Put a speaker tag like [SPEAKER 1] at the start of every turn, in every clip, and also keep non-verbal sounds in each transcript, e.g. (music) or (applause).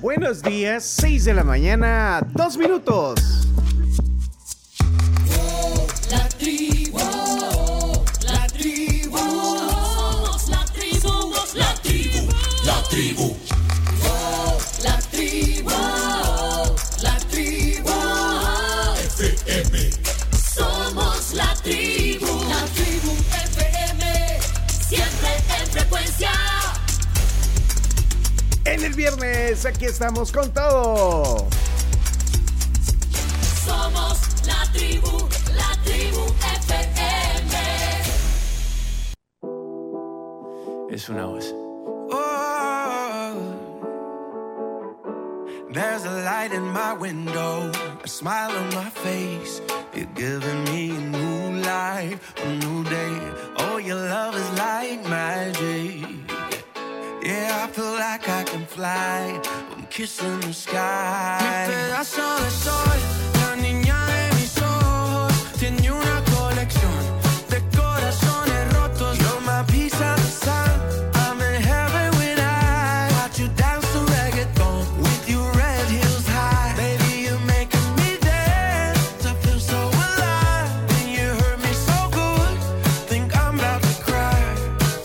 [SPEAKER 1] Buenos días, 6 de la mañana, 2 minutos.
[SPEAKER 2] La tribu, la tribu, somos la tribu, somos la tribu,
[SPEAKER 3] La tribu,
[SPEAKER 2] la tribu, la tribu,
[SPEAKER 3] FM,
[SPEAKER 2] somos la tribu, la tribu FM, siempre en frecuencia.
[SPEAKER 1] En el viernes, aquí estamos con todo.
[SPEAKER 2] Somos la tribu, la tribu FM.
[SPEAKER 4] Es una voz.
[SPEAKER 5] Oh, There's a light in my window, a smile on my face. You're giving me a new life, a new day. Oh, your love is like magic. Yeah, I feel like I can fly. I'm kissing the sky. Mi pedazo de sol, la niña de mis ojos. Tiene una colección de corazones rotos. You're my piece of the sun. I'm in heaven when I watch you dance to reggaeton with your red heels high. Baby, you're making me dance. I feel so alive. And you hurt me so good. Think I'm about to cry.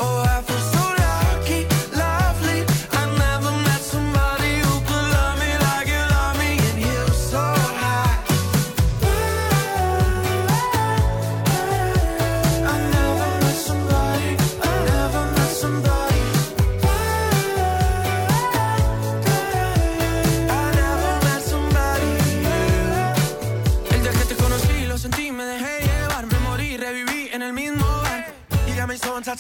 [SPEAKER 5] Oh, I feel so lucky, lovely. I never met somebody who could love me like you love me, and you're so high. I never met somebody. I never met somebody. I never met somebody. El día que te conocí lo sentí, me dejé llevar, me morí, reviví en el mismo bar. You got me so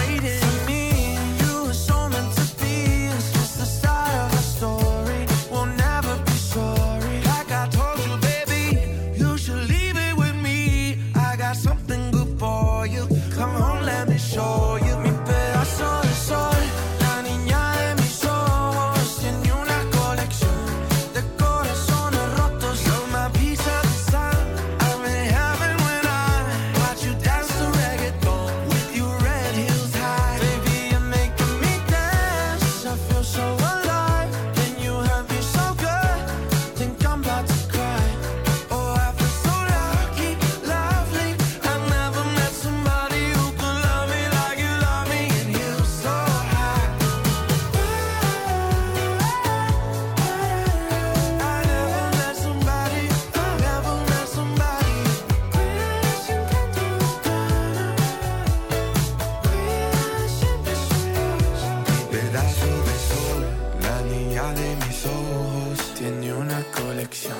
[SPEAKER 5] waiting. For me, you were so meant to be, it's just the start of a story. We'll never be sorry. Like I told you, baby, you should leave it with me. I got something good for you. Come on, let me show you. Mi pedazo de sol, la niña de mis ojos tiene una colección de corazones rotos. You're my piece of the sun. I'm in heaven when I watch you dance to reggaeton with your red heels high. Baby, you're making me dance. I feel so alive. Then you hurt me so good. Think I'm about to cry. Oh, I feel so lucky, lovely. I never met somebody who could love me like you love me, and you're so high. I never met somebody. I never met somebody. Pedazo de sol, la niña de mis ojos tiene una colección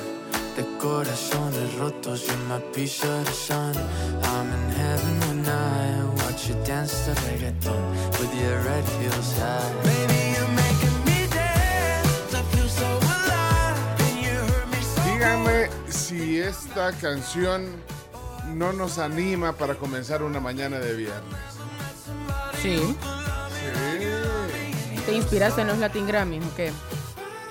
[SPEAKER 5] de corazones rotos. You're my piece of the sun. I'm in heaven when I watch you dance to reggaeton with your red heels high. Baby, you're making me dance. I feel so alive. And you hurt me so
[SPEAKER 6] Dígame si esta canción no nos anima para comenzar una mañana de viernes.
[SPEAKER 7] Sí. ¿Te inspiraste en los Latin Grammys o qué?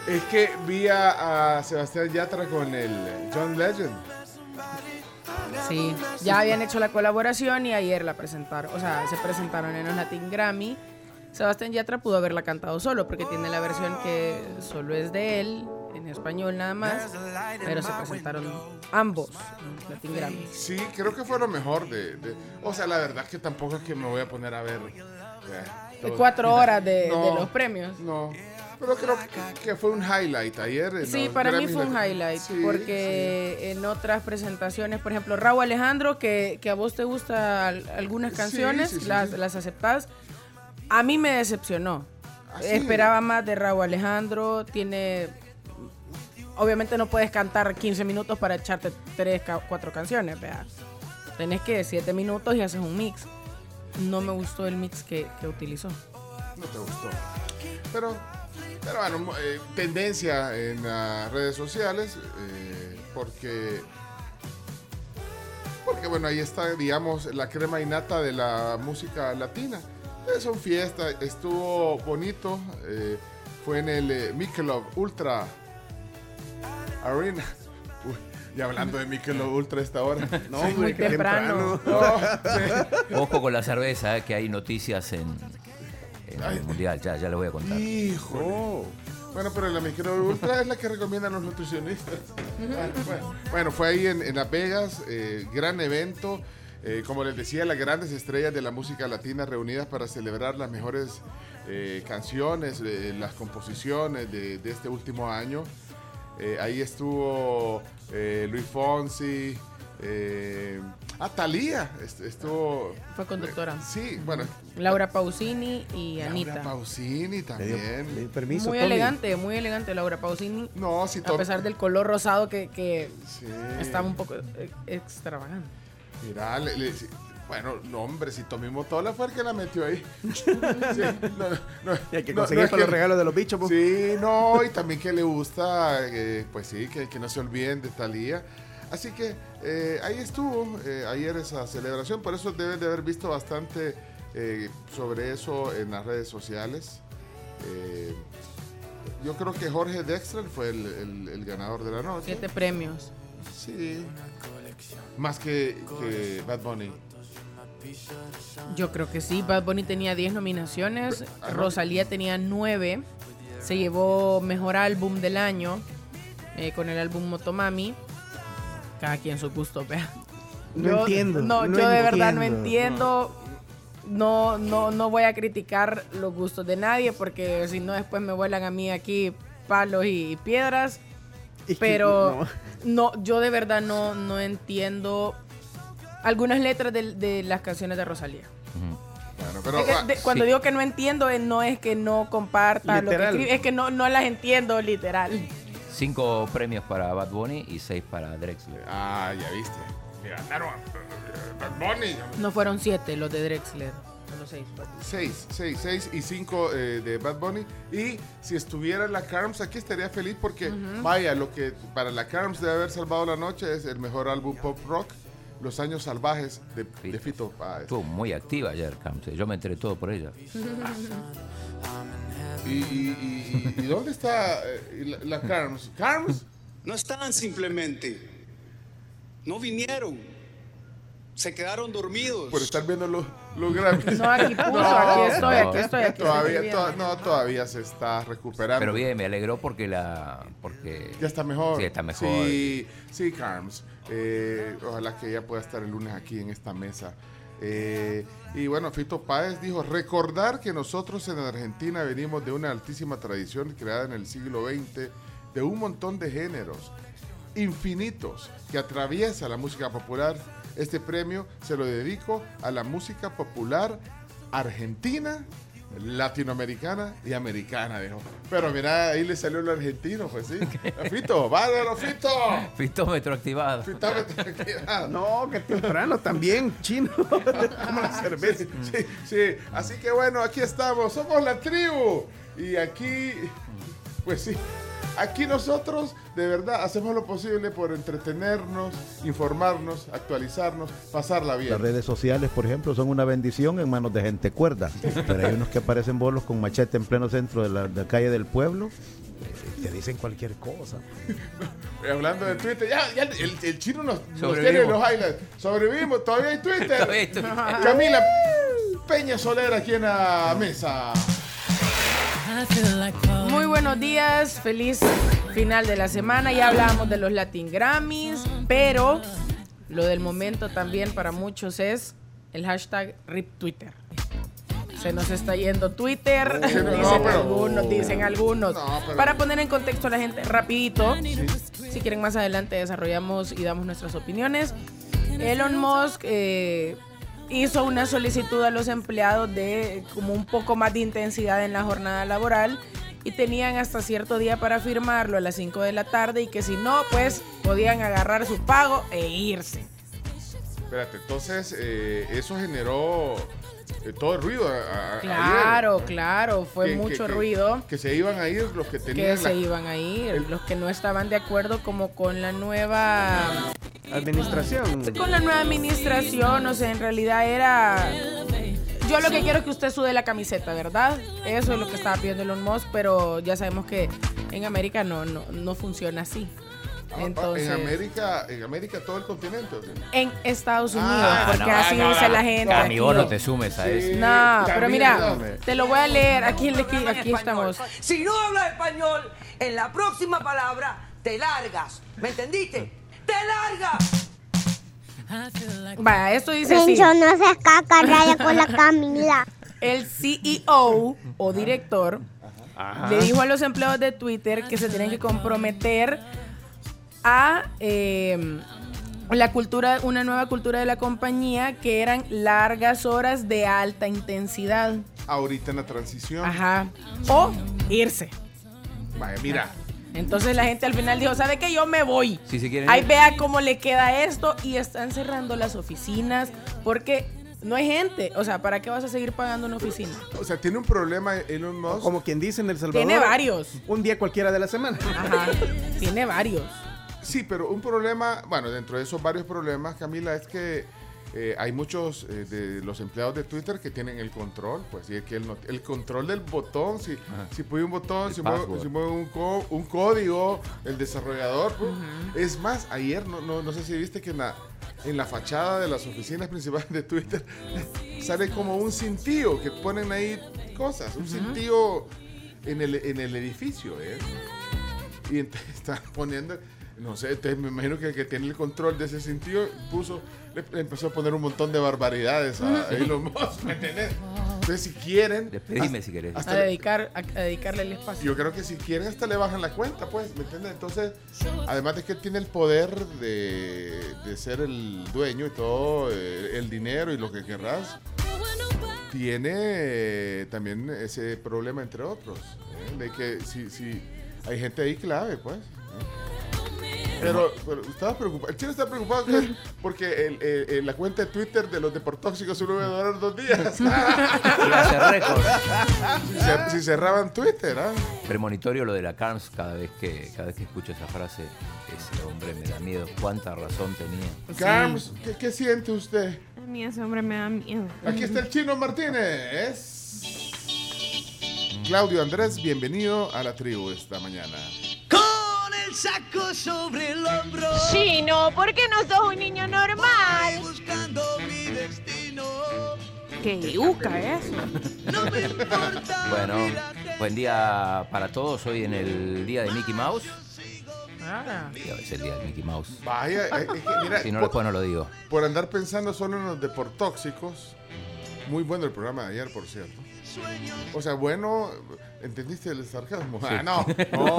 [SPEAKER 6] Es que vi a, a Sebastián Yatra con el John Legend.
[SPEAKER 7] Sí. Ya habían hecho la colaboración y ayer la presentaron. O sea, se presentaron en los Latin Grammy. Sebastián Yatra pudo haberla cantado solo porque tiene la versión que solo es de él, en español nada más. Pero se presentaron ambos en los Latin Grammy.
[SPEAKER 6] Sí, creo que fue lo mejor de, de- O sea, la verdad que tampoco es que me voy a poner a ver... eh, todo.
[SPEAKER 7] Cuatro horas de,
[SPEAKER 6] No.
[SPEAKER 7] de los premios.
[SPEAKER 6] No, pero creo que, que fue un highlight ayer. en
[SPEAKER 7] Sí,
[SPEAKER 6] los
[SPEAKER 7] para mí
[SPEAKER 6] Grammys
[SPEAKER 7] fue un
[SPEAKER 6] la-
[SPEAKER 7] highlight,
[SPEAKER 6] Sí,
[SPEAKER 7] porque en otras presentaciones, por ejemplo, Raúl Alejandro, que, que a vos te gustan algunas
[SPEAKER 6] Sí,
[SPEAKER 7] canciones,
[SPEAKER 6] sí, sí,
[SPEAKER 7] las,
[SPEAKER 6] sí.
[SPEAKER 7] las aceptás, a mí me decepcionó.
[SPEAKER 6] ¿Ah, sí?
[SPEAKER 7] Esperaba más de Raúl Alejandro, tiene... Obviamente no puedes cantar 15 minutos para echarte 3, 4 canciones, ¿verdad? Tenés que 7 minutos y haces un mix. No me gustó el mix que, que utilizó.
[SPEAKER 6] sí. No te gustó. Pero, pero bueno, mo- eh, tendencia en las redes sociales, eh, porque... Porque bueno, ahí está, digamos, la crema innata de la música latina. Eh, son fiestas, estuvo bonito. eh, fue en el eh, Michelob Ultra Arena. (laughs) Uy, y hablando de Michelob Ultra a esta hora. (laughs) No,
[SPEAKER 7] Muy
[SPEAKER 6] hombre, qué
[SPEAKER 7] temprano.
[SPEAKER 6] Ah,
[SPEAKER 8] Ah,
[SPEAKER 6] No, sí. (laughs)
[SPEAKER 4] Ojo con la cerveza, eh, que hay noticias en,
[SPEAKER 8] en el mundial. Ya, ya les voy a contar.
[SPEAKER 6] Hijo. Bueno, pero la micro ultra Ah, es la que recomiendan los nutricionistas. Ah, bueno. Bueno, fue ahí en, en Las Vegas, eh, gran evento. Eh, como les decía, las grandes estrellas de la música latina reunidas para celebrar las mejores eh, canciones, eh, las composiciones de, de este último año. Eh, ahí estuvo eh, Luis Fonsi, eh, ah, Thalía, est- estuvo... eh,
[SPEAKER 7] Fue conductora.
[SPEAKER 6] Sí, bueno.
[SPEAKER 7] Laura Pausini y Anita.
[SPEAKER 6] Laura Pausini
[SPEAKER 1] Le dio, le
[SPEAKER 6] también.
[SPEAKER 1] dio permiso.
[SPEAKER 7] muy
[SPEAKER 1] Tommy.
[SPEAKER 7] elegante, muy elegante Laura Pausini.
[SPEAKER 6] No, sí,
[SPEAKER 7] A
[SPEAKER 6] Tom-
[SPEAKER 7] pesar del color rosado que, que
[SPEAKER 6] Sí.
[SPEAKER 7] estaba un poco eh, extravagante.
[SPEAKER 6] Mira, le- le- sí, bueno, no, hombre, si Tommy Motola fue el que la metió
[SPEAKER 1] (laughs)
[SPEAKER 6] ahí. Sí, no, no, no,
[SPEAKER 1] Y hay que
[SPEAKER 6] no,
[SPEAKER 1] conseguir
[SPEAKER 6] no es
[SPEAKER 1] para los regalos de los bichos. pues. po.
[SPEAKER 6] Sí, no, y también que le gusta, eh, pues sí, que, que no se olviden de Talía. Así que eh, ahí estuvo eh, ayer esa celebración, por eso deben de haber visto bastante eh, sobre eso en las redes sociales. Eh, yo creo que Jorge Dexter fue el, el- el ganador de la noche.
[SPEAKER 7] Siete premios.
[SPEAKER 6] Sí. Más que, que Bad Bunny.
[SPEAKER 7] Yo creo que sí. Bad Bunny tenía 10 nominaciones. Rosalía tenía 9. Se llevó mejor álbum del año eh, con el álbum Motomami. Cada quien su gusto, vea.
[SPEAKER 1] No
[SPEAKER 7] Yo-
[SPEAKER 1] entiendo.
[SPEAKER 7] No, yo de verdad no
[SPEAKER 1] entiendo.
[SPEAKER 7] entiendo. No, no, no voy a criticar los gustos de nadie porque si no después me vuelan a mí aquí palos y, y piedras.
[SPEAKER 1] Es que
[SPEAKER 7] Pero
[SPEAKER 1] no.
[SPEAKER 7] no, yo de verdad no, no entiendo algunas letras del- de, las canciones de Rosalía.
[SPEAKER 6] Bueno, pero
[SPEAKER 7] Es que
[SPEAKER 6] ah,
[SPEAKER 7] de- cuando
[SPEAKER 8] sí.
[SPEAKER 7] digo que no entiendo, eh, no es que no comparta lo que
[SPEAKER 1] Literal.
[SPEAKER 7] escribe, es que no, no las entiendo literal.
[SPEAKER 8] Cinco premios para Bad Bunny y seis para Drexler.
[SPEAKER 6] ah, ya viste. Le
[SPEAKER 1] eh,
[SPEAKER 6] ganaron a Bad Bunny.
[SPEAKER 7] No fueron siete los de Drexler. Fueron seis.
[SPEAKER 6] Seis, seis, seis y cinco eh, de Bad Bunny. Y si estuviera la Carms aquí estaría feliz porque, vaya, lo que para la Carms debe haber salvado la noche es el mejor álbum pop rock, Los Años Salvajes de, de Fito Páez.
[SPEAKER 8] Estuvo muy activa ayer, Camps. Yo me enteré todo por ella.
[SPEAKER 6] ¿Y, y- y- y dónde está eh, la, la Carms? ¿Carms?
[SPEAKER 9] No están simplemente. No vinieron. Se quedaron dormidos.
[SPEAKER 6] Por estar viendo los, los Grammys.
[SPEAKER 7] No, aquí puso,
[SPEAKER 6] (laughs) No,
[SPEAKER 7] aquí estoy,
[SPEAKER 8] no.
[SPEAKER 7] aquí estoy, aquí estoy.
[SPEAKER 6] Todavía, to- no, todavía se está recuperando.
[SPEAKER 8] Pero bien, me alegró porque la. Porque
[SPEAKER 6] Ya está mejor.
[SPEAKER 8] Sí, está mejor.
[SPEAKER 6] Sí, sí, Carms. Eh, ojalá que ella pueda estar el lunes aquí en esta mesa. Eh, y bueno, Fito Páez dijo, recordar que nosotros en Argentina venimos de una altísima tradición creada en el siglo XX de un montón de géneros infinitos que atraviesa la música popular. Este premio se lo dedico a la música popular argentina, latinoamericana y americana, dijo. Pero mira, ahí le salió el argentino, pues sí. Fito, bárbaro, Fito.
[SPEAKER 8] Fitómetro activado.
[SPEAKER 6] Fitámete aquí. Ah, no,
[SPEAKER 1] No, que temprano también,
[SPEAKER 6] (laughs)
[SPEAKER 1] chino. Como la cerveza.
[SPEAKER 6] sí, sí, sí. Así que bueno, aquí estamos, somos la tribu. Y aquí, pues sí, aquí nosotros de verdad hacemos lo posible por entretenernos, informarnos, actualizarnos, pasarla bien.
[SPEAKER 10] Las redes sociales, por ejemplo, son una bendición en manos de gente cuerda. Pero hay unos que aparecen bolos con machete en pleno centro de la, de la calle del pueblo. eh, Te dicen cualquier cosa.
[SPEAKER 6] Eh, Hablando de Twitter, ya, ya el, el chino nos, nos
[SPEAKER 8] Sobrevivimos.
[SPEAKER 6] tiene en los highlights. Sobrevivimos, todavía hay Twitter.
[SPEAKER 8] Todavía hay Twitter.
[SPEAKER 6] Camila Peña Soler aquí en la mesa.
[SPEAKER 7] Muy buenos días, feliz final de la semana. Ya hablábamos de los Latin Grammys, pero lo del momento también para muchos es el hashtag RIP Twitter. Se nos está yendo Twitter,
[SPEAKER 6] Sí, no,
[SPEAKER 7] dicen
[SPEAKER 6] pero-
[SPEAKER 7] algunos, dicen algunos.
[SPEAKER 6] No, pero-
[SPEAKER 7] Para poner en contexto a la gente rapidito, si quieren más adelante desarrollamos y damos nuestras opiniones. Elon Musk eh, hizo una solicitud a los empleados de como un poco más de intensidad en la jornada laboral y tenían hasta cierto día para firmarlo a las 5 de la tarde y que si no, pues podían agarrar su pago e irse.
[SPEAKER 6] Espérate, entonces eh, eso generó eh, todo el ruido. a- a-
[SPEAKER 7] Claro,
[SPEAKER 6] ayer.
[SPEAKER 7] claro, fue
[SPEAKER 6] Que-
[SPEAKER 7] mucho
[SPEAKER 6] que- que-
[SPEAKER 7] ruido.
[SPEAKER 6] Que se iban a ir los que
[SPEAKER 7] que
[SPEAKER 6] tenían la-
[SPEAKER 7] se iban a ir, los que no estaban de acuerdo como con la nueva
[SPEAKER 1] Administración.
[SPEAKER 7] con la nueva administración, o sea, en realidad era yo lo que quiero es que usted sude la camiseta, ¿verdad? Eso es lo que estaba pidiendo Elon Musk, pero ya sabemos que en América no no, no funciona así. Entonces-
[SPEAKER 8] Ah,
[SPEAKER 6] en América, en América todo el continente. ¿o qué?
[SPEAKER 7] en Estados Unidos,
[SPEAKER 6] Ah,
[SPEAKER 7] porque
[SPEAKER 8] no,
[SPEAKER 7] así
[SPEAKER 8] no,
[SPEAKER 7] dice
[SPEAKER 8] no,
[SPEAKER 7] la
[SPEAKER 8] no.
[SPEAKER 7] gente.
[SPEAKER 8] Amigo,
[SPEAKER 7] aquí.
[SPEAKER 8] no te sumes a eso.
[SPEAKER 7] No,
[SPEAKER 6] Sí,
[SPEAKER 7] pero
[SPEAKER 6] Camilo,
[SPEAKER 7] mira,
[SPEAKER 6] dame.
[SPEAKER 7] te lo voy a leer. Aquí, aquí, aquí estamos.
[SPEAKER 11] Si no hablas español, en la próxima palabra te largas. ¿Me entendiste? ¡Te largas!
[SPEAKER 7] Vaya, esto dice así.
[SPEAKER 12] Mención no se caca raya
[SPEAKER 7] (laughs)
[SPEAKER 12] con la Camila.
[SPEAKER 7] El CEO o director le dijo a los empleados de Twitter que se tienen que comprometer a eh, la cultura, una nueva cultura de la compañía que eran largas horas de alta intensidad.
[SPEAKER 6] Ahorita en la transición.
[SPEAKER 7] Ajá. O irse.
[SPEAKER 6] Vaya, mira.
[SPEAKER 7] Entonces la gente al final dijo, ¿sabe qué? Yo me voy.
[SPEAKER 8] Si se quieren
[SPEAKER 7] Ahí
[SPEAKER 8] ir.
[SPEAKER 7] vea cómo le queda esto y están cerrando las oficinas porque no hay gente. O sea, ¿para qué vas a seguir pagando una oficina?
[SPEAKER 6] O sea, tiene un problema Elon Musk.
[SPEAKER 1] Como quien dice en El Salvador.
[SPEAKER 7] Tiene varios.
[SPEAKER 1] Un día cualquiera de la semana.
[SPEAKER 7] Ajá. Tiene varios.
[SPEAKER 6] Sí, pero un problema, bueno, dentro de esos varios problemas, Camila, es que eh, hay muchos eh, de los empleados de Twitter que tienen el control, pues, y es que el, no- el control del botón, si, si puede un botón, si mueve,
[SPEAKER 8] password.
[SPEAKER 6] si mueve un, co- un código, el desarrollador. pues. Es más, ayer, no, no, no sé si viste que en la, en la fachada de las oficinas principales de Twitter (laughs) sale como un cintillo que ponen ahí cosas, un cintillo en el, en el edificio, ¿eh? Y entonces (laughs) están poniendo, no sé, entonces me imagino que el que tiene el control de ese sentido puso, le, le empezó a poner un montón de barbaridades a Elon Musk, ¿me entendés? Entonces, si quieren,
[SPEAKER 8] Despedime si querés.
[SPEAKER 7] A,
[SPEAKER 6] hasta le-
[SPEAKER 7] dedicar, a, a dedicarle el espacio.
[SPEAKER 6] yo creo que si quieren, hasta le bajan la cuenta, pues, ¿me entiendes? Entonces, además de que tiene el poder de, de ser el dueño y todo, eh, el dinero y lo que querrás, tiene eh, también ese problema, entre otros, ¿eh? de que si, si hay gente ahí clave, pues. ¿eh? Pero, pero estaba preocupado. El chino está preocupado que- porque el- el- el- la cuenta de Twitter de los deportóxicos solo iba a durar dos días.
[SPEAKER 8] Iba a hacer récord.
[SPEAKER 6] si, cer- si cerraban Twitter, ¿ah?
[SPEAKER 8] Premonitorio lo de la Carms cada vez que cada vez que escucho esa frase, ese hombre me da miedo. Cuánta razón tenía.
[SPEAKER 6] Carms, ¿qué- ¿qué siente usted?
[SPEAKER 13] A mí ese hombre me da miedo.
[SPEAKER 6] Aquí está el chino Martínez. Claudio Andrés, bienvenido a la tribu esta mañana.
[SPEAKER 2] Con el saco sobre el hombro.
[SPEAKER 13] Chino, ¿por qué no sos un niño normal?
[SPEAKER 2] Buscando mi destino.
[SPEAKER 13] Qué yuca eso.
[SPEAKER 8] (laughs)
[SPEAKER 2] No me importa.
[SPEAKER 8] Bueno, buen día para todos. Hoy en el día de Mickey Mouse.
[SPEAKER 7] Ah.
[SPEAKER 8] Y hoy es el día de Mickey Mouse.
[SPEAKER 6] Vaya, eh, es que mira,
[SPEAKER 8] Si no
[SPEAKER 6] por,
[SPEAKER 8] después no lo digo.
[SPEAKER 6] por andar pensando solo en los deportóxicos, muy bueno el programa de ayer, por cierto. O sea, bueno, ¿entendiste el sarcasmo? Ah, no, no.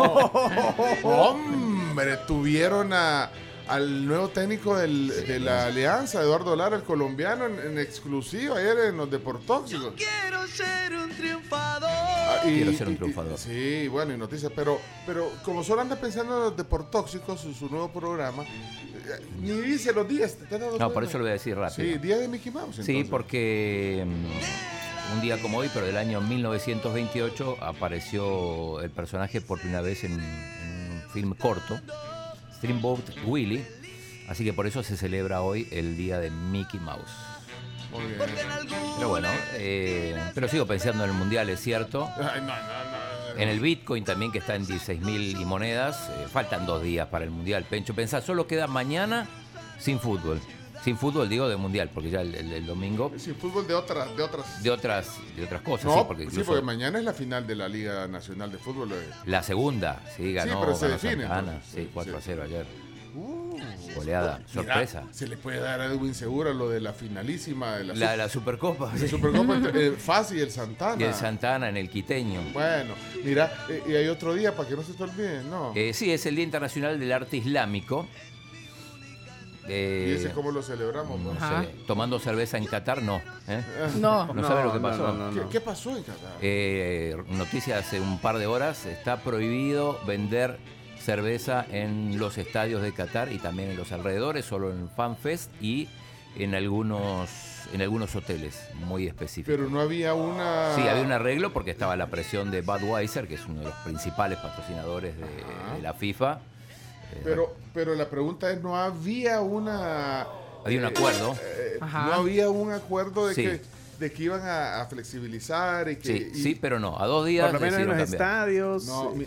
[SPEAKER 6] Hombre, tuvieron a- al nuevo técnico del- de la Alianza, Eduardo Lara, el colombiano, en, en exclusivo ayer en los deportóxicos.
[SPEAKER 2] Quiero ser un triunfador.
[SPEAKER 6] Ah,
[SPEAKER 8] Quiero ser un triunfador.
[SPEAKER 6] sí, bueno, y noticias, pero, pero como solo anda pensando en los deportóxicos, su, su nuevo programa, eh, ni dice los días. ¿te has dado
[SPEAKER 8] No, por
[SPEAKER 6] cuenta?
[SPEAKER 8] eso lo voy a decir rápido.
[SPEAKER 6] Sí, día de Mickey Mouse.
[SPEAKER 8] Sí,
[SPEAKER 6] entonces.
[SPEAKER 8] porque mm, un día como hoy, pero del año 1928, apareció el personaje por primera vez en, en un film corto, Streamboat Willie. Así que por eso se celebra hoy el día de Mickey Mouse.
[SPEAKER 6] Muy bien.
[SPEAKER 8] Pero bueno, eh, pero sigo pensando en el mundial, es cierto.
[SPEAKER 6] Ay, no, no, no.
[SPEAKER 8] En el Bitcoin también, que está en 16.000 y monedas. Eh, faltan dos días para el Mundial, Pencho. Pensá, solo queda mañana sin fútbol. Sin fútbol, digo, de Mundial, porque ya el, el- el domingo
[SPEAKER 6] Sí, fútbol de otras. De otras.
[SPEAKER 8] de otras, de otras cosas.
[SPEAKER 6] no,
[SPEAKER 8] sí, porque
[SPEAKER 6] sí,
[SPEAKER 8] incluso
[SPEAKER 6] porque mañana es la final de la Liga Nacional de Fútbol. eh.
[SPEAKER 8] la segunda, sí, ganó,
[SPEAKER 6] pero se
[SPEAKER 8] ganó
[SPEAKER 6] define,
[SPEAKER 8] Santa Ana,
[SPEAKER 6] entonces.
[SPEAKER 8] sí, 4 a
[SPEAKER 6] Sí.
[SPEAKER 8] 0 ayer.
[SPEAKER 6] Uh,
[SPEAKER 8] Goleada,
[SPEAKER 6] mira,
[SPEAKER 8] sorpresa.
[SPEAKER 6] se le puede dar a Edwin Segura lo de la finalísima de la,
[SPEAKER 8] La,
[SPEAKER 6] Sup-
[SPEAKER 8] la Supercopa
[SPEAKER 6] de
[SPEAKER 8] sí.
[SPEAKER 6] Supercopa
[SPEAKER 8] (laughs)
[SPEAKER 6] entre el Fasi y el Santana.
[SPEAKER 8] y el Santana en el Quiteño.
[SPEAKER 6] Bueno, mira, eh, y hay otro día para que no se te olvide, ¿no?
[SPEAKER 8] Eh, sí, es el Día Internacional del Arte Islámico.
[SPEAKER 6] y ese
[SPEAKER 8] Eh,
[SPEAKER 6] es como lo celebramos.
[SPEAKER 8] no
[SPEAKER 6] ¿no?
[SPEAKER 7] Ajá.
[SPEAKER 8] sé, tomando cerveza en Qatar, no. ¿eh?
[SPEAKER 7] No.
[SPEAKER 8] No sabe lo que pasó.
[SPEAKER 1] no,
[SPEAKER 6] ¿Qué,
[SPEAKER 1] no.
[SPEAKER 6] qué pasó en Qatar?
[SPEAKER 8] Eh, noticia hace un par de horas, está prohibido vender cerveza en los estadios de Qatar y también en los alrededores, solo en FanFest y en algunos, en algunos hoteles muy específicos.
[SPEAKER 6] Pero no había una.
[SPEAKER 8] Sí, había un arreglo porque estaba la presión de Budweiser, que es uno de los principales patrocinadores de, de la FIFA. Eh,
[SPEAKER 6] Pero, pero la pregunta es: ¿no había una.
[SPEAKER 8] Había un acuerdo.
[SPEAKER 6] eh,
[SPEAKER 7] Ajá.
[SPEAKER 6] no había un acuerdo de,
[SPEAKER 8] Sí.
[SPEAKER 6] que, de que iban a, a flexibilizar y que.
[SPEAKER 8] sí,
[SPEAKER 6] y-
[SPEAKER 8] sí, pero no, a dos días
[SPEAKER 1] Por lo menos en
[SPEAKER 8] decidieron
[SPEAKER 1] los
[SPEAKER 8] cambiar.
[SPEAKER 1] estadios.
[SPEAKER 6] No, mi-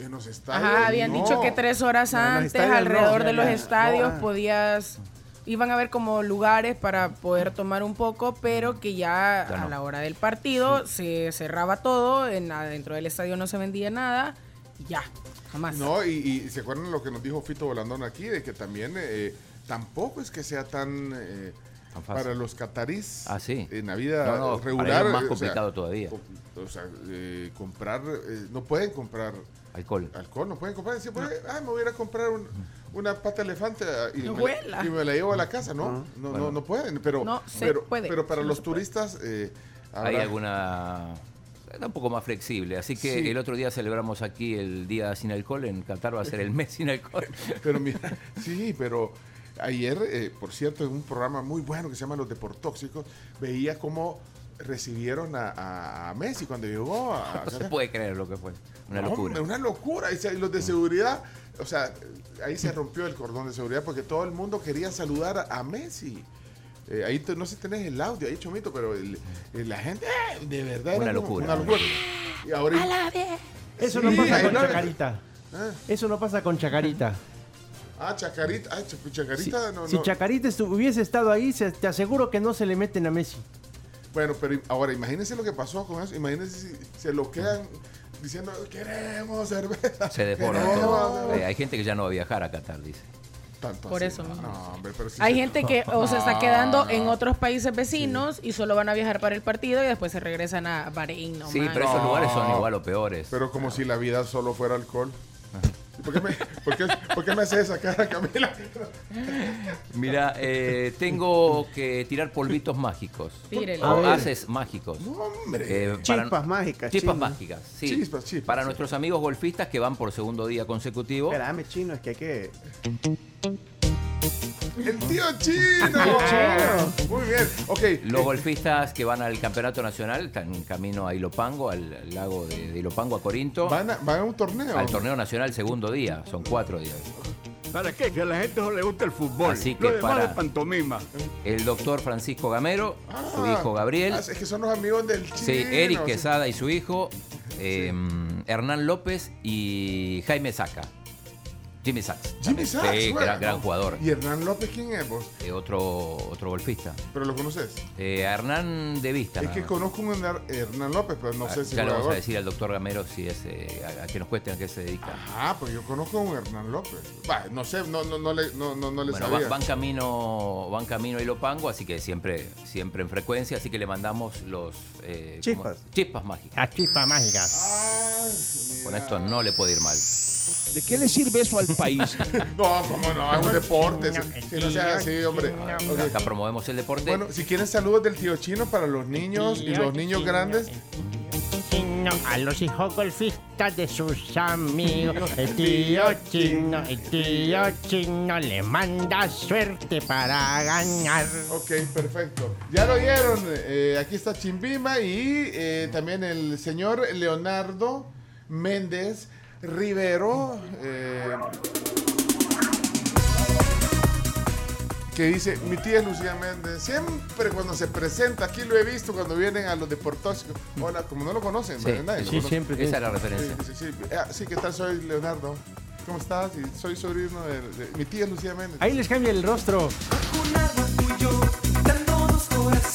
[SPEAKER 6] En los estadios.
[SPEAKER 7] Ajá, habían
[SPEAKER 6] no.
[SPEAKER 7] dicho que tres horas
[SPEAKER 6] No, en los
[SPEAKER 7] antes,
[SPEAKER 6] estadios no,
[SPEAKER 7] alrededor
[SPEAKER 6] ya,
[SPEAKER 7] de los
[SPEAKER 6] ya, no,
[SPEAKER 7] estadios,
[SPEAKER 6] ah.
[SPEAKER 7] podías. Iban a haber como lugares para poder tomar un poco, pero que ya,
[SPEAKER 14] Ya
[SPEAKER 7] a
[SPEAKER 14] no.
[SPEAKER 7] la hora del partido se cerraba todo, en, adentro del estadio no se vendía nada, y ya, jamás.
[SPEAKER 6] No, y, y se acuerdan lo que nos dijo Fito Volandón aquí, de que también eh, tampoco es que sea tan... eh,
[SPEAKER 8] fácil.
[SPEAKER 6] Para los catarís
[SPEAKER 8] Ah, sí.
[SPEAKER 6] en la vida
[SPEAKER 8] No, no, para
[SPEAKER 6] regular
[SPEAKER 8] ellos más
[SPEAKER 6] eh, o sea,
[SPEAKER 8] complicado todavía.
[SPEAKER 6] com- O sea, eh, comprar, eh, no pueden comprar
[SPEAKER 8] Alcohol.
[SPEAKER 6] alcohol, no pueden comprar. Decir, "Voy a- ah, me voy a ir a comprar un- una pata de elefante ah,
[SPEAKER 7] (laughs)
[SPEAKER 6] y,
[SPEAKER 7] No
[SPEAKER 6] me,
[SPEAKER 7] vuela.
[SPEAKER 6] y me la llevo a la casa,
[SPEAKER 15] Ah,
[SPEAKER 6] ¿no? No,
[SPEAKER 8] Bueno.
[SPEAKER 6] no, no pueden, pero,
[SPEAKER 7] No se
[SPEAKER 6] pero,
[SPEAKER 7] puede,
[SPEAKER 6] pero para
[SPEAKER 7] no
[SPEAKER 6] los
[SPEAKER 7] se puede.
[SPEAKER 6] turistas eh,
[SPEAKER 8] Hay
[SPEAKER 6] habrá-
[SPEAKER 8] alguna. Está un poco más flexible. Así que
[SPEAKER 6] Sí.
[SPEAKER 8] el otro día celebramos aquí el día sin alcohol. En Qatar va a ser el mes sin
[SPEAKER 6] (laughs)
[SPEAKER 8] alcohol.
[SPEAKER 6] Pero mira, sí, pero ayer, eh, por cierto, en un programa muy bueno que se llama Los Deportóxicos, veía cómo recibieron a, a- a Messi cuando llegó a...
[SPEAKER 8] No se puede creer lo que fue. Una locura. Mm.
[SPEAKER 6] Hombre, una locura. Y se- y los de seguridad, o sea, ahí se rompió el cordón de seguridad porque todo el mundo quería saludar a Messi. Eh, ahí te- no sé si tenés el audio ahí, Chomito, pero el- el- la gente, ¡eh! de verdad,
[SPEAKER 8] Una
[SPEAKER 6] como-
[SPEAKER 8] locura.
[SPEAKER 6] Una locura. Y ahora...
[SPEAKER 14] Eso
[SPEAKER 6] Sí,
[SPEAKER 14] no pasa
[SPEAKER 6] ahí
[SPEAKER 14] con
[SPEAKER 6] no-
[SPEAKER 14] Chacarita.
[SPEAKER 6] Ah.
[SPEAKER 14] Eso no pasa con Chacarita.
[SPEAKER 6] Ah, Chacarita. Ah, Ch-
[SPEAKER 14] Si,
[SPEAKER 6] Chacarita. (laughs) no,
[SPEAKER 14] si
[SPEAKER 6] no.
[SPEAKER 14] Chacarita estu- hubiese estado ahí, se- te aseguro que no se le meten a Messi.
[SPEAKER 6] Bueno, pero ahora imagínense lo que pasó con eso. Imagínense si se lo quedan diciendo, queremos cerveza.
[SPEAKER 8] Se desborda
[SPEAKER 6] queremos
[SPEAKER 8] todo.
[SPEAKER 6] cerveza".
[SPEAKER 8] Eh, hay gente que ya no va a viajar a Qatar, dice.
[SPEAKER 6] Tanto
[SPEAKER 7] Por
[SPEAKER 6] así,
[SPEAKER 7] eso
[SPEAKER 6] No,
[SPEAKER 7] mismo.
[SPEAKER 6] no, hombre, pero sí
[SPEAKER 7] Hay
[SPEAKER 6] se-
[SPEAKER 7] gente que o se
[SPEAKER 6] Ah.
[SPEAKER 7] está quedando
[SPEAKER 6] No,
[SPEAKER 7] en
[SPEAKER 6] no.
[SPEAKER 7] otros países vecinos y solo van a viajar para el partido y después se regresan a Bahrein. No
[SPEAKER 8] Sí,
[SPEAKER 7] man.
[SPEAKER 8] pero esos
[SPEAKER 6] No.
[SPEAKER 8] lugares son igual o peores.
[SPEAKER 6] Pero como si la vida solo fuera alcohol. (laughs) ¿Por qué me, por qué, por qué me hace esa cara, Camila?
[SPEAKER 8] Mira, eh, tengo que tirar polvitos mágicos.
[SPEAKER 1] Tírelo.
[SPEAKER 8] O
[SPEAKER 1] A ver.
[SPEAKER 8] haces mágicos. Eh,
[SPEAKER 1] No, hombre.
[SPEAKER 8] para-
[SPEAKER 1] Chispas mágicas,
[SPEAKER 8] Chispas
[SPEAKER 1] chino.
[SPEAKER 8] mágicas, sí.
[SPEAKER 1] Chispas,
[SPEAKER 8] Para nuestros amigos golfistas que van por segundo día consecutivo.
[SPEAKER 1] Espérame, chino, es que hay que.
[SPEAKER 6] El tío chino. Muy bien. Ok.
[SPEAKER 8] Ah.
[SPEAKER 6] eh,
[SPEAKER 8] Los golfistas que van al campeonato nacional están en camino a Ilopango, al al lago de, de Ilopango a Corinto.
[SPEAKER 6] ¿Van a, van a un torneo?
[SPEAKER 8] Al torneo nacional segundo día, son cuatro días.
[SPEAKER 16] ¿Para qué? Que a la gente no le gusta el fútbol.
[SPEAKER 8] Así
[SPEAKER 16] Lo
[SPEAKER 8] que
[SPEAKER 16] demás
[SPEAKER 8] para-
[SPEAKER 16] es pantomima.
[SPEAKER 8] El doctor Francisco Gamero, su
[SPEAKER 6] Ah,
[SPEAKER 8] hijo Gabriel,
[SPEAKER 6] ah, Es que son los amigos del chino.
[SPEAKER 8] sí, Eric
[SPEAKER 6] sí.
[SPEAKER 8] Quesada y su hijo, eh, Hernán López y Jaime Saca. Jimmy Sachs.
[SPEAKER 6] Jimmy Sachs,
[SPEAKER 8] Sí,
[SPEAKER 6] juega,
[SPEAKER 8] gran, gran
[SPEAKER 6] ¿no?
[SPEAKER 8] jugador.
[SPEAKER 6] ¿Y Hernán López quién es vos?
[SPEAKER 8] Eh, otro, otro golfista.
[SPEAKER 6] ¿Pero lo conoces?
[SPEAKER 8] Eh, a Hernán de vista.
[SPEAKER 6] Es
[SPEAKER 8] nada
[SPEAKER 6] que
[SPEAKER 8] más.
[SPEAKER 6] conozco un Hernán- Hernán López, pero no
[SPEAKER 8] Ah,
[SPEAKER 6] sé si
[SPEAKER 8] ya le
[SPEAKER 6] juega
[SPEAKER 8] vamos a
[SPEAKER 6] golf.
[SPEAKER 8] decir al doctor Gamero si es, eh, a, a que nos cueste a qué se dedica.
[SPEAKER 6] Ah, pues yo conozco a un Hernán López. Bah, no sé, no, no, no le, no, no, no le
[SPEAKER 8] Bueno, va-
[SPEAKER 6] sabía.
[SPEAKER 8] van, camino, van camino a Ilopango, así que siempre, siempre en frecuencia, así que le mandamos los eh, ¿cómo?
[SPEAKER 14] Chispas.
[SPEAKER 8] chispas mágicas.
[SPEAKER 14] A chispa mágica.
[SPEAKER 8] Con esto no le puede ir mal.
[SPEAKER 17] ¿De qué le sirve eso al país?
[SPEAKER 6] (laughs) No, cómo no, es un deporte. Si, si no sea así, hombre. Ok.
[SPEAKER 8] Acá promovemos el deporte.
[SPEAKER 6] Bueno, si quieren saludos del tío chino para los niños y
[SPEAKER 14] Tío
[SPEAKER 6] los niños
[SPEAKER 14] Chino.
[SPEAKER 6] grandes.
[SPEAKER 14] Chino, a los hijos golfistas de sus amigos. El tío chino, el tío chino le manda suerte para ganar.
[SPEAKER 6] Ok, perfecto. Ya lo oyeron. eh, aquí está Chimbima y eh, también el señor Leonardo Méndez Rivero. eh, que dice, mi tía es Lucía Méndez, siempre cuando se presenta, aquí lo he visto cuando vienen a los deportóxicos. Hola, como no lo conocen,
[SPEAKER 8] Sí,
[SPEAKER 6] ¿verdad? Nadie lo
[SPEAKER 8] sí,
[SPEAKER 6] conoce.
[SPEAKER 8] siempre Esa tiene- es la referencia.
[SPEAKER 6] Sí, sí, sí. Ah, sí, ¿qué tal? Soy Leonardo. ¿Cómo estás? Y soy sobrino de, de- mi tía es Lucía Méndez.
[SPEAKER 14] Ahí les cambia el rostro.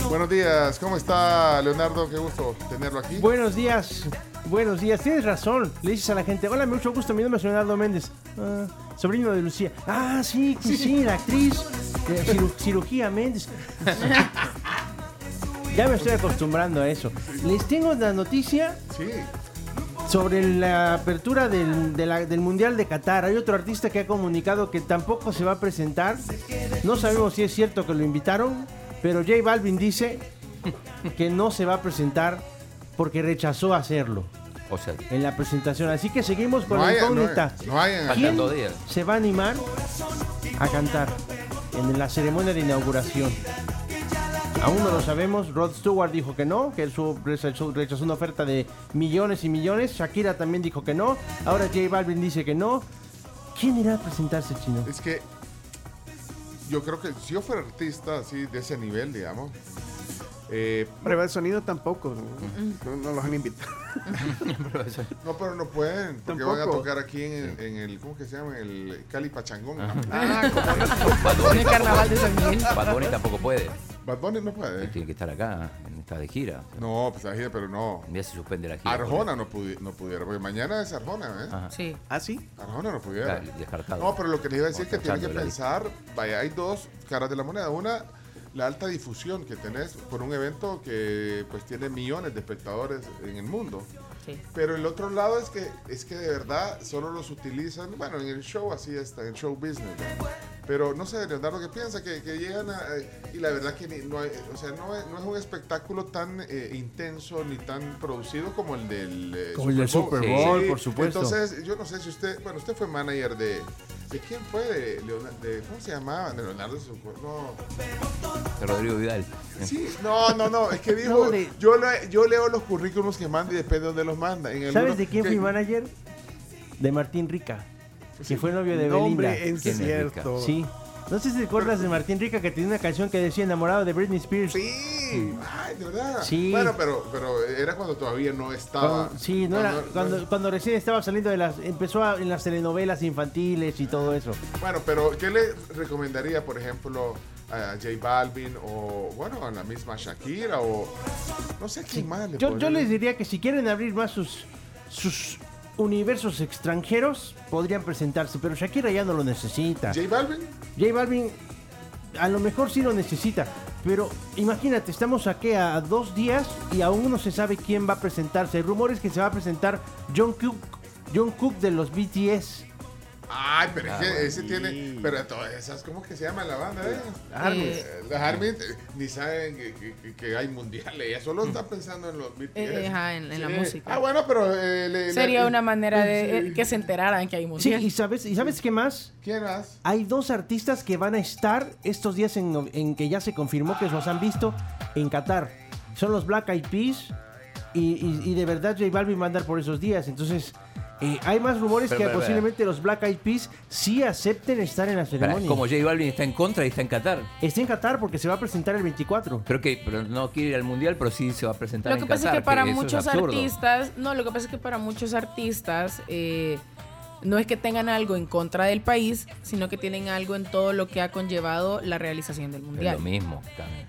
[SPEAKER 6] Buenos días, ¿cómo está Leonardo? Qué gusto tenerlo aquí.
[SPEAKER 14] Buenos días. Buenos días, tienes razón. Le dices a la gente, hola, mucho gusto, mi nombre es Leonardo Méndez. "Ah, sobrino de Lucía. Ah, sí, sí, sí, la actriz. de ciru- cirugía Méndez. (laughs) ya me estoy acostumbrando a eso. Les tengo la noticia
[SPEAKER 6] Sí.
[SPEAKER 14] sobre la apertura del, de la- del Mundial de Qatar. Hay otro artista que ha comunicado que tampoco se va a presentar.
[SPEAKER 15] Mm.
[SPEAKER 14] No sabemos si es cierto que lo invitaron, pero J Balvin dice que no se va a presentar porque rechazó hacerlo
[SPEAKER 8] O sea,
[SPEAKER 14] en la presentación. Así que seguimos con
[SPEAKER 8] No
[SPEAKER 14] la
[SPEAKER 8] hay- no
[SPEAKER 14] incógnita.
[SPEAKER 8] hay- no hay en-
[SPEAKER 14] ¿Quién
[SPEAKER 8] Faltan dos días.
[SPEAKER 14] se va a animar a cantar en la ceremonia de inauguración? Aún no lo sabemos. Rod Stewart dijo que no, que él su- rechazó, rechazó una oferta de millones y millones. Shakira también dijo que no. Ahora J Balvin dice que no. ¿Quién irá a presentarse, chino?
[SPEAKER 6] Es que yo creo que si yo fuera artista así de ese nivel, digamos, Eh,
[SPEAKER 1] Prueba de sonido tampoco. No, no los han invitado.
[SPEAKER 6] no, pero no pueden, porque van a
[SPEAKER 1] Tampoco.
[SPEAKER 6] tocar aquí en, en el, ¿cómo que se llama? El Cali Pachangón. Ah,
[SPEAKER 8] Bad Bunny
[SPEAKER 6] En el carnaval de San
[SPEAKER 8] tampoco-
[SPEAKER 6] Miguel.
[SPEAKER 8] Bad Bunny tampoco puede.
[SPEAKER 6] Bad Bunny no puede.
[SPEAKER 8] Tiene que estar acá, en- está de gira.
[SPEAKER 6] No, pues la gira, pero no.
[SPEAKER 8] Ya se suspende la gira.
[SPEAKER 6] Arjona no, pudi- no pudiera, porque mañana es Arjona, ¿eh?
[SPEAKER 7] Sí.
[SPEAKER 1] ¿Ah, sí?
[SPEAKER 6] Arjona no pudiera.
[SPEAKER 8] Está descartado.
[SPEAKER 6] No, pero lo que les iba a decir es que tienen que
[SPEAKER 8] Descartando la lista.
[SPEAKER 6] pensar, vaya, hay dos caras de la moneda. Una, la alta difusión que tenés por un evento que pues tiene millones de espectadores en el mundo. Pero el otro lado es que es que de verdad solo los utilizan, bueno, en el show así está, en el show business. ¿no? Pero no sé, Leonardo, ¿qué piensa? Que, que llegan a, eh, y la verdad que ni- no, hay- o sea, no, es, no es un espectáculo tan eh, intenso ni tan producido como el del eh,
[SPEAKER 14] Como el del Super Bowl, por supuesto.
[SPEAKER 6] Entonces, yo no sé si usted, bueno, usted fue manager de, ¿de quién fue? De Leonardo, ¿cómo se llamaba? De Leonardo, su- no.
[SPEAKER 8] De Rodrigo Vidal.
[SPEAKER 6] Sí, no, no, no, es que dijo, yo, le- yo leo los currículums que manda y depende de dónde los manda. En algunos-
[SPEAKER 14] ¿Sabes de quién
[SPEAKER 6] que-
[SPEAKER 14] fui manager? De Martín Rica, que fue novio de
[SPEAKER 1] No, hombre,
[SPEAKER 14] Belinda.
[SPEAKER 1] es ¿Quién es cierto. Rica?
[SPEAKER 14] Sí. No sé si te acuerdas de Martín Rica que tenía una canción que decía enamorado de Britney Spears.
[SPEAKER 6] Sí. Ay, de verdad.
[SPEAKER 14] Sí.
[SPEAKER 6] Ah, Bueno, pero, pero era cuando todavía no estaba.
[SPEAKER 14] Cuando- sí, no era, cuando, cuando recién estaba saliendo de las. Empezó a- en las telenovelas infantiles y todo eso.
[SPEAKER 6] Bueno, pero ¿qué le recomendaría, por ejemplo, a J Balvin o, bueno, a la misma Shakira o no sé quién más? le
[SPEAKER 14] Yo, yo
[SPEAKER 6] podría-
[SPEAKER 14] les diría que si quieren abrir más sus, sus universos extranjeros, podrían presentarse, pero Shakira ya no lo necesita.
[SPEAKER 6] ¿J Balvin?
[SPEAKER 14] J Balvin a lo mejor sí lo necesita, pero imagínate, estamos aquí a dos días y aún no se sabe quién va a presentarse. Hay rumores que se va a presentar John Cook, John Cook de los BTS.
[SPEAKER 6] Ay, pero es
[SPEAKER 14] Ah,
[SPEAKER 6] que
[SPEAKER 14] bueno.
[SPEAKER 6] ese tiene. Pero todas esas, ¿cómo que se llama la banda? eh?
[SPEAKER 14] Armies.
[SPEAKER 6] Eh, Las Armies eh, ni saben que, que- que hay mundiales. Ellas
[SPEAKER 14] Mm.
[SPEAKER 6] solo están pensando en los BTS.
[SPEAKER 7] Eh, ajá, en- en la música.
[SPEAKER 6] Ah, bueno, pero. eh, le- le-
[SPEAKER 7] Sería una manera de
[SPEAKER 6] Sí.
[SPEAKER 7] eh, que se enteraran que hay
[SPEAKER 14] Sí,
[SPEAKER 7] música.
[SPEAKER 14] y sabes, ¿y sabes qué más?
[SPEAKER 6] ¿Quién más?
[SPEAKER 14] Hay dos artistas que van a estar estos días en, nov- en que ya se confirmó que los han visto en Qatar. Son los Black Eyed Peas y, y- y de verdad J Balvin va a andar por esos días. Entonces, eh, hay más rumores
[SPEAKER 8] Pero,
[SPEAKER 14] que
[SPEAKER 8] pero,
[SPEAKER 14] posiblemente los Black Eyed Peas sí acepten estar en la
[SPEAKER 8] Pará,
[SPEAKER 14] ceremonia.
[SPEAKER 8] como J Balvin está en contra y está en Qatar.
[SPEAKER 14] Está en Qatar porque se va a presentar el 24.
[SPEAKER 8] Pero que pero no quiere ir al mundial, pero sí se va a presentar
[SPEAKER 7] Lo
[SPEAKER 8] en
[SPEAKER 7] que pasa es
[SPEAKER 8] Qatar,
[SPEAKER 7] que para
[SPEAKER 8] eso es
[SPEAKER 7] muchos
[SPEAKER 8] absurdo.
[SPEAKER 7] artistas, no, lo que pasa es que para muchos artistas eh, no es que tengan algo en contra del país, sino que tienen algo en todo lo que ha conllevado la realización del
[SPEAKER 8] Es lo
[SPEAKER 7] mundial. Mm,
[SPEAKER 8] mismo. Carmen.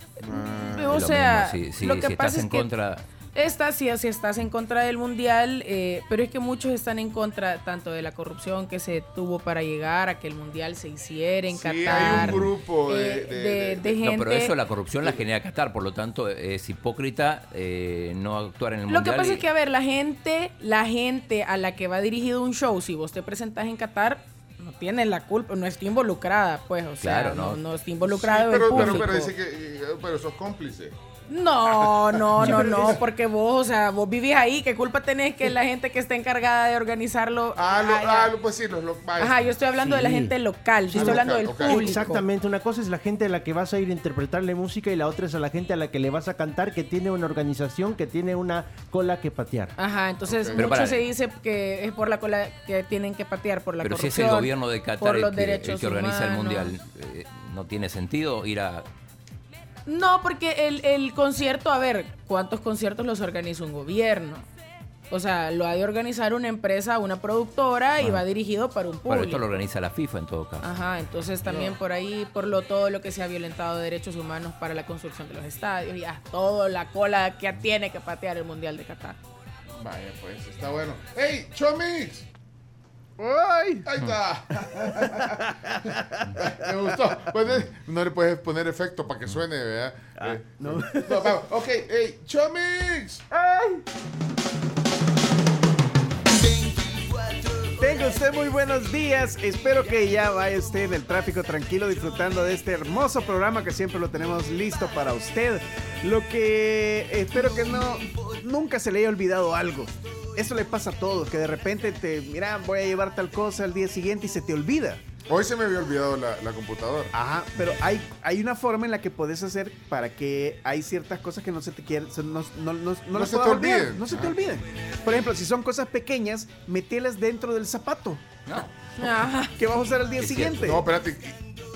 [SPEAKER 7] o
[SPEAKER 8] Es lo
[SPEAKER 7] sea,
[SPEAKER 8] mismo, sí, sí,
[SPEAKER 7] lo que
[SPEAKER 8] si
[SPEAKER 7] pasa
[SPEAKER 8] estás en
[SPEAKER 7] es que-
[SPEAKER 8] contra.
[SPEAKER 7] Esta sí, si estás en contra del mundial, eh, pero es que muchos están en contra tanto de la corrupción que se tuvo para llegar a que el mundial se hiciera en
[SPEAKER 6] Sí,
[SPEAKER 7] Qatar.
[SPEAKER 6] hay un grupo de-
[SPEAKER 7] eh,
[SPEAKER 6] de-
[SPEAKER 7] de- de
[SPEAKER 8] No, pero
[SPEAKER 7] gente-
[SPEAKER 8] eso la corrupción la genera Qatar, por lo tanto es hipócrita eh, no actuar en el
[SPEAKER 7] Lo
[SPEAKER 8] mundial.
[SPEAKER 7] que pasa
[SPEAKER 8] y-
[SPEAKER 7] es que, a ver, la gente, la gente a la que va dirigido un show, si vos te presentás en Qatar, no tienes la culpa, no está involucrada, pues, o sea,
[SPEAKER 8] Claro,
[SPEAKER 7] no,
[SPEAKER 8] no.
[SPEAKER 7] no está involucrado el
[SPEAKER 6] pero, pero,
[SPEAKER 7] público.
[SPEAKER 6] pero dice que. eh, Pero sos cómplice.
[SPEAKER 7] No, no,
[SPEAKER 6] (laughs) Sí,
[SPEAKER 7] no,
[SPEAKER 6] pero
[SPEAKER 7] no,
[SPEAKER 6] dice-
[SPEAKER 7] porque vos, o sea, vos vivís ahí, ¿qué culpa tenés que la gente que está encargada de organizarlo?
[SPEAKER 6] Ah, lo-
[SPEAKER 7] ay,
[SPEAKER 6] ah, lo- pues sí, los lo- vaya. Ah,
[SPEAKER 7] Ajá, yo estoy hablando de la
[SPEAKER 14] Sí.
[SPEAKER 7] gente local, yo
[SPEAKER 14] Sí,
[SPEAKER 7] estoy hablando del
[SPEAKER 14] local, ok.
[SPEAKER 7] público.
[SPEAKER 14] Exactamente, una cosa es la gente a la que vas a ir a interpretarle música y la otra es a la gente a la que le vas a cantar que tiene una organización, que tiene una cola que patear.
[SPEAKER 7] Ajá, entonces
[SPEAKER 14] Ok. Pero
[SPEAKER 7] mucho
[SPEAKER 14] para-
[SPEAKER 7] se dice que es por la cola que tienen que patear por la
[SPEAKER 8] Pero si es
[SPEAKER 7] corrupción.
[SPEAKER 8] el gobierno de Qatar
[SPEAKER 7] por
[SPEAKER 8] el
[SPEAKER 7] los
[SPEAKER 8] que, el
[SPEAKER 7] derechos
[SPEAKER 8] que organiza el
[SPEAKER 7] humanos.
[SPEAKER 8] mundial, eh, no tiene sentido ir a.
[SPEAKER 7] No, porque el, el concierto, a ver, ¿cuántos conciertos los organiza un gobierno? O sea, lo ha de organizar una empresa, una productora y
[SPEAKER 8] Ajá.
[SPEAKER 7] va dirigido para un
[SPEAKER 8] Bueno, esto
[SPEAKER 7] público.
[SPEAKER 8] lo organiza la FIFA en todo caso.
[SPEAKER 7] Ajá, entonces también por ahí, por lo todo lo que se ha violentado de derechos humanos para la construcción de los estadios y a toda la cola que tiene que patear el Mundial de Qatar.
[SPEAKER 6] Vaya, pues está bueno. ¡Ey, Chomix!
[SPEAKER 1] ¡Ay!
[SPEAKER 6] Ahí está. (laughs) Me gustó. Pues, eh, no le puedes poner efecto para que suene, ¿verdad? Eh, no. vamos. ok, ¡ey, Chomix!
[SPEAKER 1] ¡Ay! Tenga usted muy buenos días. Espero que ya vaya usted en el tráfico tranquilo disfrutando de este hermoso programa que siempre lo tenemos listo para usted. Lo que espero que no nunca se le haya olvidado algo. Eso le pasa a todos, que de repente te, mira, voy a llevar tal cosa al día siguiente y se te olvida.
[SPEAKER 6] Hoy se me había olvidado la, la computadora.
[SPEAKER 1] Ajá, pero hay, hay una forma en la que podés hacer para que hay ciertas cosas que no se te quieran, se- no, no, no, no
[SPEAKER 6] No
[SPEAKER 1] las
[SPEAKER 6] se te
[SPEAKER 1] puedas olvidar,
[SPEAKER 6] olviden.
[SPEAKER 1] No se te
[SPEAKER 6] Ajá.
[SPEAKER 1] olviden. Por ejemplo, si son cosas pequeñas, metelas dentro del zapato.
[SPEAKER 8] No.
[SPEAKER 7] Ajá.
[SPEAKER 1] Que vas a usar al día siguiente.
[SPEAKER 6] No, espérate.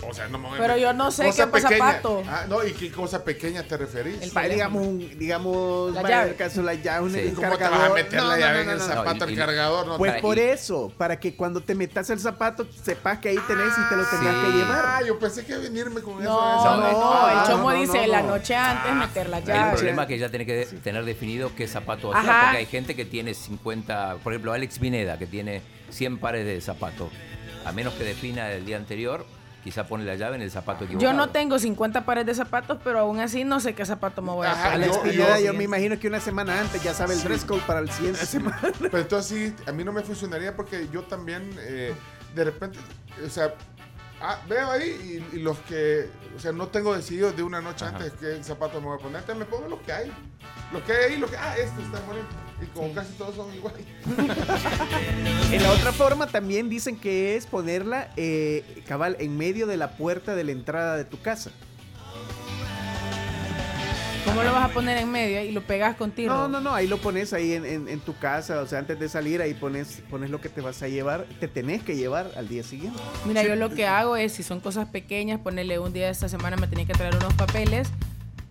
[SPEAKER 6] O sea, no me voy a
[SPEAKER 7] Pero
[SPEAKER 6] meter.
[SPEAKER 7] yo no sé
[SPEAKER 6] Cosa
[SPEAKER 7] qué pasa,
[SPEAKER 6] pequeña.
[SPEAKER 7] Pato.
[SPEAKER 6] Ah, no, ¿y qué cosa pequeña te referís?
[SPEAKER 1] El teléfono. digamos, un- digamos,
[SPEAKER 6] La
[SPEAKER 1] vaya,
[SPEAKER 6] llave.
[SPEAKER 1] el caso, la llave, un
[SPEAKER 6] Sí. ¿Cómo te vas a
[SPEAKER 1] cargador.
[SPEAKER 6] meter la llave en el zapato al cargador? No,
[SPEAKER 1] pues
[SPEAKER 6] tra-
[SPEAKER 1] por
[SPEAKER 6] y-
[SPEAKER 1] eso, para que cuando te metas el zapato, sepas que ahí tenés y te lo tendrás
[SPEAKER 6] Sí.
[SPEAKER 1] que llevar.
[SPEAKER 6] Ah, yo pensé que venirme con eso. Ah,
[SPEAKER 7] No,
[SPEAKER 8] No,
[SPEAKER 7] no,
[SPEAKER 8] es- no,
[SPEAKER 7] el
[SPEAKER 8] no,
[SPEAKER 7] chomo
[SPEAKER 8] no, no,
[SPEAKER 7] dice
[SPEAKER 8] no.
[SPEAKER 7] la noche antes meter la
[SPEAKER 8] El
[SPEAKER 7] llave.
[SPEAKER 8] problema es que ya tiene que de- tener definido qué zapato
[SPEAKER 7] Ajá.
[SPEAKER 8] usar, porque hay gente que tiene 50, por ejemplo, Alex Vineda, que tiene 100 pares de zapatos. A menos que defina el día anterior, quizá pone la llave en el zapato equivocado.
[SPEAKER 7] Yo no tengo 50 pares de zapatos, pero aún así no sé qué zapato me voy a
[SPEAKER 1] Ajá,
[SPEAKER 7] poner.
[SPEAKER 1] Alex Pineda, yo, me imagino que una semana antes ya sabe el dress code para el siguiente semana.
[SPEAKER 6] Pero entonces sí, a mí no me funcionaría porque yo también, eh, de repente, o sea, ah, veo ahí y, y los que, o sea, no tengo decidido de una noche
[SPEAKER 8] Ajá.
[SPEAKER 6] antes qué zapatos me voy a poner, entonces me pongo lo que hay. Lo que hay ahí, lo que, ah, este está bonito. Y como casi todos
[SPEAKER 8] (laughs)
[SPEAKER 6] son iguales.
[SPEAKER 1] En la otra forma también dicen que es ponerla, eh, cabal, en medio de la puerta de la entrada de tu casa.
[SPEAKER 7] ¿Cómo lo vas a poner en medio y lo pegas contigo?
[SPEAKER 1] No, no, no, ahí lo pones ahí en, en- en tu casa, o sea, antes de salir ahí pones, pones lo que te vas a llevar, te tenés que llevar al día siguiente.
[SPEAKER 7] Mira, yo lo que hago es, si son cosas pequeñas, ponerle un día de esta semana me tenía que traer unos papeles,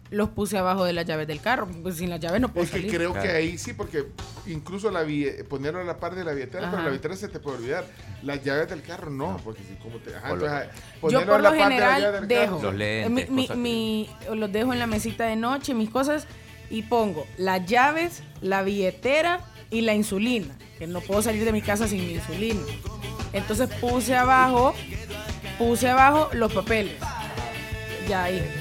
[SPEAKER 7] los puse abajo de las llaves del carro. Pues sin las llaves no puedo
[SPEAKER 6] Es que
[SPEAKER 7] salir.
[SPEAKER 6] creo que ahí sí, porque incluso la bille- ponerlo a la par de la billetera,
[SPEAKER 7] Ajá.
[SPEAKER 6] pero la billetera se te puede olvidar. Las llaves del carro no, porque si como te... Ajá,
[SPEAKER 8] O lo-
[SPEAKER 6] entonces, ah,
[SPEAKER 7] Yo
[SPEAKER 6] ponerlo a
[SPEAKER 7] por
[SPEAKER 6] la
[SPEAKER 7] lo
[SPEAKER 6] par de la llave
[SPEAKER 7] general
[SPEAKER 6] del
[SPEAKER 7] dejo.
[SPEAKER 6] carro.
[SPEAKER 8] Los lentes,
[SPEAKER 7] Mi- mi-
[SPEAKER 8] cosas que-
[SPEAKER 7] mi- los dejo en la mesita de noche, mis cosas, y pongo las llaves, la billetera y la insulina. Que no puedo salir de mi casa sin mi insulina. Entonces puse abajo, puse abajo los papeles. Ya ahí.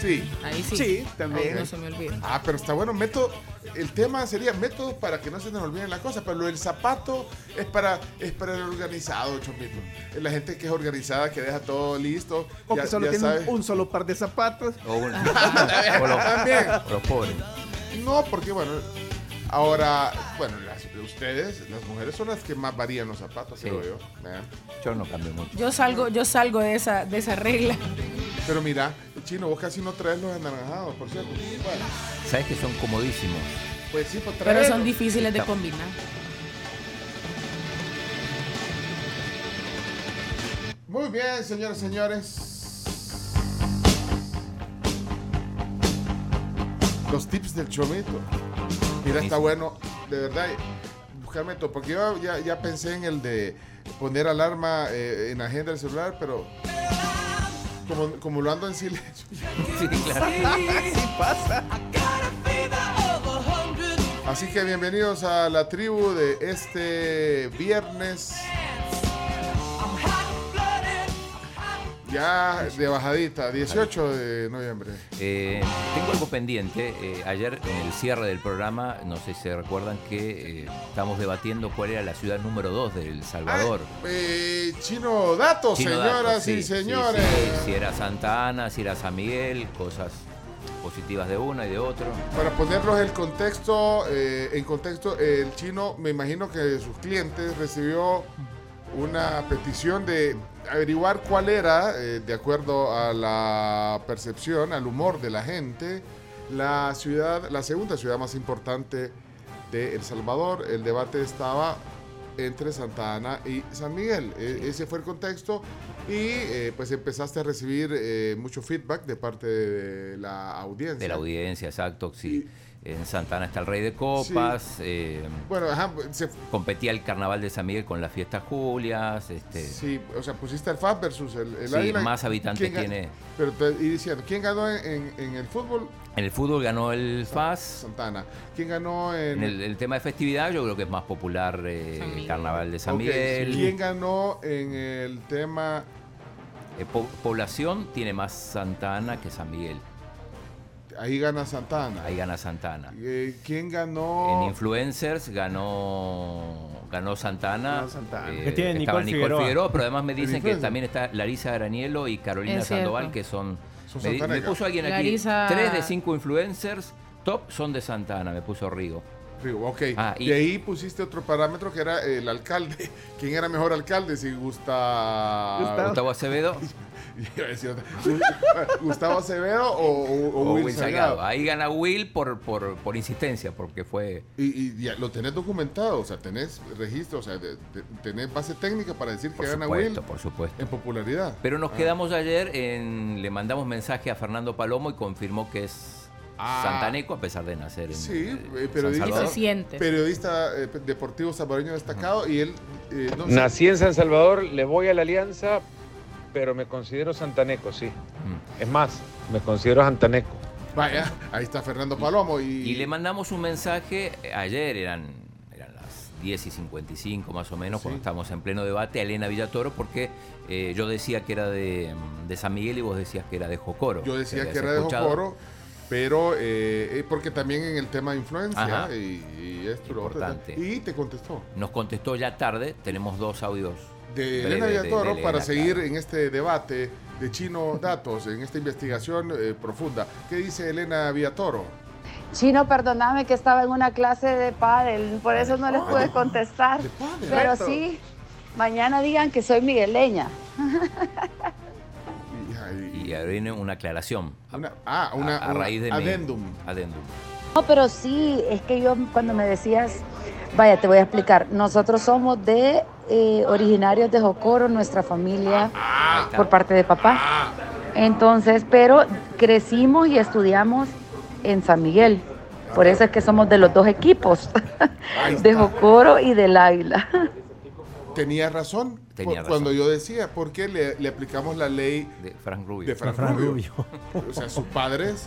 [SPEAKER 6] Sí.
[SPEAKER 7] Ahí sí.
[SPEAKER 1] Sí, también.
[SPEAKER 7] Ahí no se me olvida.
[SPEAKER 6] Ah, pero está bueno, método. El tema sería método para que no se nos olviden las cosas, pero lo del zapato es para, es para el organizado, Chomito. Es La gente que es organizada, que deja todo listo.
[SPEAKER 1] O
[SPEAKER 6] ya-
[SPEAKER 1] que solo
[SPEAKER 6] ya Oh,
[SPEAKER 1] tiene
[SPEAKER 6] sabe.
[SPEAKER 1] un, un solo par de zapatos.
[SPEAKER 8] O,
[SPEAKER 1] (laughs)
[SPEAKER 8] un-
[SPEAKER 6] Ajá.
[SPEAKER 8] o los,
[SPEAKER 6] (laughs) También.
[SPEAKER 8] o los pobres.
[SPEAKER 6] No, porque bueno, ahora, bueno, las- ustedes, las mujeres son las que más varían los zapatos, creo yo. ¿verdad?
[SPEAKER 8] Yo no cambio mucho.
[SPEAKER 7] Yo salgo, yo salgo de esa, de esa regla.
[SPEAKER 6] Pero mira, chino, vos casi no traes los anaranjados, por cierto. Bueno,
[SPEAKER 8] Sabes que son comodísimos.
[SPEAKER 6] pues sí, pues
[SPEAKER 7] Pero
[SPEAKER 6] traelos.
[SPEAKER 7] son difíciles de combinar.
[SPEAKER 6] Muy bien, señores, señores. Los tips del chomito. Mira, está Ah, bueno, de verdad, buscarme todo. Porque yo ya, ya pensé en el de poner alarma eh, en agenda del celular, pero como, como lo ando en silencio.
[SPEAKER 8] (laughs) Sí, claro.
[SPEAKER 1] pasa.
[SPEAKER 6] Así que bienvenidos a la tribu de este viernes. Ya de bajadita, 18 de noviembre.
[SPEAKER 8] Eh, tengo algo pendiente. Eh, ayer, en el cierre del programa, no sé si se recuerdan que eh, estamos debatiendo cuál era la ciudad número 2 de El Salvador.
[SPEAKER 6] Eh, chino datos,
[SPEAKER 8] Chino
[SPEAKER 6] señoras
[SPEAKER 8] Dato, sí,
[SPEAKER 6] y
[SPEAKER 8] sí,
[SPEAKER 6] señores.
[SPEAKER 8] sí, sí. Si era Santa Ana, si era San Miguel, cosas positivas de una y de otro.
[SPEAKER 6] Para ponerlos el contexto, eh, en contexto, el chino, me imagino que de sus clientes recibió una petición de averiguar cuál era, eh, de acuerdo a la percepción, al humor de la gente, la ciudad, la segunda ciudad más importante de El Salvador. El debate estaba entre Santa Ana y San Miguel. E- ese fue el contexto. Y eh, pues empezaste a recibir eh, mucho feedback de parte de la audiencia.
[SPEAKER 8] De la audiencia, exacto. Sí. En Santa Ana está el Rey de Copas. eh,
[SPEAKER 6] Bueno, ajá, pues, se,
[SPEAKER 8] competía el Carnaval de San Miguel con las fiestas Julias. Este,
[SPEAKER 6] sí, o sea, pusiste el FAB versus el, el
[SPEAKER 8] Sí,
[SPEAKER 6] Águila.
[SPEAKER 8] más habitantes
[SPEAKER 6] ¿Quién gan-
[SPEAKER 8] tiene.
[SPEAKER 6] Pero te- y diciendo, ¿quién ganó en, en- en el fútbol?
[SPEAKER 8] En el fútbol ganó el FAS.
[SPEAKER 6] Santana. ¿Quién ganó en,
[SPEAKER 8] En el, el tema de festividad, yo creo que es más popular eh, el Carnaval de San
[SPEAKER 6] Ok,
[SPEAKER 8] Miguel.
[SPEAKER 6] ¿Quién ganó en el tema?
[SPEAKER 8] Eh, po- población tiene más Santa Ana que San Miguel.
[SPEAKER 6] Ahí gana Santana.
[SPEAKER 8] Ahí gana Santa Ana.
[SPEAKER 6] Eh, ¿Quién
[SPEAKER 8] En
[SPEAKER 6] ganó?
[SPEAKER 8] influencers ganó ganó Santana.
[SPEAKER 1] Ganó Santana.
[SPEAKER 14] Que tiene
[SPEAKER 8] estaba Nicole
[SPEAKER 14] Nicole Figueroa.
[SPEAKER 8] Figueroa. pero además me
[SPEAKER 14] El
[SPEAKER 8] dicen que
[SPEAKER 14] influencer.
[SPEAKER 8] también está Larisa Granielo y Carolina
[SPEAKER 14] Es cierto.
[SPEAKER 8] Sandoval, que son.
[SPEAKER 14] Son
[SPEAKER 8] me, di-
[SPEAKER 14] Santana
[SPEAKER 8] me
[SPEAKER 14] acá.
[SPEAKER 8] puso alguien aquí.
[SPEAKER 14] Larisa-
[SPEAKER 8] Tres de cinco influencers top son de Santana, me puso Rigo.
[SPEAKER 6] Rigo, ok.
[SPEAKER 8] Ah, y-
[SPEAKER 6] y ahí pusiste otro parámetro que (laughs) era el alcalde. ¿Quién era mejor alcalde? Si gusta.
[SPEAKER 8] Gustavo Acevedo.
[SPEAKER 6] (laughs) Iba a decir otra. (laughs) Gustavo Acevedo o, o- o
[SPEAKER 8] O
[SPEAKER 6] Will
[SPEAKER 8] Will
[SPEAKER 6] Salgado.
[SPEAKER 8] Salgado. Ahí gana Will por, por, por insistencia, porque fue.
[SPEAKER 6] Y, y ya lo tenés documentado, o sea, tenés registro, o sea, de- de- tenés base técnica para decir
[SPEAKER 8] Por
[SPEAKER 6] que gana
[SPEAKER 8] supuesto,
[SPEAKER 6] Will
[SPEAKER 8] por supuesto.
[SPEAKER 6] en popularidad.
[SPEAKER 8] Pero nos
[SPEAKER 6] Ah.
[SPEAKER 8] quedamos ayer en. Le mandamos mensaje a Fernando Palomo y confirmó que es
[SPEAKER 6] Ah.
[SPEAKER 8] Santaneco, a pesar de nacer en.
[SPEAKER 6] Sí, eh,
[SPEAKER 8] San
[SPEAKER 6] periodista,
[SPEAKER 8] Salvador.
[SPEAKER 6] periodista eh, deportivo salvadoreño destacado y él... eh, no sé.
[SPEAKER 15] Nací en San Salvador, le voy a la Alianza, pero me considero santaneco, sí. Es más, me considero santaneco.
[SPEAKER 6] Vaya, ahí está Fernando Palomo y...
[SPEAKER 8] Y le mandamos un mensaje, eh, ayer eran, eran las 10 y 55 más o menos, cuando estábamos en pleno debate, a Elena Villatoro, porque eh, yo decía que era de, mm, de San Miguel y vos decías que era de Jocoro.
[SPEAKER 6] Yo decía
[SPEAKER 8] habías
[SPEAKER 6] que era de
[SPEAKER 8] escuchado.
[SPEAKER 6] Jocoro, pero eh, eh, porque también en el tema de influencia
[SPEAKER 8] Ajá.
[SPEAKER 6] y, y esto y lo otro.
[SPEAKER 8] Importante.
[SPEAKER 6] Y te contestó.
[SPEAKER 8] Nos contestó ya tarde, tenemos dos audios.
[SPEAKER 6] De Elena Villatoro para seguir en este debate de Chino Datos, en esta investigación eh, profunda. ¿Qué dice Elena Villatoro?
[SPEAKER 18] Chino, perdóname que estaba en una clase de pádel, por eso no les pude contestar. Pero
[SPEAKER 6] Correcto.
[SPEAKER 18] sí, mañana digan que soy migueleña.
[SPEAKER 8] Y ahora viene una aclaración.
[SPEAKER 6] ah,
[SPEAKER 8] una, a, raíz de mi-
[SPEAKER 6] adendum.
[SPEAKER 8] adendum.
[SPEAKER 18] No, pero sí, es que yo cuando me decías, vaya, te voy a explicar. Nosotros somos de eh, originarios de Jocoro, nuestra familia, por parte de papá. Entonces, pero crecimos y estudiamos en San Miguel. Por eso es que somos de los dos equipos, (laughs) de Jocoro y del Águila.
[SPEAKER 6] Tenía razón.
[SPEAKER 8] Tenía
[SPEAKER 6] cu-
[SPEAKER 8] razón.
[SPEAKER 6] Cuando yo decía, porque le, le aplicamos la ley
[SPEAKER 8] de Frank Rubio.
[SPEAKER 6] De Frank,
[SPEAKER 14] De Frank
[SPEAKER 6] Rubio. o sea, sus padres,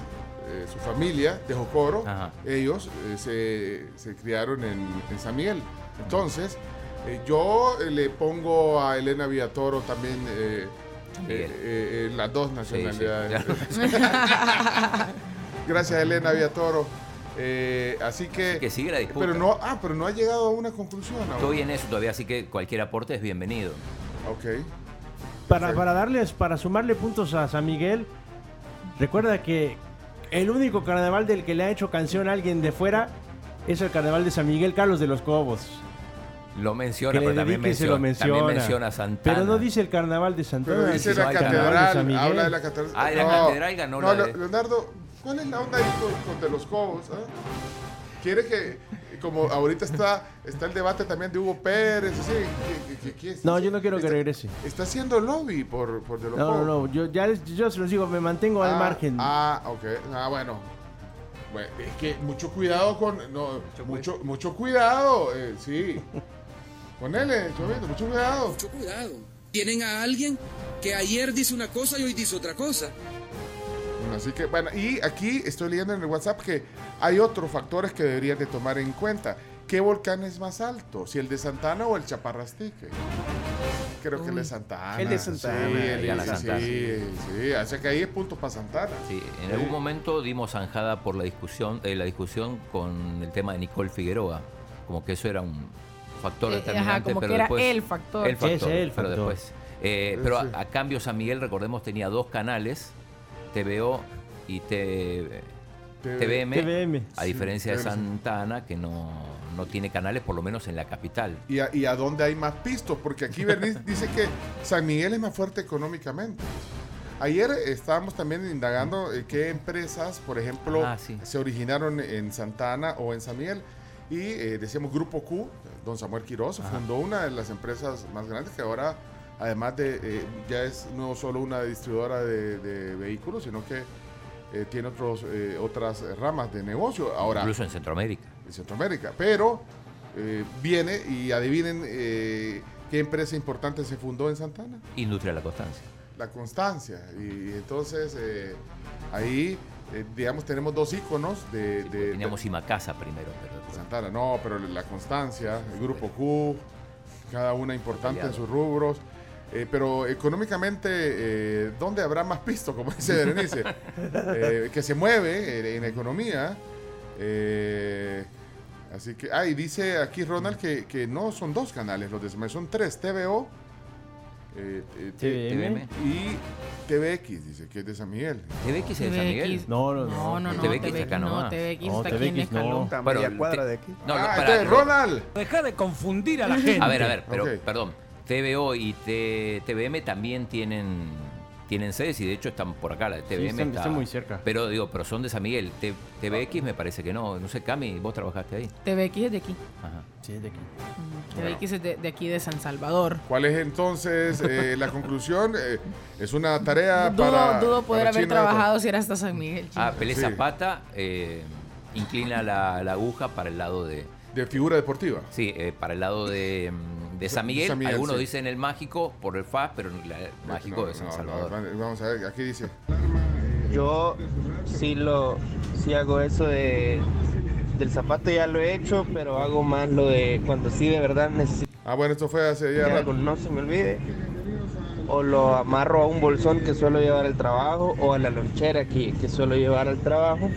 [SPEAKER 6] eh, su familia de Jocoro, ellos eh, se, se criaron en, en San Miguel. Entonces, eh, yo eh, le pongo a Elena Villatoro también eh, eh, eh, eh, las dos nacionalidades. (laughs) Gracias, Elena Villatoro. Eh, así que.
[SPEAKER 8] Así que sigue la disputa.
[SPEAKER 6] Pero no, ah, pero no ha llegado a una conclusión. aún.
[SPEAKER 8] Estoy en eso todavía, así que cualquier aporte es bienvenido.
[SPEAKER 6] Ok.
[SPEAKER 14] Para, para darles, para sumarle puntos a San Miguel, recuerda que el único carnaval del que le ha hecho canción a alguien de fuera es el carnaval de San Miguel Carlos de los Cobos.
[SPEAKER 8] Lo menciona,
[SPEAKER 14] que
[SPEAKER 8] pero también
[SPEAKER 14] dedique y se lo
[SPEAKER 8] menciona, también menciona a Santana.
[SPEAKER 14] Pero no dice el carnaval de Santana.
[SPEAKER 6] Pero dice
[SPEAKER 14] sino
[SPEAKER 6] la
[SPEAKER 14] el carnaval
[SPEAKER 6] catedral,
[SPEAKER 14] San Miguel.
[SPEAKER 6] habla de la catedral.
[SPEAKER 8] Ah, y la catedral ganó
[SPEAKER 6] no,
[SPEAKER 8] la de-
[SPEAKER 6] Leonardo, ¿cuál es la onda ahí con, con de los cobos? ah? Quiere que, como ahorita está, está el debate también de Hugo Pérez, sí, que- que- que- que es-
[SPEAKER 14] No, yo no quiero que regrese.
[SPEAKER 6] está haciendo lobby por, por de los
[SPEAKER 14] No, no,
[SPEAKER 6] cobos.
[SPEAKER 14] no, yo ya les- yo se los digo, me mantengo al
[SPEAKER 6] Ah,
[SPEAKER 14] margen.
[SPEAKER 6] Ah, ok. Ah, bueno. Bueno, es que mucho cuidado con. No, mucho, mucho cuidado, eh, sí. Ponele, Chovito, mucho cuidado.
[SPEAKER 17] Mucho cuidado. Tienen a alguien que ayer dice una cosa y hoy dice otra cosa.
[SPEAKER 6] Bueno, así que, bueno, y aquí estoy leyendo en el WhatsApp que hay otros factores que deberías de tomar en cuenta. ¿Qué volcán es más alto? ¿Si el de Santana o el Chaparrastique? Creo que el de Santana.
[SPEAKER 1] El de Santana.
[SPEAKER 6] Sí, el-
[SPEAKER 8] Gana
[SPEAKER 6] sí,
[SPEAKER 8] Santana.
[SPEAKER 6] sí, sí. Así que ahí es punto para Santana.
[SPEAKER 8] Sí, en algún momento dimos zanjada por la discusión, eh, la discusión con el tema de Nicole Figueroa, como que eso era un factor
[SPEAKER 7] Eh,
[SPEAKER 8] determinante,
[SPEAKER 7] ajá, como
[SPEAKER 8] pero
[SPEAKER 7] que era
[SPEAKER 8] después-
[SPEAKER 7] el factor.
[SPEAKER 8] el factor,
[SPEAKER 14] Ese es el
[SPEAKER 8] pero
[SPEAKER 14] factor.
[SPEAKER 8] después, eh,
[SPEAKER 14] Eh,
[SPEAKER 8] pero
[SPEAKER 14] sí.
[SPEAKER 8] a, a cambio San Miguel, recordemos, tenía dos canales, TVO y T-
[SPEAKER 14] TV.
[SPEAKER 8] TVM,
[SPEAKER 14] TVM.
[SPEAKER 8] a
[SPEAKER 14] Sí,
[SPEAKER 8] diferencia de
[SPEAKER 14] TVM.
[SPEAKER 8] Santana, que no, no tiene canales, por lo menos en la capital.
[SPEAKER 6] ¿Y a, y a dónde hay más pistos? Porque aquí Bernice (laughs) dice que San Miguel es más fuerte económicamente. Ayer estábamos también indagando eh, qué empresas, por ejemplo,
[SPEAKER 8] Ah, sí.
[SPEAKER 6] se originaron en Santa Ana o en San Miguel. Y eh, decíamos Grupo Q, don Samuel Quiroz, fundó una de las empresas más grandes que ahora, además de, eh, ya es no solo una distribuidora de, de vehículos, sino que eh, tiene otros, eh, otras ramas de negocio. Ahora,
[SPEAKER 8] Incluso en Centroamérica.
[SPEAKER 6] en Centroamérica. Pero eh, viene y adivinen eh, qué empresa importante se fundó en Santana.
[SPEAKER 8] Industria de la Constancia.
[SPEAKER 6] La Constancia. Y, entonces eh, ahí, eh, digamos, tenemos dos íconos de... de-
[SPEAKER 8] Teníamos Imacasa primero, pero
[SPEAKER 6] de Santana, no, pero La Constancia, el Grupo Q, cada una importante en sus rubros. Eh, pero económicamente, eh, ¿dónde habrá más pisto? Como
[SPEAKER 8] (laughs)
[SPEAKER 6] dice Berenice, Eh, que se mueve en- en economía. Eh, así que, ah, y dice aquí Ronald que, que no son dos canales los de Smart, son tres, TVO, eh, eh,
[SPEAKER 14] TVM.
[SPEAKER 6] y TVX, dice que es de San Miguel.
[SPEAKER 8] TVX es de San Miguel.
[SPEAKER 14] No, no, no.
[SPEAKER 8] No, no, no, TVX está acá nomás.
[SPEAKER 14] No, TVX
[SPEAKER 7] este
[SPEAKER 14] no.
[SPEAKER 1] Bueno,
[SPEAKER 8] te-
[SPEAKER 1] cuadra de aquí.
[SPEAKER 8] No, no,
[SPEAKER 1] Ah,
[SPEAKER 8] para,
[SPEAKER 1] entonces,
[SPEAKER 8] Ro-
[SPEAKER 6] Ronald.
[SPEAKER 17] Deja de confundir
[SPEAKER 8] A ver, a ver, pero perdón. TVO y T- TVM también tienen tienen sedes y de hecho están por acá, la de TVM.
[SPEAKER 14] están-
[SPEAKER 8] está-
[SPEAKER 14] están muy cerca.
[SPEAKER 8] Pero digo, pero son de San Miguel. T-
[SPEAKER 6] Ah.
[SPEAKER 8] TVX me parece que no. No sé, Cami, vos trabajaste ahí.
[SPEAKER 7] TVX es de aquí.
[SPEAKER 8] Ajá.
[SPEAKER 14] Sí, de aquí.
[SPEAKER 7] TVX es de, de aquí de San Salvador.
[SPEAKER 6] ¿Cuál es entonces eh, la conclusión? Eh, es una tarea
[SPEAKER 7] Dudo,
[SPEAKER 6] para.
[SPEAKER 7] dudo poder
[SPEAKER 6] para
[SPEAKER 7] haber
[SPEAKER 6] Ah, Chino.
[SPEAKER 7] trabajado si era hasta San Miguel. chico.
[SPEAKER 8] Ah, Pelé
[SPEAKER 6] Sí.
[SPEAKER 8] Zapata eh, inclina la, la aguja para el lado de.
[SPEAKER 6] ¿De figura deportiva?
[SPEAKER 8] Sí, eh, para el lado de, mm, de San Miguel.
[SPEAKER 6] San Miguel,
[SPEAKER 8] Algunos
[SPEAKER 6] sí.
[SPEAKER 8] dicen el mágico por el FAS, pero la- el mágico
[SPEAKER 6] No,
[SPEAKER 8] de San
[SPEAKER 6] no, no,
[SPEAKER 8] Salvador.
[SPEAKER 6] vamos a ver, aquí dice.
[SPEAKER 19] Yo sí lo sí hago eso de del zapato ya lo he hecho, pero hago más lo de cuando sí de verdad necesito.
[SPEAKER 6] Ah, bueno, esto fue hace ya rato.
[SPEAKER 19] No se me olvide. O lo amarro a un bolsón que suelo llevar al trabajo o a la lonchera que, que suelo llevar al trabajo.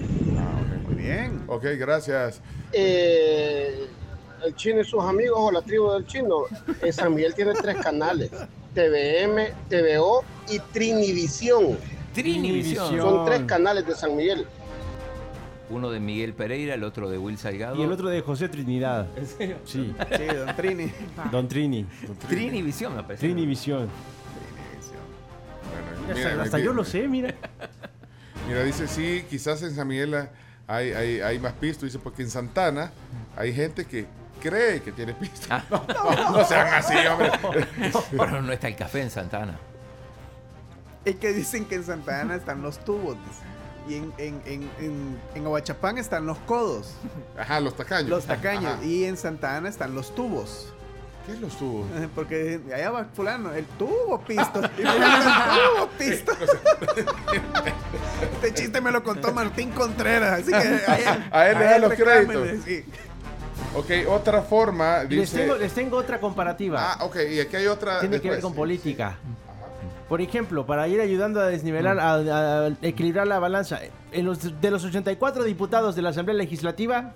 [SPEAKER 6] Muy bien. Ah, Ok, gracias.
[SPEAKER 20] eh, el chino y sus amigos o la tribu del chino. Eh, San Miguel tiene tres canales: TVM, TVO y Trinivisión.
[SPEAKER 8] Trinivisión.
[SPEAKER 20] Son tres canales de San Miguel.
[SPEAKER 8] Uno de Miguel Pereira, el otro de Will Salgado.
[SPEAKER 14] Y el otro de José Trinidad. ¿En
[SPEAKER 8] serio?
[SPEAKER 14] Sí.
[SPEAKER 1] Sí, don Trini.
[SPEAKER 14] Don Trini.
[SPEAKER 8] Trinivisión, me parece.
[SPEAKER 14] Trinivisión.
[SPEAKER 6] Bueno,
[SPEAKER 14] Hasta- hasta yo lo sé, mira.
[SPEAKER 6] Mira, dice, sí, quizás en San Miguel hay, hay, hay más pisto. Dice, porque en Santana hay gente que cree que tiene pisto. (laughs) No, no, no sean así, hombre.
[SPEAKER 8] Pero Ah. (laughs) no está el café en Santana.
[SPEAKER 1] (laughs) Es que dicen que en Santa Ana están los tubos. dicen. Y en, en, en, en, en Aguachapán están los codos.
[SPEAKER 6] Ajá, los tacaños.
[SPEAKER 1] Los tacaños.
[SPEAKER 6] Ajá.
[SPEAKER 1] Y en Santa Ana están los tubos.
[SPEAKER 6] ¿Qué es los tubos?
[SPEAKER 1] (laughs) Porque allá va fulano, el tubo
[SPEAKER 6] (laughs)
[SPEAKER 1] pisto. Y fulano, el tubo pisto. (laughs) este chiste me lo contó Martín Contreras. Así que
[SPEAKER 6] (laughs) A él le dan los
[SPEAKER 1] reclámenle,
[SPEAKER 6] créditos.
[SPEAKER 1] sí.
[SPEAKER 6] (laughs) Ok, otra forma,
[SPEAKER 14] Les
[SPEAKER 6] dice...
[SPEAKER 14] tengo, les tengo otra comparativa.
[SPEAKER 6] Ah, ok, y aquí hay otra...
[SPEAKER 14] Tiene que ver
[SPEAKER 6] después.
[SPEAKER 14] con política. Por ejemplo, para ir ayudando a desnivelar,
[SPEAKER 6] Mm.
[SPEAKER 14] a, a equilibrar la balanza, en los, de los 84 diputados de la Asamblea Legislativa,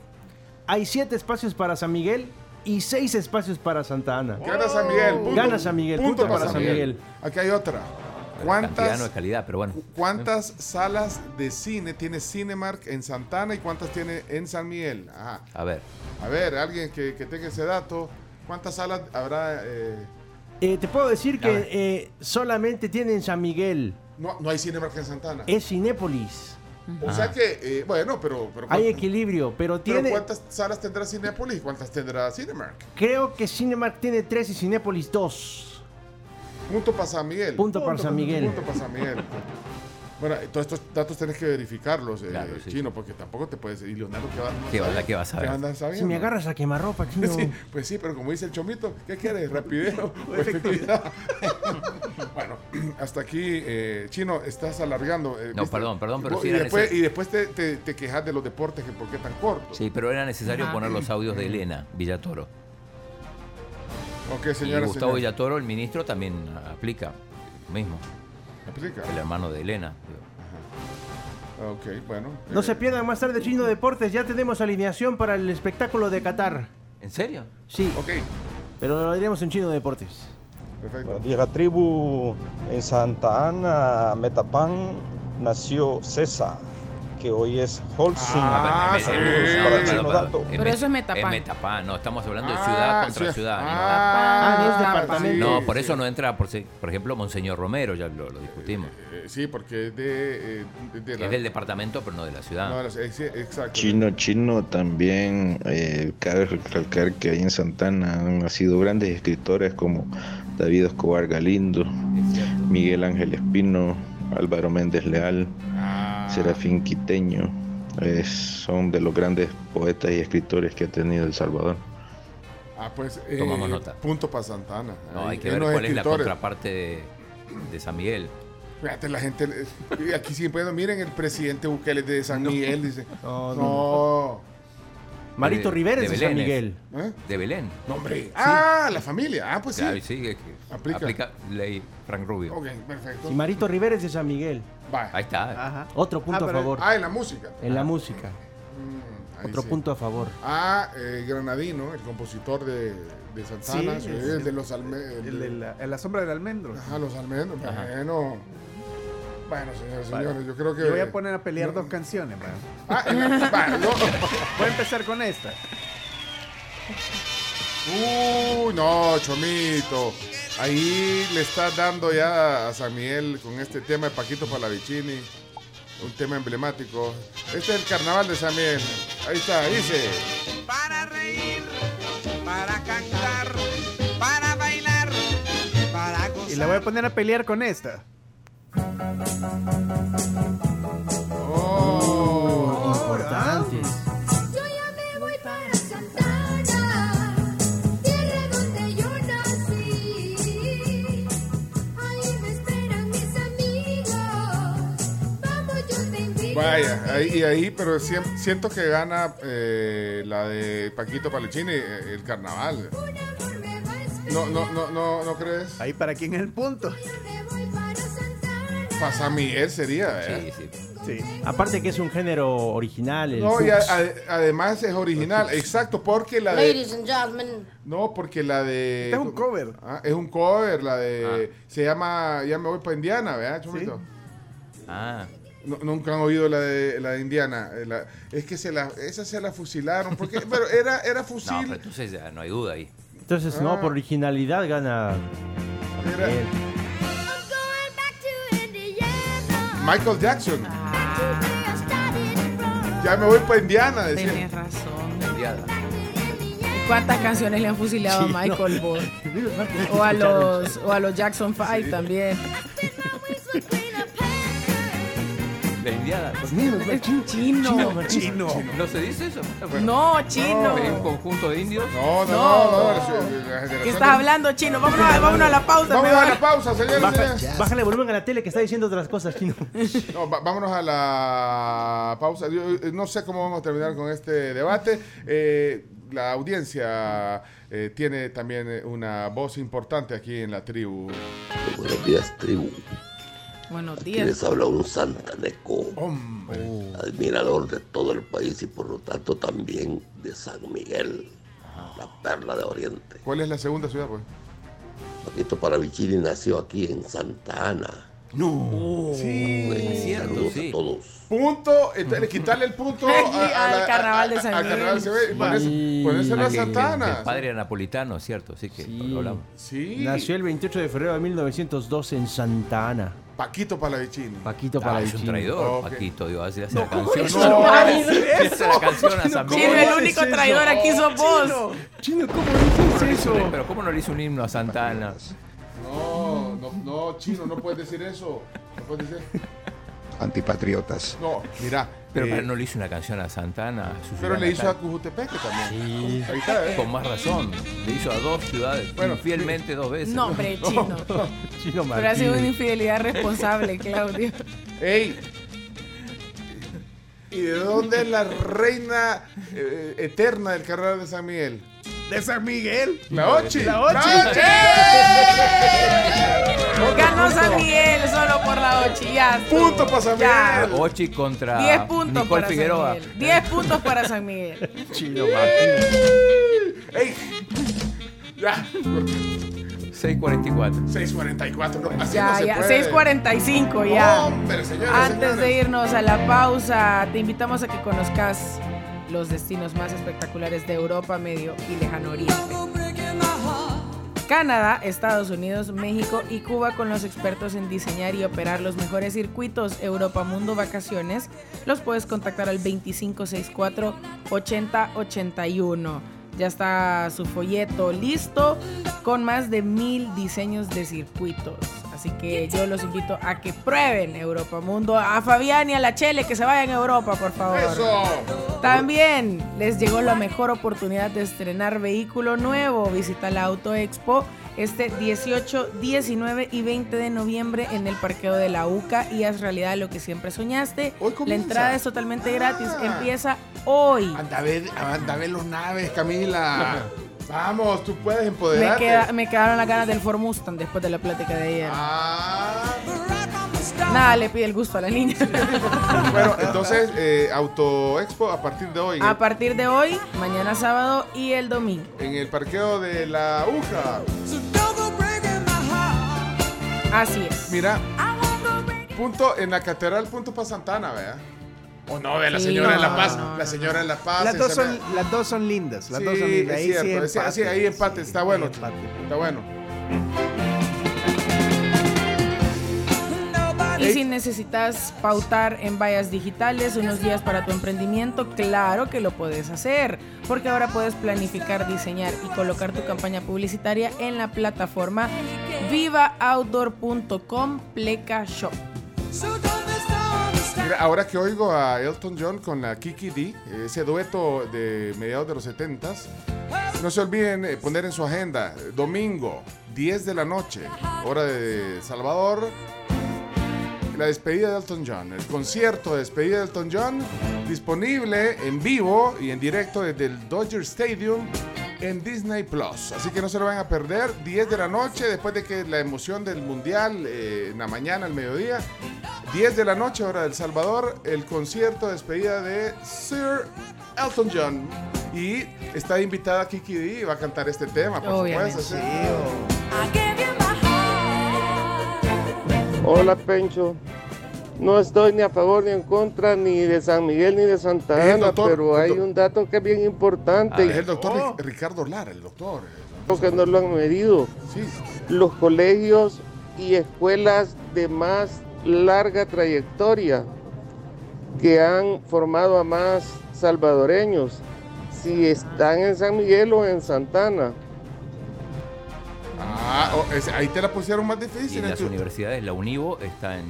[SPEAKER 14] hay 7 espacios para San Miguel y 6 espacios para Santa Ana.
[SPEAKER 6] Gana San Miguel. punto.
[SPEAKER 14] Gana San Miguel,
[SPEAKER 6] Punto
[SPEAKER 14] punto para San Miguel.
[SPEAKER 6] Aquí hay otra.
[SPEAKER 8] Cantidad no es
[SPEAKER 6] ¿Cuántas,
[SPEAKER 8] calidad, pero bueno.
[SPEAKER 6] ¿Cuántas salas de cine tiene Cinemark en Santana y cuántas tiene en San Miguel? Ajá.
[SPEAKER 8] A ver.
[SPEAKER 6] A ver, alguien que, que tenga ese dato, ¿cuántas salas habrá? eh?
[SPEAKER 14] Eh, te puedo decir
[SPEAKER 6] A
[SPEAKER 14] que
[SPEAKER 6] ver.
[SPEAKER 14] eh, solamente tienen San Miguel.
[SPEAKER 6] No, no hay Cinemark en Santana.
[SPEAKER 8] Eh,
[SPEAKER 14] Es Cinépolis.
[SPEAKER 6] o sea que, eh, bueno, pero, pero,
[SPEAKER 14] Hay
[SPEAKER 6] ¿cuántas-
[SPEAKER 14] equilibrio, pero
[SPEAKER 6] pero
[SPEAKER 14] tiene.
[SPEAKER 6] ¿cuántas salas tendrá Cinepolis y cuántas tendrá Cinemark?
[SPEAKER 14] Creo que Cinemark tiene 3 y Cinépolis 2.
[SPEAKER 6] Punto para San Miguel.
[SPEAKER 14] Punto para San Miguel.
[SPEAKER 6] Punto para San Miguel. Bueno, eh, todos estos datos tenés que verificarlos, eh,
[SPEAKER 8] Claro, sí,
[SPEAKER 6] chino, porque tampoco te puedes. Y Leonardo, ¿qué va,
[SPEAKER 8] ¿Qué va- qué va a saber?
[SPEAKER 6] ¿Qué andas sabiendo?
[SPEAKER 14] Si me agarras
[SPEAKER 6] (laughs)
[SPEAKER 14] a quemarropa, chino.
[SPEAKER 6] Sí, pues sí, pero como dice el chomito, ¿qué quieres? ¿Rapideo o efectividad? bueno, hasta aquí, eh, Chino, estás alargando. eh,
[SPEAKER 8] No,
[SPEAKER 6] ¿viste?
[SPEAKER 8] perdón, perdón, pero
[SPEAKER 6] Y
[SPEAKER 8] sí
[SPEAKER 6] y
[SPEAKER 8] era
[SPEAKER 6] después,
[SPEAKER 8] necesario.
[SPEAKER 6] y después te, te- te quejas de los deportes, que por qué tan corto.
[SPEAKER 8] Sí, pero era necesario
[SPEAKER 7] Ah.
[SPEAKER 6] Ajá.
[SPEAKER 8] poner los audios de Elena Villatoro.
[SPEAKER 6] Ok, señora,
[SPEAKER 8] y Gustavo
[SPEAKER 6] señor.
[SPEAKER 8] Villatoro, el ministro, también aplica lo mismo.
[SPEAKER 6] ¿Aplica?
[SPEAKER 8] El hermano de Elena.
[SPEAKER 6] Ok, bueno.
[SPEAKER 14] No se pierdan más tarde Chino Deportes, ya tenemos alineación para el espectáculo de Qatar.
[SPEAKER 8] ¿En serio?
[SPEAKER 14] Sí.
[SPEAKER 6] Ok.
[SPEAKER 14] Pero lo diremos en Chino Deportes.
[SPEAKER 21] Buenos días, la tribu. En Santa Ana, Metapán, nació César, que hoy es Holcim.
[SPEAKER 6] Ah,
[SPEAKER 8] A ver, me- me- me-
[SPEAKER 21] Para
[SPEAKER 8] perdón,
[SPEAKER 21] Chino
[SPEAKER 8] perdón,
[SPEAKER 21] Dato.
[SPEAKER 8] perdón.
[SPEAKER 7] Pero eso es Metapán.
[SPEAKER 8] Es Metapán, no, estamos hablando de
[SPEAKER 21] Ah,
[SPEAKER 8] ciudad contra
[SPEAKER 21] ciudad.
[SPEAKER 8] ciudad. ¿no?
[SPEAKER 14] Ah, es departamento.
[SPEAKER 8] no, por eso no entra, por, si- por ejemplo, Monseñor Romero, ya lo, lo discutimos.
[SPEAKER 6] Eh, sí, porque es de. eh, de- de la-
[SPEAKER 8] Es del departamento, pero no de la ciudad.
[SPEAKER 6] No, de la- eh, sí, exacto.
[SPEAKER 22] Chino, chino, también eh, cabe recalcar que ahí en Santana han nacido grandes escritores como David Escobar Galindo, Miguel Ángel Espino, Álvaro Méndez Leal, Serafín Quiteño. Es- son de los grandes poetas y escritores que ha tenido El Salvador.
[SPEAKER 6] Ah, pues. eh,
[SPEAKER 8] Tomamos nota.
[SPEAKER 6] Punto para Santana.
[SPEAKER 8] No, hay que
[SPEAKER 6] en
[SPEAKER 8] ver
[SPEAKER 6] los
[SPEAKER 8] cuál es la
[SPEAKER 6] escritores.
[SPEAKER 8] contraparte de, de San Miguel.
[SPEAKER 6] Fíjate, la gente. le- Aquí siempre. Miren, el presidente Bukele es de San Miguel. Dice.
[SPEAKER 14] No, no,
[SPEAKER 6] no.
[SPEAKER 14] Marito
[SPEAKER 8] De-
[SPEAKER 14] Rivera es
[SPEAKER 8] de
[SPEAKER 14] de San
[SPEAKER 8] Belén,
[SPEAKER 14] Miguel.
[SPEAKER 6] ¿Eh?
[SPEAKER 8] De Belén.
[SPEAKER 6] No, hombre. Ah, la familia. Ah, pues sí.
[SPEAKER 8] Claro, y sí, que- que
[SPEAKER 6] Aplica.
[SPEAKER 8] aplica. ley Frank Rubio.
[SPEAKER 6] Ok, perfecto.
[SPEAKER 14] Y Marito Rivera es de San Miguel.
[SPEAKER 8] Ahí está.
[SPEAKER 14] Otro punto
[SPEAKER 6] Ah,
[SPEAKER 14] a
[SPEAKER 6] pero-
[SPEAKER 14] favor.
[SPEAKER 6] Ah, en la música.
[SPEAKER 14] En la música.
[SPEAKER 6] Ahí
[SPEAKER 14] Otro
[SPEAKER 6] sí.
[SPEAKER 14] punto a favor.
[SPEAKER 6] Ah, eh, Granadino, el compositor de, de Santana.
[SPEAKER 1] Sí,
[SPEAKER 6] sí,
[SPEAKER 1] sí,
[SPEAKER 6] el
[SPEAKER 1] sí.
[SPEAKER 6] de los almendros.
[SPEAKER 1] El de la, en la sombra del almendro.
[SPEAKER 6] Ajá, los almendros. Bueno. Bueno, señores,
[SPEAKER 1] Vale.
[SPEAKER 6] señores, yo creo que. Ah,
[SPEAKER 1] Yo voy a poner a pelear dos canciones, man. (laughs) Voy a empezar con esta.
[SPEAKER 6] Uy, no, Chomito. Ahí le está dando ya a San Miguel con este tema de Paquito Palavicini, un tema emblemático. Este es el carnaval de San Miguel. Ahí está, dice.
[SPEAKER 2] Para reír, para cantar, para bailar, para
[SPEAKER 1] Y la voy a poner a pelear con esta.
[SPEAKER 6] Oh.
[SPEAKER 1] Oh,
[SPEAKER 14] Importante.
[SPEAKER 2] Yo ya me voy para Santana, tierra donde yo nací. Ahí me esperan mis amigos. Vamos, yo te invito.
[SPEAKER 6] Vaya, ahí, y ahí, pero siem- siento que gana eh, la de Paquito Palavicini, eh, el carnaval. No, no, no, no, no crees.
[SPEAKER 1] Ahí para quién es el punto.
[SPEAKER 6] Para San Miguel sería, ¿eh?
[SPEAKER 8] Sí,
[SPEAKER 1] sí.
[SPEAKER 14] Aparte que es un género original. el
[SPEAKER 6] No, ah, eh. y a-
[SPEAKER 14] fuchs.
[SPEAKER 6] a- además es original, exacto, porque la de...
[SPEAKER 11] Ladies and gentlemen,
[SPEAKER 6] No, porque la de...
[SPEAKER 1] Este es un cover.
[SPEAKER 6] Ah, es un cover, la de... Se llama... Ya me voy para Indiana, ¿verdad, Chomito?
[SPEAKER 8] Ah.
[SPEAKER 6] No- nunca han oído la de, la de Indiana. eh, la- es que se la, esa se la fusilaron.
[SPEAKER 8] (laughs)
[SPEAKER 6] Porque, pero era, era fusil.
[SPEAKER 8] No, pero entonces ya no hay duda ahí.
[SPEAKER 14] Entonces, no, por originalidad gana. Eh, Bien.
[SPEAKER 6] Michael Jackson. Ya me voy para Indiana, decía.
[SPEAKER 7] Tenés razón.
[SPEAKER 8] Indiana.
[SPEAKER 7] ¿Cuántas canciones le han fusilado
[SPEAKER 6] (laughs) Sí,
[SPEAKER 7] a Michael (laughs)
[SPEAKER 6] no.
[SPEAKER 7] Ball? O a los, o a los Jackson Five también.
[SPEAKER 8] La indiada.
[SPEAKER 7] Chino. Chino.
[SPEAKER 8] Chino. ¿No se dice eso?
[SPEAKER 7] No, chino.
[SPEAKER 8] ¿Es un conjunto de indios?
[SPEAKER 6] No, no,
[SPEAKER 7] No.
[SPEAKER 6] no. no, la- la generación
[SPEAKER 7] ¿Qué estás hablando, chino? Vámonos, a- vámonos a la pausa.
[SPEAKER 6] Vámonos
[SPEAKER 7] me
[SPEAKER 6] a
[SPEAKER 7] va.
[SPEAKER 6] la pausa, señores.
[SPEAKER 14] Baja-
[SPEAKER 6] señores.
[SPEAKER 14] bájale volumen a la tele que está diciendo otras cosas, Chino.
[SPEAKER 6] No, va- vámonos a la pausa. Yo, eh, no sé cómo vamos a terminar con este debate. Eh, la audiencia eh, tiene también eh, una voz importante aquí en la tribu.
[SPEAKER 3] Buenos días, tribu.
[SPEAKER 7] Buenos
[SPEAKER 3] Aquí les
[SPEAKER 7] días.
[SPEAKER 3] habla un santaneco, admirador de todo el país y por lo tanto también de San Miguel, la perla de Oriente.
[SPEAKER 6] ¿Cuál es la segunda ciudad, pues?
[SPEAKER 3] Paquito Paravicini nació aquí en Santa Ana.
[SPEAKER 8] Uh.
[SPEAKER 6] No. Sí.
[SPEAKER 3] Pues, saludos a todos.
[SPEAKER 6] Punto, entonces, quitarle el
[SPEAKER 14] (laughs)
[SPEAKER 6] punto a- a-
[SPEAKER 7] Al
[SPEAKER 6] a-
[SPEAKER 7] carnaval de San
[SPEAKER 6] a- al carnaval de San Miguel.
[SPEAKER 8] Y-
[SPEAKER 6] Ponerse- ponerse
[SPEAKER 8] Ah,
[SPEAKER 6] la
[SPEAKER 8] que- que- que
[SPEAKER 6] Santana.
[SPEAKER 8] el padre era napolitano, ¿cierto? Así que lo hablamos.
[SPEAKER 6] Sí.
[SPEAKER 14] Nació el 28 de febrero de 1912 en Santa Ana.
[SPEAKER 6] Paquito Palavicini.
[SPEAKER 14] Paquito
[SPEAKER 8] Ah, es
[SPEAKER 14] Palavicini.
[SPEAKER 8] un traidor,
[SPEAKER 14] Ok.
[SPEAKER 8] Paquito, Dios, así hace la canción.
[SPEAKER 14] eso no va a decir
[SPEAKER 8] Hace la
[SPEAKER 14] eso?
[SPEAKER 8] canción a
[SPEAKER 14] Chino,
[SPEAKER 8] San
[SPEAKER 14] ¿cómo
[SPEAKER 8] Miguel.
[SPEAKER 14] dices Chino, el único eso? traidor aquí sos vos.
[SPEAKER 8] Chino,
[SPEAKER 14] Chino, ¿cómo
[SPEAKER 8] le
[SPEAKER 14] dices
[SPEAKER 8] hizo un- Pero ¿cómo no le hizo un himno a Santa Ana?
[SPEAKER 6] No, no, no, chino, no puedes decir eso. No puedes
[SPEAKER 8] (laughs)
[SPEAKER 6] decir.
[SPEAKER 5] Antipatriotas.
[SPEAKER 6] No, mira.
[SPEAKER 8] Pero,
[SPEAKER 6] eh,
[SPEAKER 8] pero no le hizo una canción a Santana.
[SPEAKER 6] Pero le hizo a Cujutepeque también. Ahí está, ¿eh?
[SPEAKER 8] Con más razón. Le hizo a dos ciudades.
[SPEAKER 6] Bueno,
[SPEAKER 8] fielmente dos veces.
[SPEAKER 7] No,
[SPEAKER 8] (laughs)
[SPEAKER 7] hombre, chino.
[SPEAKER 14] Chino
[SPEAKER 7] Pero ha sido una infidelidad responsable, Claudio.
[SPEAKER 6] (laughs) ¡Ey! ¿Y de dónde es la reina eh, eterna del carnaval de San Miguel?
[SPEAKER 1] ¿De San Miguel?
[SPEAKER 6] La Ochi.
[SPEAKER 1] La Ochi.
[SPEAKER 6] ¡Eh!
[SPEAKER 7] Ganó San Miguel solo por la ochillazo.
[SPEAKER 6] Punto para San
[SPEAKER 7] Ya.
[SPEAKER 8] Ochi contra
[SPEAKER 7] 10 puntos
[SPEAKER 8] Nicole
[SPEAKER 7] para
[SPEAKER 8] Figueroa.
[SPEAKER 7] San Miguel. 10 puntos para San Miguel.
[SPEAKER 14] Chino
[SPEAKER 6] ¡Ey! Ya.
[SPEAKER 8] 644.
[SPEAKER 6] 644. No, así no
[SPEAKER 7] Ya,
[SPEAKER 6] se
[SPEAKER 7] ya,
[SPEAKER 6] puede.
[SPEAKER 7] 6.45 ya.
[SPEAKER 6] Hombre, señores,
[SPEAKER 7] Antes de
[SPEAKER 6] señores.
[SPEAKER 7] irnos a la pausa, te invitamos a que conozcas los destinos más espectaculares de Europa, Medio y Lejano Oriente. Canadá, Estados Unidos, México y Cuba con los expertos en diseñar y operar los mejores circuitos Europa Mundo Vacaciones. Los puedes contactar al 2564-8081. Ya está su folleto listo con más de mil diseños de circuitos. Así que yo los invito a que prueben Europa Mundo. A Fabián y a la Chele que se vayan a Europa, por favor. También les llegó la mejor oportunidad de estrenar vehículo nuevo. Visita la Auto Expo este 18, 19 y 20 de noviembre en el parqueo de la UCA y haz realidad lo que siempre soñaste. La entrada es totalmente gratis. Empieza hoy.
[SPEAKER 6] Ah. Anda a ver, anda a ver los naves,
[SPEAKER 7] (laughs)
[SPEAKER 6] Camila. Vamos, tú puedes
[SPEAKER 7] Me,
[SPEAKER 6] empoderarte.
[SPEAKER 7] queda- me quedaron las ganas del Ford Mustang después de la plática de ayer.
[SPEAKER 6] Ah.
[SPEAKER 7] Nada, le pide el gusto a la niña.
[SPEAKER 6] Bueno, entonces, eh, Auto Expo a partir de hoy.
[SPEAKER 7] A partir de hoy, mañana sábado y el domingo.
[SPEAKER 6] En el parqueo de la UJA.
[SPEAKER 7] Así es.
[SPEAKER 6] Mira, punto en la catedral, punto para Santana, ¿verdad? O Oh, no, ve la
[SPEAKER 1] Sí,
[SPEAKER 6] señora de
[SPEAKER 1] no,
[SPEAKER 6] La Paz.
[SPEAKER 1] no,
[SPEAKER 6] la señora de La Paz.
[SPEAKER 1] Las
[SPEAKER 6] en
[SPEAKER 1] dos,
[SPEAKER 6] San-
[SPEAKER 1] son, las dos son lindas. Las
[SPEAKER 6] Sí,
[SPEAKER 1] dos son lindas.
[SPEAKER 6] es
[SPEAKER 1] Ahí
[SPEAKER 6] cierto,
[SPEAKER 1] sí
[SPEAKER 6] es- sí,
[SPEAKER 1] empate.
[SPEAKER 6] ahí empate, está bueno. Está bueno.
[SPEAKER 7] Y si necesitas pautar en vallas digitales unos días para tu emprendimiento, claro que lo puedes hacer, porque ahora puedes planificar, diseñar y colocar tu campaña publicitaria en la plataforma vivaoutdoor.com pleca shop.
[SPEAKER 6] Mira, ahora que oigo a Elton John con la Kiki D, ese dueto de mediados de los 70 no se olviden eh, poner en su agenda, eh, domingo, 10 de la noche, hora de Salvador, la despedida de Elton John, el concierto de despedida de Elton John, disponible en vivo y en directo desde el Dodger Stadium en Disney Plus. Así que no se lo van a perder, 10 de la noche, después de que la emoción del Mundial, eh, en la mañana, al mediodía, 10 de la noche, hora del Salvador, el concierto de despedida de Sir Elton John. Y está invitada Kiki D y va a cantar este tema, por
[SPEAKER 7] Obviamente.
[SPEAKER 6] supuesto.
[SPEAKER 4] Hola Pencho, no estoy ni a favor ni en contra ni de San Miguel ni de
[SPEAKER 6] Es
[SPEAKER 4] Santa
[SPEAKER 6] el
[SPEAKER 4] Ana,
[SPEAKER 6] doctor,
[SPEAKER 4] pero
[SPEAKER 6] el
[SPEAKER 4] hay
[SPEAKER 6] doc- Ah,
[SPEAKER 4] un dato que es bien importante.
[SPEAKER 6] Es el doctor
[SPEAKER 4] Oh,
[SPEAKER 6] Ri- Ricardo Lara, el doctor.
[SPEAKER 4] creo que no lo han medido. Los colegios y escuelas de más larga trayectoria que han formado a más salvadoreños, si están en San Miguel o en Santana.
[SPEAKER 6] Ah, oh, es- ahí te la pusieron más
[SPEAKER 8] Y
[SPEAKER 6] difícil.
[SPEAKER 8] en
[SPEAKER 6] en
[SPEAKER 8] las
[SPEAKER 6] tu-
[SPEAKER 8] universidades, la Univo está en,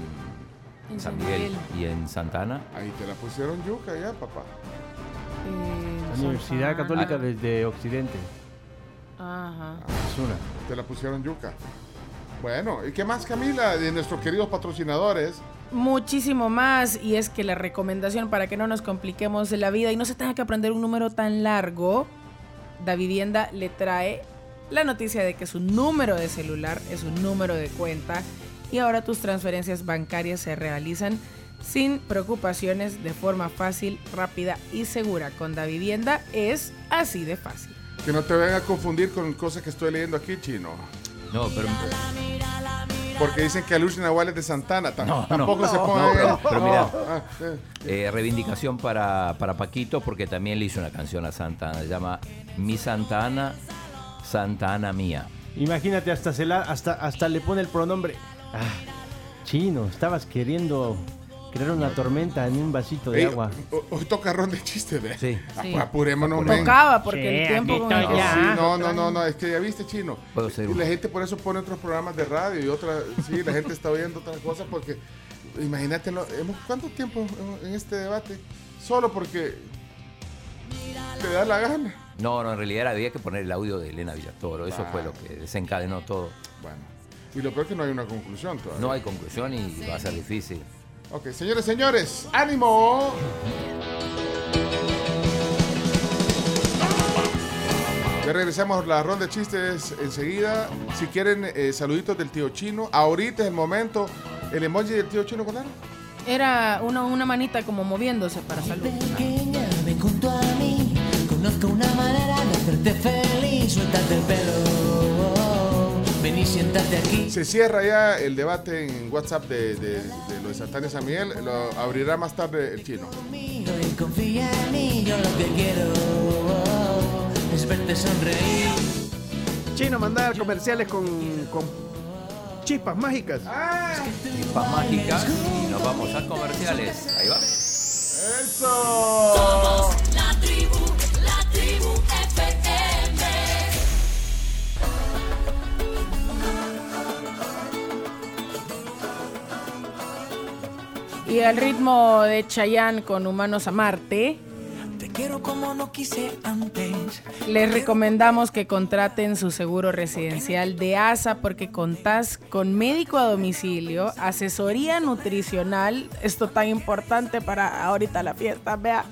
[SPEAKER 6] En
[SPEAKER 8] San
[SPEAKER 6] San
[SPEAKER 8] Miguel
[SPEAKER 6] Miguel.
[SPEAKER 8] y en Santana.
[SPEAKER 6] Ahí te la pusieron yuca ya, papá.
[SPEAKER 9] Eh,
[SPEAKER 14] La
[SPEAKER 8] Ah.
[SPEAKER 14] Universidad Católica de, de Occidente.
[SPEAKER 7] Ajá.
[SPEAKER 14] Es una.
[SPEAKER 6] Te la pusieron yuca. Bueno, ¿y qué más, Camila? De nuestros queridos patrocinadores.
[SPEAKER 7] Muchísimo más, y es que la recomendación para que no nos compliquemos la vida y no se tenga que aprender un número tan largo, Davivienda le trae la noticia de que su número de celular es un número de cuenta y ahora tus transferencias bancarias se realizan sin preocupaciones de forma fácil, rápida y segura. Con Davivienda es así de fácil.
[SPEAKER 6] Que no te vayan a confundir con cosas que estoy leyendo aquí, chino.
[SPEAKER 8] No, pero.
[SPEAKER 6] Porque dicen que Alush Nahual es de Santana. Tam-
[SPEAKER 8] No, no.
[SPEAKER 6] tampoco se
[SPEAKER 8] No,
[SPEAKER 6] pongan.
[SPEAKER 8] pero- pero mira.
[SPEAKER 6] Ah, eh.
[SPEAKER 8] Eh, reivindicación para, para Paquito, porque también le hizo una canción a Santa Ana. Se llama Mi Santa Ana, Santa Ana Mía.
[SPEAKER 14] Imagínate, hasta, se la- hasta, hasta le pone el pronombre. Ah, chino, estabas queriendo crear una tormenta en un vasito de
[SPEAKER 6] Ey,
[SPEAKER 14] agua.
[SPEAKER 6] ho- Hoy toca ron de chiste, ¿ve?
[SPEAKER 8] Sí.
[SPEAKER 14] Sí.
[SPEAKER 6] Apurémonos, men.
[SPEAKER 7] Tocaba, porque el tiempo con el que
[SPEAKER 6] Sí,
[SPEAKER 7] se
[SPEAKER 6] no, no, no, no, es que ya viste, chino.
[SPEAKER 8] Puedo ser
[SPEAKER 6] Y
[SPEAKER 8] un-
[SPEAKER 6] la gente por eso pone otros programas de radio y otras. Sí, la gente está oyendo otras cosas porque. Imagínate, lo- hemos- ¿cuánto tiempo hemos- en este debate? Solo porque. Te da la gana.
[SPEAKER 8] No, no, en realidad había que poner el audio de Elena Villatoro. Eso fue lo que desencadenó todo.
[SPEAKER 6] Bueno. Y lo peor es que no hay una conclusión todavía.
[SPEAKER 8] No hay conclusión y va a ser difícil.
[SPEAKER 6] Ok, señores, señores, ánimo. Ya regresamos a la ronda de chistes enseguida. Si quieren eh, saluditos del tío chino, ahorita es el momento. El emoji del tío chino, ¿cuál era?
[SPEAKER 7] Era una, una manita como moviéndose para saludar.
[SPEAKER 9] Ven junto a mí, conozco una manera de hacerte feliz, suéltate el pelo. Ven y siéntate aquí.
[SPEAKER 6] Se cierra ya el debate en WhatsApp de, de, de lo de Santana y San Miguel. Lo abrirá más tarde el chino.
[SPEAKER 9] Ven, confía en mí, yo lo que quiero oh, es verte sonreír.
[SPEAKER 1] Chino, mandar comerciales con, con chispas mágicas.
[SPEAKER 12] Ah.
[SPEAKER 8] Chispas mágicas y nos vamos a comerciales. Ahí va.
[SPEAKER 6] ¡Eso!
[SPEAKER 23] Somos la tribu, la tribu FM.
[SPEAKER 7] Y al ritmo de Chayanne con Humanos a Marte,
[SPEAKER 9] Te quiero como no quise antes.
[SPEAKER 7] les recomendamos que contraten su seguro residencial de ASA porque contás con médico a domicilio, asesoría nutricional, esto tan importante para ahorita la fiesta, vea,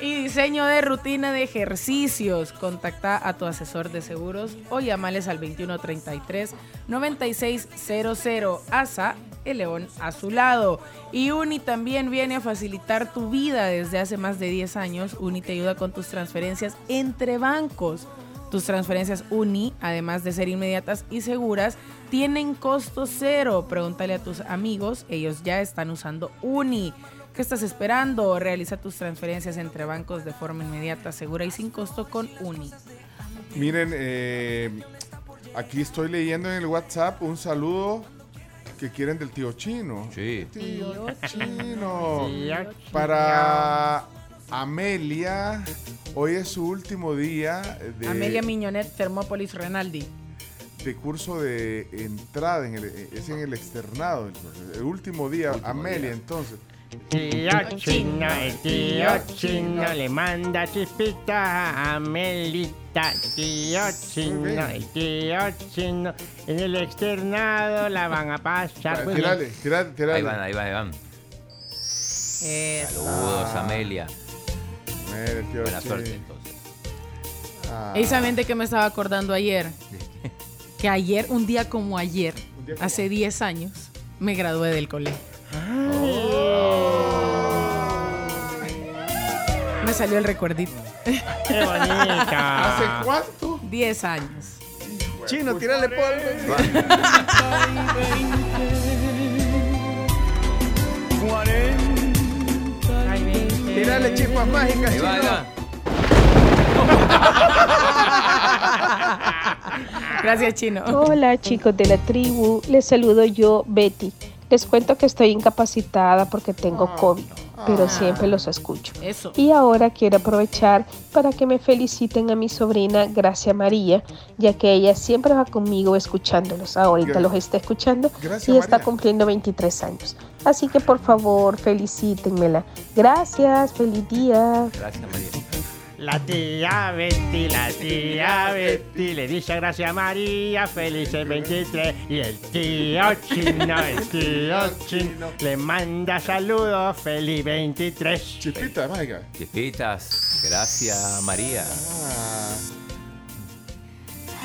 [SPEAKER 7] y diseño de rutina de ejercicios. Contacta a tu asesor de seguros o llamales al 2133-9600 ASA, el león a su lado. Y Uni también viene a facilitar tu vida desde hace más de 10 años. Uni te ayuda con tus transferencias entre bancos. Tus transferencias Uni, además de ser inmediatas y seguras, tienen costo cero. Pregúntale a tus amigos, ellos ya están usando Uni. ¿Qué estás esperando? Realiza tus transferencias entre bancos de forma inmediata, segura y sin costo con Uni.
[SPEAKER 6] Miren, eh, aquí estoy leyendo en el WhatsApp un saludo que quieren del tío chino. Sí. Tío
[SPEAKER 7] Chino.
[SPEAKER 6] chino. Para Amelia, hoy es su último día de,
[SPEAKER 7] Amelia Miñonet, Termópolis Renaldi.
[SPEAKER 6] de curso de entrada, en el, es en el externado, entonces, el último día. Amelia, entonces.
[SPEAKER 12] Tío chino, el tío chino le manda chispita a Amelita. Tío chino, el tío chino. En el externado la van a pasar. muy bien.
[SPEAKER 6] Tirale, tirale, tirale.
[SPEAKER 8] Ahí van, ahí van, ahí van.
[SPEAKER 12] Eh,
[SPEAKER 8] Saludos,
[SPEAKER 6] Ah.
[SPEAKER 8] Amelia. Buena suerte, entonces.
[SPEAKER 6] Ah.
[SPEAKER 7] ¿Y saben de qué me estaba acordando ayer? Que ayer, un día como ayer,
[SPEAKER 6] día como
[SPEAKER 7] hace 10 años, me gradué del colegio. Me salió el recuerdito.
[SPEAKER 12] (laughs) ¡Qué bonita! Pues,
[SPEAKER 6] ¿Hace cuánto?
[SPEAKER 7] 10 años.
[SPEAKER 1] Chino, tírale polvo.
[SPEAKER 7] 40.
[SPEAKER 1] Tírale chispas mágicas,
[SPEAKER 8] Ahí va, ahí
[SPEAKER 1] chino.
[SPEAKER 8] va.
[SPEAKER 7] Gracias, Chino.
[SPEAKER 10] Hola chicos de la tribu, les saludo yo, Betty. Les cuento que estoy incapacitada porque
[SPEAKER 24] Ah,
[SPEAKER 10] tengo COVID, pero siempre los escucho.
[SPEAKER 7] Eso.
[SPEAKER 10] Y ahora quiero aprovechar para que me feliciten a mi sobrina Gracia María, ya que ella siempre va conmigo escuchándolos. Ahorita
[SPEAKER 24] Gra-
[SPEAKER 10] los está escuchando
[SPEAKER 24] Gracias,
[SPEAKER 10] y está
[SPEAKER 24] María.
[SPEAKER 10] cumpliendo 23 años. Así que por favor, felicítenmela. Gracias, feliz día.
[SPEAKER 8] Gracias, María.
[SPEAKER 12] La tía Betty, la tía Betty le dice gracias a María, felices 23. Y el tío chino, el tío chino le manda saludos, feliz 23.
[SPEAKER 6] Chispita, mágica.
[SPEAKER 8] Chispitas.
[SPEAKER 6] Ah,
[SPEAKER 8] Gracias, María.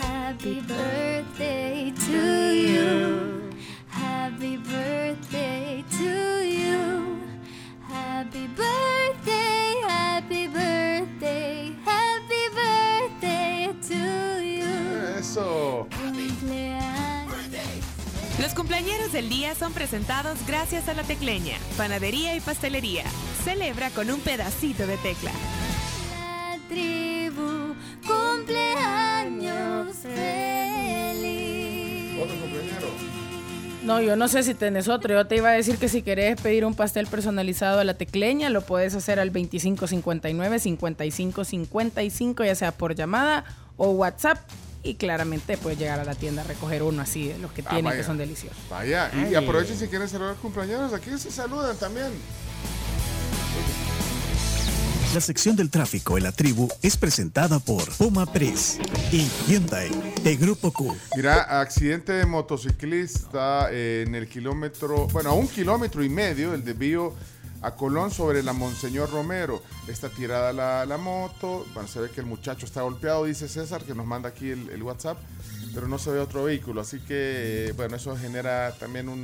[SPEAKER 2] Happy birthday to you. Happy birthday to you. Happy birthday, happy birthday, happy birthday to you.
[SPEAKER 6] Eso.
[SPEAKER 13] Los cumpleañeros del día son presentados gracias a La Tecleña, panadería y pastelería. Celebra con un pedacito de tecla.
[SPEAKER 2] La tribu, cumpleaños feliz.
[SPEAKER 6] Otro compañero.
[SPEAKER 7] No, yo no sé si tenés otro. Yo te iba a decir que si querés pedir un pastel personalizado a la tecleña, lo puedes hacer al 2559-5555, ya sea por llamada o WhatsApp. Y claramente puedes llegar a la tienda a recoger uno así, de los que
[SPEAKER 6] Ah,
[SPEAKER 7] tienen,
[SPEAKER 6] vaya.
[SPEAKER 7] que son deliciosos.
[SPEAKER 6] Vaya,
[SPEAKER 7] Ay.
[SPEAKER 6] y aprovechen si quieren saludar cumpleaños. Aquí se saludan también.
[SPEAKER 25] La sección del tráfico en la tribu es presentada por Puma Press y Hyundai de Grupo Q.
[SPEAKER 6] Mira, accidente de motociclista eh, en el kilómetro, bueno, a un kilómetro y medio, el desvío a Colón sobre la Monseñor Romero. Está tirada la, la moto, bueno, se ve que el muchacho está golpeado, dice César, que nos manda aquí el, el WhatsApp, pero no se ve otro vehículo, así que, eh, bueno, eso genera también un,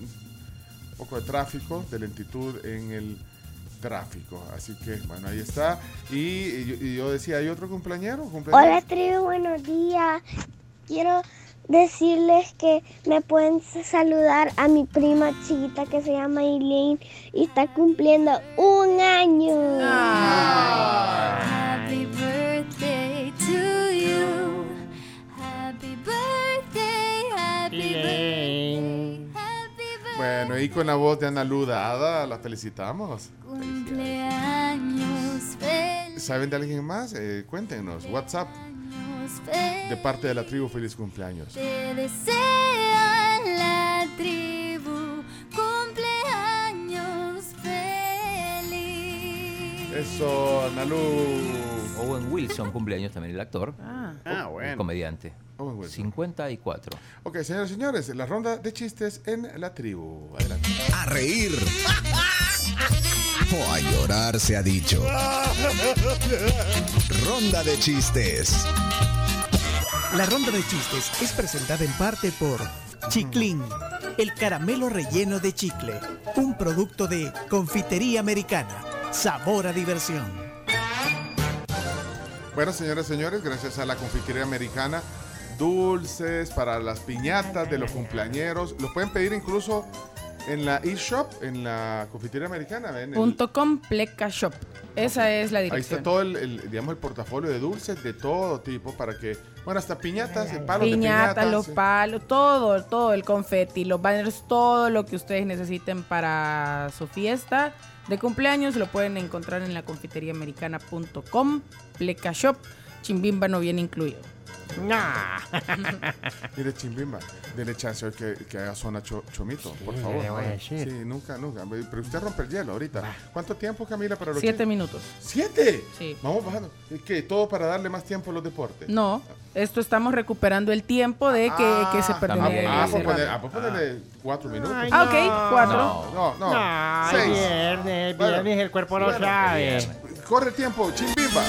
[SPEAKER 6] un poco de tráfico, de lentitud en el tráfico. Así que, bueno, ahí está. Y, y yo, y yo decía, ¿hay otro cumpleañero? ¿Cumpleañero?
[SPEAKER 26] Hola tribu, buenos días. Quiero decirles que me pueden saludar a mi prima chiquita que se llama Eileen y está cumpliendo un año.
[SPEAKER 2] Happy birthday to you. Happy birthday, happy birthday.
[SPEAKER 6] Bueno, y con la voz de Ana Luda Ada, la felicitamos.
[SPEAKER 2] Cumpleaños feliz.
[SPEAKER 6] ¿Saben de alguien más? Eh, cuéntenos. WhatsApp de parte de la tribu Feliz Cumpleaños.
[SPEAKER 2] Te desea la tribu. Cumpleaños feliz.
[SPEAKER 6] Eso, Analu.
[SPEAKER 8] Owen Wilson, cumpleaños también, el actor.
[SPEAKER 6] Ah,
[SPEAKER 8] Un
[SPEAKER 6] bueno.
[SPEAKER 8] Comediante. 54.
[SPEAKER 6] Ok, señores y señores, la ronda de chistes en la tribu. Adelante.
[SPEAKER 5] A reír o a llorar se ha dicho. Ronda de chistes.
[SPEAKER 25] La ronda de chistes es presentada en parte por Chiclin, el caramelo relleno de chicle, un producto de confitería americana. Sabor a diversión.
[SPEAKER 6] Bueno, señoras y señores, gracias a la confitería americana, dulces para las piñatas de los cumpleañeros. Los pueden pedir incluso en la eShop, en la confitería americana. ¿ven? El-
[SPEAKER 7] Punto com pleca shop. Esa es la
[SPEAKER 6] Ahí está
[SPEAKER 7] dirección.
[SPEAKER 6] todo el, el, digamos, el portafolio de dulces de todo tipo para que, bueno, hasta piñatas, eh,
[SPEAKER 7] Piñata,
[SPEAKER 6] palos de piñatas. eh.
[SPEAKER 7] los
[SPEAKER 6] sí.
[SPEAKER 7] palos, todo, todo el confeti, los banners, todo lo que ustedes necesiten para su fiesta de cumpleaños lo pueden encontrar en la confiteriaamericana.com, Pleca Shop, Chimbimba no viene incluido.
[SPEAKER 6] (laughs) Mire, Chimbimba, dele chance hoy que, que haga zona cho- chomito, por
[SPEAKER 11] Sí,
[SPEAKER 6] favor.
[SPEAKER 11] le voy a
[SPEAKER 6] ¿no?
[SPEAKER 11] decir.
[SPEAKER 6] Sí, nunca, nunca. Pero usted rompe el hielo ahorita. ¿Cuánto tiempo, Camila, para los
[SPEAKER 7] Siete
[SPEAKER 6] chistes?
[SPEAKER 7] minutos.
[SPEAKER 6] ¿Siete?
[SPEAKER 7] Sí.
[SPEAKER 6] Vamos bajando. ¿Y ¿Qué? ¿Todo para darle más tiempo a los deportes?
[SPEAKER 7] No, esto estamos recuperando el tiempo de que, que se perdió. en el
[SPEAKER 6] Ah, pues
[SPEAKER 7] cerrado.
[SPEAKER 6] poner- ah, pues ponerle cuatro minutos.
[SPEAKER 7] Ay, Ah, ok, cuatro.
[SPEAKER 6] No, no. no,
[SPEAKER 11] No,
[SPEAKER 6] seis.
[SPEAKER 11] viernes,
[SPEAKER 6] Bueno,
[SPEAKER 11] viernes, el cuerpo lo
[SPEAKER 6] bueno,
[SPEAKER 11] sabe.
[SPEAKER 6] Corre tiempo, chimbimba.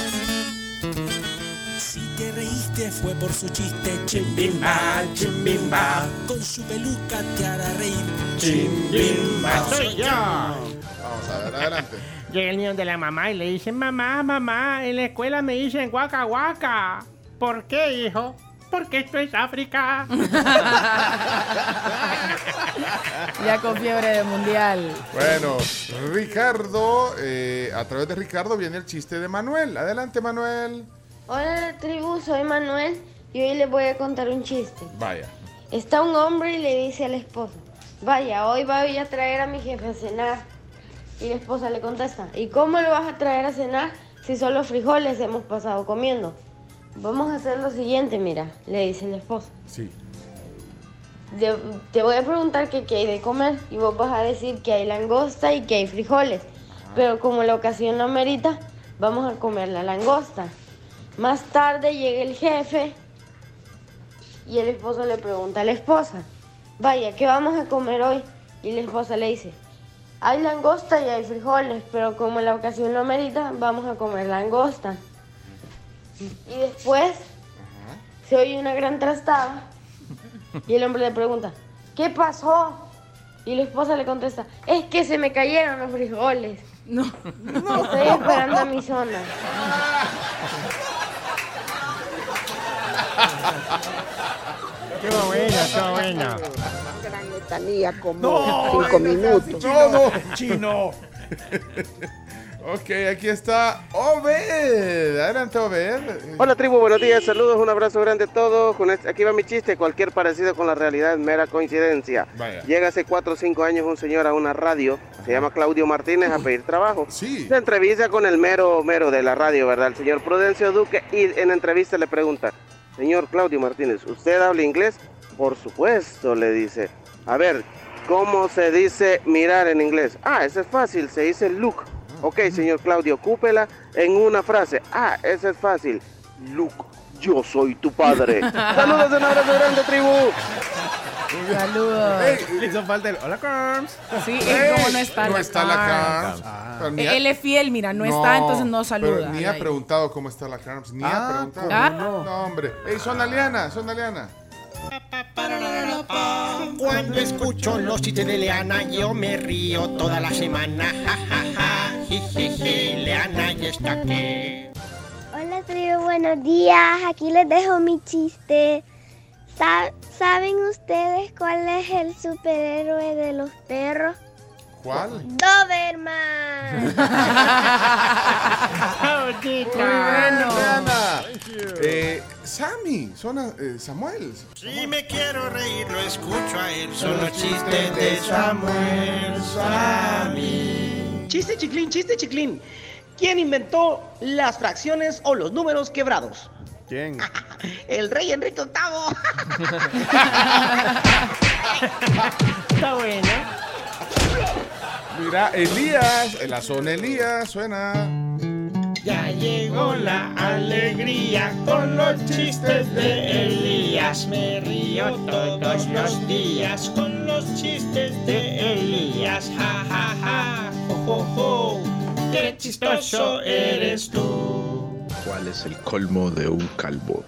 [SPEAKER 5] Si te reíste fue por su chiste, chimbimba, chimbimba. Con su peluca te hará reír,
[SPEAKER 11] Chimbimba, soy yo.
[SPEAKER 6] Vamos a ver, adelante.
[SPEAKER 11] (laughs) Llega el niño de la mamá y le dice, mamá, mamá, en la escuela me dicen guaca guaca. ¿Por qué, hijo? Porque esto es África.
[SPEAKER 6] pues,
[SPEAKER 7] Ya con fiebre de mundial.
[SPEAKER 6] Bueno, Ricardo, eh, a través de Ricardo viene el chiste de Manuel. Adelante, Manuel.
[SPEAKER 16] Hola la tribu, soy Manuel y hoy les voy a contar un chiste.
[SPEAKER 6] Vaya.
[SPEAKER 16] Está un hombre y le dice a la esposa, vaya, hoy voy a traer a mi jefe a cenar. Y la esposa le contesta, ¿y cómo lo vas a traer a cenar si solo frijoles hemos pasado comiendo? Vamos a hacer lo siguiente, mira, le dice la esposa.
[SPEAKER 6] Sí.
[SPEAKER 16] Te, te voy a preguntar que qué hay de comer y vos vas a decir que hay langosta y que hay frijoles. Pero como la ocasión no amerita, vamos a comer la langosta. Más tarde llega el jefe y el esposo le pregunta a la esposa, vaya, ¿qué vamos a comer hoy? Y la esposa le dice, hay langosta y hay frijoles, pero como la ocasión no amerita, vamos a comer langosta. Y después se oye una gran trastada y el hombre le pregunta, ¿qué pasó? Y la esposa le contesta, es que se me cayeron los frijoles. No, Estoy esperando a mi zona.
[SPEAKER 11] Qué buena, qué buena.
[SPEAKER 1] Letanía como
[SPEAKER 6] No,
[SPEAKER 1] cinco
[SPEAKER 6] venga,
[SPEAKER 1] minutos.
[SPEAKER 6] chino. No, no. Ok, aquí está Obed. Adelante, Obed.
[SPEAKER 1] Hola tribu, buenos días, saludos, un abrazo grande a todos. Con este- aquí va mi chiste, cualquier parecido con la realidad es mera coincidencia.
[SPEAKER 6] Vaya.
[SPEAKER 1] Llega hace 4 o 5 años un señor a una radio, se llama Claudio Martínez, a pedir trabajo.
[SPEAKER 6] Sí.
[SPEAKER 1] Se entrevista con el mero mero de la radio, ¿verdad? El señor Prudencio Duque y en entrevista le pregunta, señor Claudio Martínez, ¿usted habla inglés? Por supuesto, le dice. A ver, ¿cómo se dice mirar en inglés? Ah, eso es fácil, se dice look. Ok, señor Claudio, ocúpela en una frase. Ah, eso es fácil. Look, yo soy
[SPEAKER 6] (laughs)
[SPEAKER 1] tu padre. Saludos, un abrazo grande, tribu.
[SPEAKER 7] Saludos.
[SPEAKER 6] Ey,
[SPEAKER 27] hizo falta el hola, Carms.
[SPEAKER 7] Sí,
[SPEAKER 6] Ey,
[SPEAKER 7] es como no está
[SPEAKER 6] no
[SPEAKER 7] la
[SPEAKER 6] está la
[SPEAKER 7] Carms.
[SPEAKER 6] Carms. Pero ni ha-
[SPEAKER 7] E- Él es fiel, mira, no, está, entonces no saluda.
[SPEAKER 6] Pues, Pero ni
[SPEAKER 7] al
[SPEAKER 6] ha
[SPEAKER 7] aire.
[SPEAKER 6] preguntado cómo está la Carms. Ni
[SPEAKER 7] Ah,
[SPEAKER 6] ha preguntado.
[SPEAKER 7] ¿Ah?
[SPEAKER 6] No, hombre. Ey, son aliana, son aliana.
[SPEAKER 12] Cuando escucho los chistes de Leana yo me río toda la semana. Ja, ja, ja. Ji, ji, ji. Leana ya está aquí.
[SPEAKER 26] Hola tribu, buenos días. Aquí les dejo mi chiste. Sa- ¿Saben ustedes cuál es el superhéroe de los perros?
[SPEAKER 6] ¿Cuál?
[SPEAKER 12] (laughs)
[SPEAKER 26] (laughs) Doberman.
[SPEAKER 6] Aliana. Eh, Sammy, son eh, Samuel.
[SPEAKER 12] Si me quiero reír, lo escucho a él. Son los chistes de Samuel Sami.
[SPEAKER 22] Chiste chiclín, chiste chiclín. ¿Quién inventó las fracciones o los números quebrados?
[SPEAKER 6] ¿Quién?
[SPEAKER 22] El rey Enrique VIII.
[SPEAKER 11] Está bueno.
[SPEAKER 6] Mira, Elías, eh, la zona Elías, suena.
[SPEAKER 12] Ya llegó la alegría con los chistes de Elías. Me río todos los días con los chistes de Elías. Ja, ja, ja. Jo, jo, jo. Qué chistoso eres tú.
[SPEAKER 22] ¿Cuál es el colmo de un calvo?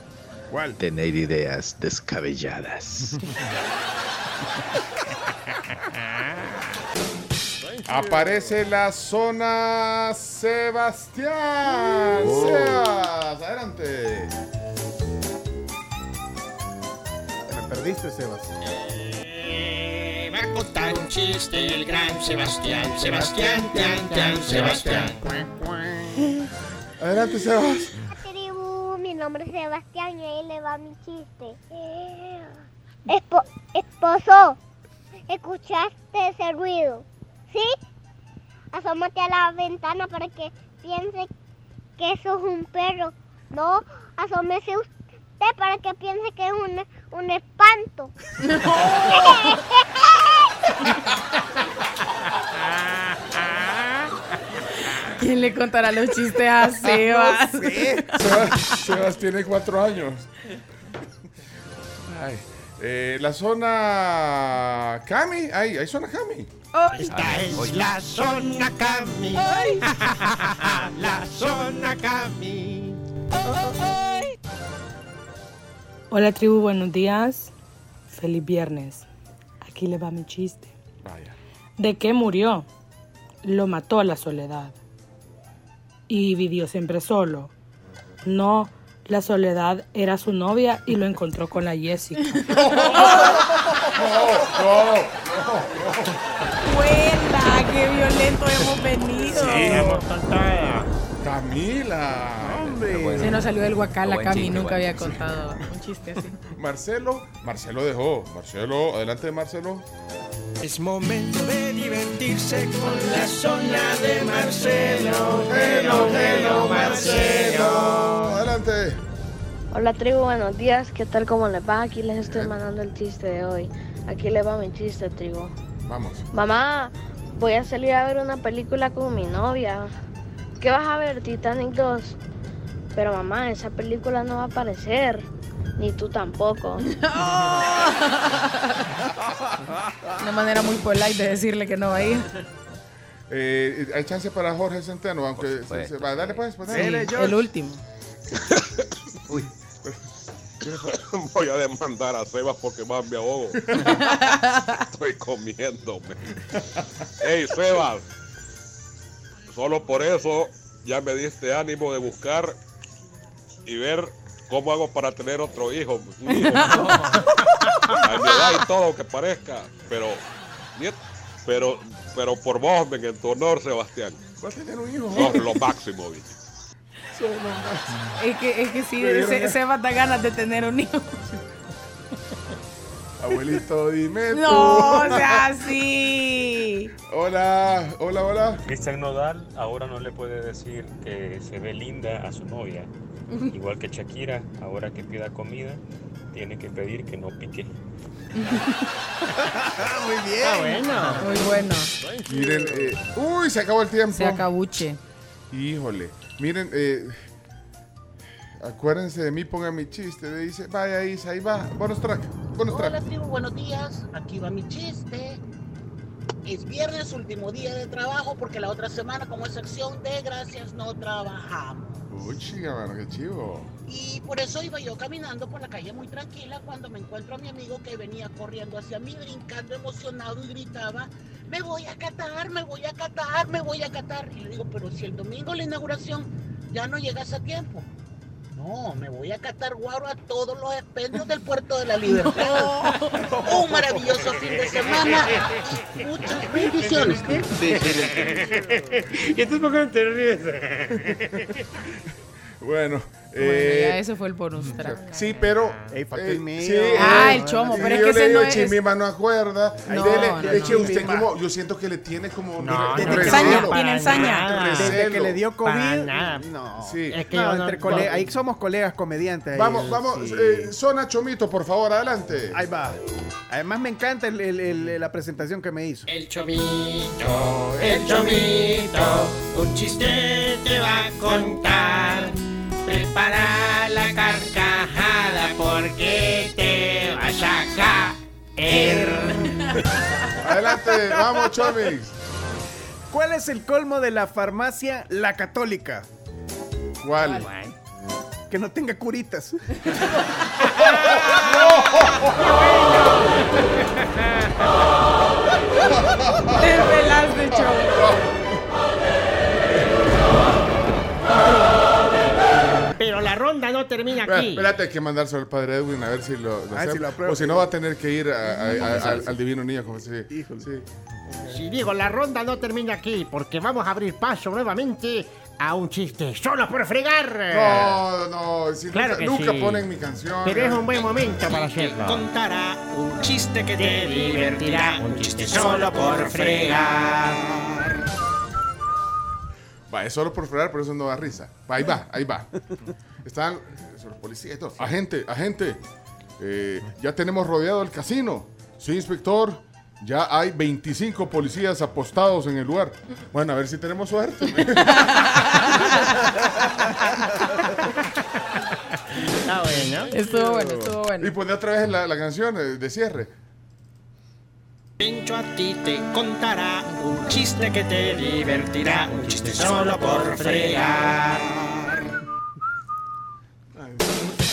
[SPEAKER 22] Tener ideas descabelladas.
[SPEAKER 6] Aparece la zona Sebastián.
[SPEAKER 22] Oh.
[SPEAKER 6] Sebas, adelante.
[SPEAKER 27] Me perdiste, Sebas.
[SPEAKER 12] Me va a contar un chiste el gran Sebastián. Sebastián, Sebastián, Sebastián.
[SPEAKER 6] Adelante, Sebas.
[SPEAKER 26] Tribu, mi nombre es Sebastián y ahí le va mi chiste. Espo- esposo, ¿escuchaste ese ruido? ¿Sí? Asómate a la ventana para que piense que eso es un perro. No, asómese usted para que piense que es un, un espanto.
[SPEAKER 7] ¿Quién le contará los chistes
[SPEAKER 6] (laughs)
[SPEAKER 7] a Sebas?
[SPEAKER 6] Sebas, Sebas tiene cuatro años. Ay, eh, la zona Cami. Ay, hay zona Cami.
[SPEAKER 12] Esta es la zona Cami. (laughs) La zona Cami.
[SPEAKER 28] Hola tribu, buenos días. Feliz viernes. Aquí le va mi chiste. ¿De qué murió? Lo mató la soledad. Y vivió siempre solo. No, la soledad era su novia y lo encontró con la
[SPEAKER 6] (laughs)
[SPEAKER 28] Jessica.
[SPEAKER 7] ¡Huela! ¡Qué violento hemos venido!
[SPEAKER 6] Camila.
[SPEAKER 7] Se nos salió del guacala,
[SPEAKER 6] Buen
[SPEAKER 7] Cami.
[SPEAKER 6] chiste,
[SPEAKER 7] Nunca
[SPEAKER 6] buen
[SPEAKER 7] había
[SPEAKER 6] chiste.
[SPEAKER 7] contado un chiste así.
[SPEAKER 6] Marcelo. Marcelo dejó. Marcelo, adelante, Marcelo.
[SPEAKER 12] Es momento de divertirse con la zona de Marcelo. Hello, hello, Marcelo.
[SPEAKER 6] Adelante.
[SPEAKER 16] Hola tribu, buenos días. ¿Qué tal? ¿Cómo les va? Aquí les estoy mandando el chiste de hoy. Aquí les va mi chiste, tribu.
[SPEAKER 6] Vamos.
[SPEAKER 16] Mamá, voy a salir a ver una película con mi novia. ¿Qué vas a ver? Titanic 2. Pero mamá, esa película no va a aparecer. Ni tú
[SPEAKER 17] (laughs)
[SPEAKER 16] tampoco.
[SPEAKER 7] Una manera muy polite de decirle que no va a ir.
[SPEAKER 6] Eh, hay chance para Jorge Centeno, aunque se- se va. Dale, pues. pues, dale.
[SPEAKER 7] Sí, el último.
[SPEAKER 1] eh,
[SPEAKER 20] (laughs) Voy a demandar a Sebas porque más me ahogo. Estoy comiéndome. Hey, Sebas. Solo por eso ya me diste ánimo de buscar y ver cómo hago para tener otro hijo. Un hijo. A mi edad y todo que parezca. Pero, niet- pero, pero por vos, men, en tu honor, Sebastián.
[SPEAKER 6] Va a tener un hijo.
[SPEAKER 20] Sos lo máximo, bicho.
[SPEAKER 7] Es que, es que sí,
[SPEAKER 6] Pero
[SPEAKER 7] se,
[SPEAKER 6] ya.
[SPEAKER 7] Sebas da ganas de tener un hijo.
[SPEAKER 6] Abuelito, dime. tú.
[SPEAKER 7] No, o sea,
[SPEAKER 6] (laughs)
[SPEAKER 7] así.
[SPEAKER 6] Hola, hola, hola.
[SPEAKER 21] Cristian Nodal ahora no le puede decir que se ve linda a
[SPEAKER 7] (laughs)
[SPEAKER 21] su novia. Igual que Shakira, ahora que pida comida, tiene que pedir que no pique.
[SPEAKER 6] Ah,
[SPEAKER 1] Muy bien.
[SPEAKER 12] Ah,
[SPEAKER 7] Muy bueno.
[SPEAKER 6] Miren, eh, uy, se acabó el tiempo.
[SPEAKER 7] Se acabuche.
[SPEAKER 6] Híjole. Miren, eh, acuérdense de mí, pongan mi chiste. Le dice, vaya Isa, ahí va. Bonus track, bonus
[SPEAKER 22] Hola
[SPEAKER 6] track.
[SPEAKER 22] tribu, buenos días. Aquí va mi chiste. Es viernes, último día de trabajo, porque la otra semana, como es sección de gracias, no trabajamos.
[SPEAKER 6] Uy, chica, mano, qué chivo.
[SPEAKER 22] Y por eso iba yo caminando por la calle muy tranquila cuando me encuentro a mi amigo que venía corriendo hacia mí, brincando emocionado y gritaba, me voy a catar, me voy a catar, me voy a catar. Y le digo, pero si el domingo la inauguración ya no llegas a tiempo. No, me voy a catar guaro a todos los expendios del puerto
[SPEAKER 16] (laughs)
[SPEAKER 22] de la libertad. Un maravilloso fin de semana. y Muchas bendiciones.
[SPEAKER 12] ¿Y entonces por qué no te ríes?
[SPEAKER 6] Bueno,
[SPEAKER 7] Bueno, ya
[SPEAKER 6] eh,
[SPEAKER 7] ese fue el bonus track.
[SPEAKER 6] sí, pero. eh,
[SPEAKER 1] faltó el mío.
[SPEAKER 7] Ah, el chomo, pero es que ese no es-
[SPEAKER 6] Chimima no acuerda.
[SPEAKER 7] No,
[SPEAKER 6] Dele,
[SPEAKER 7] no,
[SPEAKER 6] de hecho,
[SPEAKER 1] no.
[SPEAKER 6] usted como, yo siento que le tiene como.
[SPEAKER 1] No,
[SPEAKER 6] re-
[SPEAKER 1] no,
[SPEAKER 6] recelo.
[SPEAKER 1] ensaña, tiene ensaña.
[SPEAKER 6] Recelo.
[SPEAKER 1] Desde que le dio COVID,
[SPEAKER 6] Para nada.
[SPEAKER 1] No.
[SPEAKER 6] Sí.
[SPEAKER 1] Es que No, yo no- entre cole- ahí somos colegas comediantes. ahí,
[SPEAKER 6] Vamos, vamos,
[SPEAKER 1] sí.
[SPEAKER 6] eh, zona Chomito, por favor, adelante.
[SPEAKER 1] Ahí va. Además me encanta el- el- el- la presentación que me hizo.
[SPEAKER 22] El
[SPEAKER 1] chomito,
[SPEAKER 12] El chomito un chiste te va a contar. Prepara la carcajada porque te vas a caer.
[SPEAKER 6] (laughs) Adelante, vamos, Chomix.
[SPEAKER 1] ¿Cuál es el colmo de la farmacia La Católica?
[SPEAKER 6] ¿Cuál?
[SPEAKER 1] Que no tenga
[SPEAKER 6] (laughs)
[SPEAKER 1] curitas.
[SPEAKER 7] Te pelaste, chavo.
[SPEAKER 12] Pero la ronda no termina
[SPEAKER 6] Espera,
[SPEAKER 12] aquí.
[SPEAKER 6] espérate, hay que mandárselo al padre Edwin a ver si lo, lo
[SPEAKER 12] Ah,
[SPEAKER 6] acepta.
[SPEAKER 12] si lo aprueba.
[SPEAKER 6] O si no, va a tener que ir a- a- a-
[SPEAKER 12] Sí.
[SPEAKER 6] al, al divino niño. Como si, sí.
[SPEAKER 12] Si digo, la ronda no termina aquí porque vamos a abrir paso nuevamente
[SPEAKER 3] a un chiste solo por fregar.
[SPEAKER 6] No, no, si
[SPEAKER 3] Claro
[SPEAKER 6] nunca,
[SPEAKER 3] que
[SPEAKER 6] nunca
[SPEAKER 3] sí.
[SPEAKER 6] ponen mi canción.
[SPEAKER 3] Pero es un buen momento para hacerlo.
[SPEAKER 12] Contará un chiste que
[SPEAKER 3] te divertirá,
[SPEAKER 12] un chiste
[SPEAKER 3] solo por fregar.
[SPEAKER 6] Va, es solo por fregar, pero eso no da risa. Va, ahí va, ahí va. Están eh, los policías y todo. Agente, agente, eh, ya tenemos rodeado el casino. Sí, inspector, ya hay 25 policías apostados en el lugar. Bueno, a ver si tenemos suerte.
[SPEAKER 8] Ah,
[SPEAKER 3] Está bueno.
[SPEAKER 7] Estuvo bueno, estuvo bueno.
[SPEAKER 6] Y poné otra vez la, la canción eh, de cierre.
[SPEAKER 12] Pincho a ti te contará un chiste que te divertirá, un chiste solo por fregar.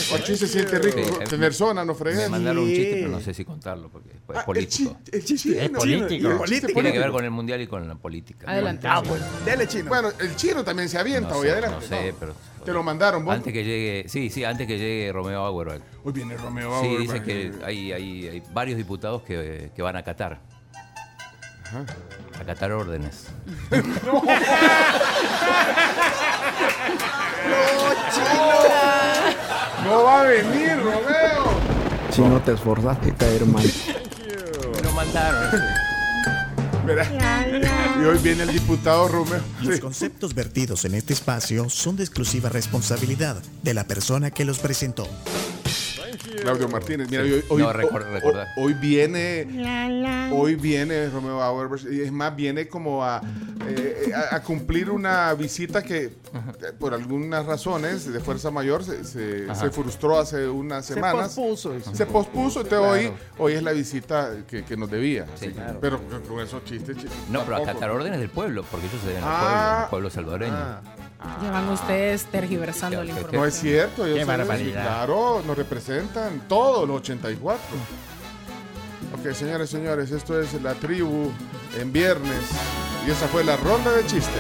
[SPEAKER 6] O chiste siente rico.
[SPEAKER 8] Sí, es-
[SPEAKER 6] Tener zona, no fregues.
[SPEAKER 8] Me mandaron un chiste, pero no sé si contarlo porque es
[SPEAKER 6] Ah, el
[SPEAKER 8] político.
[SPEAKER 6] chiste- el chiste
[SPEAKER 8] es
[SPEAKER 6] chino,
[SPEAKER 8] político.
[SPEAKER 6] y el chiste
[SPEAKER 8] Tiene que ver
[SPEAKER 6] político.
[SPEAKER 8] con el mundial y con la política.
[SPEAKER 6] Adelante.
[SPEAKER 8] Ah,
[SPEAKER 6] Ah, bueno. Dale chino. Bueno, el chino también se avienta
[SPEAKER 8] No
[SPEAKER 6] hoy,
[SPEAKER 8] sé,
[SPEAKER 6] adelante.
[SPEAKER 8] no sé, pero-
[SPEAKER 6] Te lo mandaron, vos.
[SPEAKER 8] Antes que llegue, sí, sí, antes que llegue Romeo Auerbach.
[SPEAKER 6] Hoy viene Romeo
[SPEAKER 8] Sí,
[SPEAKER 6] Auerbach.
[SPEAKER 8] dice que hay, hay, hay varios diputados que, que van a Qatar. A Qatar órdenes.
[SPEAKER 6] No va a venir, Romeo.
[SPEAKER 4] Si no te esforzaste, caer mal.
[SPEAKER 8] Lo mandaron.
[SPEAKER 6] Y hoy viene el diputado Romeo.
[SPEAKER 25] Los conceptos vertidos en este espacio son de exclusiva responsabilidad de la persona que los presentó.
[SPEAKER 6] Claudio Martínez, mira,
[SPEAKER 25] Sí.
[SPEAKER 6] hoy, hoy-
[SPEAKER 25] No, recor-
[SPEAKER 6] ho- ho-
[SPEAKER 25] recordar.
[SPEAKER 6] hoy viene, hoy viene Romeo Auerbach y es más viene como a, eh, a- a cumplir una visita que eh, por algunas razones de fuerza mayor se, se-
[SPEAKER 1] Ajá.
[SPEAKER 6] se frustró hace unas
[SPEAKER 1] Se
[SPEAKER 6] semanas.
[SPEAKER 1] pospuso, dice.
[SPEAKER 6] Se pospuso, entonces
[SPEAKER 1] Claro.
[SPEAKER 6] hoy, hoy es la visita que, que nos debía. así que-
[SPEAKER 8] claro.
[SPEAKER 6] Pero con- con esos chistes, chistes,
[SPEAKER 8] No, pero a
[SPEAKER 6] tampoco.
[SPEAKER 8] Qatar órdenes del pueblo, porque ellos se deben al pueblo,
[SPEAKER 6] Ah.
[SPEAKER 8] al pueblo salvadoreño.
[SPEAKER 7] Llevan ustedes tergiversando la información.
[SPEAKER 6] No es cierto, ellos
[SPEAKER 8] Qué
[SPEAKER 6] son-
[SPEAKER 8] barbaridad.
[SPEAKER 6] Claro, nos representan todos los 84. Ok, señores, señores, esto es La Tribu en viernes. Y esa fue la ronda de chistes.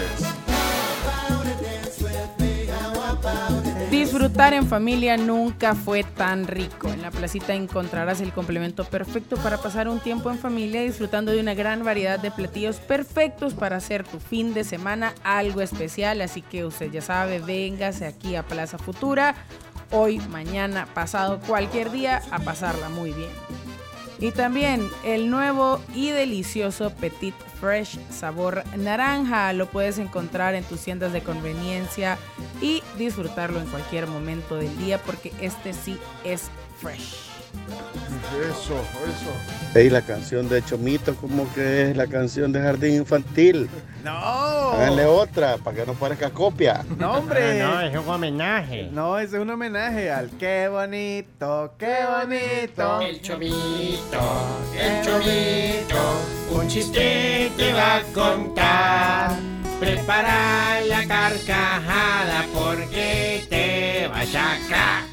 [SPEAKER 7] Disfrutar en familia nunca fue tan rico. En la placita encontrarás el complemento perfecto para pasar un tiempo en familia disfrutando de una gran variedad de platillos perfectos para hacer tu fin de semana algo especial. Así que usted ya sabe, véngase aquí a Plaza Futura hoy, mañana, pasado, cualquier día a pasarla muy bien. Y también el nuevo y delicioso Petit Fresh sabor naranja. Lo puedes encontrar en tus tiendas de conveniencia y disfrutarlo en cualquier momento del día porque este sí es fresh.
[SPEAKER 6] Eso, eso.
[SPEAKER 9] Y la canción de Chomito como que es la canción de Jardín Infantil.
[SPEAKER 1] No.
[SPEAKER 9] Háganle otra para que no parezca copia.
[SPEAKER 1] Oh. No, hombre.
[SPEAKER 9] No, no,
[SPEAKER 1] es un homenaje. No, es un homenaje al qué bonito, qué bonito.
[SPEAKER 12] El chomito, el chomito, un chiste te va a contar. Prepara la carcajada porque te vas a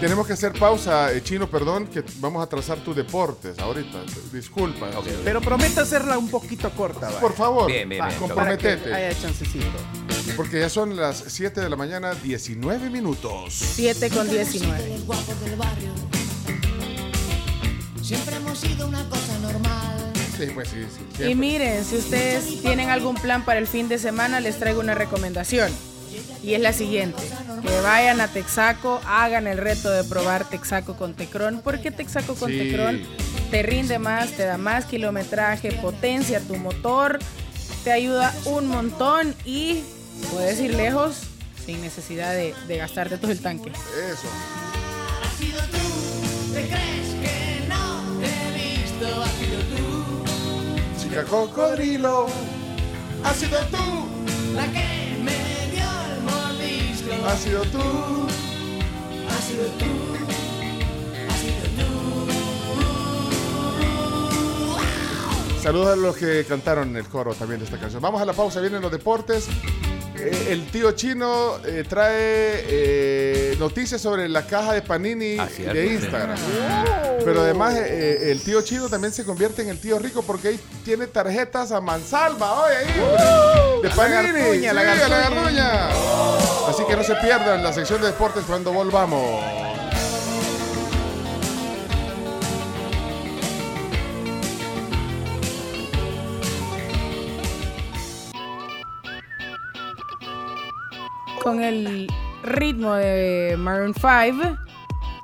[SPEAKER 6] Tenemos que hacer pausa, eh, Chino, perdón, que vamos a trazar tus deportes ahorita. Disculpa.
[SPEAKER 1] Pero prometo hacerla un poquito corta.
[SPEAKER 6] Por favor,
[SPEAKER 1] Bien, bien, bien,
[SPEAKER 6] comprometete.
[SPEAKER 1] para que haya chancecito.
[SPEAKER 6] Porque ya son las 7 de la mañana, 19 minutos.
[SPEAKER 7] 7 con 19.
[SPEAKER 10] Los guapos del barrio. Siempre hemos sido una cosa normal.
[SPEAKER 6] Sí, pues sí, sí.
[SPEAKER 7] Y
[SPEAKER 6] siempre.
[SPEAKER 7] miren, si ustedes tienen algún plan para el fin de semana, les traigo una recomendación. Y es la siguiente, que vayan a Texaco, hagan el reto de probar Texaco con Tecron, porque Texaco con
[SPEAKER 11] Sí.
[SPEAKER 7] Tecron te rinde más, te da más kilometraje, potencia tu motor, te ayuda un montón y puedes ir lejos sin necesidad de, de gastarte todo el tanque.
[SPEAKER 6] Eso.
[SPEAKER 10] Has sido tú, te crees que no te he visto. Has sido tú,
[SPEAKER 6] Chica cocodrilo.
[SPEAKER 10] has sido tú la que me dio el mordisco.
[SPEAKER 6] Has sido tú,
[SPEAKER 10] has sido tú, has sido tú.
[SPEAKER 6] Saludos a los que cantaron el coro también de esta canción. Vamos a la pausa, vienen los deportes. Eh, el tío chino eh, trae eh, noticias sobre la caja de Panini
[SPEAKER 8] cierto,
[SPEAKER 6] de
[SPEAKER 8] sí.
[SPEAKER 6] Instagram.
[SPEAKER 8] Oh.
[SPEAKER 6] Pero además eh, el tío chino también se convierte en el tío rico porque ahí tiene tarjetas a mansalva hoy ahí.
[SPEAKER 1] Uh,
[SPEAKER 6] de Panini.
[SPEAKER 1] Lagartuña,
[SPEAKER 6] Sí,
[SPEAKER 1] lagartuña.
[SPEAKER 6] a lagartuña. Así que no se pierdan la sección de deportes cuando volvamos.
[SPEAKER 7] con el ritmo de Maroon 5,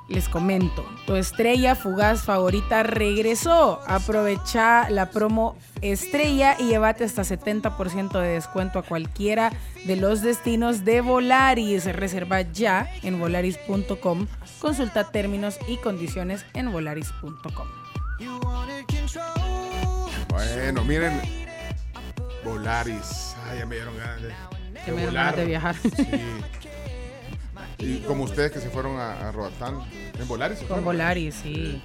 [SPEAKER 7] les comento. Tu estrella fugaz favorita regresó. Aprovecha la promo estrella y llévate hasta 70% de descuento a cualquiera de los destinos de Volaris. Reserva ya en volaris.com. Consulta términos y condiciones en volaris.com.
[SPEAKER 6] Bueno, miren. Volaris. Ay, ya me dieron ganas de,
[SPEAKER 7] Ya me dieron ganas de viajar.
[SPEAKER 6] Sí. Y como ustedes que se fueron a, a Roatán. ¿En Volaris? se
[SPEAKER 7] Con
[SPEAKER 6] fueron?
[SPEAKER 7] Volaris, sí.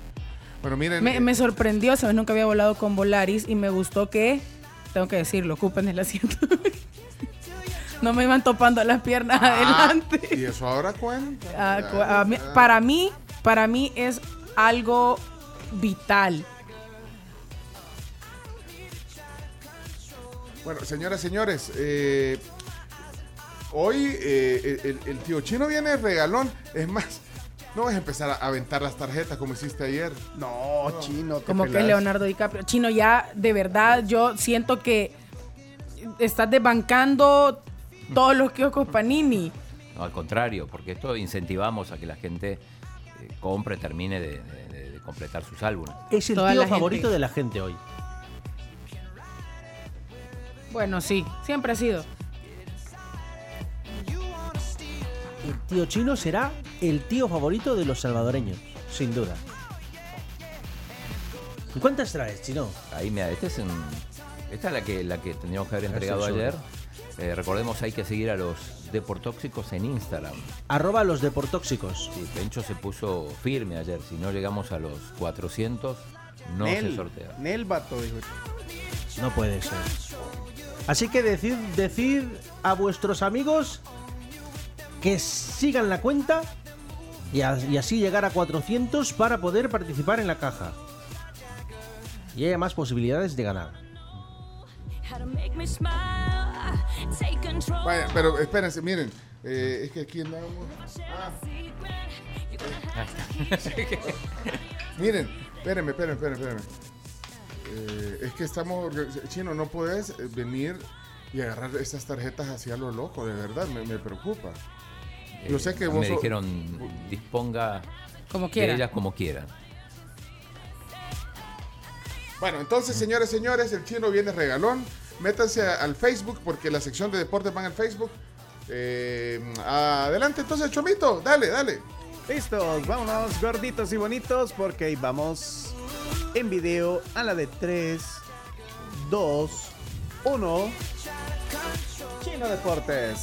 [SPEAKER 6] Bueno, miren. eh,
[SPEAKER 7] Me, me sorprendió, ¿sabes? Nunca había volado con Volaris y me gustó que, tengo que decirlo, ocupen el asiento. (laughs) no me iban topando las
[SPEAKER 6] Ah.
[SPEAKER 7] piernas (laughs) adelante.
[SPEAKER 6] ¿Y eso ahora cuenta?
[SPEAKER 7] Ah, cu- a mí- para mí, para mí es algo vital.
[SPEAKER 6] Bueno, señoras, señores, eh, hoy eh, el, el tío chino viene regalón. Es más, no vas a empezar a aventar las tarjetas como hiciste ayer. No, chino.
[SPEAKER 7] Como que es Leonardo DiCaprio. Chino, ya de verdad, yo siento que estás desbancando todos los kioscos Panini.
[SPEAKER 8] No, al contrario, porque esto incentivamos a que la gente eh, compre, termine de, de- de completar sus álbumes.
[SPEAKER 14] Es el
[SPEAKER 7] Toda
[SPEAKER 14] tío
[SPEAKER 7] la
[SPEAKER 14] favorito
[SPEAKER 7] gente.
[SPEAKER 14] de la gente hoy.
[SPEAKER 7] Bueno, sí, siempre ha sido.
[SPEAKER 14] El tío chino será el tío favorito de los salvadoreños, sin duda. ¿Cuántas traes, chino?
[SPEAKER 8] Ahí, mira, este es un- esta es la que, la que tendríamos que haber
[SPEAKER 14] Es
[SPEAKER 8] entregado
[SPEAKER 14] el sobre.
[SPEAKER 8] ayer. Eh, recordemos, hay que seguir a los deportóxicos en Instagram.
[SPEAKER 14] Arroba los deportóxicos.
[SPEAKER 8] Sí, Pencho se puso firme ayer. Si no llegamos a los 400, no
[SPEAKER 1] Nel,
[SPEAKER 8] se sortea.
[SPEAKER 1] Nel vato, dijo.
[SPEAKER 14] No puede ser. Así que decid, decid a vuestros amigos que sigan la cuenta y, a- y así llegar a 400 para poder participar en la caja. Y haya más posibilidades de ganar.
[SPEAKER 6] Vaya, pero espérense, miren. eh, es que aquí andamos. Ah. Miren, espérenme, espérenme, espérenme. espérenme. Eh, es que estamos. orga- Chino, no puedes eh, venir y agarrar estas tarjetas hacia lo loco, de verdad, me, me preocupa. Yo
[SPEAKER 8] Eh,
[SPEAKER 6] sé que
[SPEAKER 8] a mí
[SPEAKER 6] vos.
[SPEAKER 8] Me
[SPEAKER 6] sos-
[SPEAKER 8] dijeron, disponga
[SPEAKER 7] Como
[SPEAKER 8] de
[SPEAKER 7] quiera.
[SPEAKER 8] ellas como quiera.
[SPEAKER 6] Bueno, entonces, señores, señores, el chino viene regalón. Métanse a- al Facebook porque la sección de deportes van al Facebook. Eh, adelante, entonces, Chomito, dale, dale.
[SPEAKER 1] Listos, vámonos gorditos y bonitos porque ahí vamos en video a la de 3, 2, 1. Chino Deportes.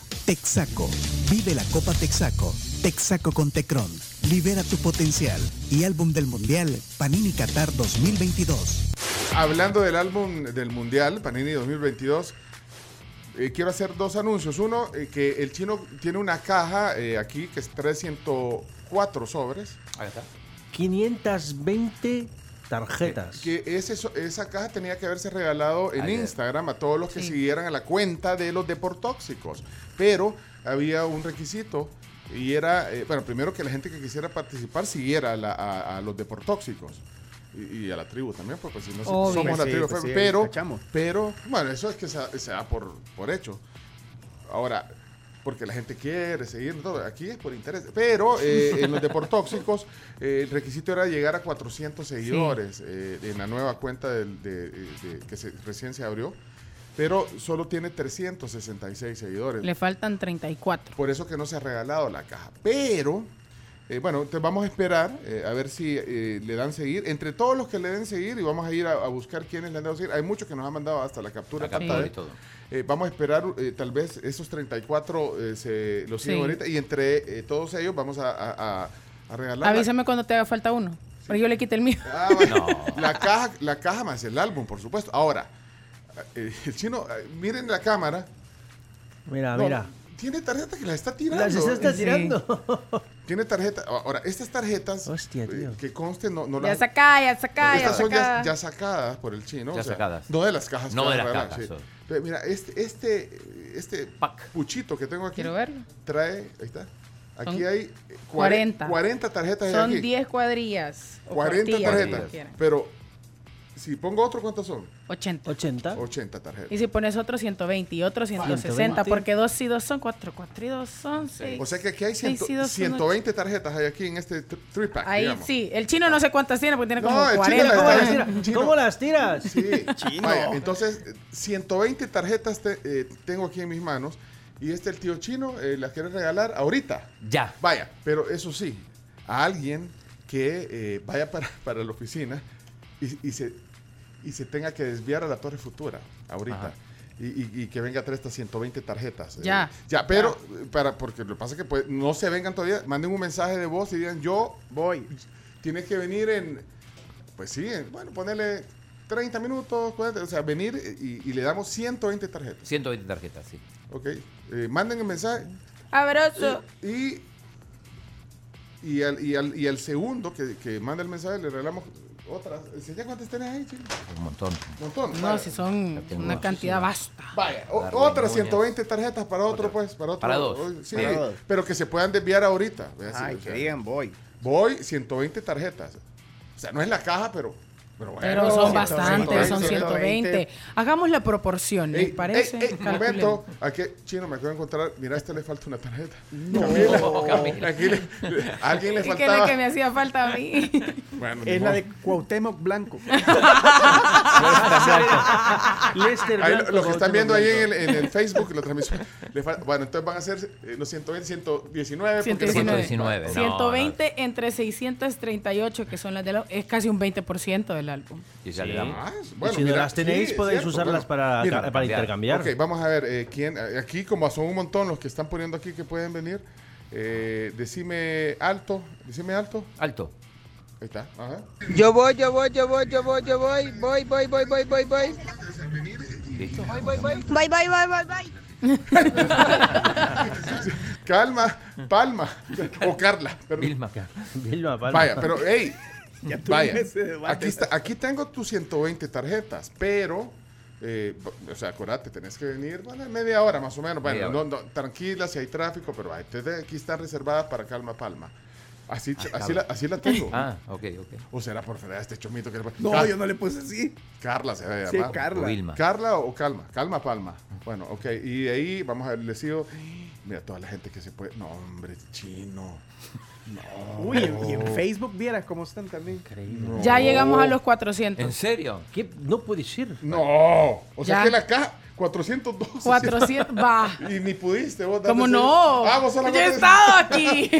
[SPEAKER 25] Texaco, Vive la Copa Texaco, Texaco con Tecron, Libera tu potencial y álbum del Mundial Panini Qatar 2022.
[SPEAKER 6] Hablando del álbum del Mundial, Panini 2022, eh, quiero hacer dos anuncios. Uno, eh, que el chino tiene una caja eh, aquí que es 304 sobres.
[SPEAKER 8] Ahí está.
[SPEAKER 14] 520 tarjetas.
[SPEAKER 6] Que ese so- esa caja tenía que haberse regalado en
[SPEAKER 14] Ayer.
[SPEAKER 6] Instagram a todos los que siguieran a la cuenta de los deportóxicos. Pero había un requisito y era, eh, bueno, primero que la gente que quisiera participar siguiera a, la- a- a los deportóxicos. Y, y a la tribu también, porque si no
[SPEAKER 1] Obvio.
[SPEAKER 6] somos la
[SPEAKER 1] Sí,
[SPEAKER 6] tribu.
[SPEAKER 1] pues sí,
[SPEAKER 6] pero,
[SPEAKER 1] cachamos.
[SPEAKER 6] pero, bueno, eso es que se, se da por, por hecho. Ahora, porque la gente quiere seguir, todo, aquí es por interés. Pero
[SPEAKER 7] (laughs)
[SPEAKER 6] eh, en los deportóxicos eh, el requisito era llegar a 400 seguidores eh, en la nueva cuenta del- de- eh, de- que se- recién se abrió, pero solo tiene 366 seguidores.
[SPEAKER 7] Le faltan 34.
[SPEAKER 6] Por eso que no se ha regalado la caja. Pero, eh, bueno, te vamos a esperar eh, a ver si eh, le dan seguir. Entre todos los que le den seguir y vamos a ir a, a buscar quiénes le han dado seguir. Hay muchos que nos han mandado hasta la captura.
[SPEAKER 8] Acá
[SPEAKER 6] tanta
[SPEAKER 8] todo y
[SPEAKER 6] vez.
[SPEAKER 8] todo.
[SPEAKER 6] Eh, vamos a esperar, eh, tal vez esos 34 eh, se, los siguen
[SPEAKER 7] Sí.
[SPEAKER 6] ahorita y entre eh, todos ellos vamos a, a- a- a regalar la-
[SPEAKER 7] Avísame cuando te haga falta uno. Pero yo le quité el mío.
[SPEAKER 6] Ah, la caja, la caja más el álbum, por supuesto. Ahora, eh, el chino, eh, miren la cámara.
[SPEAKER 14] Mira,
[SPEAKER 6] No,
[SPEAKER 14] Ah, mira.
[SPEAKER 6] tiene tarjeta que las está tirando.
[SPEAKER 14] Las está Sí. tirando.
[SPEAKER 6] Tiene tarjeta. Ahora, estas tarjetas. eh, Que conste, no, no
[SPEAKER 7] Ya
[SPEAKER 6] las.
[SPEAKER 7] saca, ya saca, ya
[SPEAKER 6] Estas son
[SPEAKER 7] saca.
[SPEAKER 6] ya, ya sacadas por el chino.
[SPEAKER 8] Ya
[SPEAKER 6] o sea,
[SPEAKER 8] sacadas.
[SPEAKER 6] No de las cajas.
[SPEAKER 8] No
[SPEAKER 6] que
[SPEAKER 8] de las
[SPEAKER 6] agarraron,
[SPEAKER 8] cajas,
[SPEAKER 6] sí.
[SPEAKER 8] son.
[SPEAKER 6] Pero mira, este, este, este puchito que tengo aquí.
[SPEAKER 7] Quiero verlo.
[SPEAKER 6] Trae, ahí está. Aquí
[SPEAKER 7] Son
[SPEAKER 6] hay eh, cuare-
[SPEAKER 7] 40.
[SPEAKER 6] 40 tarjetas.
[SPEAKER 7] Son
[SPEAKER 6] aquí.
[SPEAKER 7] 10 cuadrillas. o
[SPEAKER 6] 40
[SPEAKER 7] cuartillas, como
[SPEAKER 6] tarjetas.
[SPEAKER 7] quieran.
[SPEAKER 6] Pero si pongo otro, ¿cuántas son?
[SPEAKER 7] 80.
[SPEAKER 14] 80.
[SPEAKER 6] 80 tarjetas.
[SPEAKER 7] Y si pones otro 120 y otro 160,
[SPEAKER 6] 120.
[SPEAKER 7] porque 2 y 2 son 4, 4 y 2 son 6.
[SPEAKER 6] O sea que aquí hay ciento-
[SPEAKER 7] 120.
[SPEAKER 6] 120 tarjetas hay aquí en este tr- three pack.
[SPEAKER 7] Ahí
[SPEAKER 6] digamos.
[SPEAKER 7] sí, el chino no sé cuántas tiene, porque tiene
[SPEAKER 6] No,
[SPEAKER 7] como
[SPEAKER 6] el chino
[SPEAKER 7] 40.
[SPEAKER 6] las
[SPEAKER 7] como-
[SPEAKER 6] tiene.
[SPEAKER 14] ¿Cómo las tiras?
[SPEAKER 6] Sí, Vaya, entonces, eh, 120 tarjetas te- eh, tengo aquí en mis manos. Y este el tío chino eh, las quiere regalar ahorita.
[SPEAKER 8] Ya.
[SPEAKER 6] Vaya, pero eso sí, a alguien que eh, vaya para, para la oficina y, y se, y se tenga que desviar a la Torre Futura ahorita. Y, y- y que venga a traer estas 120 tarjetas. eh.
[SPEAKER 7] Ya.
[SPEAKER 6] ya, pero, eh, para, porque lo que pasa es que pues, no se vengan todavía. Manden un mensaje de voz y digan, yo voy. Tienes que venir en, pues sí, en- bueno, ponerle 30 minutos, 40, o sea, venir y, y le damos 120 tarjetas.
[SPEAKER 8] 120 tarjetas, sí.
[SPEAKER 6] Ok, eh, manden el mensaje
[SPEAKER 7] Abrazo.
[SPEAKER 6] y, y, al, y, al, y al segundo que, que manda el mensaje le regalamos otras. ¿Sí, ya cuántas tenés ahí, chino?
[SPEAKER 8] Un montón.
[SPEAKER 6] Montón.
[SPEAKER 7] No, si son
[SPEAKER 8] tengo
[SPEAKER 7] una
[SPEAKER 8] así,
[SPEAKER 7] cantidad
[SPEAKER 8] sí.
[SPEAKER 7] vasta.
[SPEAKER 6] Vaya, o-
[SPEAKER 8] Dar
[SPEAKER 6] otras
[SPEAKER 8] demonios.
[SPEAKER 6] 120 tarjetas para otro, pues, para otro.
[SPEAKER 8] Para dos.
[SPEAKER 6] Sí,
[SPEAKER 8] Para dos.
[SPEAKER 6] pero que se puedan desviar ahorita. ve así,
[SPEAKER 1] Ay,
[SPEAKER 6] o
[SPEAKER 1] que
[SPEAKER 6] sea,
[SPEAKER 1] digan, voy.
[SPEAKER 6] Voy, 120 tarjetas. O sea, no es la caja, pero. Pero, bueno,
[SPEAKER 7] Pero son
[SPEAKER 6] 120,
[SPEAKER 7] bastantes, son 120. Hagamos la proporción, ¿les
[SPEAKER 6] Ey,
[SPEAKER 7] parece?
[SPEAKER 6] ey, ey,
[SPEAKER 7] Calculemos.
[SPEAKER 6] momento, aquí, chino, me acabo de encontrar. Mira, a este le falta una tarjeta.
[SPEAKER 1] No. (laughs)
[SPEAKER 7] Camila.
[SPEAKER 6] Aquí le- le- a alguien le
[SPEAKER 7] Es que la
[SPEAKER 6] faltaba.
[SPEAKER 7] que me hacía falta
[SPEAKER 6] (laughs)
[SPEAKER 7] a mí. (laughs)
[SPEAKER 6] Bueno, ni
[SPEAKER 1] Es la
[SPEAKER 6] (laughs) modo.
[SPEAKER 1] de Cuauhtémoc Blanco.
[SPEAKER 6] Ahí lo- los que están viendo ahí en el, en el Facebook, la transmisión. le fal- bueno, entonces van a ser eh, los 120, 119. porque
[SPEAKER 7] 119.
[SPEAKER 8] 119, no,
[SPEAKER 7] 120 entre 638, que son las de la... Es casi un 20% del álbum.
[SPEAKER 8] Y ya
[SPEAKER 14] Sí.
[SPEAKER 8] le damos.
[SPEAKER 6] Ah,
[SPEAKER 14] Y
[SPEAKER 6] bueno,
[SPEAKER 14] si no
[SPEAKER 6] mira,
[SPEAKER 14] las tenéis,
[SPEAKER 6] sí, es
[SPEAKER 14] podéis
[SPEAKER 6] cierto,
[SPEAKER 14] usarlas
[SPEAKER 6] bueno.
[SPEAKER 14] para,
[SPEAKER 6] Mira,
[SPEAKER 14] para
[SPEAKER 6] cambiar.
[SPEAKER 14] intercambiar.
[SPEAKER 6] Ok, vamos a ver eh, quién. Aquí, como son un montón los que están poniendo aquí que pueden venir, eh, decime alto. Decime alto.
[SPEAKER 8] Alto.
[SPEAKER 6] Ahí está. Ajá.
[SPEAKER 16] Yo voy, yo voy, yo voy, yo voy, yo voy, voy, voy, voy, voy, voy, voy.
[SPEAKER 8] Listo.
[SPEAKER 16] Voy, voy, voy. Voy, voy, voy, voy, voy.
[SPEAKER 6] Calma, Palma. O Carla. perdón.
[SPEAKER 8] Vilma.
[SPEAKER 14] Vilma, Palma.
[SPEAKER 6] Vaya, pero hey.
[SPEAKER 1] Ya tuvimos
[SPEAKER 6] vaya.
[SPEAKER 1] ese debate.
[SPEAKER 6] Aquí, está, aquí tengo tus 120 tarjetas, pero. eh, o sea, acordate, tenés que venir bueno, media hora más o menos. Bueno,
[SPEAKER 8] Media hora.
[SPEAKER 6] no, no, tranquila si hay tráfico, pero ay, te- te- aquí están reservadas para Calma Palma.
[SPEAKER 1] Ah,
[SPEAKER 6] Así, así, la, así la tengo.
[SPEAKER 8] Ah, ok, ok.
[SPEAKER 6] ¿O será por fregar este chomito que le
[SPEAKER 1] No, yo no le puse así.
[SPEAKER 6] Carla se debe
[SPEAKER 1] Sí,
[SPEAKER 6] llamar.
[SPEAKER 1] Carla. O Vilma.
[SPEAKER 6] Carla o Calma. Calma Palma. Bueno, ok. Y de ahí vamos a ver, le sigo. Mira, toda la gente que se puede. No, hombre, chino. No.
[SPEAKER 1] Uy, en- y en Facebook vieras cómo están también.
[SPEAKER 6] Increíble.
[SPEAKER 7] Ya llegamos
[SPEAKER 6] Oh.
[SPEAKER 7] a los 400.
[SPEAKER 8] ¿En serio?
[SPEAKER 14] ¿Qué? No puede ser.
[SPEAKER 6] No. O sea
[SPEAKER 7] Ya.
[SPEAKER 6] que la caja 412. (laughs)
[SPEAKER 7] 400, va.
[SPEAKER 6] Y ni pudiste vos.
[SPEAKER 7] ¿Cómo
[SPEAKER 6] darte-
[SPEAKER 7] no?
[SPEAKER 6] Ah, vos
[SPEAKER 7] Yo he
[SPEAKER 6] solamente-
[SPEAKER 7] estado
[SPEAKER 14] (laughs)
[SPEAKER 7] aquí.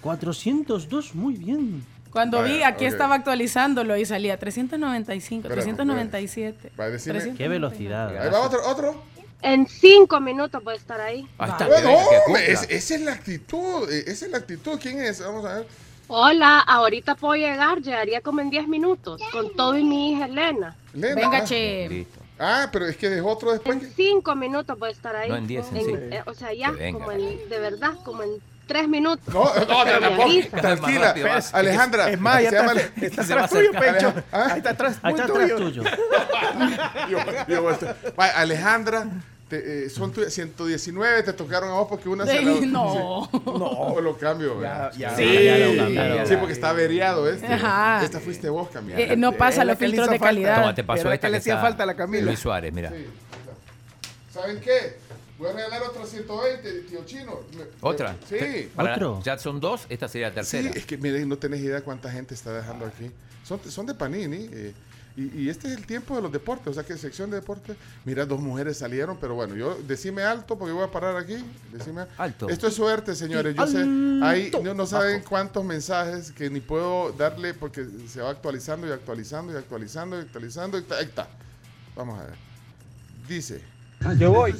[SPEAKER 14] 402, muy bien.
[SPEAKER 7] Cuando vi,
[SPEAKER 14] Vaya,
[SPEAKER 7] aquí
[SPEAKER 14] ok.
[SPEAKER 7] estaba actualizándolo y salía 395,
[SPEAKER 14] Espera,
[SPEAKER 7] 397.
[SPEAKER 6] Va, decime.
[SPEAKER 7] 300.
[SPEAKER 14] Qué velocidad.
[SPEAKER 6] Ahí va otro, otro.
[SPEAKER 17] En cinco minutos puede estar ahí.
[SPEAKER 14] está,
[SPEAKER 6] Ah, Bueno,
[SPEAKER 14] que venga, que
[SPEAKER 6] hombre,
[SPEAKER 14] cumpla.
[SPEAKER 6] es- esa es la actitud. eh, Esa es la actitud. ¿Quién es? Vamos a ver.
[SPEAKER 17] Hola, ahorita puedo llegar, llegaría como en 10 minutos, con todo y mi hija Elena.
[SPEAKER 6] Elena.
[SPEAKER 17] Venga,
[SPEAKER 6] Ah.
[SPEAKER 17] che.
[SPEAKER 6] Ah, pero es que dejó otro después. que-
[SPEAKER 17] En 5 minutos puede estar ahí.
[SPEAKER 6] No, en 10, en cinco.
[SPEAKER 17] eh, O sea, ya,
[SPEAKER 6] Que venga.
[SPEAKER 17] como en, de verdad, como en 3 minutos.
[SPEAKER 6] No, no, no,
[SPEAKER 17] Me
[SPEAKER 6] no,
[SPEAKER 17] avisa.
[SPEAKER 6] tranquila,
[SPEAKER 1] Más rápido,
[SPEAKER 6] Alejandra.
[SPEAKER 1] vas. Es más, ya
[SPEAKER 6] se
[SPEAKER 1] está-
[SPEAKER 6] llama-
[SPEAKER 1] está atrás Se va a tuyo, acercar. Pencho.
[SPEAKER 6] ¿Ah?
[SPEAKER 1] Ahí está atrás, Ahí muy está atrás tuyo. tuyo.
[SPEAKER 6] (laughs) Yo- yo vuelto. Vaya, Alejandra, te, eh, son tuyas, 119 te tocaron a vos porque una se
[SPEAKER 7] Sí,
[SPEAKER 6] la-
[SPEAKER 7] no.
[SPEAKER 6] sí. No, lo cambio.
[SPEAKER 1] Ya,
[SPEAKER 6] ¿verdad?
[SPEAKER 1] ya.
[SPEAKER 6] sí,
[SPEAKER 1] Ya lo cambiaron.
[SPEAKER 6] sí, porque está averiado este.
[SPEAKER 7] Ajá.
[SPEAKER 6] Esta fuiste vos, Camila.
[SPEAKER 7] Eh, no pasa los filtros de calidad.
[SPEAKER 8] Toma, te pasó
[SPEAKER 6] Era
[SPEAKER 8] esta
[SPEAKER 6] que le
[SPEAKER 8] que
[SPEAKER 6] hacía
[SPEAKER 8] está
[SPEAKER 6] falta a la Camila.
[SPEAKER 8] Luis Suárez, mira.
[SPEAKER 6] ¿Saben qué? Voy a regalar otros 120, tío chino. Me-
[SPEAKER 13] Oh.
[SPEAKER 8] ¿Otra?
[SPEAKER 6] Sí.
[SPEAKER 8] Para- Ya son dos, esta sería la (laughs) tercera.
[SPEAKER 6] Sí, es que miren, no tenés idea cuánta gente está dejando aquí. Son, son de Panini. eh, y, y este es el tiempo de los deportes, o sea que sección de deportes. Mira, dos mujeres salieron, pero bueno, yo decime alto porque voy a parar aquí. Decime alto. Esto es suerte, señores. Yo sé, hay, no, no saben cuántos mensajes que ni puedo darle porque se va actualizando y actualizando y actualizando y actualizando. y ta- ahí está. Vamos a ver. Dice.
[SPEAKER 16] Ah, Yo voy.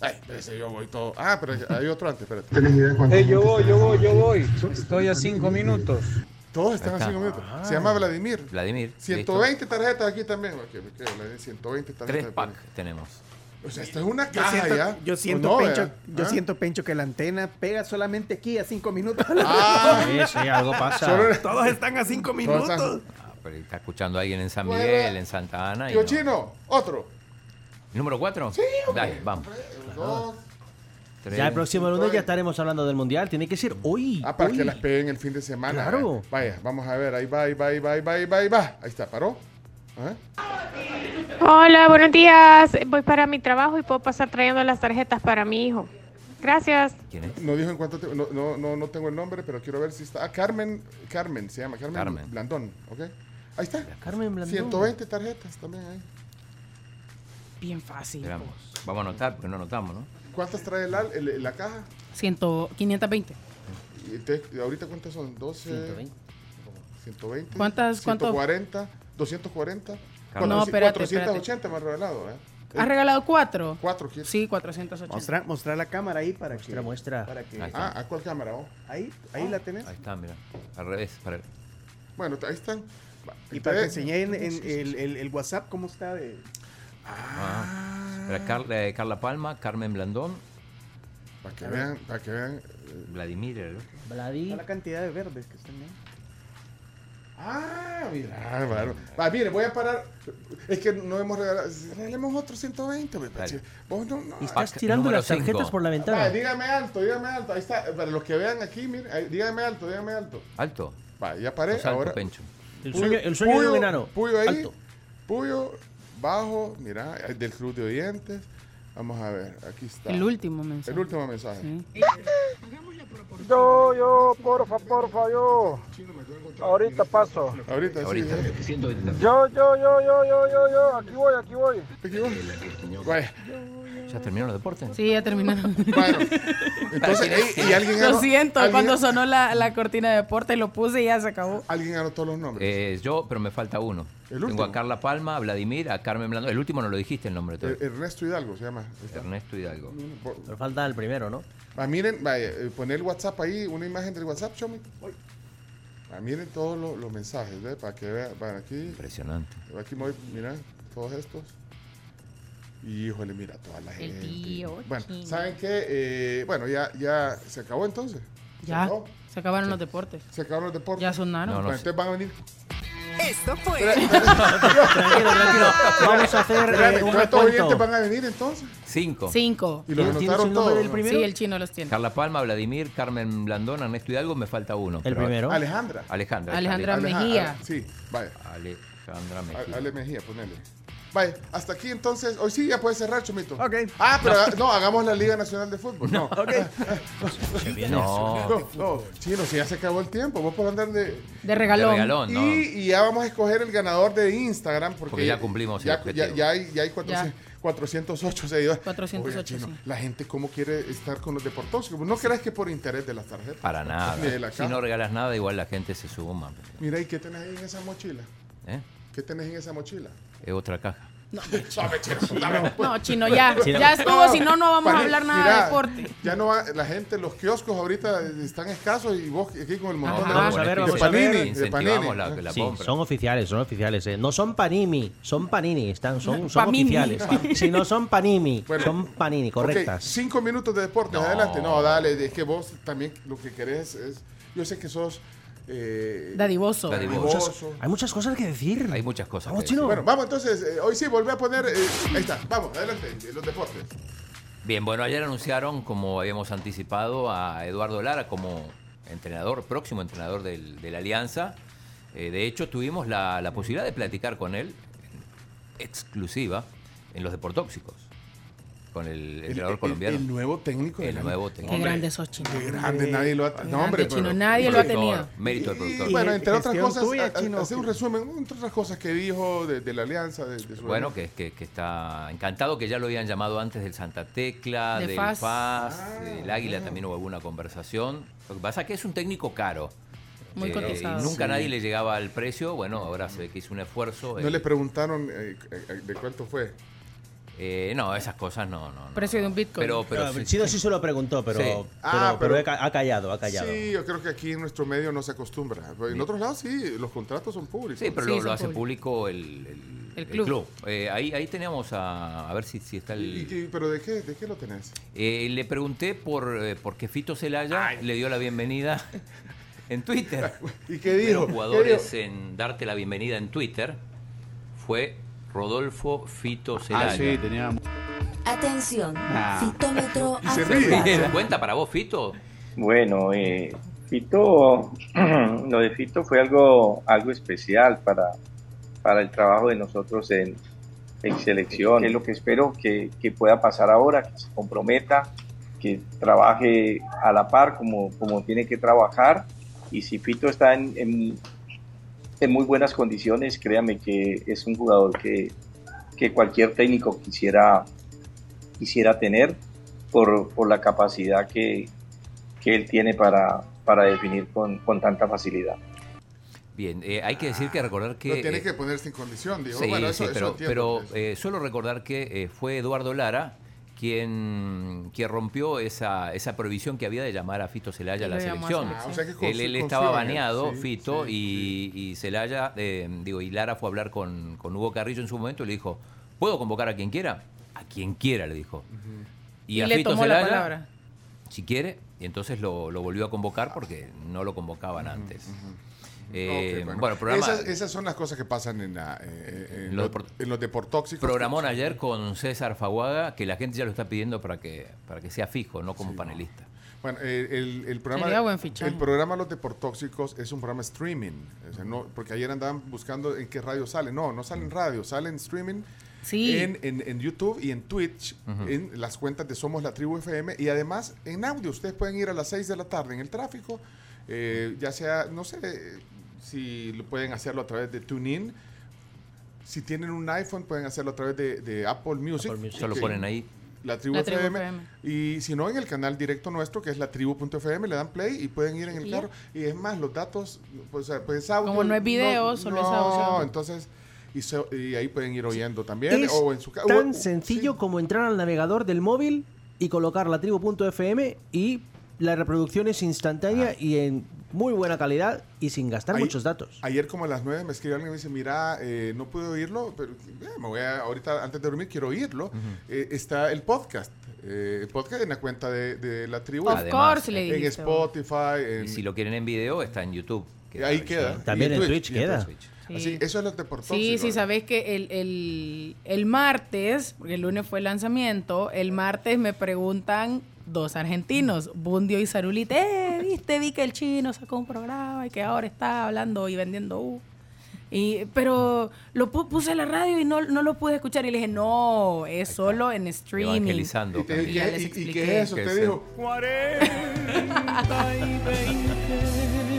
[SPEAKER 6] Ay, ese yo voy todo. Ah, pero hay otro antes, espérate.
[SPEAKER 16] Ey, yo voy, yo voy, yo voy. Estoy a 5 minutos.
[SPEAKER 6] Todos están a 5 minutos. Se llama Vladimir.
[SPEAKER 8] Vladimir. Ah. listo.
[SPEAKER 6] 120 tarjetas aquí también. Ok, me quedo, la de 120 tarjetas.
[SPEAKER 8] Tres pack tenemos.
[SPEAKER 6] O sea, esto es una
[SPEAKER 1] Yo
[SPEAKER 6] caja
[SPEAKER 1] siento,
[SPEAKER 6] ya.
[SPEAKER 1] yo siento,
[SPEAKER 6] ¿O no,
[SPEAKER 1] Pencho,
[SPEAKER 6] eh?
[SPEAKER 1] yo
[SPEAKER 6] ¿Ah?
[SPEAKER 1] siento, Pencho, que la antena pega solamente aquí a cinco minutos.
[SPEAKER 6] Ah,
[SPEAKER 8] Sí, sí, algo pasa.
[SPEAKER 6] Solo-
[SPEAKER 1] Todos (laughs) están a cinco
[SPEAKER 6] Todos
[SPEAKER 1] minutos.
[SPEAKER 6] están-
[SPEAKER 8] Ah, pero está escuchando a alguien en San
[SPEAKER 6] Bueno,
[SPEAKER 8] Miguel, en Santa Ana. y
[SPEAKER 6] Tío
[SPEAKER 8] no.
[SPEAKER 6] chino, otro.
[SPEAKER 8] ¿Número 4?
[SPEAKER 6] Sí, hombre.
[SPEAKER 8] Dale, vamos.
[SPEAKER 6] Dos.
[SPEAKER 8] Tres.
[SPEAKER 14] Ya el próximo lunes ya estaremos hablando del mundial. Tiene que ser hoy.
[SPEAKER 6] Ah, para
[SPEAKER 14] hoy.
[SPEAKER 6] que las peguen el fin de semana.
[SPEAKER 14] Claro.
[SPEAKER 6] eh. Vaya, vamos a ver. Ahí va, ahí va, ahí va, ahí va, ahí va, ahí va. Ahí está, paró. ¿Ah?
[SPEAKER 2] Hola, buenos días. Voy para mi trabajo y puedo pasar trayendo las tarjetas para mi hijo. Gracias.
[SPEAKER 8] ¿Quién es?
[SPEAKER 6] No dijo en cuánto tiempo, no, no, no, no tengo el nombre, pero quiero ver si está. Ah, Carmen, Carmen se llama, Carmen,
[SPEAKER 8] Carmen.
[SPEAKER 6] Blandón, ¿ok? Ahí está.
[SPEAKER 14] Carmen Blandón.
[SPEAKER 6] 120 tarjetas también ahí.
[SPEAKER 7] Bien fácil.
[SPEAKER 8] Esperamos. Vamos a anotar porque no anotamos, ¿no?
[SPEAKER 6] ¿Cuántas trae el al- el- la caja?
[SPEAKER 7] 100, 520.
[SPEAKER 6] Y te- y ahorita cuántas son? 12.
[SPEAKER 7] 120.
[SPEAKER 6] 120.
[SPEAKER 7] ¿Cuántas- cuánto?
[SPEAKER 6] 140, 240.
[SPEAKER 7] Carmen. No,
[SPEAKER 6] cuatroci-
[SPEAKER 7] espérate,
[SPEAKER 6] 480 más regalado, ¿eh?
[SPEAKER 7] ¿Has regalado cuatro?
[SPEAKER 6] Cuatro,
[SPEAKER 7] Sí, 480.
[SPEAKER 1] Mostrar la cámara ahí para que. Muestra, Para que,
[SPEAKER 8] Ahí está.
[SPEAKER 6] Ah, ¿a cuál cámara? Ah. vos?
[SPEAKER 1] Ahí, ahí la tenés.
[SPEAKER 8] Ahí está, mira. Al revés. para-
[SPEAKER 6] Bueno, ahí están.
[SPEAKER 1] Y para que
[SPEAKER 6] Entonces-
[SPEAKER 1] enseñé en, en el, el- el WhatsApp cómo está de.
[SPEAKER 8] Ah. Espera, Car- eh, Carla Palma, Carmen Blandón.
[SPEAKER 6] Para que vean, para que vean.
[SPEAKER 8] Vladimir, ¿eh? el otro.
[SPEAKER 1] está la cantidad de verdes que están ahí.
[SPEAKER 6] Ah, mira. Ah, bárbaro. Ah, mire, voy a parar. Es que no hemos regalado. Regalemos otros 120, me parece. Vos no, no.
[SPEAKER 14] Estás tirando las tarjetas por la ventana.
[SPEAKER 6] Ah, dígame alto, dígame alto. Ahí está. Para los que vean aquí, mire. ahí, dígame alto, dígame alto.
[SPEAKER 8] Alto.
[SPEAKER 6] Va, ya paré.
[SPEAKER 8] Sos alto,
[SPEAKER 6] ahora.
[SPEAKER 8] Pencho.
[SPEAKER 14] El sueño- el sueño de un enano.
[SPEAKER 6] Puyo ahí.
[SPEAKER 14] Alto.
[SPEAKER 6] Puyo, bajo, mira, del club de oyentes. Vamos a ver, aquí está.
[SPEAKER 7] El último mensaje.
[SPEAKER 6] El último mensaje.
[SPEAKER 18] Yo, yo, porfa, porfa, yo. Ahorita paso.
[SPEAKER 6] Ahorita,
[SPEAKER 8] Ahorita.
[SPEAKER 6] sí.
[SPEAKER 18] Yo, yo, yo, yo, yo, yo, yo. Aquí voy, aquí voy.
[SPEAKER 6] Vaya.
[SPEAKER 8] ¿Ya terminaron los deportes?
[SPEAKER 7] Sí, ya
[SPEAKER 6] (laughs)
[SPEAKER 7] terminaron.
[SPEAKER 6] Entonces, ey, y alguien
[SPEAKER 7] Lo
[SPEAKER 6] ganó-
[SPEAKER 7] siento,
[SPEAKER 6] alguien-
[SPEAKER 7] cuando sonó la, la cortina de deporte y lo puse y ya se acabó.
[SPEAKER 6] Alguien anotó los nombres.
[SPEAKER 8] Eh, yo, pero me falta uno. Tengo a Carla Palma, a Vladimir, a Carmen Blandón. El último no lo dijiste el nombre todo.
[SPEAKER 6] Eh, Ernesto Hidalgo se llama. Ahí está.
[SPEAKER 8] Ernesto Hidalgo.
[SPEAKER 6] Pero
[SPEAKER 14] falta el primero, ¿no?
[SPEAKER 6] Ah, miren, vaya, eh, poner el WhatsApp ahí, una imagen del WhatsApp, Chomi. Ah, miren todos los, los mensajes, ¿ve? Para que vean, van aquí.
[SPEAKER 8] Impresionante.
[SPEAKER 6] Aquí me voy, mira, todos estos. Y híjole, mira, toda la gente.
[SPEAKER 7] tío
[SPEAKER 6] Bueno,
[SPEAKER 7] Chino.
[SPEAKER 6] ¿saben qué? Eh, bueno, ya, ya se acabó entonces.
[SPEAKER 7] Ya, se acabaron los deportes.
[SPEAKER 6] Se acabaron los deportes.
[SPEAKER 7] Ya sonaron. Pues.
[SPEAKER 6] Bueno, entonces van a venir.
[SPEAKER 5] Esto
[SPEAKER 14] (laughs)
[SPEAKER 6] (laughs)
[SPEAKER 5] fue.
[SPEAKER 14] Tranquilo, tranquilo. Vamos a hacer
[SPEAKER 6] Espérame,
[SPEAKER 14] eh, un
[SPEAKER 6] ¿todos estos oyentes
[SPEAKER 14] recuento.
[SPEAKER 6] van a venir entonces?
[SPEAKER 8] Cinco.
[SPEAKER 7] Cinco.
[SPEAKER 6] Y los anotaron todos.
[SPEAKER 7] Sí, el chino los tiene.
[SPEAKER 8] Carla Palma, Vladimir, Carmen Blandón, Ernesto Hidalgo, me falta uno. pero-
[SPEAKER 14] primero.
[SPEAKER 6] Alejandra.
[SPEAKER 8] Alejandra.
[SPEAKER 7] Alejandra
[SPEAKER 8] Alejandra.
[SPEAKER 7] Mejía.
[SPEAKER 6] Ale- sí, vaya.
[SPEAKER 8] Alejandra
[SPEAKER 6] A-
[SPEAKER 8] Mejía.
[SPEAKER 6] Ale Mejía, ponele. Vaya, hasta aquí entonces. Hoy sí ya puedes cerrar, Chomito.
[SPEAKER 1] Ok.
[SPEAKER 6] Ah, pero ha- no, hagamos la Liga Nacional de Fútbol. No.
[SPEAKER 1] Ok.
[SPEAKER 8] No.
[SPEAKER 6] No, no, chino, si ya se acabó el tiempo, vos por andar de,
[SPEAKER 7] De regalón.
[SPEAKER 8] De regalón, no.
[SPEAKER 6] y, y ya vamos a escoger el ganador de Instagram porque,
[SPEAKER 8] Porque ya cumplimos el
[SPEAKER 6] ya,
[SPEAKER 8] objetivo.
[SPEAKER 6] ya- ya hay, ya hay 400 408 seguidores.
[SPEAKER 7] 408, sí.
[SPEAKER 6] La gente cómo quiere estar con los deportos. ¿No crees que por interés de las tarjetas?
[SPEAKER 8] Para
[SPEAKER 6] Ni de la
[SPEAKER 8] nada. Si
[SPEAKER 6] caja.
[SPEAKER 8] no regalas nada, igual la gente se suma.
[SPEAKER 6] Mira, ¿y qué tenés ahí en esa mochila?
[SPEAKER 8] ¿eh?
[SPEAKER 6] ¿Qué tenés en esa mochila?
[SPEAKER 8] Es otra caja.
[SPEAKER 14] (laughs)
[SPEAKER 6] Suave, chino, dame un
[SPEAKER 7] No, chino, ya. Ya estuvo, si no, no vamos a
[SPEAKER 6] Vale,
[SPEAKER 7] hablar nada
[SPEAKER 6] mira,
[SPEAKER 7] de deporte.
[SPEAKER 6] Ya no va, la gente, los kioscos ahorita están escasos y vos aquí con el montón
[SPEAKER 14] Ajá.
[SPEAKER 6] de
[SPEAKER 14] Vamos a ver, vamos a ver.
[SPEAKER 6] Panini, de Panini.
[SPEAKER 8] Incentivamos la- la
[SPEAKER 14] Sí,
[SPEAKER 8] compra.
[SPEAKER 14] son oficiales, son oficiales. eh. No son Panini, son Panini. Están, son, son
[SPEAKER 6] Pamini.
[SPEAKER 14] oficiales. (laughs) Si no son Panini,
[SPEAKER 6] Bueno.
[SPEAKER 14] son Panini,
[SPEAKER 6] Ok,
[SPEAKER 14] correctas.
[SPEAKER 6] cinco minutos de deportes,
[SPEAKER 14] No.
[SPEAKER 6] adelante. No, dale, es que vos también lo que querés es. Yo sé que sos. Eh,
[SPEAKER 7] Dadivoso.
[SPEAKER 14] Hay, muchas, hay muchas cosas que decir. Hay
[SPEAKER 8] muchas cosas.
[SPEAKER 14] Vamos, chino.
[SPEAKER 6] Bueno, vamos entonces. eh, hoy sí, volví a poner. eh, ahí está, vamos, adelante, eh, los deportes.
[SPEAKER 8] Bien, bueno, ayer anunciaron, como habíamos anticipado, a Eduardo Lara como entrenador, próximo entrenador del- de la Alianza. Eh, de hecho, tuvimos la, la posibilidad de platicar con él, en exclusiva, en los deportóxicos, con el entrenador colombiano.
[SPEAKER 6] el nuevo técnico.
[SPEAKER 8] El
[SPEAKER 6] de la-
[SPEAKER 8] nuevo técnico.
[SPEAKER 7] Qué grande sos, chino.
[SPEAKER 6] Qué grande, nadie lo ha.
[SPEAKER 7] Qué
[SPEAKER 6] No, hombre,
[SPEAKER 7] grande, chino,
[SPEAKER 6] pero-
[SPEAKER 7] nadie lo ha tenido.
[SPEAKER 8] Mérito del productor.
[SPEAKER 6] Y bueno, entre otras
[SPEAKER 1] gestión
[SPEAKER 6] cosas,
[SPEAKER 1] tuya,
[SPEAKER 6] a- a-
[SPEAKER 1] Chino,
[SPEAKER 6] hacer un
[SPEAKER 1] que-
[SPEAKER 6] resumen, entre otras cosas que dijo de, de la alianza, de, de su
[SPEAKER 8] Bueno, que, que, que está encantado, que ya lo habían llamado antes del Santa Tecla,
[SPEAKER 7] De
[SPEAKER 8] del
[SPEAKER 7] Faz.
[SPEAKER 8] Paz,
[SPEAKER 6] Ah,
[SPEAKER 8] del Águila, también hubo alguna conversación. Lo que pasa es que es un técnico caro. Eh,
[SPEAKER 7] Muy cotizado.
[SPEAKER 8] y nunca
[SPEAKER 7] Sí.
[SPEAKER 8] nadie le llegaba al precio. Bueno, ahora se ve que hizo un esfuerzo.
[SPEAKER 6] No
[SPEAKER 8] Eh,
[SPEAKER 6] le preguntaron eh, eh, de cuánto fue.
[SPEAKER 8] eh, no, esas cosas no, no, no.
[SPEAKER 7] Precio de un Bitcoin.
[SPEAKER 8] Pero, pero
[SPEAKER 14] Ah,
[SPEAKER 8] sí.
[SPEAKER 14] Chino sí se lo preguntó, pero,
[SPEAKER 8] Sí.
[SPEAKER 14] pero,
[SPEAKER 6] Ah,
[SPEAKER 14] pero
[SPEAKER 6] pero-
[SPEAKER 14] he ca- ha callado, ha callado.
[SPEAKER 6] Sí, yo creo que aquí en nuestro medio no se acostumbra. Pero En
[SPEAKER 8] Bien.
[SPEAKER 6] otros lados sí, los contratos son públicos.
[SPEAKER 8] Sí, pero lo, lo hace público el, el-
[SPEAKER 7] El
[SPEAKER 8] club. Eh, ahí, ahí tenemos a, a ver si, si está el.
[SPEAKER 6] ¿Y qué- ¿Pero de qué, de qué lo tenés?
[SPEAKER 8] Eh, le pregunté por, eh, por qué Fito Celaya le dio la bienvenida (laughs) en Twitter.
[SPEAKER 6] ¿Y qué dijo?
[SPEAKER 8] Los
[SPEAKER 6] ¿Qué
[SPEAKER 8] jugadores en darte la bienvenida en Twitter fue Rodolfo
[SPEAKER 6] Ah,
[SPEAKER 8] Fito Celaya.
[SPEAKER 19] sí, tenía-
[SPEAKER 20] Atención,
[SPEAKER 8] Ah. (laughs)
[SPEAKER 20] fitómetro
[SPEAKER 8] Se
[SPEAKER 20] activado.
[SPEAKER 8] ríe. ¿Te cuenta para vos, Fito?
[SPEAKER 21] Bueno, eh, Fito, (clears throat) lo de Fito fue algo, algo especial para, para el trabajo de nosotros en, en selección. Es lo que espero que, que pueda pasar ahora, que se comprometa, que trabaje a la par como, como tiene que trabajar. Y si Fito está en, en- en muy buenas condiciones, créame que es un jugador que, que cualquier técnico quisiera, quisiera tener por, por la capacidad que, que él tiene para, para definir con, con tanta facilidad.
[SPEAKER 8] Bien, eh, hay que decir que recordar que.
[SPEAKER 6] Lo tiene
[SPEAKER 8] eh,
[SPEAKER 6] que poner sin condición, digo.
[SPEAKER 8] Sí,
[SPEAKER 6] bueno, eso,
[SPEAKER 8] sí,
[SPEAKER 6] eso
[SPEAKER 8] pero,
[SPEAKER 6] entiendo.
[SPEAKER 8] pero, eh, solo recordar que eh, fue Eduardo Lara quien, quien rompió esa, esa prohibición que había de llamar a Fito Celaya a la
[SPEAKER 6] Lo llamó a
[SPEAKER 8] selección.
[SPEAKER 6] selección. Ah, o sea que con-
[SPEAKER 8] él, él
[SPEAKER 6] confío
[SPEAKER 8] estaba
[SPEAKER 6] en él,
[SPEAKER 8] baneado,
[SPEAKER 6] sí,
[SPEAKER 8] Fito, y, y Celaya, eh, digo, y Lara fue a hablar con, con Hugo Carrillo en su momento y le dijo, ¿puedo convocar a quien quiera? A quien quiera, le dijo.
[SPEAKER 7] Y le tomó la palabra.
[SPEAKER 8] si quiere, y entonces lo, lo volvió a convocar porque no lo convocaban antes. Eh,
[SPEAKER 6] Ok,
[SPEAKER 8] bueno, el programa...
[SPEAKER 6] esas, esas son las cosas que pasan en, la- eh, eh, en
[SPEAKER 8] Los
[SPEAKER 6] los, en los deportóxicos.
[SPEAKER 8] Programón ayer con César Faguaga, que la gente ya lo está pidiendo para que, para que sea fijo, no como panelista.
[SPEAKER 6] Bueno, eh, el, el programa.
[SPEAKER 7] Sería buen fichaje.
[SPEAKER 6] El programa Los Deportóxicos es un programa streaming. O sea, no, porque ayer andaban buscando en qué radio sale. No, no sale en radio, sale en streaming.
[SPEAKER 7] Sí.
[SPEAKER 6] En, en- en YouTube y en Twitch,
[SPEAKER 8] Ujú.
[SPEAKER 6] en las cuentas de Somos la Tribu FM y además en audio. Ustedes pueden ir a las 6 de la tarde en el tráfico, eh, ya sea, no sé eh, si lo pueden hacerlo a través de TuneIn. Si tienen un iPhone, pueden hacerlo a través de, de Apple Music.
[SPEAKER 8] Solo
[SPEAKER 6] que-
[SPEAKER 8] ponen ahí.
[SPEAKER 6] la tribu,
[SPEAKER 7] La Tribu
[SPEAKER 6] FM,
[SPEAKER 7] FM.
[SPEAKER 6] Y si no, en el canal directo nuestro, que es la tribu.fm, le dan play y pueden ir en el
[SPEAKER 7] ¿Y ya?
[SPEAKER 6] carro. Y es más, los datos, pues, o sea, pues, audio,
[SPEAKER 7] Como no es video, solo es audio.
[SPEAKER 6] entonces, y, so- y ahí pueden ir oyendo también.
[SPEAKER 14] Es
[SPEAKER 6] o en su ca- o-
[SPEAKER 14] tan
[SPEAKER 6] o-
[SPEAKER 14] sencillo como entrar al navegador del móvil y colocar la tribu.fm y la reproducción es instantánea y en muy buena calidad y sin gastar
[SPEAKER 6] Ahí-
[SPEAKER 14] muchos datos.
[SPEAKER 6] Ayer como a las 9 me escribió alguien y me dice, mira, eh, no pude oírlo, pero eh, me voy a, ahorita antes de dormir quiero oírlo. Eh, está el podcast, eh, el podcast en la cuenta de, de la tribu.
[SPEAKER 7] Of Además, course, le
[SPEAKER 6] En
[SPEAKER 7] dijiste.
[SPEAKER 1] Ah,
[SPEAKER 6] Spotify, en,
[SPEAKER 8] Y si lo quieren en video, está en YouTube.
[SPEAKER 6] ahí queda. Y y
[SPEAKER 7] Sí.
[SPEAKER 6] Así, eso es los deportóxicos.
[SPEAKER 7] Sí, sí, sabes que el, el, el martes, porque el lunes fue el lanzamiento, el martes me preguntan dos argentinos, Bundio y Zarulit, eh, viste, vi que el chino sacó un programa y que ahora está hablando y vendiendo U. Y, pero lo pu- puse en la radio y no, no lo pude escuchar y le dije, no, es solo en streaming.
[SPEAKER 8] Evangelizando.
[SPEAKER 6] ¿Y, te- y-
[SPEAKER 8] también.
[SPEAKER 6] y- y qué es eso?
[SPEAKER 8] Que
[SPEAKER 6] Te
[SPEAKER 8] se-
[SPEAKER 6] dijo,
[SPEAKER 7] (laughs)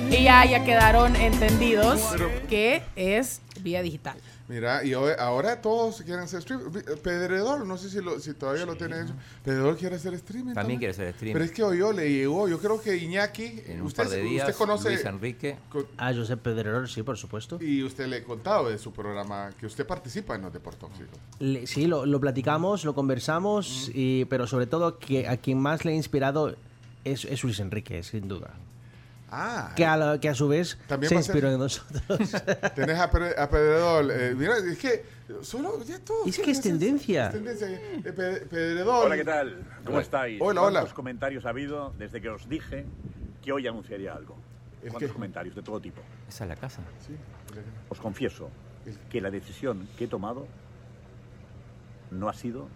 [SPEAKER 7] Y ya, ya quedaron entendidos que es vía digital.
[SPEAKER 6] Mira, y hoy- ahora todos quieren hacer streaming. Vi- eh, Pedredor, no sé si, lo- si todavía lo tiene eso. Pedredor quiere hacer streaming.
[SPEAKER 8] También quiere hacer streaming.
[SPEAKER 6] Pero es que hoy le llegó, yo creo que Iñaki,
[SPEAKER 8] En un
[SPEAKER 6] usted,
[SPEAKER 8] par de
[SPEAKER 6] usted
[SPEAKER 8] días,
[SPEAKER 6] conoce
[SPEAKER 8] Luis Enrique.
[SPEAKER 14] Ah, Josep Pedrerol, sí, por supuesto.
[SPEAKER 6] y usted le he contado de su programa que usted participa en los deportóxicos.
[SPEAKER 14] Le- sí, lo, lo platicamos, lo conversamos, y, pero sobre todo que a quien más le ha inspirado es, es Luis Enrique, sin duda.
[SPEAKER 6] Ah,
[SPEAKER 14] Que a, la- que a su vez
[SPEAKER 6] También
[SPEAKER 14] se
[SPEAKER 6] va a ser-
[SPEAKER 14] inspiró en nosotros.
[SPEAKER 6] (laughs) tenés a, Pedre- a Pedredor. eh, mira, es que solo ya todos.
[SPEAKER 14] Es que
[SPEAKER 6] quieren
[SPEAKER 14] es
[SPEAKER 6] hacer-
[SPEAKER 14] tendencia.
[SPEAKER 6] es tendencia. Eh, Pe- Pedredor.
[SPEAKER 23] Hola, ¿qué tal? ¿Cómo estáis?
[SPEAKER 6] Hola, hola.
[SPEAKER 23] ¿Cuántos comentarios ha habido desde que os dije que hoy anunciaría algo? ¿Cuántos comentarios de todo tipo?
[SPEAKER 8] Esa es la casa.
[SPEAKER 23] Os confieso que la decisión que he tomado no ha sido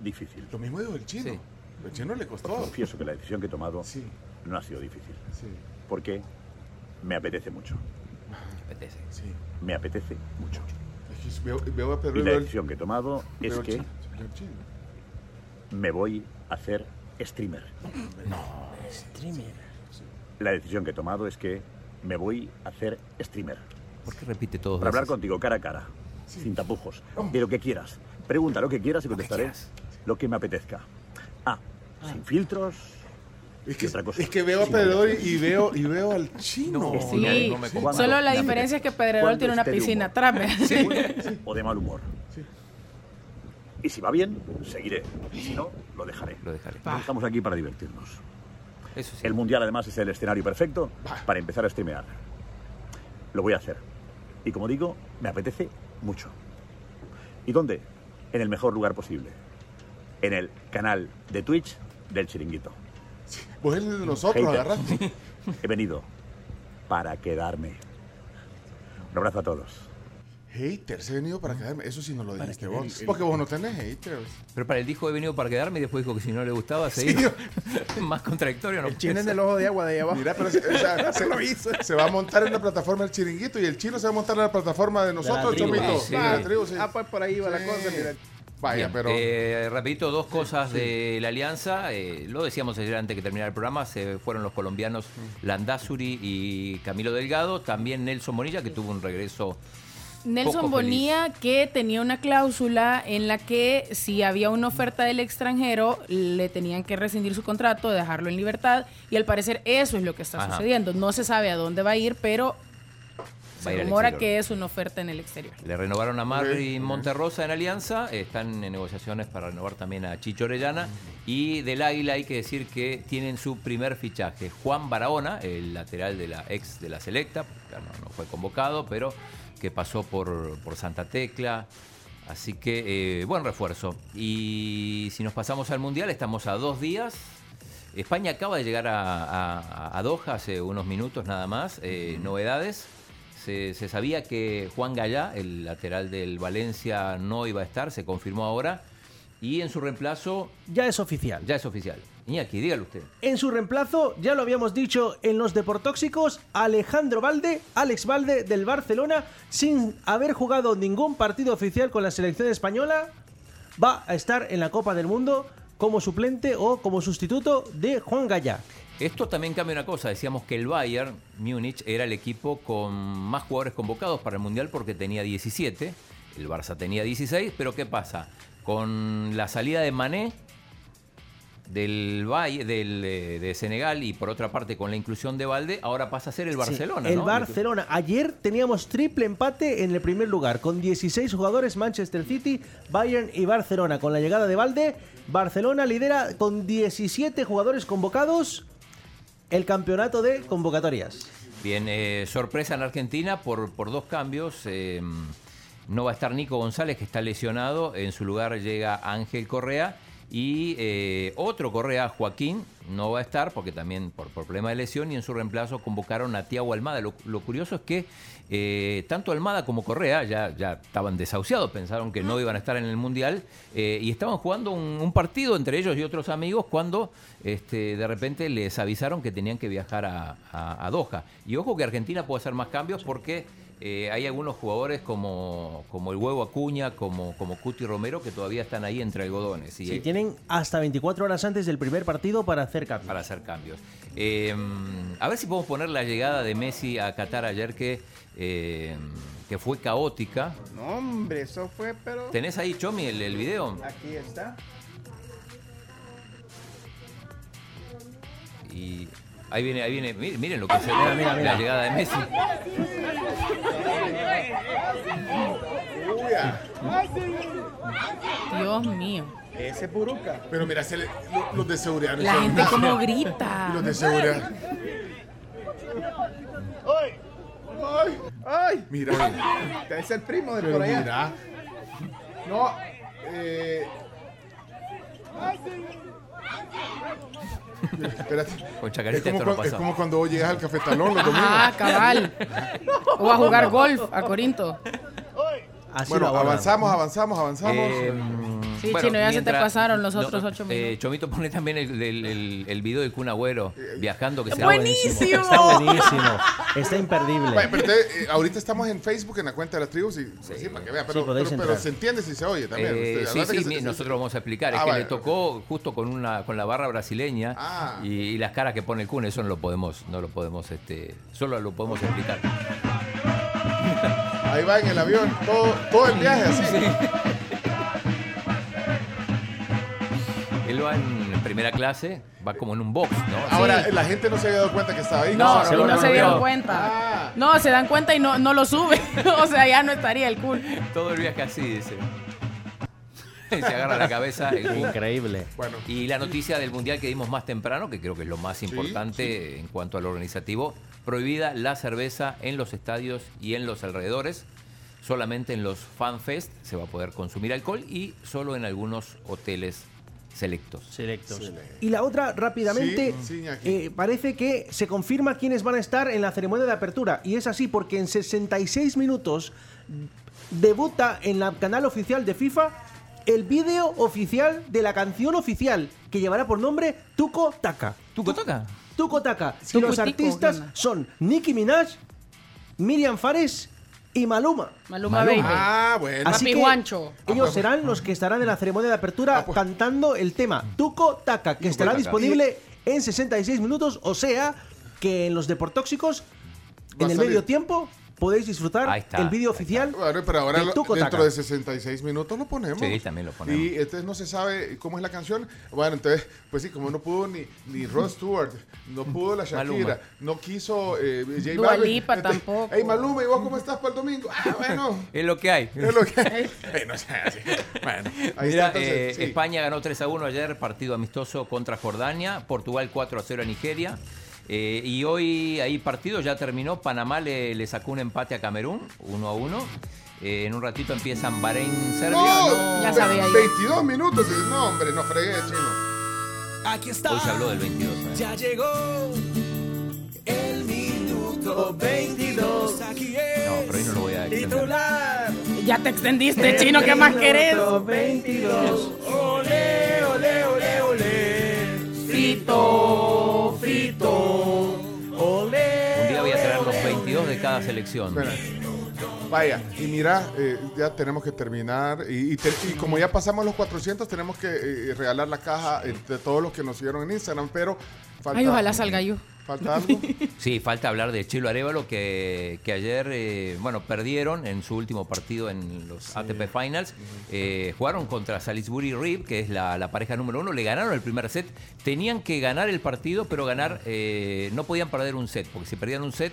[SPEAKER 23] difícil.
[SPEAKER 6] Lo mismo digo el chino. El chino le
[SPEAKER 23] Os
[SPEAKER 6] costó.
[SPEAKER 23] confieso que la decisión que he tomado no ha sido difícil.
[SPEAKER 6] Sí.
[SPEAKER 23] Porque me apetece mucho.
[SPEAKER 8] Me apetece.
[SPEAKER 6] Sí.
[SPEAKER 23] Me apetece mucho.
[SPEAKER 6] Es que Veo, veo
[SPEAKER 23] Y
[SPEAKER 6] a
[SPEAKER 23] la
[SPEAKER 6] Pedredor.
[SPEAKER 23] decisión que he tomado es
[SPEAKER 6] veo al
[SPEAKER 23] que
[SPEAKER 6] chino, veo al chino.
[SPEAKER 23] me voy a hacer streamer. La decisión que he tomado es que me voy a hacer streamer.
[SPEAKER 8] ¿Por qué repite todo?
[SPEAKER 23] Para hablar contigo cara a cara, sin tapujos, de lo que quieras. Pregunta lo que quieras y contestaré lo que, me apetezca. Ah, sin filtros.
[SPEAKER 6] Es
[SPEAKER 23] que, otra cosa.
[SPEAKER 6] Es que veo a
[SPEAKER 23] Sin
[SPEAKER 6] Pedredor
[SPEAKER 23] filtros.
[SPEAKER 6] y veo, y veo al chino.
[SPEAKER 23] No,
[SPEAKER 7] (laughs) Sí,
[SPEAKER 8] Pues,
[SPEAKER 7] solo la diferencia es que Pedrerol
[SPEAKER 23] Cuando
[SPEAKER 7] tiene una
[SPEAKER 23] esté de
[SPEAKER 7] piscina
[SPEAKER 23] humor.
[SPEAKER 7] atrás. ¿ve?
[SPEAKER 23] O de mal humor. Y si va bien, seguiré. Y si no, lo dejaré.
[SPEAKER 8] Lo dejaré.
[SPEAKER 23] Estamos aquí para divertirnos. El mundial además es el escenario perfecto para empezar a streamear. Lo voy a hacer. Y como digo, me apetece mucho. ¿Y dónde? En el mejor lugar posible. En el canal de Twitch del Chiringuito.
[SPEAKER 6] Vos eres de nosotros,
[SPEAKER 23] Hater.
[SPEAKER 6] agarraste.
[SPEAKER 23] He venido para quedarme. Un abrazo a todos.
[SPEAKER 6] Haters, he venido para quedarme. Eso sí no lo dijiste
[SPEAKER 8] quedarme.
[SPEAKER 6] vos. Porque vos no tenés haters.
[SPEAKER 8] Pero para él dijo he venido para quedarme y después dijo que si no le gustaba se iba. (laughs) Más contradictorio, ¿no?
[SPEAKER 1] El chino es del ojo de agua de ahí abajo.
[SPEAKER 6] Mira, pero se, o
[SPEAKER 1] (laughs)
[SPEAKER 6] sea, se-
[SPEAKER 1] lo hizo.
[SPEAKER 6] se va a montar en la plataforma del chiringuito y el chino se va a montar en la plataforma de nosotros,
[SPEAKER 8] tribu.
[SPEAKER 6] Chomito.
[SPEAKER 8] Ah, sí.
[SPEAKER 6] Ah, la tribu, sí.
[SPEAKER 1] Ah, pues por ahí va la
[SPEAKER 6] Sí.
[SPEAKER 1] cosa, mira.
[SPEAKER 6] Vaya,
[SPEAKER 8] Bien,
[SPEAKER 6] pero.
[SPEAKER 8] eh, rapidito, dos cosas de la alianza. Eh, lo decíamos ayer antes que terminara el programa. Se fueron los colombianos Landazuri y Camilo Delgado. También Nelson Bonilla, que tuvo un regreso.
[SPEAKER 7] (laughs) Nelson
[SPEAKER 8] poco feliz.
[SPEAKER 7] Bonilla que tenía una cláusula en la que si había una oferta del extranjero le tenían que rescindir su contrato, dejarlo en libertad y al parecer eso es lo que está
[SPEAKER 8] Ajá.
[SPEAKER 7] sucediendo. No se sabe a dónde va a ir, pero
[SPEAKER 8] Va a ir
[SPEAKER 7] se
[SPEAKER 8] al
[SPEAKER 7] rumora
[SPEAKER 8] exterior.
[SPEAKER 7] que es una oferta en el exterior.
[SPEAKER 8] Le renovaron a Marvin Monterrosa en Alianza, están en negociaciones para renovar también a Chicho Orellana. Y del Águila hay que decir que tienen su primer fichaje. Juan Barahona, el lateral de la ex de la selecta, ya no, no fue convocado, pero que pasó por, por Santa Tecla. Así que eh, buen refuerzo. Y si nos pasamos al Mundial, estamos a dos días. España acaba de llegar a, a- a Doha hace unos minutos nada más. Eh, Novedades. Se, se sabía que Juan Gallá, el lateral del Valencia, no iba a estar, se confirmó ahora. Y en su reemplazo.
[SPEAKER 3] Ya es oficial.
[SPEAKER 8] Ya es oficial. Iñaki, dígalo usted.
[SPEAKER 3] En su reemplazo, ya lo habíamos dicho en los Deportóxicos, Alejandro Valde, Alex Valde del Barcelona, sin haber jugado ningún partido oficial con la selección española, va a estar en la Copa del Mundo como suplente o como sustituto de Juan Gallá.
[SPEAKER 8] Esto también cambia una cosa. Decíamos que el Bayern Múnich era el equipo con más jugadores convocados para el Mundial porque tenía 17. El Barça tenía 16. Pero ¿qué pasa? Con la salida de Mané del, Bay- del, eh, de Senegal y por otra parte con la inclusión de Valde, ahora pasa a ser el Barcelona.
[SPEAKER 3] Sí, el
[SPEAKER 8] ¿no?
[SPEAKER 3] Barcelona. Ayer teníamos triple empate en el primer lugar, con 16 jugadores Manchester City, Bayern y Barcelona. Con la llegada de Valde, Barcelona lidera con 17 jugadores convocados el campeonato de convocatorias.
[SPEAKER 8] Bien, eh, sorpresa en la Argentina por, por dos cambios. Eh, no va a estar Nico González, que está lesionado. En su lugar llega Ángel Correa. Y eh, otro Correa, Joaquín, no va a estar porque también por, por problema de lesión. Y en su reemplazo convocaron a Tiago Almada. Lo, lo curioso es que eh, tanto Almada como Correa ya, ya estaban desahuciados, pensaron que no iban a estar en el Mundial. eh, y estaban jugando un, un partido entre ellos y otros amigos cuando este, de repente les avisaron que tenían que viajar a, a- a Doha. Y ojo que Argentina puede hacer más cambios porque eh, hay algunos jugadores como, como el huevo Acuña, como, como Cuti Romero, que todavía están ahí entre algodones. Y,
[SPEAKER 3] Sí, tienen hasta 24 horas antes del primer partido para hacer cambios.
[SPEAKER 8] para hacer cambios. Eh, a ver si podemos poner la llegada de Messi a Qatar ayer que, eh, que fue caótica.
[SPEAKER 1] No, hombre, eso fue, pero.
[SPEAKER 8] ¿Tenés ahí, Chomi, el, el video?
[SPEAKER 1] Aquí está.
[SPEAKER 8] Y ahí viene, ahí viene, miren, miren lo que se ve
[SPEAKER 3] Mira, mira,
[SPEAKER 8] la
[SPEAKER 3] mira.
[SPEAKER 8] llegada de Messi.
[SPEAKER 7] Dios mío.
[SPEAKER 1] Ese es Buruca.
[SPEAKER 6] Pero mira, se le- lo- los de seguridad.
[SPEAKER 7] La
[SPEAKER 6] son-
[SPEAKER 7] gente como grita.
[SPEAKER 6] Y los de seguridad.
[SPEAKER 1] ¡Ay! ¡Ay! ¡Ay!
[SPEAKER 6] Mira.
[SPEAKER 1] Es el primo de
[SPEAKER 6] Pero
[SPEAKER 1] por allá.
[SPEAKER 6] mira. No, eh. Espérate.
[SPEAKER 8] Con
[SPEAKER 6] Es
[SPEAKER 8] chacarita
[SPEAKER 6] como,
[SPEAKER 8] esto no
[SPEAKER 6] cuan- es
[SPEAKER 8] pasó.
[SPEAKER 6] como cuando vos llegas al cafetalón los domingos.
[SPEAKER 7] Ah, cabal. O a jugar golf a Corinto.
[SPEAKER 3] Así
[SPEAKER 6] bueno,
[SPEAKER 3] lo abordan.
[SPEAKER 6] avanzamos, avanzamos, avanzamos.
[SPEAKER 8] Eh,
[SPEAKER 7] Sí, Chino, ya se te pasaron los otros ocho
[SPEAKER 8] eh, Chomito pone también el, el- el- el video del Kun Agüero viajando que se
[SPEAKER 7] ¡Buenísimo!
[SPEAKER 3] Está buenísimo. Está imperdible.
[SPEAKER 6] Vaya, pero te- eh, ahorita estamos en Facebook en la cuenta de la tribu, sí, sí, para que vean, pero,
[SPEAKER 3] Sí, podéis
[SPEAKER 6] pero- pero
[SPEAKER 3] entrar.
[SPEAKER 6] se entiende si se oye también.
[SPEAKER 8] Eh,
[SPEAKER 6] Usted,
[SPEAKER 8] sí,
[SPEAKER 6] acuérdate
[SPEAKER 8] sí,
[SPEAKER 6] que se-
[SPEAKER 8] mi-
[SPEAKER 6] se-
[SPEAKER 8] nosotros vamos a explicar.
[SPEAKER 6] Ah,
[SPEAKER 8] es que
[SPEAKER 6] vale.
[SPEAKER 8] le tocó justo con una con la barra brasileña
[SPEAKER 6] Ah.
[SPEAKER 8] y, y las caras que pone el Kun, eso no lo podemos, no lo podemos, este, solo lo podemos explicar.
[SPEAKER 6] Ahí va en el avión, todo, todo el viaje así.
[SPEAKER 8] Él va en primera clase, va como en un box, ¿no?
[SPEAKER 6] Ahora, la gente no se había dado cuenta que estaba ahí.
[SPEAKER 7] No, no,
[SPEAKER 8] no,
[SPEAKER 7] se
[SPEAKER 8] no,
[SPEAKER 7] dieron
[SPEAKER 8] no.
[SPEAKER 7] cuenta. No, se dan cuenta y no, no lo suben. (laughs) O sea, ya no estaría el cool.
[SPEAKER 8] (laughs) Todo el viaje así, dice. (laughs) se agarra la cabeza. el Kun.
[SPEAKER 3] Increíble.
[SPEAKER 8] Y la noticia del mundial que dimos más temprano, que creo que es lo más importante en cuanto al organizativo, prohibida la cerveza en los estadios y en los alrededores. Solamente en los fanfest se va a poder consumir alcohol y solo en algunos hoteles selectos.
[SPEAKER 14] Selectos. Y la otra, rápidamente,
[SPEAKER 6] Sí, sí, Iñaki.
[SPEAKER 14] eh, parece que se confirma quiénes van a estar en la ceremonia de apertura. Y es así porque en 66 minutos debuta en el canal oficial de FIFA el vídeo oficial de la canción oficial que llevará por nombre Tuco Taka. ¿Tuco
[SPEAKER 8] Taka?
[SPEAKER 14] Tuco Taka.
[SPEAKER 7] Sí,
[SPEAKER 14] y los
[SPEAKER 7] Tuco,
[SPEAKER 14] artistas
[SPEAKER 7] nena.
[SPEAKER 14] son Nicki Minaj, Miriam Fares y Maluma.
[SPEAKER 7] Maluma Baby. Ah, bueno.
[SPEAKER 14] Así
[SPEAKER 7] Papi
[SPEAKER 14] que
[SPEAKER 7] Guancho.
[SPEAKER 14] Ellos serán los que estarán en la ceremonia de
[SPEAKER 6] Ah,
[SPEAKER 14] apertura
[SPEAKER 6] pues.
[SPEAKER 14] cantando el tema Tuco Taca, que estará
[SPEAKER 8] Taca.
[SPEAKER 14] disponible en 66 minutos, o sea que en los deportóxicos,
[SPEAKER 6] Va
[SPEAKER 14] en
[SPEAKER 6] a
[SPEAKER 14] el
[SPEAKER 6] salir.
[SPEAKER 14] medio tiempo, podéis
[SPEAKER 8] Ahí
[SPEAKER 14] disfrutar
[SPEAKER 8] está,
[SPEAKER 14] el vídeo
[SPEAKER 8] ahí
[SPEAKER 14] oficial.
[SPEAKER 6] Bueno, pero ahora
[SPEAKER 14] de
[SPEAKER 6] lo-
[SPEAKER 14] Tuco
[SPEAKER 6] dentro
[SPEAKER 14] Taca.
[SPEAKER 6] de 66 minutos lo ponemos.
[SPEAKER 8] Sí, también lo ponemos.
[SPEAKER 6] Y entonces no se sabe cómo es la canción. Bueno, entonces, pues sí, como no pudo ni, ni Rod Stewart, no pudo la Shakira,
[SPEAKER 8] Maluma.
[SPEAKER 6] no quiso eh, J
[SPEAKER 7] Dua
[SPEAKER 6] Balvin,
[SPEAKER 7] Lipa
[SPEAKER 6] entonces,
[SPEAKER 7] tampoco.
[SPEAKER 6] Hey, Maluma, ¿y vos cómo estás para el domingo? Ah, bueno.
[SPEAKER 8] Es lo que hay.
[SPEAKER 6] es lo que...
[SPEAKER 8] (laughs)
[SPEAKER 6] Ey, no sea así. Bueno, ahí
[SPEAKER 8] Mira,
[SPEAKER 6] está, entonces,
[SPEAKER 8] eh,
[SPEAKER 6] sí.
[SPEAKER 8] España ganó 3 a 1 ayer, partido amistoso contra Jordania, Portugal 4 a 0 a Nigeria. eh, y hoy ahí partido ya terminó, Panamá le, le sacó un empate a Camerún, 1 a 1. eh, en un ratito empiezan Bahrein, Serbia.
[SPEAKER 6] No,
[SPEAKER 7] Ya sabía yo.
[SPEAKER 6] 22 minutos. No, hombre, no fregué, chino.
[SPEAKER 5] Aquí está.
[SPEAKER 8] Hoy se habló del 22. ¿eh?
[SPEAKER 5] Ya llegó el minuto 22. Aquí
[SPEAKER 8] No, pero hoy no lo voy a extender.
[SPEAKER 5] titular.
[SPEAKER 7] Ya te extendiste, chino, ¿qué más querés?
[SPEAKER 5] 22. Ole, ole, ole, ole. Frito, frito. Ole.
[SPEAKER 8] Un día voy a traer los 22 de cada selección.
[SPEAKER 6] Espera. Vaya, y mira, eh, ya tenemos que terminar. Y, y te- y como ya pasamos los 400, tenemos que eh, regalar la caja eh, de todos los que nos siguieron en Instagram. Pero falta,
[SPEAKER 7] Ay, ojalá salga yo.
[SPEAKER 6] falta
[SPEAKER 7] (laughs)
[SPEAKER 6] algo.
[SPEAKER 8] Sí, falta hablar de Chilo Arevalo, que, que ayer, eh, bueno, perdieron en su último partido en los ATP Finals. Eh, jugaron contra Salisbury Reeve, que es la, la pareja número uno. Le ganaron el primer set. Tenían que ganar el partido, pero ganar, eh, no podían perder un set, porque si perdían un set,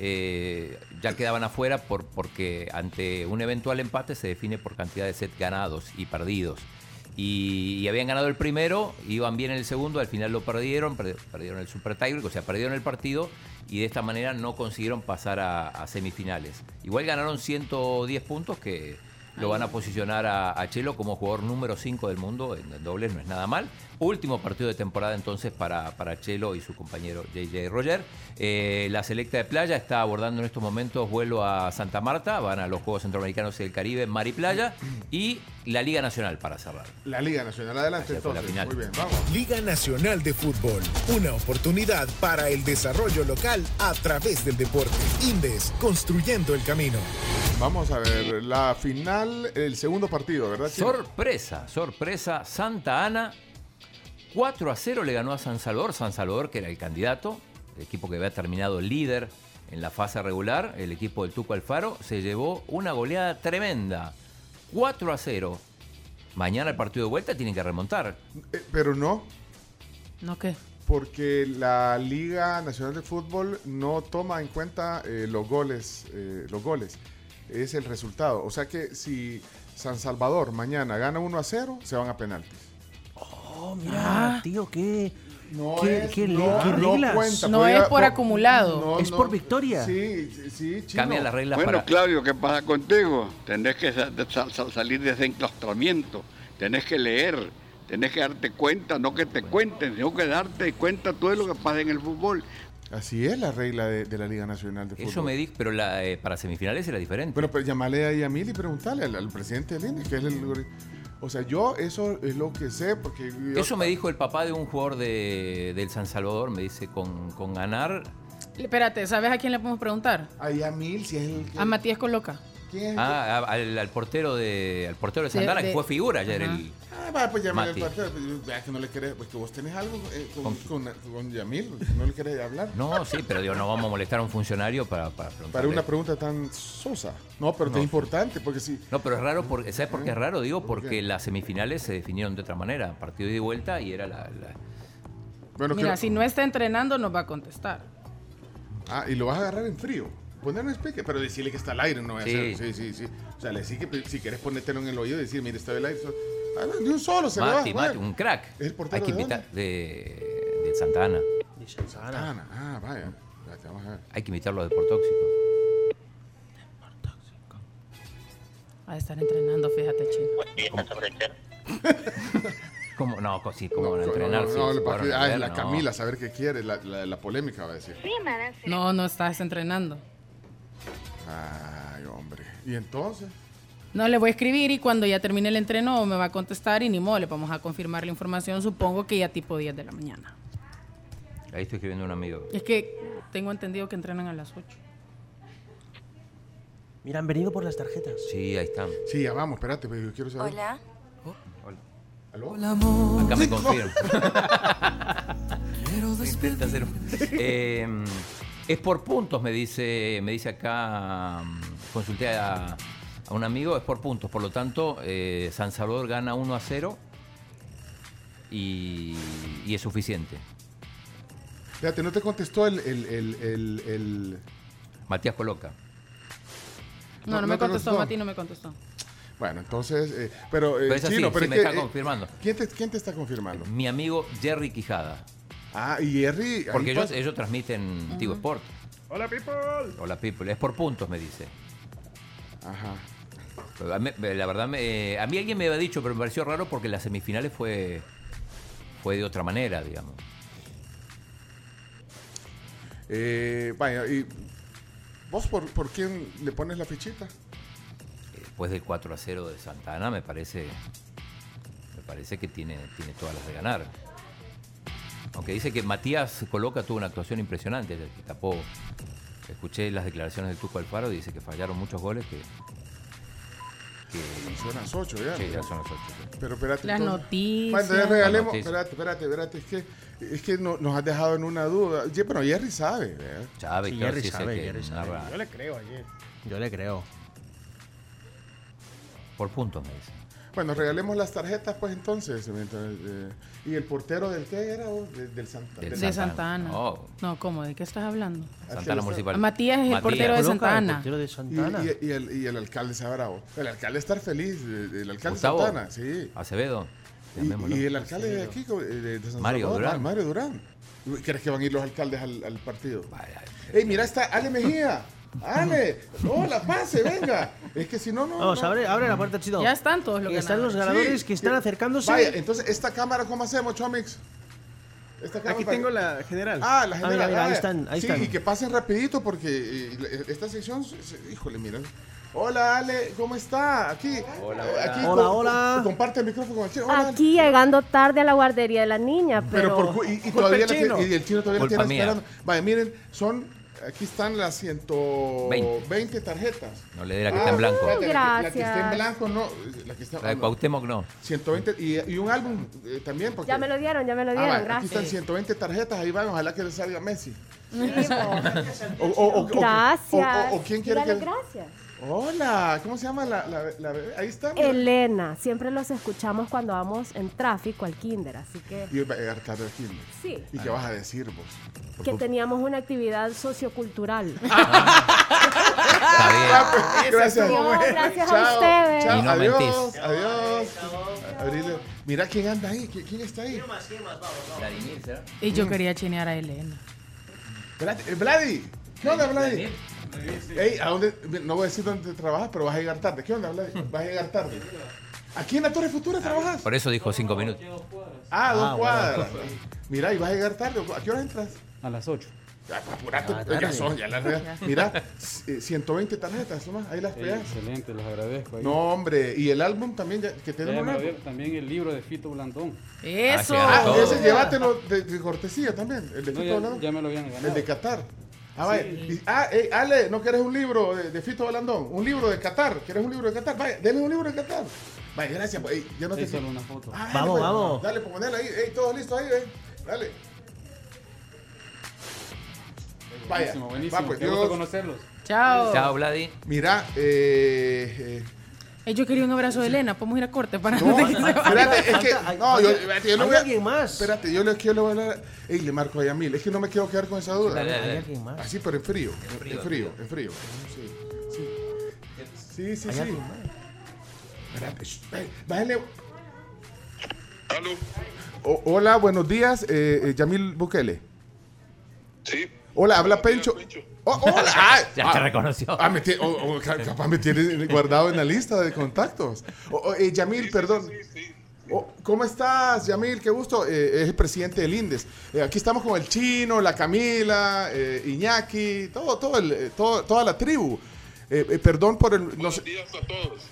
[SPEAKER 8] eh, ya quedaban afuera por, porque ante un eventual empate se define por cantidad de sets ganados y perdidos. Y, y habían ganado el primero, iban bien en el segundo, al final lo perdieron, per- perdieron el Super Tiebreak, o sea, perdieron el partido y de esta manera no consiguieron pasar a, a semifinales. Igual ganaron 110 puntos que lo van a posicionar a, a Chelo como jugador número 5 del mundo en, en dobles, no es nada mal. Último partido de temporada entonces para, para Chelo y su compañero JJ Roger. Eh, la selecta de playa está abordando en estos momentos vuelo a Santa Marta, van a los Juegos Centroamericanos y del Caribe en Mar y Playa y la Liga Nacional para cerrar.
[SPEAKER 6] La Liga Nacional, adelante
[SPEAKER 8] Ayer fue la
[SPEAKER 6] entonces.
[SPEAKER 8] final.
[SPEAKER 6] Muy bien, vamos.
[SPEAKER 29] Liga Nacional de Fútbol, una oportunidad para el desarrollo local a través del deporte. Indes, construyendo el camino.
[SPEAKER 6] Vamos a ver, la final, el segundo partido, ¿verdad? Chino?
[SPEAKER 8] Sorpresa, sorpresa, Santa Ana 4 a 0 le ganó a San Salvador, San Salvador que era el candidato, el equipo que había terminado líder en la fase regular, el equipo del Tuco Alfaro, se llevó una goleada tremenda, 4 a 0. Mañana el partido de vuelta tienen que remontar.
[SPEAKER 6] Eh, pero no,
[SPEAKER 7] ¿No qué?
[SPEAKER 6] porque la Liga Nacional de Fútbol no toma en cuenta eh, los goles, eh, los goles. Es el resultado. O sea que si San Salvador mañana gana 1 a 0, se van a penaltis.
[SPEAKER 14] Oh, mira, tío, qué.
[SPEAKER 6] No
[SPEAKER 14] qué-
[SPEAKER 6] es-
[SPEAKER 14] qué le-
[SPEAKER 6] no,
[SPEAKER 14] qué
[SPEAKER 6] no
[SPEAKER 14] reglas.
[SPEAKER 6] cuenta,
[SPEAKER 7] No
[SPEAKER 6] podía-
[SPEAKER 7] es por
[SPEAKER 6] po-
[SPEAKER 7] acumulado.
[SPEAKER 6] no,
[SPEAKER 14] es
[SPEAKER 6] no.
[SPEAKER 14] por victoria.
[SPEAKER 6] Sí, sí, sí, chino.
[SPEAKER 8] Cambian las reglas
[SPEAKER 1] Bueno,
[SPEAKER 8] para...
[SPEAKER 1] Claudio, ¿qué pasa contigo? Tenés que sa- sa- sa- salir de ese enclaustramiento, tenés que leer, tenés que darte cuenta, no que te cuenten, sino que darte cuenta todo lo que pasa en el fútbol.
[SPEAKER 6] Así es la regla de, de la Liga Nacional de Fútbol.
[SPEAKER 8] Eso me dijo, pero la, eh, para semifinales era diferente.
[SPEAKER 6] Bueno, pero llamale ahí a Mil y preguntarle al, al presidente del INE, que es el... O sea, yo eso es lo que sé, porque... yo-
[SPEAKER 8] Eso me dijo el papá de un jugador de, del San Salvador, me dice, con, con ganar...
[SPEAKER 7] Espérate, ¿sabes a quién le podemos preguntar?
[SPEAKER 6] Ahí a Mil, si es el...
[SPEAKER 7] A Matías Coloca.
[SPEAKER 6] ¿Quién es el-
[SPEAKER 8] Ah, a- al, al portero de al portero de
[SPEAKER 7] De-
[SPEAKER 8] Santana, que
[SPEAKER 7] de-
[SPEAKER 8] fue figura ayer
[SPEAKER 7] Ajá.
[SPEAKER 8] el...
[SPEAKER 6] Ah, va, pues llámale al
[SPEAKER 8] Mati.
[SPEAKER 6] partido. pues, Vea que no le querés... Pues que vos tenés algo eh, con, con, con Yamil, pues, no le querés hablar.
[SPEAKER 8] No, sí, pero digo, no vamos a molestar a un funcionario para, para preguntarle.
[SPEAKER 6] Para una pregunta tan sosa. No, pero
[SPEAKER 8] No.
[SPEAKER 6] es importante, porque si...
[SPEAKER 8] No, pero es raro, porque, ¿sabes por qué es raro? Digo, porque las semifinales se definieron de otra manera, partido de vuelta y era la... la-
[SPEAKER 6] Bueno,
[SPEAKER 7] Mira,
[SPEAKER 6] creo-
[SPEAKER 7] si no está entrenando, nos va a contestar.
[SPEAKER 6] Ah, y lo vas a agarrar en frío. Ponerlo en speaker, pero decirle que está al aire, no voy a
[SPEAKER 8] Sí.
[SPEAKER 6] hacer. Sí, sí, sí. O sea, le decís que si quieres ponértelo en el oído y decir, mire, está al aire. so- Ah, no, De un solo se lo va a
[SPEAKER 8] Mati,
[SPEAKER 6] jugar.
[SPEAKER 8] Mati, un crack.
[SPEAKER 6] ¿Es el portero
[SPEAKER 8] Hay que
[SPEAKER 6] de
[SPEAKER 8] invitar de, de Santa Ana.
[SPEAKER 6] Ah, na- ah, vaya. Ya te vamos a ver.
[SPEAKER 8] Hay que invitarlo de Portóxico.
[SPEAKER 7] A estar entrenando, fíjate, chino.
[SPEAKER 8] ¿Cómo? No, co- sí, como no,
[SPEAKER 6] No,
[SPEAKER 8] entrenar. sí,
[SPEAKER 6] no,
[SPEAKER 8] sí,
[SPEAKER 6] le pasó-
[SPEAKER 8] fueron a
[SPEAKER 6] ah, es
[SPEAKER 8] ver,
[SPEAKER 6] la
[SPEAKER 8] no.
[SPEAKER 6] Camila, saber qué quiere, la, la- la polémica va a decir.
[SPEAKER 7] No, no estás entrenando.
[SPEAKER 6] Ay, hombre. ¿Y entonces?
[SPEAKER 7] No, le voy a escribir y cuando ya termine el entreno me va a contestar y ni modo, le vamos a confirmar la información, supongo que ya tipo 10 de la mañana.
[SPEAKER 8] Ahí estoy escribiendo a un amigo.
[SPEAKER 7] Es que tengo entendido que entrenan a las 8.
[SPEAKER 3] Mira, han venido por las tarjetas.
[SPEAKER 8] Sí, ahí están.
[SPEAKER 6] Sí, ya vamos, espérate, pero yo quiero saber.
[SPEAKER 20] Hola.
[SPEAKER 6] ¿Aló?
[SPEAKER 20] Hola, amor.
[SPEAKER 8] Acá me
[SPEAKER 20] Sí,
[SPEAKER 8] confirmo.
[SPEAKER 20] (laughs)
[SPEAKER 8] (laughs)
[SPEAKER 20] Quiero
[SPEAKER 8] Intenta hacer un- Eh, es por puntos, me dice, me dice acá. mm, Consulté a, a un amigo, es por puntos. Por lo tanto, eh, San Salvador gana 1 a 0 y, y es suficiente.
[SPEAKER 6] Eh, Fíjate, no te contestó el. el, el, el, el-
[SPEAKER 8] Matías Coloca.
[SPEAKER 7] No, no,
[SPEAKER 6] No, no
[SPEAKER 7] me
[SPEAKER 6] te
[SPEAKER 7] contestó,
[SPEAKER 6] contestó.
[SPEAKER 7] Mati no me contestó.
[SPEAKER 6] Bueno, entonces. eh, pero, eh,
[SPEAKER 8] Pero es así,
[SPEAKER 6] Chino, pero
[SPEAKER 8] sí,
[SPEAKER 6] es
[SPEAKER 8] me
[SPEAKER 6] que,
[SPEAKER 8] está
[SPEAKER 6] eh,
[SPEAKER 8] confirmando.
[SPEAKER 6] ¿quién, te, quién te está confirmando?
[SPEAKER 8] Mi amigo Jerry Quijada.
[SPEAKER 6] Ah, y Jerry.
[SPEAKER 8] Porque
[SPEAKER 6] ahí
[SPEAKER 8] ellos,
[SPEAKER 6] pasa-
[SPEAKER 8] ellos transmiten Tigo Sport.
[SPEAKER 1] Hola, people.
[SPEAKER 8] Hola, people. Es por puntos, me dice.
[SPEAKER 6] Ajá.
[SPEAKER 8] la verdad, me- a mí alguien me había dicho, pero me pareció raro porque las semifinales fue, fue de otra manera, digamos.
[SPEAKER 6] Eh, vaya, ¿y vos por, por quién le pones la fichita?
[SPEAKER 8] Después del 4 a 0 de Santana, me parece, me parece que tiene, tiene todas las de ganar. Aunque dice que Matías Coloca tuvo una actuación impresionante, el que tapó. Escuché las declaraciones del Tuco Alfaro y dice que fallaron muchos goles que. que
[SPEAKER 6] son las 8 ya.
[SPEAKER 8] Sí, ya son las 8.
[SPEAKER 6] Pero espérate.
[SPEAKER 7] Las
[SPEAKER 6] entonces-
[SPEAKER 7] noticias.
[SPEAKER 6] Bueno, entonces regalemos.
[SPEAKER 8] Las noticias.
[SPEAKER 6] Espérate, espérate, espérate. Es que, es que no- nos has dejado en una duda. Ye- Bueno, Jerry sabe. ¿verdad?
[SPEAKER 8] Chávez,
[SPEAKER 3] Sí,
[SPEAKER 8] claro,
[SPEAKER 3] Jerry
[SPEAKER 8] sí es el
[SPEAKER 3] sabe,
[SPEAKER 8] que
[SPEAKER 3] Jerry sabe.
[SPEAKER 8] narra.
[SPEAKER 3] Yo le
[SPEAKER 1] creo ayer.
[SPEAKER 3] Yo le creo.
[SPEAKER 8] Por puntos me dice.
[SPEAKER 6] Bueno, regalemos las tarjetas, pues entonces. mientras, eh, ¿Y el portero del qué era? vos? De- del Santa,
[SPEAKER 8] Del Oh,
[SPEAKER 7] De Santa Ana.
[SPEAKER 8] No.
[SPEAKER 7] No, ¿cómo? ¿De qué estás hablando?
[SPEAKER 8] Santana Municipal.
[SPEAKER 7] Matías es el portero de Santa
[SPEAKER 6] Santana.
[SPEAKER 7] Ana.
[SPEAKER 3] de Santana.
[SPEAKER 6] Y, y- y el, y el alcalde sabrá. vos. El alcalde estar feliz. El, el alcalde
[SPEAKER 8] Gustavo
[SPEAKER 6] de Santana, sí.
[SPEAKER 8] Acevedo.
[SPEAKER 6] Y,
[SPEAKER 8] llamémoslo.
[SPEAKER 6] y el alcalde de aquí, co- eh, de, de San
[SPEAKER 8] Mario
[SPEAKER 6] Salvador,
[SPEAKER 8] Durán.
[SPEAKER 6] ah, Mario Durán. ¿Crees que van a ir los alcaldes al, al partido? ¡Ey, mira, está Ale Mejía! ¡Ale! ¡Hola, pase, venga! Es que si no, no.
[SPEAKER 3] Vamos,
[SPEAKER 6] no.
[SPEAKER 3] abre, abre la puerta, chido.
[SPEAKER 7] Ya están todos los
[SPEAKER 3] Están los
[SPEAKER 7] ganadores.
[SPEAKER 3] ganadores
[SPEAKER 6] Sí.
[SPEAKER 3] que están acercándose.
[SPEAKER 6] Vaya, entonces, ¿esta cámara cómo hacemos, Chomix? Esta
[SPEAKER 1] Aquí
[SPEAKER 6] para-
[SPEAKER 1] tengo la general.
[SPEAKER 6] Ah, la general.
[SPEAKER 3] mira, ahí
[SPEAKER 6] ah,
[SPEAKER 3] están, ahí
[SPEAKER 6] sí,
[SPEAKER 3] están.
[SPEAKER 6] y que pasen rapidito porque eh, la- esta sección, se- se- híjole, mira. Hola, Ale, ¿cómo está? Aquí. Hola, hola. Aquí,
[SPEAKER 9] Hola,
[SPEAKER 6] co-
[SPEAKER 9] hola.
[SPEAKER 6] co- comparte el micrófono con el chino. Hola, Ale.
[SPEAKER 9] Aquí llegando tarde a la guardería de la niña, pero.
[SPEAKER 6] Pero, por, cu- y, y todavía la tiene- y el chino todavía la
[SPEAKER 8] Culpa
[SPEAKER 6] tiene
[SPEAKER 8] mía.
[SPEAKER 6] esperando. Vaya, miren, son. Aquí están las 120 tarjetas.
[SPEAKER 8] No le dé la que está en blanco.
[SPEAKER 6] Ah, espérate, La, que- la que
[SPEAKER 9] Gracias.
[SPEAKER 6] está en blanco, no. La que está,
[SPEAKER 8] La de
[SPEAKER 6] no.
[SPEAKER 8] Cuauhtémoc no.
[SPEAKER 6] 120 y, y un álbum eh, también. Porque,
[SPEAKER 9] Ya me lo dieron, ya me lo
[SPEAKER 6] Ah,
[SPEAKER 9] dieron,
[SPEAKER 6] vaya, aquí están
[SPEAKER 9] gracias. pues.
[SPEAKER 6] 120 tarjetas, ahí van, ojalá que le salga Messi. (laughs) O- o- o- o-
[SPEAKER 9] Gracias.
[SPEAKER 6] O, o- o quién quiere
[SPEAKER 9] Dale
[SPEAKER 6] que...
[SPEAKER 9] gracias.
[SPEAKER 6] Hola, ¿cómo se llama la, la- la bebé? Ahí está. mira.
[SPEAKER 9] Elena, siempre los escuchamos cuando vamos en tráfico al kinder, así que
[SPEAKER 6] Y va a llegar tarde aquí.
[SPEAKER 9] Sí.
[SPEAKER 6] ¿Y qué vas a decir vos?
[SPEAKER 9] que teníamos una actividad sociocultural.
[SPEAKER 6] Ah,
[SPEAKER 9] Ese
[SPEAKER 6] gracias.
[SPEAKER 9] estuvo bueno. Gracias a
[SPEAKER 6] Chao,
[SPEAKER 9] ustedes.
[SPEAKER 6] chao,
[SPEAKER 9] Y no
[SPEAKER 6] adiós,
[SPEAKER 9] mentís.
[SPEAKER 6] adiós. Abrile. Mira quién anda ahí, ¿qui- quién está ahí.
[SPEAKER 7] Y yo quería chinear a Elena.
[SPEAKER 6] Vlad- eh, Vladi, ¿qué onda, Vladi? Ey, ¿a dónde? No voy a decir dónde trabajas, pero vas a llegar tarde. ¿Qué onda, Vladi? Vas a llegar tarde. ¿Aquí en la Torre Futura trabajas?
[SPEAKER 8] Por eso dijo cinco minutos.
[SPEAKER 6] Ah,
[SPEAKER 8] Ah,
[SPEAKER 6] dos
[SPEAKER 8] bueno.
[SPEAKER 6] cuadras. Mira, y vas a llegar tarde. ¿A qué hora entras?
[SPEAKER 10] A las 8.
[SPEAKER 6] Apurate, pues, ya son, ya las regas. Mira, eh, 1120 tarjetas nomás, ahí las pegas.
[SPEAKER 10] excelente, los agradezco. ahí.
[SPEAKER 6] No, hombre, y el álbum también, ya- que te den un
[SPEAKER 10] Déjame
[SPEAKER 6] álbum.
[SPEAKER 10] ver también el libro de Fito Blandón.
[SPEAKER 7] Eso.
[SPEAKER 6] Ah, y ese llévatelo de, de cortesía también. El de
[SPEAKER 10] No,
[SPEAKER 6] Fito
[SPEAKER 10] ya-
[SPEAKER 6] Balandón.
[SPEAKER 10] ya me lo habían ganado.
[SPEAKER 6] El de Qatar. Ah, vaya. Y- ah, ey, Ale, ¿no querés un libro de, de Fito Balandón? Un libro de Qatar. ¿Quieres un libro de Qatar? Vaya, denle un libro de Qatar. Vaya, gracias. pues, ey, ya no te
[SPEAKER 10] Es solo una foto.
[SPEAKER 6] Ah,
[SPEAKER 10] Vamos,
[SPEAKER 6] pues,
[SPEAKER 10] vamos.
[SPEAKER 6] Dale, pues ponela ahí. Ey, todos listos ahí, eh. Dale. Vaya.
[SPEAKER 10] Buenísimo, buenísimo.
[SPEAKER 6] Va, pues,
[SPEAKER 10] Qué gusto
[SPEAKER 6] Dios.
[SPEAKER 10] conocerlos.
[SPEAKER 7] Chao.
[SPEAKER 8] Vladi.
[SPEAKER 6] Mira, eh, eh,
[SPEAKER 7] Eh, yo quería un abrazo de Elena. Podemos ir a corte para
[SPEAKER 6] No,
[SPEAKER 7] antes que se vaya.
[SPEAKER 6] espérate, es que. No, yo,
[SPEAKER 7] hay-
[SPEAKER 6] espérate, yo le
[SPEAKER 7] hay
[SPEAKER 6] voy a.
[SPEAKER 7] alguien
[SPEAKER 3] más.
[SPEAKER 6] Espérate, yo le, yo le voy a hablar. Ey, le marco ahí a mil. Es que no me quiero quedar con esa duda.
[SPEAKER 3] Dale, dale. Hay alguien más.
[SPEAKER 6] Así, pero en frío.
[SPEAKER 3] En frío,
[SPEAKER 6] En frío, en frío. Sí, sí, sí. sí,
[SPEAKER 3] Hay
[SPEAKER 6] sí.
[SPEAKER 3] alguien
[SPEAKER 6] Espérate, shh, ey, bájale. O- hola, buenos días, eh, eh, Yamil Bukele. Sí. Hola, habla Pencho. Oh, hola. Ah,
[SPEAKER 8] Ya te reconoció.
[SPEAKER 6] Ah, me tie- oh, oh, ca- capaz me tiene guardado en la lista de contactos. Oh, oh, eh, Yamil, perdón. Oh, ¿Cómo estás, Yamil? Qué gusto. Eh, es el presidente del INDES. Eh, aquí estamos con el chino, la Camila, eh, Iñaki, todo, todo el, eh, todo- toda la tribu. Eh, eh, perdón por el... no sé-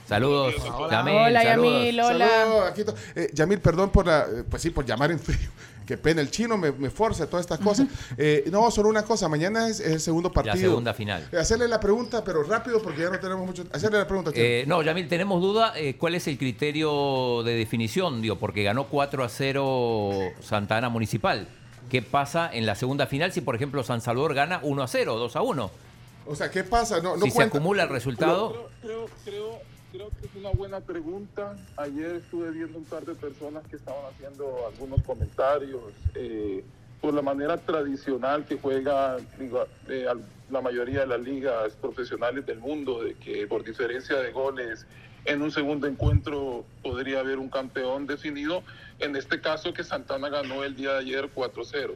[SPEAKER 8] Saludos. Yamil,
[SPEAKER 1] Hola,
[SPEAKER 8] saludos.
[SPEAKER 1] Yamil, hola.
[SPEAKER 6] Saludos, aquí to- eh, Yamil, perdón por la, eh, pues sí, por llamar en frío. (laughs) Qué pena, el chino me, me forza todas estas cosas. Eh, no, solo una cosa, mañana es, es el segundo partido.
[SPEAKER 8] La segunda final.
[SPEAKER 6] Eh, Hacerle la pregunta, pero rápido porque ya no tenemos mucho. Hacerle la pregunta. chino.
[SPEAKER 8] Eh, no, Yamil, tenemos duda. eh, ¿Cuál es el criterio de definición? Digo, porque ganó 4 a 0 Santa Ana Municipal. ¿Qué pasa en la segunda final si, por ejemplo, San Salvador gana 1 a 0, 2 a 1?
[SPEAKER 6] o sea, ¿qué pasa? No, no
[SPEAKER 8] si se
[SPEAKER 6] cuenta.
[SPEAKER 8] acumula el resultado,
[SPEAKER 30] Creo, creo, creo que es una buena pregunta. Ayer estuve viendo un par de personas que estaban haciendo algunos comentarios eh, por la manera tradicional que juega digo, eh, al- la mayoría de las ligas profesionales del mundo, de que por diferencia de goles en un segundo encuentro podría haber un campeón definido. En este caso que Santana ganó el día de ayer 4-0.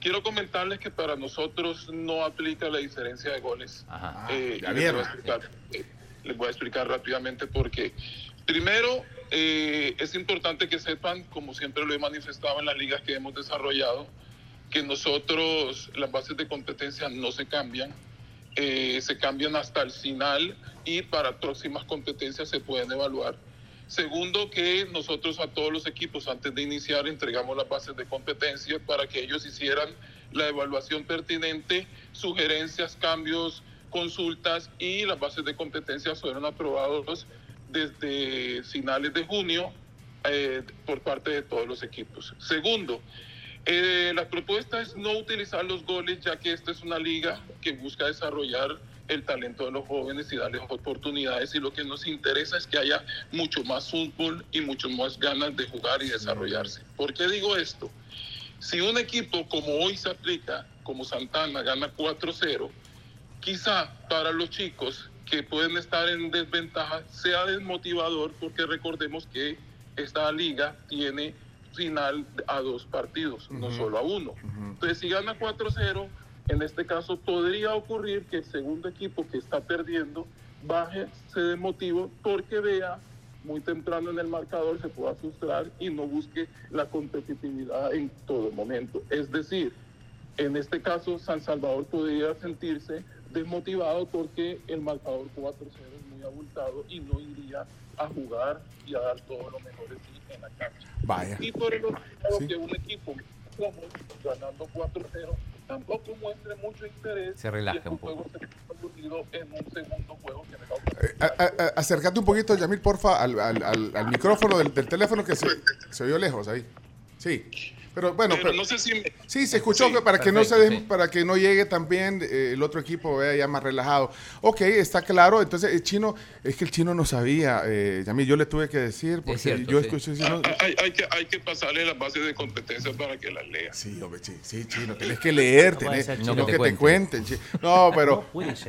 [SPEAKER 30] Quiero comentarles que para nosotros no aplica la diferencia de goles.
[SPEAKER 25] Ah,
[SPEAKER 30] Eh,
[SPEAKER 6] ya
[SPEAKER 30] y les voy a
[SPEAKER 6] vieron.
[SPEAKER 30] explicar, eh, les voy a explicar rápidamente por qué. Primero, eh, es importante que sepan, como siempre lo he manifestado en las ligas que hemos desarrollado, que nosotros las bases de competencia no se cambian, eh, se cambian hasta el final y para próximas competencias se pueden evaluar. Segundo, que nosotros a todos los equipos antes de iniciar entregamos las bases de competencia para que ellos hicieran la evaluación pertinente, sugerencias, cambios, consultas y las bases de competencia fueron aprobados desde finales de junio eh, por parte de todos los equipos. Segundo, eh, la propuesta es no utilizar los goles, ya que esta es una liga que busca desarrollar el talento de los jóvenes y darles oportunidades. Y lo que nos interesa es que haya mucho más fútbol y mucho más ganas de jugar y desarrollarse. ¿Por qué digo esto? Si un equipo como hoy se aplica, como Santana, gana 4-0, quizá para los chicos que pueden estar en desventaja sea desmotivador porque recordemos que esta liga tiene final a dos partidos, no
[SPEAKER 6] Ujú.
[SPEAKER 30] solo a uno. Entonces, si gana 4-0, en este caso podría ocurrir que el segundo equipo que está perdiendo baje, se desmotive porque vea muy temprano en el marcador se pueda frustrar y no busque la competitividad en todo momento. Es decir, en este caso, San Salvador podría sentirse desmotivado porque el marcador 4-0 es muy abultado y no iría a jugar y a dar todo lo mejor de sí en la cancha.
[SPEAKER 6] Vaya.
[SPEAKER 30] Y por el otro lado, que un equipo como ganando 4-0 tampoco muestre mucho interés este
[SPEAKER 8] se relaja un poco.
[SPEAKER 30] aburrido en un segundo juego que me
[SPEAKER 6] Eh, A- a- a- acércate un poquito, Yamil, porfa, al, al- al- al micrófono del, del teléfono que se, se oyó lejos ahí. Sí. Pero bueno, pero-
[SPEAKER 30] no sé si me-
[SPEAKER 6] sí, se escuchó que para que no se
[SPEAKER 30] perfecto,
[SPEAKER 6] des- para que no llegue también eh, el otro equipo vea ya más relajado. Ok, está claro. Entonces el chino, es que el chino no sabía, eh, Yamil, yo le tuve que decir porque
[SPEAKER 30] cierto,
[SPEAKER 6] yo
[SPEAKER 30] sí.
[SPEAKER 6] escuché. sí, no-
[SPEAKER 30] Ah, hay, hay que, hay que pasarle las bases de competencia para que las lea.
[SPEAKER 6] Sí, hombre, sí, sí, chino, tenés que leer, tenés,
[SPEAKER 30] ser,
[SPEAKER 6] no
[SPEAKER 30] chino.
[SPEAKER 6] que, te,
[SPEAKER 30] cuenten.
[SPEAKER 6] cuenten. chi- No, pero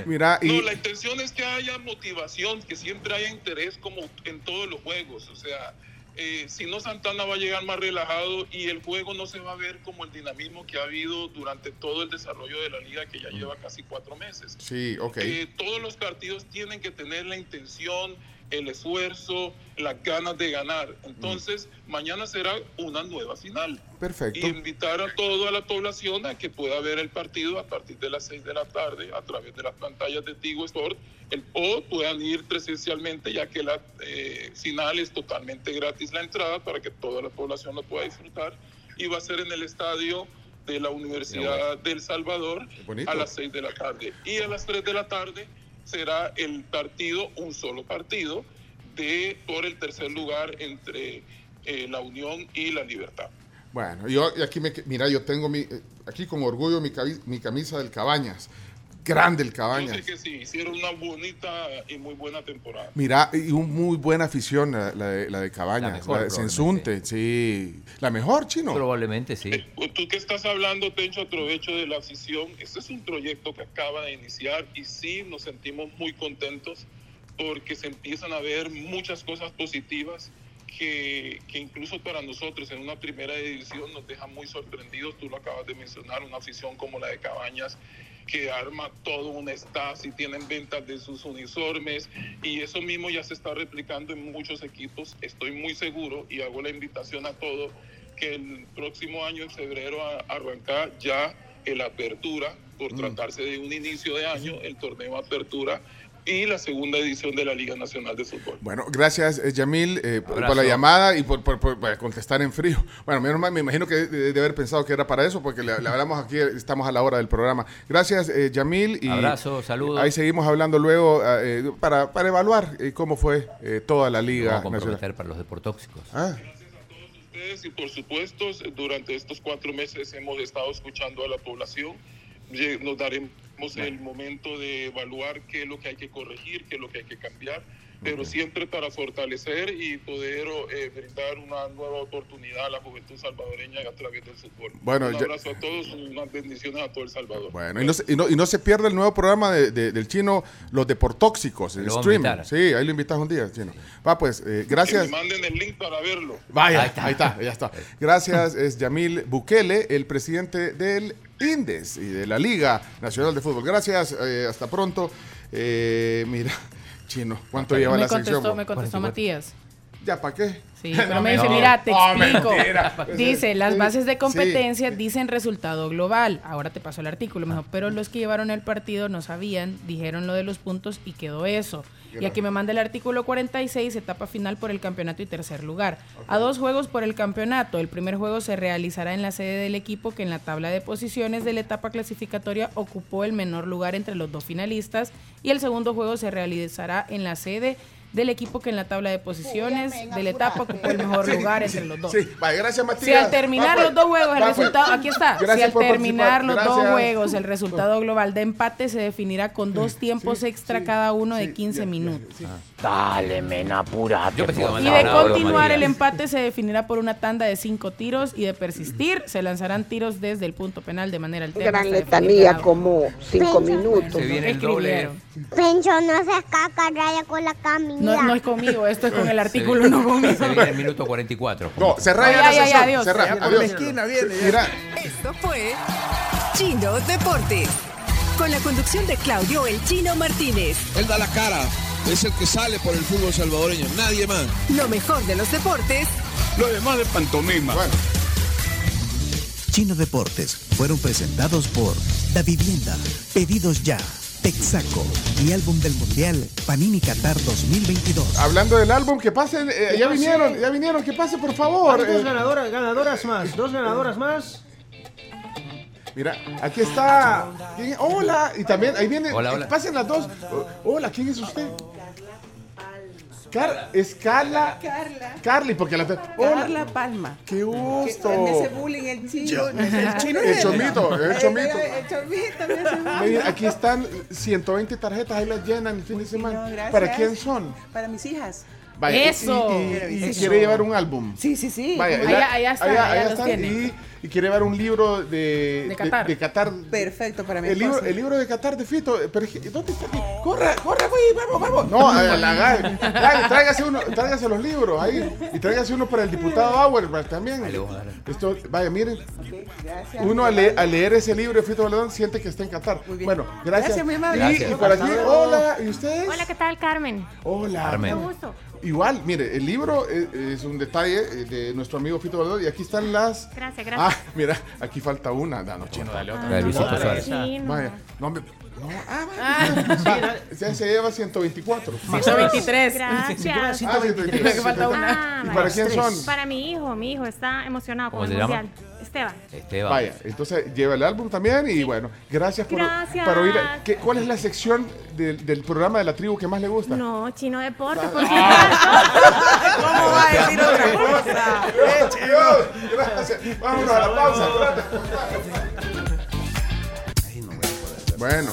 [SPEAKER 6] mira y
[SPEAKER 30] No, la intención es que haya motivación, que siempre haya interés como en todos los juegos. O sea, eh, si no, Santana va a llegar más relajado y el juego no se va a ver como el dinamismo que ha habido durante todo el desarrollo de la liga que ya lleva casi cuatro meses.
[SPEAKER 6] sí, ok.
[SPEAKER 30] Eh, todos los partidos tienen que tener la intención, el esfuerzo, las ganas de ganar. Entonces, mañana será una nueva final.
[SPEAKER 6] Perfecto.
[SPEAKER 30] Y invitar a toda la población a que pueda ver el partido a partir de las 6 de la tarde a través de las pantallas de Tigo Sport el- o puedan ir presencialmente ya que la eh, final es totalmente gratis la entrada para que toda la población lo pueda disfrutar y va a ser en el estadio de la Universidad del Salvador
[SPEAKER 6] bonito.
[SPEAKER 30] a las 6 de la tarde y a las 3 de la tarde será el partido, un solo partido de por el tercer lugar entre eh, la Unión y la Libertad.
[SPEAKER 6] Bueno, yo y aquí me, mira, yo tengo mi, eh, aquí con orgullo mi, cabi- mi camisa del Cabañas. Grande el Cabañas.
[SPEAKER 30] Yo sé que sí, hicieron una bonita y muy buena temporada.
[SPEAKER 6] Mira, y un muy buena afición la, la de, la de Cabañas, la,
[SPEAKER 8] La mejor,
[SPEAKER 6] de Sensunte, sí. La mejor, chino.
[SPEAKER 8] Probablemente sí.
[SPEAKER 30] Tú que estás hablando, Tencho, aprovecho de la afición. Este es un proyecto que acaba de iniciar y sí nos sentimos muy contentos porque se empiezan a ver muchas cosas positivas que, que incluso para nosotros en una primera edición nos deja muy sorprendidos, tú lo acabas de mencionar, una afición como la de Cabañas que arma todo un staff y tienen ventas de sus uniformes y eso mismo ya se está replicando en muchos equipos, estoy muy seguro y hago la invitación a todos que el próximo año en febrero a- arranca ya el apertura por
[SPEAKER 6] Mm.
[SPEAKER 30] tratarse de un inicio de año, el torneo apertura y la segunda edición de la Liga Nacional de Fútbol.
[SPEAKER 6] Bueno, gracias, eh, Yamil, eh, por, por la
[SPEAKER 30] Abrazo.
[SPEAKER 6] llamada y por, por- por- por contestar en frío. Bueno, menos mal, me imagino que de, de haber pensado que era para eso, porque le, le hablamos aquí, estamos a la hora del programa. Gracias, eh, Yamil. Y
[SPEAKER 8] Abrazo, saludos.
[SPEAKER 6] Ahí seguimos hablando luego eh, para, para evaluar eh, cómo fue eh, toda la Liga
[SPEAKER 8] a comprometer
[SPEAKER 6] Nacional.
[SPEAKER 8] para los deportóxicos.
[SPEAKER 6] Ah,
[SPEAKER 30] ustedes y por supuesto durante estos cuatro meses hemos estado escuchando a la población. Lle- Nos daremos el momento de evaluar qué es lo que hay que corregir, qué es lo que hay que cambiar, pero siempre para fortalecer y poder eh, brindar una nueva oportunidad a la juventud salvadoreña a través del fútbol.
[SPEAKER 6] Bueno,
[SPEAKER 30] un
[SPEAKER 6] ya-
[SPEAKER 30] abrazo a todos, unas bendiciones a todo El Salvador.
[SPEAKER 6] bueno, y no, se, y no- y no se pierde el nuevo programa de- de- del chino, los deportóxicos, el
[SPEAKER 30] Lo vamos a
[SPEAKER 6] streaming.
[SPEAKER 30] invitar.
[SPEAKER 6] Sí, ahí lo invitas un día, chino. Va, pues, eh, gracias.
[SPEAKER 30] Que me manden el link para verlo.
[SPEAKER 6] Vaya, ahí está.
[SPEAKER 8] (laughs)
[SPEAKER 6] ya está. Gracias, es Yamil Bukele, el presidente del INDES y de la Liga Nacional de Fútbol. Gracias, eh, hasta pronto. Eh, mira, chino, ¿cuánto lleva
[SPEAKER 7] me
[SPEAKER 6] la
[SPEAKER 7] contestó,
[SPEAKER 6] sección? vos?
[SPEAKER 7] Me contestó Matías.
[SPEAKER 6] ¿Ya para qué?
[SPEAKER 1] (laughs)
[SPEAKER 7] Sí,
[SPEAKER 6] No,
[SPEAKER 7] pero me dice,
[SPEAKER 6] mentira.
[SPEAKER 7] mira, te
[SPEAKER 6] No,
[SPEAKER 7] explico.
[SPEAKER 6] mentira.
[SPEAKER 7] Dice, las
[SPEAKER 6] Sí,
[SPEAKER 7] bases de
[SPEAKER 6] sí.
[SPEAKER 7] competencia dicen resultado global. Ahora te paso el artículo, mejor. Pero los que llevaron el partido no sabían, dijeron lo de los puntos y quedó eso. Y aquí me manda el artículo 46, etapa final por el campeonato y tercer lugar. A dos juegos por el campeonato. El primer juego se realizará en la sede del equipo que en la tabla de posiciones de la etapa clasificatoria ocupó el menor lugar entre los dos finalistas. Y el segundo juego se realizará en la sede del equipo que en la tabla de posiciones de la etapa ocupó el mejor
[SPEAKER 6] Sí,
[SPEAKER 7] lugar
[SPEAKER 6] sí,
[SPEAKER 7] entre los dos.
[SPEAKER 6] Sí, vaya, gracias, Matías.
[SPEAKER 7] Si al terminar
[SPEAKER 6] Va,
[SPEAKER 7] los dos juegos el
[SPEAKER 6] va, pues.
[SPEAKER 7] resultado, aquí está, si
[SPEAKER 6] Gracias
[SPEAKER 7] al
[SPEAKER 6] por
[SPEAKER 7] terminar los
[SPEAKER 6] participar.
[SPEAKER 7] dos
[SPEAKER 6] Gracias. Pues.
[SPEAKER 7] juegos el resultado global de empate se definirá con dos tiempos extra cada uno de 15 minutos.
[SPEAKER 5] Ah. Dale, men, apúrate.
[SPEAKER 8] Yo pensé que
[SPEAKER 5] por
[SPEAKER 7] Y de
[SPEAKER 5] favor,
[SPEAKER 7] continuar el
[SPEAKER 5] Matías.
[SPEAKER 7] empate se definirá por una tanda de cinco tiros y de persistir se lanzarán tiros desde el punto penal de manera alterna.
[SPEAKER 22] Gran
[SPEAKER 7] hasta
[SPEAKER 22] letanía,
[SPEAKER 7] definir
[SPEAKER 22] como cinco minutos.
[SPEAKER 7] Se viene el doble.
[SPEAKER 26] Pencho, no se cacarraya con la camina.
[SPEAKER 7] No, no es conmigo,
[SPEAKER 8] (laughs)
[SPEAKER 7] esto es con el
[SPEAKER 8] Se
[SPEAKER 7] artículo,
[SPEAKER 8] viene-
[SPEAKER 7] no conmigo.
[SPEAKER 8] Se viene el minuto 44.
[SPEAKER 6] No, se raya
[SPEAKER 7] Ya, ya,
[SPEAKER 6] la
[SPEAKER 7] ya,
[SPEAKER 6] sección.
[SPEAKER 7] adiós.
[SPEAKER 6] se raya.
[SPEAKER 7] Ya por
[SPEAKER 6] Adiós.
[SPEAKER 7] la esquina viene, ya.
[SPEAKER 6] Mira,
[SPEAKER 10] Esto fue Chino Deportes. Con la conducción de Claudio El Chino Martínez.
[SPEAKER 31] Él da la cara, es el que sale por el fútbol salvadoreño, nadie más.
[SPEAKER 10] Lo mejor de los deportes.
[SPEAKER 31] Lo demás de pantomima.
[SPEAKER 25] Chino Deportes fueron presentados por La Vivienda, Pedidos Ya, Texaco y Álbum del Mundial Panini Qatar 2022.
[SPEAKER 6] Hablando del álbum, que pasen, eh, ya
[SPEAKER 25] Ah, sí.
[SPEAKER 6] vinieron, ya vinieron, que pasen, por favor.
[SPEAKER 14] Hay
[SPEAKER 6] Eh,
[SPEAKER 14] dos ganadoras, ganadoras más, dos ganadoras más.
[SPEAKER 6] Mira, aquí está. ¿Quién- Hola, y también ahí viene.
[SPEAKER 14] Hola, hola.
[SPEAKER 6] Pasen las dos. Oh, Hola, ¿quién es usted? Car es Carla.
[SPEAKER 1] Carla.
[SPEAKER 6] Carly, porque la. Hola.
[SPEAKER 1] Carla Palma.
[SPEAKER 6] Qué gusto.
[SPEAKER 1] Que me hace bullying el chino.
[SPEAKER 6] Yo-
[SPEAKER 1] Me hace-
[SPEAKER 6] El
[SPEAKER 1] me-
[SPEAKER 6] chomito, el
[SPEAKER 1] Eh,
[SPEAKER 6] chomito.
[SPEAKER 1] El chomito me hace bullying.
[SPEAKER 6] Miren, aquí están 120 tarjetas, ahí las llenan el fin de semana.
[SPEAKER 1] gracias.
[SPEAKER 6] ¿Para quién son?
[SPEAKER 1] Para mis hijas.
[SPEAKER 6] Vaya, y- Y, y- y quiere llevar un álbum.
[SPEAKER 1] Sí, sí, sí.
[SPEAKER 6] Vaya,
[SPEAKER 1] Allá-
[SPEAKER 6] la-
[SPEAKER 1] allá están, allá los tiene.
[SPEAKER 6] Y, y quiere llevar un libro de,
[SPEAKER 1] De Qatar.
[SPEAKER 6] Perfecto
[SPEAKER 1] para mi
[SPEAKER 6] el libro,
[SPEAKER 1] esposo.
[SPEAKER 6] el libro de Qatar de Fito. eh, Pero, es que- ¿Dónde está? Corra, corra, güey, vamos, vamos. No, a a la gana. Dale, tráigase, uno, tráigase los libros ahí. Y tráigase uno para el diputado Auerbach también. Esto, vaya, miren.
[SPEAKER 1] Gracias.
[SPEAKER 6] Uno al, le- al leer ese libro de Fito Baladón siente que está en Qatar. Bueno, gracias.
[SPEAKER 1] Gracias, muy
[SPEAKER 6] y,
[SPEAKER 1] amable.
[SPEAKER 6] y
[SPEAKER 1] Gracias.
[SPEAKER 6] por aquí,
[SPEAKER 1] Hasta luego.
[SPEAKER 6] hola, ¿y ustedes?
[SPEAKER 19] Hola, ¿qué tal, Carmen?
[SPEAKER 6] Hola.
[SPEAKER 19] Mucho
[SPEAKER 6] Carmen.
[SPEAKER 19] gusto.
[SPEAKER 6] Igual, mire, el libro eh, es, un detalle eh, de nuestro amigo Fito Baladón y aquí están las...
[SPEAKER 19] Gracias,
[SPEAKER 6] Ah,
[SPEAKER 19] gracias.
[SPEAKER 6] mira, aquí falta una. No, no, chino, dale
[SPEAKER 8] La
[SPEAKER 6] otra.
[SPEAKER 8] de Luisito Dale, Suárez.
[SPEAKER 19] chino.
[SPEAKER 6] Vaya, no, hombre, no, ah, vaya. Sí, ya se lleva 124.
[SPEAKER 19] Más o menos. 123. Gracias. Se lleva 123.
[SPEAKER 6] Ah, 123. ¿Y para quién son?
[SPEAKER 19] Para mi hijo, mi hijo está emocionado
[SPEAKER 6] ¿Cómo
[SPEAKER 19] con el
[SPEAKER 6] se llama?
[SPEAKER 19] mundial. Esteban.
[SPEAKER 8] Esteban.
[SPEAKER 6] Vaya, entonces lleva el álbum también y bueno, gracias por,
[SPEAKER 19] Gracias.
[SPEAKER 6] para oír. ¿Qué- ¿Cuál es la sección del, del programa de la tribu que más le gusta? Ah.
[SPEAKER 19] No, chino deportes, por
[SPEAKER 6] ¿Cómo va a decir (laughs) otra cosa? Gracias. Vámonos a la pausa. Bueno,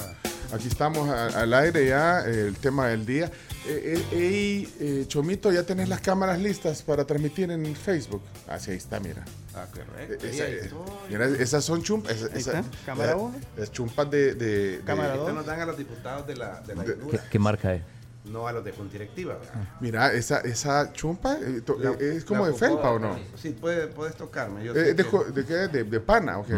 [SPEAKER 6] aquí estamos a- al aire ya, eh, el tema del día. Eh, eh, ey, eh, Chomito, ya tenés las cámaras listas para transmitir en Facebook. Ah, sí, ahí está, mira.
[SPEAKER 15] Ah, correcto.
[SPEAKER 6] e- Esa- Mira, esas son chumpas. Esa, esa-
[SPEAKER 15] está, cámara
[SPEAKER 6] la-
[SPEAKER 15] uno.
[SPEAKER 6] Las chumpas de. de, de-
[SPEAKER 15] Cámara nos dan a los diputados de la, de la
[SPEAKER 8] ¿Qué, qué marca es?
[SPEAKER 14] no a los de Condirectiva. ¿verdad?
[SPEAKER 6] Mira, esa, esa chumpa eh, to-
[SPEAKER 14] La-
[SPEAKER 6] eh, es como
[SPEAKER 14] la
[SPEAKER 6] de felpa o no?
[SPEAKER 14] Sí, puede- puedes tocarme. yo
[SPEAKER 6] Eh,
[SPEAKER 14] sé
[SPEAKER 6] de,
[SPEAKER 14] que-
[SPEAKER 6] co- de qué? ¿De, de pana? o qué?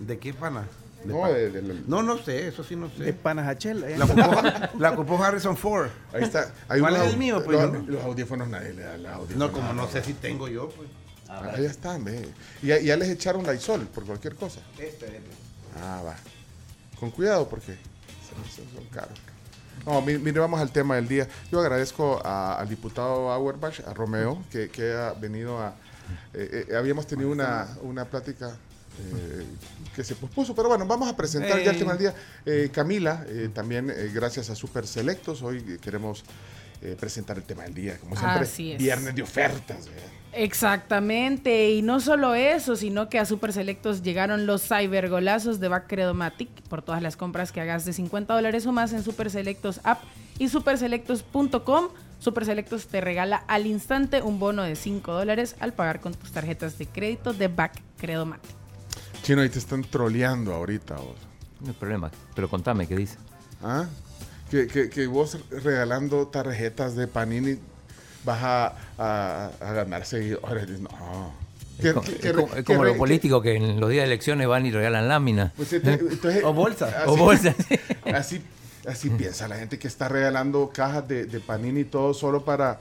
[SPEAKER 14] ¿De qué pana? De
[SPEAKER 6] No,
[SPEAKER 14] pana.
[SPEAKER 6] de- de la-
[SPEAKER 14] no, no sé, eso sí no sé.
[SPEAKER 1] De panajachel.
[SPEAKER 14] La ocupó, la ocupó Harrison Ford.
[SPEAKER 6] Ahí
[SPEAKER 14] (laughs)
[SPEAKER 6] está. Hay
[SPEAKER 14] ¿Cuál
[SPEAKER 6] unos
[SPEAKER 14] es
[SPEAKER 6] au-
[SPEAKER 14] el mío? Pues,
[SPEAKER 6] los,
[SPEAKER 14] yo no-
[SPEAKER 6] los audífonos nadie le da los audífonos.
[SPEAKER 14] no, como no sé si tengo yo, pues.
[SPEAKER 6] Ah, ya están, ve. Y ya, ya les echaron la isol por cualquier cosa.
[SPEAKER 14] Este, este.
[SPEAKER 6] Ah, va. Con cuidado porque son- son, son caros. No, mi- mire, vamos al tema del día. Yo agradezco a- al diputado Auerbach, a Romeo, que, que ha venido a... eh, eh, habíamos tenido una, una plática eh, que se pospuso, pero bueno, vamos a presentar ya el
[SPEAKER 14] Ey.
[SPEAKER 6] tema del día. Eh, Camila, eh, también eh, gracias a Super Selectos, hoy eh, queremos eh, presentar el tema del día, como siempre,
[SPEAKER 7] Así es.
[SPEAKER 6] viernes de ofertas. ¿verdad?
[SPEAKER 7] Exactamente, y no solo eso, sino que a Super Selectos llegaron los cybergolazos de Bacredomatic por todas las compras que hagas de 50 dólares o más en Super Selectos app y superselectos.com. Super Selectos te regala al instante un bono de 5 dólares al pagar con tus tarjetas de crédito de Bacredomatic.
[SPEAKER 6] (laughs) Chino, ahí te están troleando ahorita. Vos.
[SPEAKER 8] No hay problema, pero contame, ¿qué dice?
[SPEAKER 6] ¿Ah? Que, que, que vos regalando tarjetas de Panini vas a, a- a ganar seguidores. No.
[SPEAKER 8] Es,
[SPEAKER 6] Que-
[SPEAKER 8] co-
[SPEAKER 6] que-
[SPEAKER 8] es
[SPEAKER 6] que
[SPEAKER 8] co-
[SPEAKER 6] re-
[SPEAKER 8] es
[SPEAKER 6] que
[SPEAKER 8] como
[SPEAKER 6] re-
[SPEAKER 8] los políticos que en los días de elecciones van y regalan láminas. ¿Eh?
[SPEAKER 6] Pues,
[SPEAKER 8] (laughs)
[SPEAKER 6] este, entonces-
[SPEAKER 8] o bolsas.
[SPEAKER 6] así-
[SPEAKER 8] O bolsas.
[SPEAKER 6] (laughs) Así, así piensa la gente que está regalando cajas de, de Panini y todo solo para,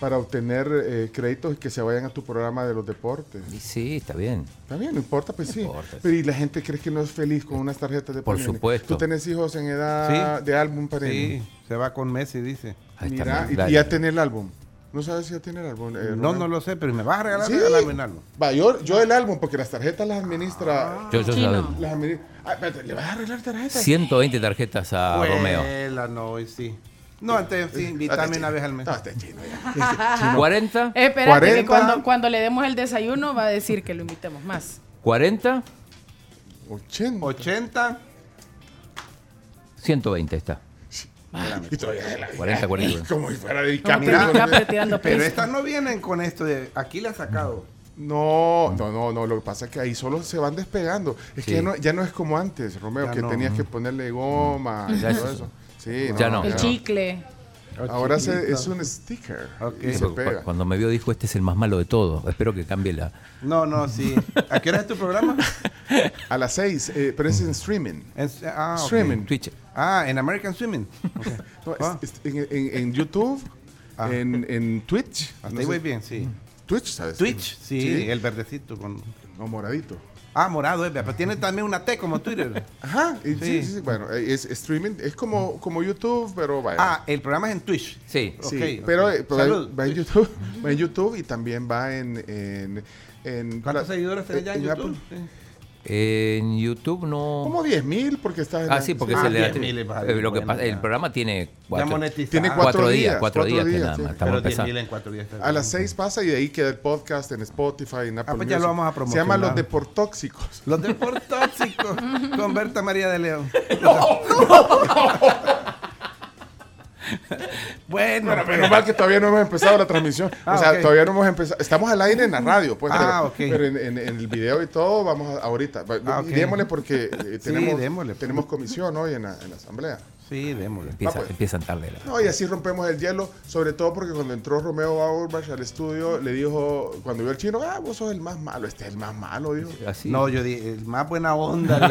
[SPEAKER 6] para obtener eh, créditos que se vayan a tu programa de los deportes.
[SPEAKER 8] Y sí, está bien.
[SPEAKER 6] Está bien, no importa, pues sí.
[SPEAKER 8] importa.
[SPEAKER 6] Pero y la gente cree que no es feliz con unas tarjetas de
[SPEAKER 8] Por
[SPEAKER 6] Panini.
[SPEAKER 8] supuesto.
[SPEAKER 6] Tú tenés hijos en edad
[SPEAKER 14] Sí.
[SPEAKER 6] Ah, de álbum Panini.
[SPEAKER 14] Sí, se va con Messi, dice.
[SPEAKER 8] Ahí está,
[SPEAKER 6] Mira, y,
[SPEAKER 8] claro.
[SPEAKER 6] y ya tiene el álbum. No sabes si ya tiene el álbum. eh,
[SPEAKER 14] No,
[SPEAKER 6] Romeo?
[SPEAKER 14] no lo sé, pero me vas a regalar,
[SPEAKER 6] Sí.
[SPEAKER 14] regálame un álbum.
[SPEAKER 6] Va, yo, yo el álbum, porque las tarjetas las
[SPEAKER 14] Ah.
[SPEAKER 6] administra.
[SPEAKER 8] Yo- yo Chino. sabemos.
[SPEAKER 6] Las administra. Ah, espérate, ¿le vas a arreglar tarjetas?
[SPEAKER 8] 120 tarjetas a Ah,
[SPEAKER 6] Pues
[SPEAKER 8] Romeo.
[SPEAKER 14] Vuela, no, hoy sí. No, antes sí,
[SPEAKER 6] Ah,
[SPEAKER 14] invítame una vez al mes.
[SPEAKER 8] ¿40?
[SPEAKER 7] Eh, Espérate, que
[SPEAKER 8] 40.
[SPEAKER 7] cuando, cuando le demos el desayuno va a decir que lo invitemos más.
[SPEAKER 8] ¿40?
[SPEAKER 6] 80.
[SPEAKER 14] 80.
[SPEAKER 8] 120 está.
[SPEAKER 6] Ah, Y todavía se la-
[SPEAKER 8] 40, 40.
[SPEAKER 6] (laughs) Como si fuera de
[SPEAKER 14] No,
[SPEAKER 6] Camila.
[SPEAKER 14] pero- pero estas no vienen con esto de aquí la ha sacado.
[SPEAKER 6] No,
[SPEAKER 14] Mm.
[SPEAKER 6] no, no, no. Lo que pasa es que ahí solo se van despegando. Es
[SPEAKER 8] Sí.
[SPEAKER 6] que ya no, ya no es como antes, Romeo,
[SPEAKER 14] Ya
[SPEAKER 6] que
[SPEAKER 14] no.
[SPEAKER 6] tenías que ponerle goma y
[SPEAKER 8] Ya
[SPEAKER 6] todo
[SPEAKER 8] es-
[SPEAKER 14] (laughs)
[SPEAKER 6] eso. Sí,
[SPEAKER 8] ya no.
[SPEAKER 7] el chicle.
[SPEAKER 6] Ahora se- es un sticker. y se
[SPEAKER 8] Cu-
[SPEAKER 6] pega.
[SPEAKER 8] Cuando me vio dijo, este es el más malo de todos. Espero que cambie la...
[SPEAKER 14] No, no,
[SPEAKER 6] (laughs)
[SPEAKER 14] sí. ¿A qué hora es tu programa?
[SPEAKER 6] A las 6, pero es en streaming.
[SPEAKER 14] En- ah, ok.
[SPEAKER 6] Streaming.
[SPEAKER 8] Twitch.
[SPEAKER 14] Ah, en
[SPEAKER 6] (laughs)
[SPEAKER 14] American Swimming. Ok.
[SPEAKER 6] No, es-
[SPEAKER 14] Ah.
[SPEAKER 6] es- en, en- en YouTube, en, en Twitch.
[SPEAKER 14] Hasta
[SPEAKER 6] no
[SPEAKER 14] ahí
[SPEAKER 6] sé-
[SPEAKER 14] voy bien, sí.
[SPEAKER 6] Twitch, ¿sabes?
[SPEAKER 14] Twitch, sí, el verdecito con...
[SPEAKER 6] No, moradito.
[SPEAKER 14] Ah, morado, eh, pero tiene también una T como Twitter.
[SPEAKER 6] (laughs) Ajá, y sí,
[SPEAKER 14] Sí.
[SPEAKER 6] sí, sí, bueno, eh, es streaming, es como, como YouTube, pero vaya.
[SPEAKER 14] Ah, el programa es en Twitch.
[SPEAKER 8] Sí.
[SPEAKER 14] ok,
[SPEAKER 6] Sí,
[SPEAKER 14] ok.
[SPEAKER 6] pero, eh, pero
[SPEAKER 14] Salud.
[SPEAKER 6] va, en YouTube, va en YouTube y también va en... en, en
[SPEAKER 14] ¿Cuántos
[SPEAKER 6] pla-
[SPEAKER 14] seguidores tenés ya en
[SPEAKER 6] en
[SPEAKER 14] YouTube?
[SPEAKER 6] Apple.
[SPEAKER 14] Sí.
[SPEAKER 8] En YouTube no...
[SPEAKER 6] Como 10 mil, porque está... en
[SPEAKER 8] Ah,
[SPEAKER 6] la-
[SPEAKER 8] sí, porque
[SPEAKER 14] Ah,
[SPEAKER 8] se le da-
[SPEAKER 14] 10.000 es
[SPEAKER 8] eh, lo que
[SPEAKER 14] bueno,
[SPEAKER 8] pasa-
[SPEAKER 14] ya.
[SPEAKER 8] el programa tiene cuatro, Ah,
[SPEAKER 14] Ya monetizado.
[SPEAKER 6] Tiene
[SPEAKER 8] cuatro
[SPEAKER 6] cuatro
[SPEAKER 8] días,
[SPEAKER 6] días,
[SPEAKER 8] cuatro
[SPEAKER 6] cuatro
[SPEAKER 8] días, que
[SPEAKER 6] días,
[SPEAKER 8] nada
[SPEAKER 6] sí.
[SPEAKER 8] más. Estamos
[SPEAKER 14] Pero 10 mil
[SPEAKER 8] empezando.
[SPEAKER 14] en cuatro días. está
[SPEAKER 6] A las
[SPEAKER 14] bien.
[SPEAKER 6] 6 pasa y de ahí queda el podcast en Spotify, en Apple
[SPEAKER 14] pues ya lo
[SPEAKER 6] Music.
[SPEAKER 14] vamos a
[SPEAKER 6] Se llama
[SPEAKER 14] promocionar.
[SPEAKER 6] Los Deportóxicos.
[SPEAKER 14] Los deportóxicos con Berta María
[SPEAKER 6] (laughs)
[SPEAKER 14] de León. bueno,
[SPEAKER 6] Bueno, menos mal que todavía no hemos empezado la transmisión.
[SPEAKER 14] Ah,
[SPEAKER 6] o sea,
[SPEAKER 14] ok.
[SPEAKER 6] todavía no hemos empezado. Estamos al aire en la radio, pues.
[SPEAKER 14] Ah,
[SPEAKER 6] pero,
[SPEAKER 14] ok.
[SPEAKER 6] pero en, en- en el video y todo, vamos a- ahorita. Va-
[SPEAKER 14] Ah, ok.
[SPEAKER 6] y Démosle porque eh, tenemos,
[SPEAKER 14] démosle. pues.
[SPEAKER 6] tenemos comisión hoy en la, en la asamblea.
[SPEAKER 14] Sí, démosle.
[SPEAKER 8] Empieza-
[SPEAKER 6] Ah, pues.
[SPEAKER 8] Empiezan tarde. la-
[SPEAKER 6] No, y así rompemos el hielo, sobre todo porque cuando entró Romeo Auerbach al estudio, le dijo, cuando vio al chino, ah, vos sos el más malo, este es el más malo, dijo.
[SPEAKER 8] Así.
[SPEAKER 14] No, yo dije, el más buena onda.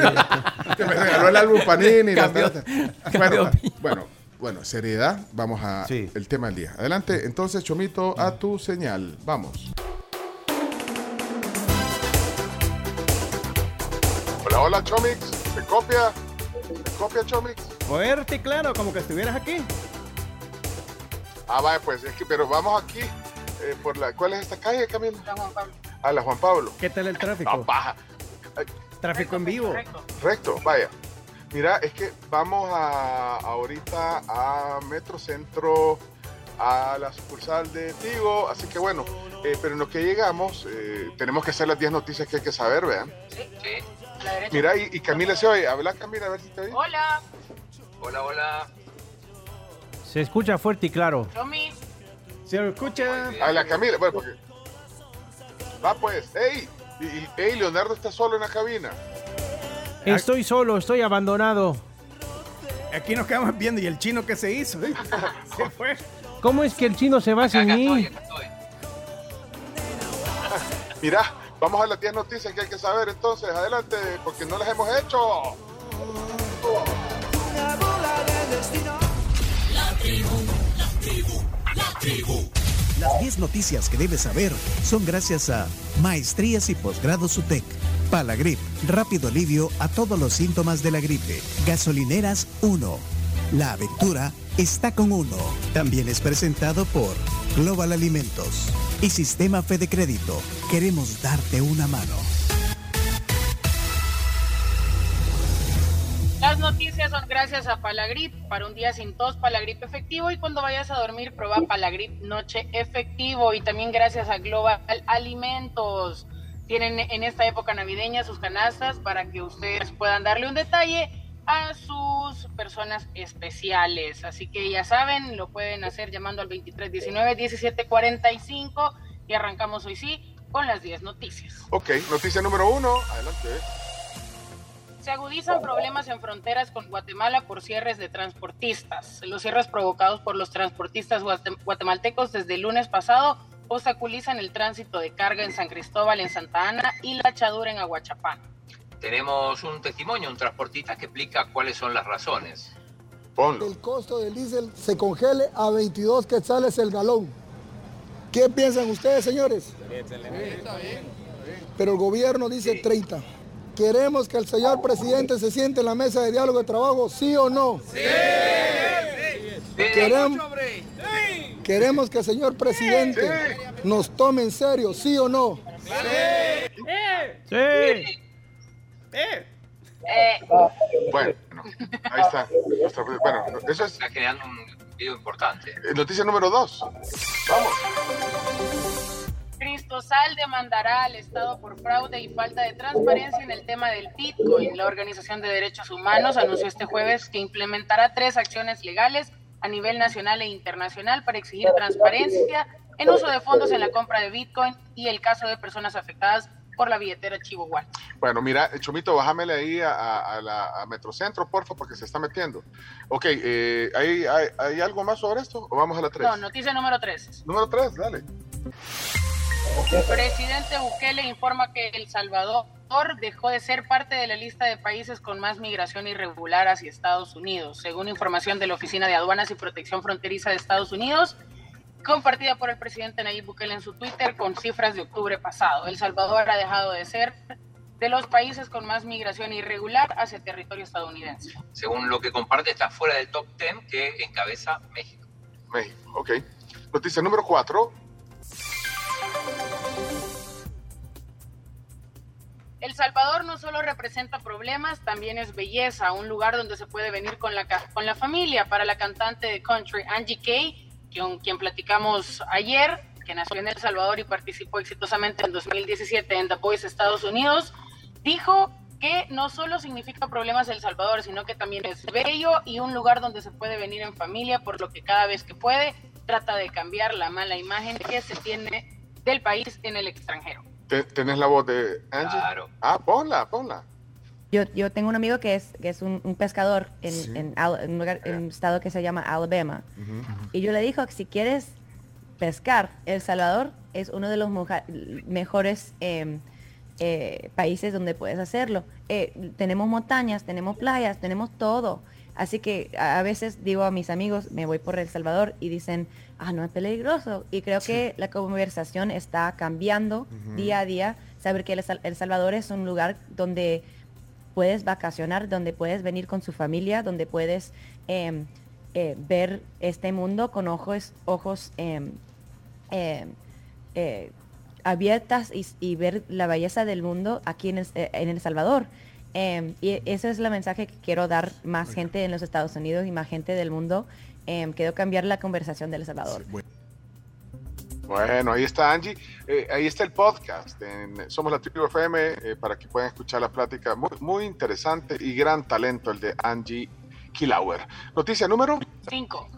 [SPEAKER 6] (laughs)
[SPEAKER 14] dije.
[SPEAKER 6] Que me regaló el álbum Panini. y la
[SPEAKER 8] Cambió-
[SPEAKER 6] tarjeta.
[SPEAKER 8] cambió
[SPEAKER 6] bueno,
[SPEAKER 8] opinión.
[SPEAKER 6] bueno, bueno, seriedad, vamos a
[SPEAKER 14] Sí.
[SPEAKER 6] el tema del día. Adelante, entonces, Chomito, a tu señal, vamos. Hola, hola, Chomix, ¿se copia? ¿Se copia, Chomix?
[SPEAKER 1] Oerte claro, como que estuvieras aquí.
[SPEAKER 6] Ah, vaya, pues, es que, pero vamos aquí, eh, por la, ¿cuál es esta calle, Camilo? La Juan Pablo. Ah, la Juan Pablo.
[SPEAKER 1] ¿Qué tal el
[SPEAKER 6] No,
[SPEAKER 1] tráfico?
[SPEAKER 6] baja.
[SPEAKER 1] Tráfico en vivo.
[SPEAKER 6] Recto, vaya. Mira, es que vamos a ahorita a Metrocentro, a la sucursal de Tigo, así que bueno, eh, pero en lo que llegamos, eh, tenemos que hacer las 10 noticias que hay que saber, vean. Mira, y, y Camila se oye, habla Camila, a ver si te oye.
[SPEAKER 7] Hola,
[SPEAKER 8] Hola, hola.
[SPEAKER 3] Se escucha fuerte y claro.
[SPEAKER 7] Romy.
[SPEAKER 1] Se lo escucha.
[SPEAKER 6] Habla Camila, bueno, porque... Va pues, ¡ey! Y- y- ¡Ey, Leonardo está solo en la cabina!
[SPEAKER 3] Estoy solo, estoy abandonado.
[SPEAKER 1] Aquí nos quedamos viendo y el chino que se hizo.
[SPEAKER 11] (laughs)
[SPEAKER 1] ¿eh? Se fue.
[SPEAKER 14] ¿Cómo es que el chino se va sin mí?
[SPEAKER 6] Mirá, vamos a las 10 noticias que hay que saber entonces. Adelante, porque no las hemos hecho.
[SPEAKER 25] Las 10 noticias que debes saber son gracias a Maestrías y Posgrados UTEC, Palagrip, rápido alivio a todos los síntomas de la gripe, Gasolineras 1, La Aventura está con uno. También es presentado por Global Alimentos y Sistema Fede Crédito. Queremos darte una mano.
[SPEAKER 7] Las noticias son gracias a Palagrip. Para un día sin tos, Palagrip efectivo. Y cuando vayas a dormir, prueba Palagrip noche efectivo. Y también gracias a Global Alimentos. Tienen en esta época navideña sus canastas para que ustedes puedan darle un detalle a sus personas especiales. Así que ya saben, lo pueden hacer llamando al 2319-1745. Y arrancamos hoy sí con las 10 noticias.
[SPEAKER 6] Ok, noticia número uno. Adelante.
[SPEAKER 7] Se agudizan problemas en fronteras con Guatemala por cierres de transportistas. Los cierres provocados por los transportistas guatem- guatemaltecos desde el lunes pasado obstaculizan el tránsito de carga en San Cristóbal, en Santa Ana y la Chadura en Aguachapán.
[SPEAKER 8] Tenemos un testimonio, un transportista que explica cuáles son las razones.
[SPEAKER 17] El costo del diésel se congele a 22 quetzales el galón. ¿Qué piensan ustedes, señores? Pero el gobierno dice 30. ¿Queremos que el señor presidente se siente en la mesa de diálogo de trabajo, sí o no? Queremos, queremos que el señor presidente nos tome en serio, sí o no?
[SPEAKER 14] Sí.
[SPEAKER 19] Eh,
[SPEAKER 6] Oh. Bueno, ahí está. Nuestra- Bueno, eso es
[SPEAKER 8] Está generando un video importante.
[SPEAKER 6] eh, noticia número dos.
[SPEAKER 7] Cristosal demandará al Estado por fraude y falta de transparencia en el tema del Bitcoin. La Organización de Derechos Humanos anunció este jueves que implementará tres acciones legales a nivel nacional e internacional para exigir transparencia en uso de fondos en la compra de Bitcoin y el caso de personas afectadas por la billetera Chihuahua.
[SPEAKER 6] Bueno, mira, Chomito, bájamele ahí a, a- a la, a Metrocentro, por favor, porque se está metiendo. Ok, eh, ¿hay, hay, hay algo más sobre esto o vamos a la tres?
[SPEAKER 7] No, noticia número 3.
[SPEAKER 6] Número tres, dale.
[SPEAKER 7] Presidente Bukele informa que El Salvador dejó de ser parte de la lista de países con más migración irregular hacia Estados Unidos, según información de la Oficina de Aduanas y Protección Fronteriza de Estados Unidos, compartida por el presidente Nayib Bukele en su Twitter con cifras de octubre pasado. El Salvador ha dejado de ser de los países con más migración irregular hacia el territorio estadounidense.
[SPEAKER 8] Según lo que comparte, está fuera del top 10 que encabeza México.
[SPEAKER 6] México, ok. Noticia número cuatro.
[SPEAKER 7] El Salvador no solo representa problemas, también es belleza, un lugar donde se puede venir con la, ca- con la familia. Para la cantante de country Angie Kay, con quien platicamos ayer, que nació en El Salvador y participó exitosamente en 2017 en The Voice Estados Unidos, dijo que no solo significa problemas El Salvador, sino que también es bello y un lugar donde se puede venir en familia, por lo que cada vez que puede trata de cambiar la mala imagen que se tiene del país en el extranjero.
[SPEAKER 6] Te- ¿Tenés la voz de Angie? Claro. Ah, ponla, ponla.
[SPEAKER 18] Yo, yo tengo un amigo que es, que es un, un pescador en,
[SPEAKER 6] Sí.
[SPEAKER 18] en Al- en un lugar- en un estado que se llama Alabama. Y yo le dijo que si quieres pescar, El Salvador es uno de los moja- mejores eh, eh, países donde puedes hacerlo. Eh, tenemos montañas, tenemos playas, tenemos todo. Así que a a veces digo a mis amigos, me voy por El Salvador y dicen, ah, no es peligroso. Y creo que la conversación está cambiando Ujú. día a día. Saber que El Sal- El Salvador es un lugar donde puedes vacacionar, donde puedes venir con su familia, donde puedes em, eh, ver este mundo con ojos, ojos em, em, eh, abiertas y, y ver la belleza del mundo aquí en El, eh, en El Salvador. Em, y ese es el mensaje que quiero dar más gente en los Estados Unidos y más gente del mundo. Em, quiero cambiar la conversación del El Salvador.
[SPEAKER 6] Bueno, ahí está Angie. Eh, ahí está el podcast en Somos la Tribu FM eh, para que puedan escuchar la plática. Muy, muy interesante y gran talento el de Angie Kilauer. Noticia número.
[SPEAKER 7] Cinco.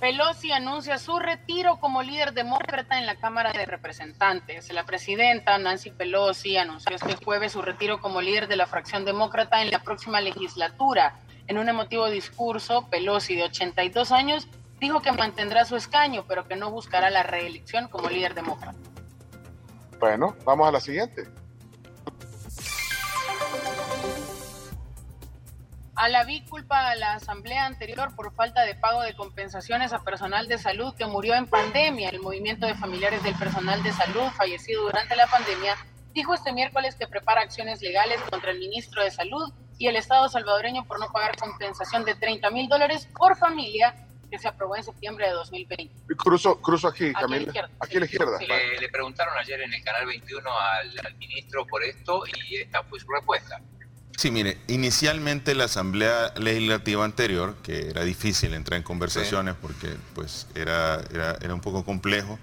[SPEAKER 7] Pelosi anuncia su retiro como líder demócrata en la Cámara de Representantes. La presidenta Nancy Pelosi anunció este jueves su retiro como líder de la fracción demócrata en la próxima legislatura. En un emotivo discurso, Pelosi, de 82 años, dijo que mantendrá su escaño, pero que no buscará la reelección como líder demócrata.
[SPEAKER 6] Bueno, vamos a la siguiente.
[SPEAKER 7] Alaví culpa a la asamblea anterior por falta de pago de compensaciones a personal de salud que murió en pandemia. El movimiento de familiares del personal de salud fallecido durante la pandemia dijo este miércoles que prepara acciones legales contra el ministro de Salud y el Estado salvadoreño por no pagar compensación de 30 mil dólares por familia que se aprobó en septiembre de 2020.
[SPEAKER 6] Cruzo, cruzo aquí,
[SPEAKER 7] Aquí a la
[SPEAKER 6] Camila.
[SPEAKER 7] izquierda.
[SPEAKER 6] Aquí a la izquierda.
[SPEAKER 8] Le, le preguntaron ayer en el canal 21 al, al ministro por esto y esta fue su respuesta.
[SPEAKER 15] Sí, mire, inicialmente la asamblea legislativa anterior, que era difícil entrar en conversaciones porque pues era, era, era un poco complejo,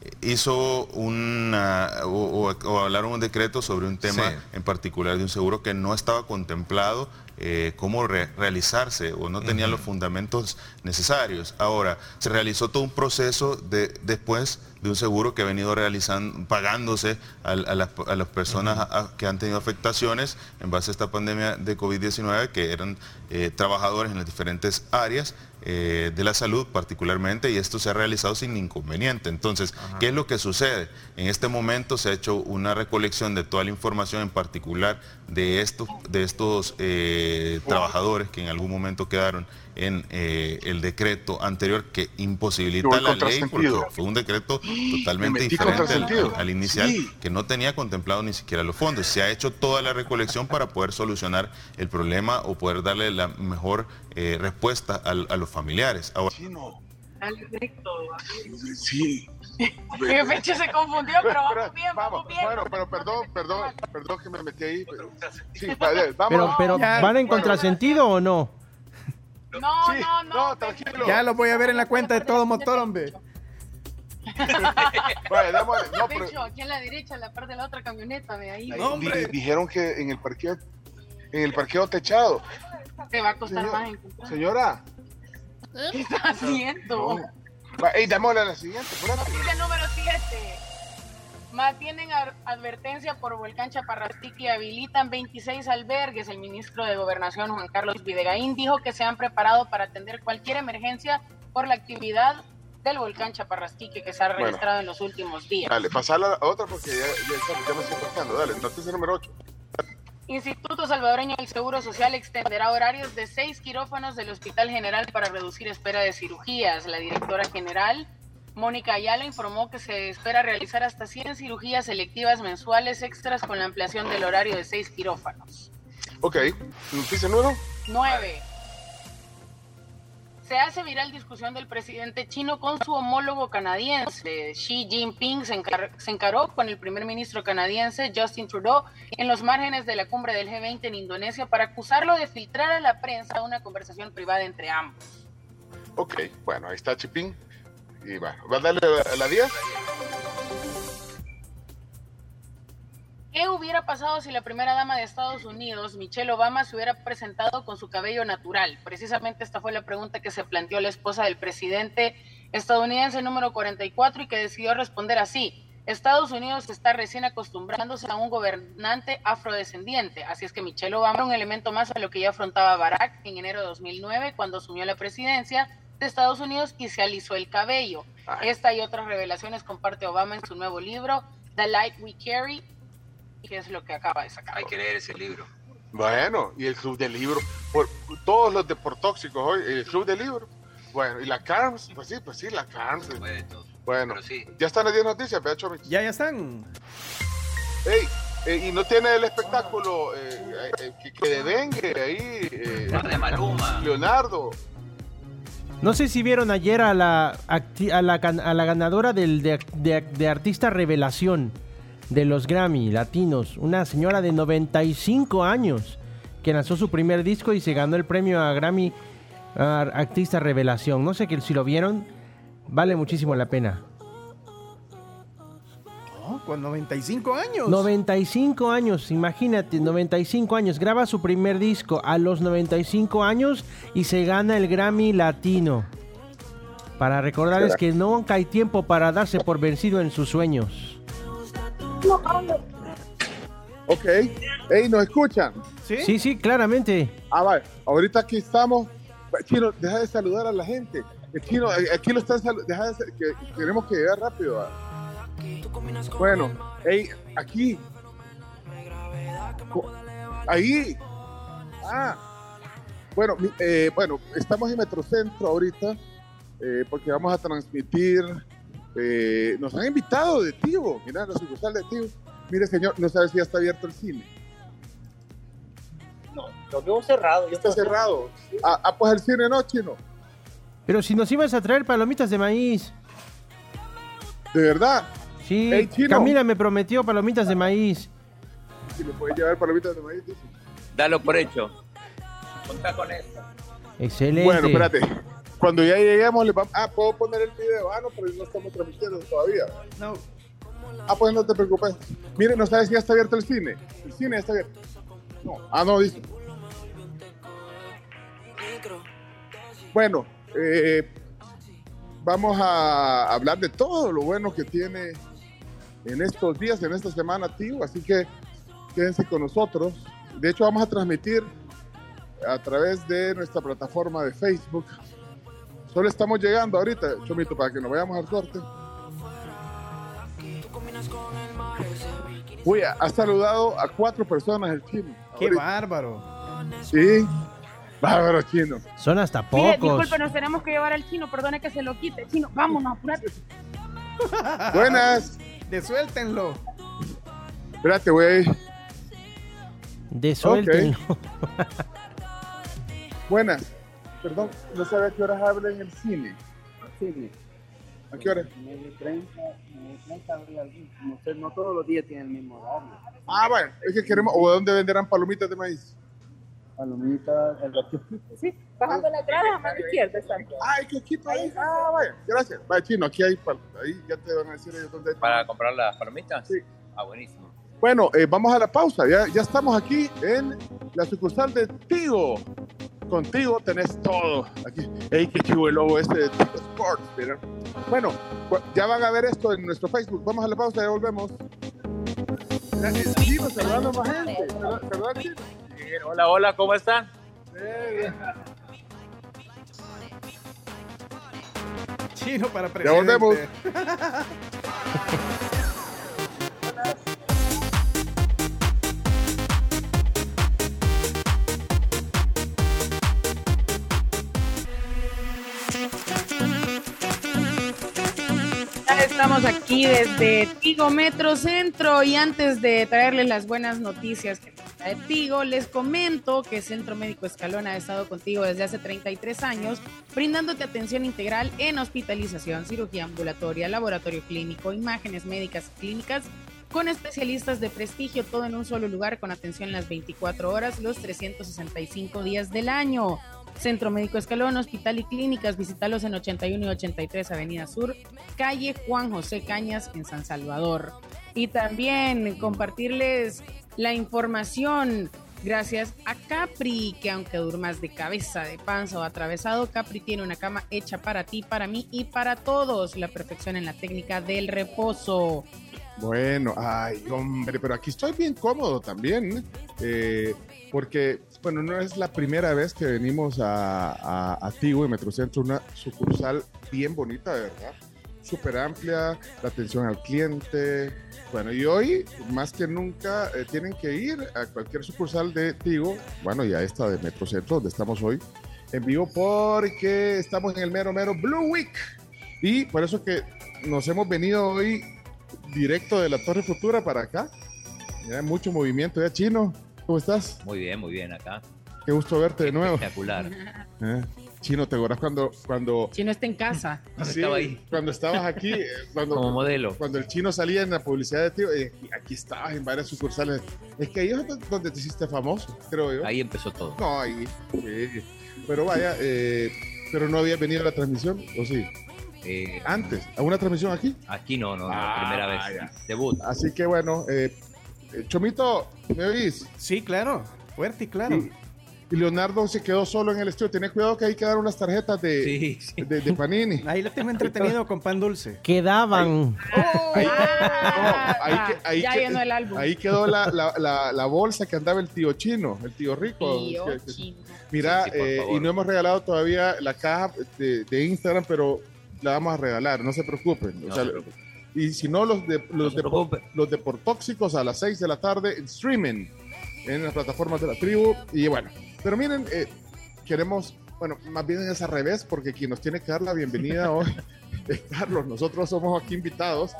[SPEAKER 15] eh, hizo una, o, o- o hablaron un decreto sobre un tema
[SPEAKER 32] Sí.
[SPEAKER 15] en particular de un seguro que no estaba contemplado eh, cómo re- realizarse o no tenía los fundamentos necesarios. Ahora, se realizó todo un proceso de, después de un seguro que ha venido realizando, pagándose al- a, las, a las personas a- que han tenido afectaciones en base a esta pandemia de COVID-19, que eran eh, trabajadores en las diferentes áreas eh, de la salud particularmente, y esto se ha realizado sin inconveniente. Entonces, ¿qué es lo que sucede? En este momento se ha hecho una recolección de toda la información en particular de estos, de estos eh, trabajadores que en algún momento quedaron en eh, el decreto anterior que imposibilita
[SPEAKER 6] Yo voy
[SPEAKER 15] la ley porque
[SPEAKER 6] contrasentido.
[SPEAKER 15] fue un decreto
[SPEAKER 6] Me
[SPEAKER 15] totalmente
[SPEAKER 6] metí
[SPEAKER 15] diferente al,
[SPEAKER 6] contrasentido.
[SPEAKER 15] al inicial
[SPEAKER 6] Sí.
[SPEAKER 15] que no tenía contemplado ni siquiera los fondos. Se ha hecho toda la recolección para poder solucionar el problema o poder darle la mejor eh, respuesta al- a los familiares. Ahora,
[SPEAKER 6] Sí. (laughs)
[SPEAKER 7] (laughs) Y Fecho se confundió, pero vamos bien,
[SPEAKER 6] vamos bien. Bueno, pero perdón, perdón, perdón que me metí ahí. pero- Sí, vale, vamos.
[SPEAKER 14] Pero, pero
[SPEAKER 6] Ya,
[SPEAKER 14] ¿van en
[SPEAKER 6] bueno,
[SPEAKER 14] contrasentido o no?
[SPEAKER 7] No, no, no.
[SPEAKER 6] tranquilo.
[SPEAKER 1] Ya los voy a ver en la cuenta de todo
[SPEAKER 6] (laughs)
[SPEAKER 1] motor, hombre.
[SPEAKER 6] Vale, damos- no, pero
[SPEAKER 7] Fecho, aquí a la derecha, a la par de la otra camioneta, ve ahí.
[SPEAKER 6] di- dijeron que en el parqueo, en el parqueo techado.
[SPEAKER 7] Te va a costar más encontrar. (laughs)
[SPEAKER 6] Señora.
[SPEAKER 7] ¿Qué estás haciendo?
[SPEAKER 6] Va, ey, dámosle a la siguiente, espérate.
[SPEAKER 7] Noticia número 7. Mantienen ar- advertencia por volcán Chaparrastique y habilitan 26 albergues. El ministro de Gobernación, Juan Carlos Videgaín, dijo que se han preparado para atender cualquier emergencia por la actividad del volcán Chaparrastique que se ha
[SPEAKER 6] Bueno.
[SPEAKER 7] registrado en los últimos días.
[SPEAKER 6] Dale, pasala a la otra porque ya, ya, estamos- ya me estoy cortando. Dale, noticia número 8.
[SPEAKER 7] Instituto Salvadoreño del Seguro Social extenderá horarios de seis quirófanos del Hospital General para reducir espera de cirugías. La directora general, Mónica Ayala, informó que se espera realizar hasta 100 cirugías selectivas mensuales extras con la ampliación del horario de seis quirófanos.
[SPEAKER 6] Ok, noticia número.
[SPEAKER 7] 9. Se hace viral discusión del presidente chino con su homólogo canadiense. Xi Jinping se, encar- se encaró con el primer ministro canadiense Justin Trudeau en los márgenes de la cumbre del G20 en Indonesia para acusarlo de filtrar a la prensa una conversación privada entre ambos.
[SPEAKER 6] Ok, bueno, ahí está Chipín. Y bueno, ¿va a darle a la 10?
[SPEAKER 7] ¿Qué hubiera pasado si la primera dama de Estados Unidos, Michelle Obama, se hubiera presentado con su cabello natural? Precisamente esta fue la pregunta que se planteó la esposa del presidente estadounidense número 44 y que decidió responder así. Estados Unidos está recién acostumbrándose a un gobernante afrodescendiente, así es que Michelle Obama era un elemento más a lo que ya afrontaba Barack en enero de 2009 cuando asumió la presidencia de Estados Unidos y se alisó el cabello. Esta y otras revelaciones comparte Obama en su nuevo libro, The Light We Carry, que es lo que acaba de sacar.
[SPEAKER 8] Hay que leer ese libro.
[SPEAKER 6] Bueno, y el club del libro. Por, todos los deportóxicos hoy, el club del libro. Bueno, y la Carms, pues sí, pues sí, la Carms. Bueno, ya están las 10 noticias, vea Chomix.
[SPEAKER 1] Ya, ya están.
[SPEAKER 6] Ey, eh, y no tiene el espectáculo eh, eh, que, que de dengue ahí. eh, Leonardo.
[SPEAKER 14] No sé si vieron ayer a la, acti- a la, gan- a la ganadora del, de, de- de Artista Revelación de los Grammy Latinos, una señora de 95 años que lanzó su primer disco y se ganó el premio a Grammy a Artista Revelación. No sé que, si lo vieron, vale muchísimo la pena.
[SPEAKER 1] No, con 95 años.
[SPEAKER 14] 95 años, imagínate, 95 años. Graba su primer disco a los 95 años y se gana el Grammy Latino. Para recordarles que nunca hay tiempo para darse por vencido en sus sueños.
[SPEAKER 6] Ok. Ey, ¿nos escuchan?
[SPEAKER 14] Sí, sí, claramente.
[SPEAKER 6] Ah, vale. Ahorita aquí estamos. Chino, deja de saludar a la gente. Eh, Chino, eh, aquí lo están saludando. Deja de sal- que Tenemos que llegar rápido. ah. Bueno, ey, aquí. Co- Ahí. Ah. Bueno, mi- eh, bueno, estamos en Metrocentro ahorita eh, porque vamos a transmitir. eh, nos han invitado de Tivo. Mira, la sucursal de Tivo. Mire, señor, no sabe si ya está abierto el cine.
[SPEAKER 5] No, lo veo cerrado. Yo
[SPEAKER 6] Está cerrado. Ah, ah, pues el cine no, chino.
[SPEAKER 14] Pero si nos ibas a traer palomitas de maíz.
[SPEAKER 6] ¿De verdad?
[SPEAKER 14] Sí.
[SPEAKER 6] Ey, chino.
[SPEAKER 14] Camila me prometió palomitas de maíz.
[SPEAKER 6] Si le puedes llevar palomitas de maíz, dice.
[SPEAKER 8] Dalo por hecho. Contá con eso.
[SPEAKER 14] Excelente.
[SPEAKER 6] Bueno, espérate. Cuando ya lleguemos, le vamos. Ah, puedo poner el video. Ah, no, pero no estamos transmitiendo todavía.
[SPEAKER 1] No.
[SPEAKER 6] Ah, pues no te preocupes. Mire, no sabes si ya está abierto el cine. El cine ya está abierto. No. Ah, no, dice. Bueno, eh, vamos a hablar de todo lo bueno que tiene en estos días, en esta semana, tío. Así que quédense con nosotros. De hecho, vamos a transmitir a través de nuestra plataforma de Facebook. Solo estamos llegando ahorita, Chomito, para que nos vayamos al corte. Uy, ha ha saludado a cuatro personas el chino.
[SPEAKER 1] Qué
[SPEAKER 6] Ahorita.
[SPEAKER 1] bárbaro.
[SPEAKER 6] Sí, bárbaro chino.
[SPEAKER 14] Son hasta
[SPEAKER 7] Mire,
[SPEAKER 14] pocos.
[SPEAKER 7] disculpe, nos tenemos que llevar al chino, perdone que se lo quite. Chino, vámonos, apúrate.
[SPEAKER 1] Ah,
[SPEAKER 6] Buenas.
[SPEAKER 1] Desuéltenlo.
[SPEAKER 6] Espérate, güey.
[SPEAKER 14] Desuéltenlo. (laughs)
[SPEAKER 6] Buenas. Perdón, no sabía a qué horas habla en el cine. Cine. ¿A qué hora?
[SPEAKER 5] Medio 30, medio 30 habría alguien. Como usted, no todos los días tiene el mismo horario.
[SPEAKER 6] Ah, bueno, es que queremos. ¿O dónde venderán palomitas de maíz?
[SPEAKER 5] Palomita, el
[SPEAKER 7] Sí, bajando la entrada, a mano izquierda, exacto.
[SPEAKER 6] Ay, qué quito ahí. Ah, bueno. Gracias. Vaya, chino, aquí hay. pal- Ahí ya te van a decir ellos dónde hay.
[SPEAKER 8] ¿Para comprar las palomitas? Sí. Ah, buenísimo.
[SPEAKER 6] Bueno, eh, vamos a la pausa. Ya, ya estamos aquí en la sucursal de Tigo. Contigo tenés todo. Aquí. ¡Ey, qué chivo el lobo este de Tigo Sports! mira. Bueno, cu- ya van a ver esto en nuestro Facebook. Vamos a la pausa y volvemos. Ya, eh, Chino, saludando a más gente. Salud- saludar, Chino.
[SPEAKER 8] Hola, hola, ¿cómo están?
[SPEAKER 1] Chino para
[SPEAKER 6] Ya
[SPEAKER 1] presidente.
[SPEAKER 6] volvemos.
[SPEAKER 7] Ya Estamos aquí desde Tigo Metro Centro y antes de traerles las buenas noticias que nos trae Tigo, les comento que Centro Médico Escalona ha estado contigo desde hace 33 años, brindándote atención integral en hospitalización, cirugía ambulatoria, laboratorio clínico, imágenes médicas y clínicas, con especialistas de prestigio, todo en un solo lugar, con atención las 24 horas, los 365 días del año. Centro Médico Escalón, Hospital y Clínicas, visítalos en 81 y 83 Avenida Sur, calle Juan José Cañas en San Salvador. Y también compartirles la información gracias a Capri, que aunque durmas de cabeza, de panza o atravesado, Capri tiene una cama hecha para ti, para mí y para todos. La perfección en la técnica del reposo.
[SPEAKER 6] Bueno, ay, hombre, pero aquí estoy bien cómodo también, eh, porque, bueno, no es la primera vez que venimos a, a, a Tigo y Metrocentro, una sucursal bien bonita, de verdad, súper amplia, la atención al cliente. Bueno, y hoy, más que nunca, eh, tienen que ir a cualquier sucursal de Tigo, bueno, y a esta de Metrocentro, donde estamos hoy, en vivo, porque estamos en el mero, mero Blue Week. Y por eso que nos hemos venido hoy directo de la Torre Futura para acá. Ya hay mucho movimiento. Ya, Chino, ¿cómo estás?
[SPEAKER 8] Muy bien, muy bien acá.
[SPEAKER 6] Qué gusto verte de nuevo.
[SPEAKER 8] Espectacular.
[SPEAKER 6] Eh, Chino, ¿te acordás cuando, cuando,
[SPEAKER 7] Si no está en casa.
[SPEAKER 6] Ah, sí, cuando estabas aquí? eh, Cuando,
[SPEAKER 8] Como modelo.
[SPEAKER 6] Cuando el chino salía en la publicidad de ti, eh, aquí estabas en varias sucursales. Es que ahí es donde- donde te hiciste famoso, creo yo.
[SPEAKER 8] Ahí empezó todo.
[SPEAKER 6] No, ahí. sí. Pero vaya, eh, pero no había venido a la transmisión, ¿o sí?
[SPEAKER 8] Eh,
[SPEAKER 6] Antes, ¿a una transmisión aquí?
[SPEAKER 8] Aquí no, no, no,
[SPEAKER 6] Ah,
[SPEAKER 8] primera vez. Debut.
[SPEAKER 6] Así que bueno, eh, eh, Chomito, ¿me oís?
[SPEAKER 1] Sí, claro, fuerte y claro.
[SPEAKER 6] Y Leonardo se quedó solo en el estudio. Tenés cuidado que hay que dar unas tarjetas de, de, de Panini.
[SPEAKER 1] Ahí lo tengo entretenido con pan dulce.
[SPEAKER 3] Quedaban.
[SPEAKER 6] Ahí, que- ahí
[SPEAKER 16] Ah, ya
[SPEAKER 6] que-
[SPEAKER 16] llenó el álbum.
[SPEAKER 6] ahí quedó la, la- la- la bolsa que andaba el tío chino, el tío rico.
[SPEAKER 16] Tío
[SPEAKER 6] Es que- que-
[SPEAKER 16] chino.
[SPEAKER 6] Mira,
[SPEAKER 16] Sí, sí, por
[SPEAKER 6] eh,
[SPEAKER 16] favor.
[SPEAKER 6] y no hemos regalado todavía la caja de, de Instagram, pero la vamos a regalar, no se preocupen. O sea, Y si no, los de, los, de, los de por tóxicos a las 6 de la tarde en streaming en las plataformas de la tribu. Y bueno, pero miren, eh, queremos, bueno, más bien es al revés, porque quien nos tiene que dar la bienvenida hoy es Carlos. Nosotros somos aquí invitados.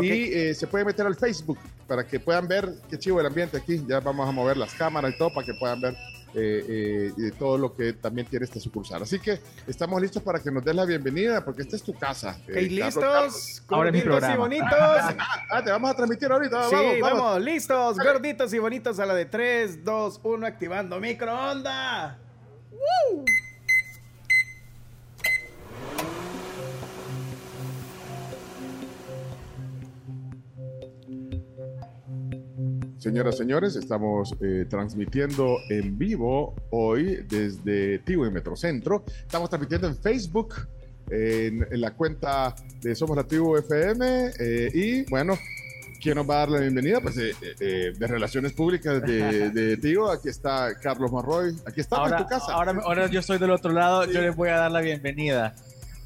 [SPEAKER 6] Y eh, se puede meter al Facebook para que puedan ver qué chivo el ambiente aquí. Ya vamos a mover las cámaras y todo para que puedan ver eh, eh, y de todo lo que también tiene esta sucursal. Así que estamos listos para que nos des la bienvenida, porque esta es tu casa. eh,
[SPEAKER 1] Ok,
[SPEAKER 6] Carlos,
[SPEAKER 1] listos,
[SPEAKER 6] Carlos.
[SPEAKER 1] Ahora es mi gorditos y programa. bonitos.
[SPEAKER 6] (laughs) Ah, te vamos a transmitir ahorita.
[SPEAKER 1] Sí, vamos, listos, gorditos y bonitos a la de 3, 2, 1, activando microonda.
[SPEAKER 6] Señoras, señores, estamos eh, transmitiendo en vivo hoy desde Tigo y Metrocentro. Estamos transmitiendo en Facebook, en, en la cuenta de Somos la Tribu FM. eh, y bueno, ¿quién nos va a dar la bienvenida? Pues eh, eh, eh, de Relaciones Públicas de,
[SPEAKER 11] (laughs)
[SPEAKER 6] de Tigo. Aquí está Carlos Marroy. Aquí está en
[SPEAKER 11] Ahora,
[SPEAKER 6] tu casa.
[SPEAKER 11] ahora, ahora yo soy del otro lado, yo les voy a dar la bienvenida.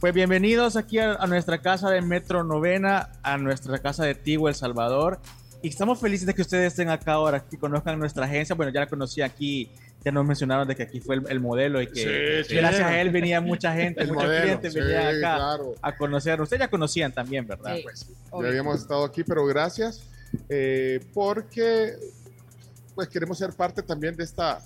[SPEAKER 11] Pues bienvenidos aquí a, a nuestra casa de Metro Novena, a nuestra casa de Tigo El Salvador. Y estamos felices de que ustedes estén acá ahora, que conozcan nuestra agencia. Bueno, ya la conocí aquí, ya nos mencionaron de que aquí fue el, el modelo y que
[SPEAKER 6] Sí, sí.
[SPEAKER 11] gracias a él venía mucha gente,
[SPEAKER 6] El
[SPEAKER 11] muchos
[SPEAKER 6] modelo,
[SPEAKER 11] clientes
[SPEAKER 6] sí,
[SPEAKER 11] venían acá
[SPEAKER 6] claro.
[SPEAKER 11] a conocer. Ustedes ya conocían también, ¿verdad? Pues.
[SPEAKER 6] Sí, Ya habíamos estado aquí, pero gracias eh, porque pues queremos ser parte también de esta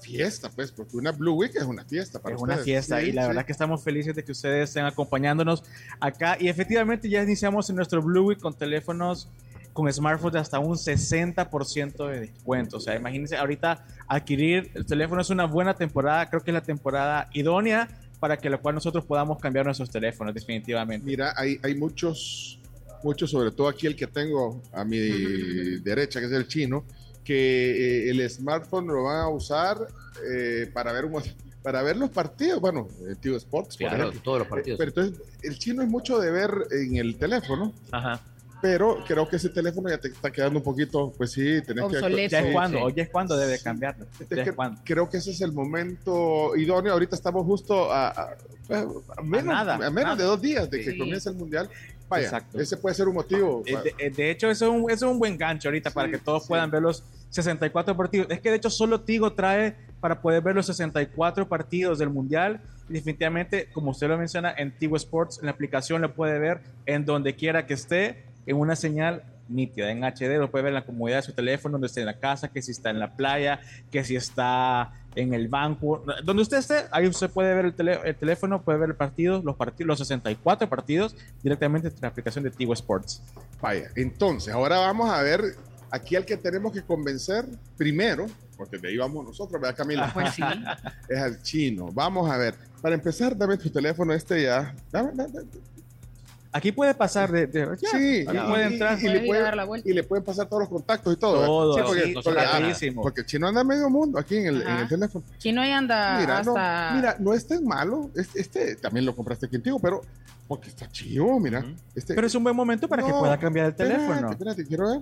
[SPEAKER 6] fiesta, pues, porque una Blue Week es una fiesta para
[SPEAKER 11] Es una
[SPEAKER 6] ustedes.
[SPEAKER 11] fiesta
[SPEAKER 6] Sí,
[SPEAKER 11] y la
[SPEAKER 6] sí.
[SPEAKER 11] verdad que estamos felices de que ustedes estén acompañándonos acá y efectivamente ya iniciamos en nuestro Blue Week con teléfonos con smartphones de hasta un 60% de descuento. O sea, imagínense, ahorita adquirir el teléfono es una buena temporada, creo que es la temporada idónea para que la cual nosotros podamos cambiar nuestros teléfonos definitivamente.
[SPEAKER 6] Mira, hay, hay muchos, muchos, sobre todo aquí el que tengo
[SPEAKER 8] (laughs)
[SPEAKER 6] a mi derecha, que es el chino, que eh, el smartphone lo van a usar eh, para ver un mon- para ver los partidos, bueno, el tío Sports, por
[SPEAKER 8] Claro,
[SPEAKER 6] ejemplo.
[SPEAKER 8] todos los partidos.
[SPEAKER 6] Eh, Pero entonces, el chino es mucho de ver en el teléfono. Pero creo que ese teléfono ya te está quedando un poquito, pues sí, tenés que...
[SPEAKER 11] Ya es
[SPEAKER 6] Sí,
[SPEAKER 11] cuando,
[SPEAKER 6] sí.
[SPEAKER 11] hoy es cuando debe cambiarlo. Ya es
[SPEAKER 6] Cre-
[SPEAKER 11] cuando.
[SPEAKER 6] Creo que ese es el momento idóneo. Ahorita estamos justo a, a- pues, a menos,
[SPEAKER 11] nada,
[SPEAKER 6] a menos
[SPEAKER 11] nada.
[SPEAKER 6] de dos días de que
[SPEAKER 11] Sí.
[SPEAKER 6] comience el mundial. Vaya,
[SPEAKER 11] Exacto.
[SPEAKER 6] ese puede ser un motivo.
[SPEAKER 11] Eh, De, eh, de hecho, eso es, un, eso es un buen gancho ahorita para que todos puedan ver los 64 partidos. Es que de hecho solo Tigo trae para poder ver los 64 partidos del Mundial. Y definitivamente, como usted lo menciona, en Tigo Sports, en la aplicación lo puede ver en donde quiera que esté, en una señal nítida, en HD, lo puede ver en la comodidad de su teléfono, donde esté en la casa, que si está en la playa, que si está en el banco, donde usted esté, ahí usted puede ver el, tele- el teléfono, puede ver el partido, los partidos, los 64 partidos directamente en la aplicación de Tigo Sports.
[SPEAKER 6] Vaya, entonces, ahora vamos a ver aquí al que tenemos que convencer
[SPEAKER 11] (laughs)
[SPEAKER 6] primero, porque de ahí vamos nosotros, ¿verdad, Camila?
[SPEAKER 12] Pues sí.
[SPEAKER 6] Es al chino. Vamos a ver. Para empezar, dame tu teléfono este ya. Dame, dame, dame.
[SPEAKER 11] Aquí puede pasar de. de- ya.
[SPEAKER 6] Sí,
[SPEAKER 11] Aquí
[SPEAKER 6] y-
[SPEAKER 11] puede
[SPEAKER 6] y-
[SPEAKER 11] entrar.
[SPEAKER 6] y, le pueden, y le pueden pasar todos los contactos y todo. ¿verdad?
[SPEAKER 11] Todo,
[SPEAKER 6] Sí,
[SPEAKER 11] sí,
[SPEAKER 6] porque,
[SPEAKER 11] no,
[SPEAKER 6] porque-
[SPEAKER 11] rapidísimo.
[SPEAKER 6] porque el chino anda medio mundo aquí en el, en
[SPEAKER 12] Ajá.
[SPEAKER 6] el teléfono.
[SPEAKER 12] Chino ahí anda
[SPEAKER 6] Mira,
[SPEAKER 12] hasta...
[SPEAKER 6] no, mira, no es tan malo. Este, este también lo compraste aquí en Tigo, pero porque está chido, mira. Este,
[SPEAKER 11] Pero es un buen momento para que
[SPEAKER 6] No,
[SPEAKER 11] pueda cambiar el
[SPEAKER 6] espérate,
[SPEAKER 11] teléfono.
[SPEAKER 6] Espérate, quiero ver.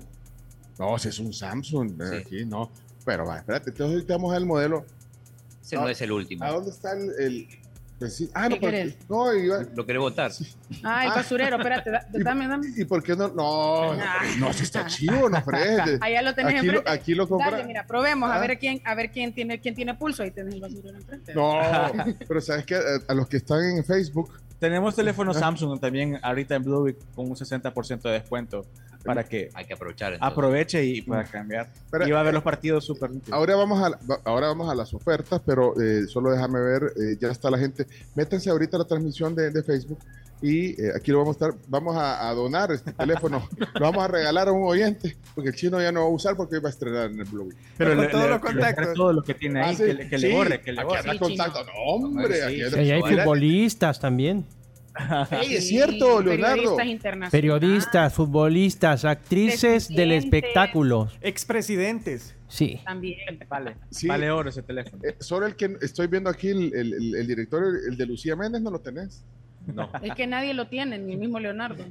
[SPEAKER 6] No, si es un Samsung, eh, aquí no. Pero va, espérate, entonces ahorita vamos al modelo.
[SPEAKER 8] Ese no es el último.
[SPEAKER 6] ¿A dónde está el...? el- pues sí, Ah, no,
[SPEAKER 12] ¿Qué
[SPEAKER 6] pero,
[SPEAKER 12] querés?
[SPEAKER 6] no iba-
[SPEAKER 8] Lo querés votar.
[SPEAKER 6] Ah.
[SPEAKER 12] Ay, basurero, espérate, da- dame, dame.
[SPEAKER 6] (laughs) ¿Y por qué no? No, Ah, no, si está chido, no
[SPEAKER 12] (laughs)
[SPEAKER 6] fregues.
[SPEAKER 12] Allá lo tenés
[SPEAKER 6] aquí
[SPEAKER 12] enfrente.
[SPEAKER 6] Lo, aquí lo compra.
[SPEAKER 12] Dale, mira, probemos a
[SPEAKER 6] Ah.
[SPEAKER 12] ver quién, a ver quién tiene, quién tiene pulso. Ahí tenés el basurero enfrente.
[SPEAKER 6] No, pero sabes que eh, a, a los que están en Facebook,
[SPEAKER 11] Tenemos teléfonos Samsung también ahorita en Blue Week con un 60% de descuento para que
[SPEAKER 8] Hay que aprovechar. entonces.
[SPEAKER 11] aproveche y pueda cambiar. y va a ver los partidos súper nítidos.
[SPEAKER 6] eh, ahora vamos a, la- va- ahora vamos a las ofertas, pero eh, solo déjame ver, eh, ya está la gente. Métanse ahorita a la transmisión de, de Facebook y eh, aquí lo vamos a estar, vamos a, a donar este teléfono, lo vamos a regalar a un oyente, porque el chino ya no va a usar porque hoy va a estrenar en el blog.
[SPEAKER 11] Pero le- le- le borra todo lo que tiene ahí,
[SPEAKER 6] Ah, sí,
[SPEAKER 11] que, le- que
[SPEAKER 6] sí,
[SPEAKER 11] le borre, que le
[SPEAKER 6] aquí
[SPEAKER 11] borre.
[SPEAKER 6] habrá contacto. No, hombre, aquí
[SPEAKER 3] Sí,
[SPEAKER 6] habrá-
[SPEAKER 3] y hay
[SPEAKER 6] Mira,
[SPEAKER 3] futbolistas también.
[SPEAKER 6] Ey, es cierto, Leonardo.
[SPEAKER 16] periodistas internacionales.
[SPEAKER 3] Periodistas, futbolistas, actrices del
[SPEAKER 16] Presidentes.
[SPEAKER 3] espectáculo.
[SPEAKER 1] Expresidentes.
[SPEAKER 3] Sí.
[SPEAKER 16] También.
[SPEAKER 11] Vale.
[SPEAKER 6] Sí.
[SPEAKER 11] Vale oro ese teléfono.
[SPEAKER 6] Eh, solo el que estoy viendo aquí, el, el- el- el directorio, el de Lucía Méndez, no lo tenés.
[SPEAKER 11] No.
[SPEAKER 12] (laughs) (laughs) Es que nadie lo tiene, ni el mismo Leonardo.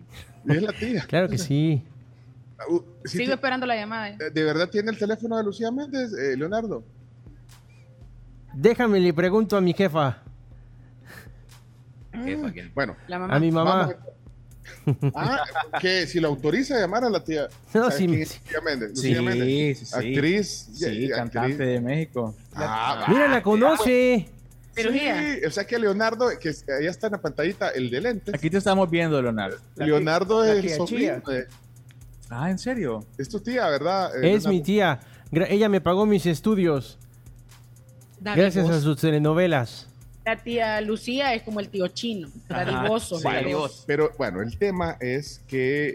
[SPEAKER 6] Es la tía.
[SPEAKER 3] Claro que sí.
[SPEAKER 6] Uh, sí,
[SPEAKER 12] Sigo
[SPEAKER 6] ti-
[SPEAKER 12] esperando la llamada. ¿eh?
[SPEAKER 6] eh, ¿De verdad tiene el teléfono de Lucía Méndez, eh, Leonardo?
[SPEAKER 3] Déjame, le pregunto a mi jefa,
[SPEAKER 6] Ah, Bueno.
[SPEAKER 12] La
[SPEAKER 3] a mi mamá.
[SPEAKER 6] Vamos Ah, que si lo autoriza a llamar a la tía.
[SPEAKER 3] (laughs) No,
[SPEAKER 6] ¿Sabes
[SPEAKER 3] sí,
[SPEAKER 6] quién es Lucía Méndez. Lucía
[SPEAKER 11] Sí,
[SPEAKER 6] Méndez.
[SPEAKER 11] sí, sí.
[SPEAKER 6] Actriz.
[SPEAKER 11] Sí,
[SPEAKER 6] y- y
[SPEAKER 11] cantante
[SPEAKER 6] actriz.
[SPEAKER 11] de México.
[SPEAKER 6] Ah,
[SPEAKER 3] Mira,
[SPEAKER 6] va.
[SPEAKER 3] la conoce.
[SPEAKER 6] Sí, o sea que Leonardo, que es- ahí está en la pantallita, el de lentes.
[SPEAKER 11] Aquí te estamos viendo, Leonardo.
[SPEAKER 6] Leonardo
[SPEAKER 11] la
[SPEAKER 6] es el
[SPEAKER 11] tía
[SPEAKER 6] sobrino
[SPEAKER 11] Chía.
[SPEAKER 6] de-
[SPEAKER 11] Ah, ¿en serio?
[SPEAKER 6] Es tu tía, ¿verdad? eh,
[SPEAKER 3] Es mi
[SPEAKER 6] Leonardo?
[SPEAKER 3] tía. Gra- ella me pagó mis estudios gracias a sus telenovelas.
[SPEAKER 12] La tía Lucía es como el tío chino, dadivoso.
[SPEAKER 6] Bueno, Pero bueno, el tema es que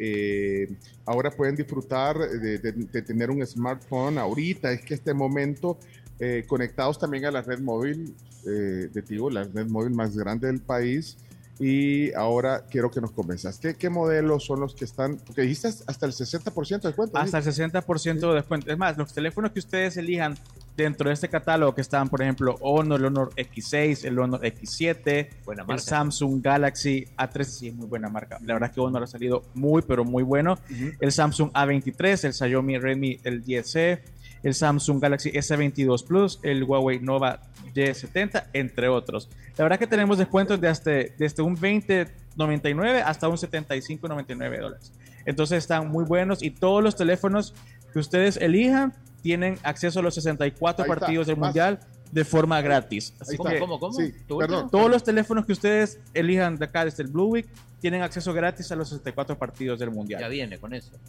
[SPEAKER 6] eh, ahora pueden disfrutar de, de- de tener un smartphone ahorita, es que este momento eh, conectados también a la red móvil eh, de Tigo, la red móvil más grande del país. Y ahora quiero que nos convenzas. ¿Qué, qué modelos son los que están? Porque dijiste hasta el 60% de descuento.
[SPEAKER 11] Hasta el 60% de descuento. Es más, los teléfonos que ustedes elijan dentro de este catálogo que están, por ejemplo, Honor, el Honor X6, el Honor X7,
[SPEAKER 8] Buena
[SPEAKER 11] el
[SPEAKER 8] marca.
[SPEAKER 11] Samsung Galaxy A13, sí, es muy buena marca. La verdad es que Honor ha salido muy, pero muy bueno. El Samsung A23, el Xiaomi Redmi, el 10C, el Samsung Galaxy S22 Plus, el Huawei Nova Y70, entre otros. La verdad es que tenemos descuentos de hasta, desde un 20.99 hasta un 75.99 dólares. Entonces están muy buenos y todos los teléfonos que ustedes elijan tienen acceso a los 64
[SPEAKER 8] Ahí está,
[SPEAKER 11] partidos del
[SPEAKER 8] más.
[SPEAKER 11] Mundial de forma gratis. Así
[SPEAKER 8] ¿Cómo,
[SPEAKER 11] que-
[SPEAKER 8] cómo, cómo?
[SPEAKER 11] Sí,
[SPEAKER 8] ¿Tu
[SPEAKER 11] perdón.
[SPEAKER 8] último?
[SPEAKER 11] Todos los teléfonos que ustedes elijan de acá desde el Blue Week tienen acceso gratis a los 64 partidos del Mundial.
[SPEAKER 8] Ya viene con eso. Ah.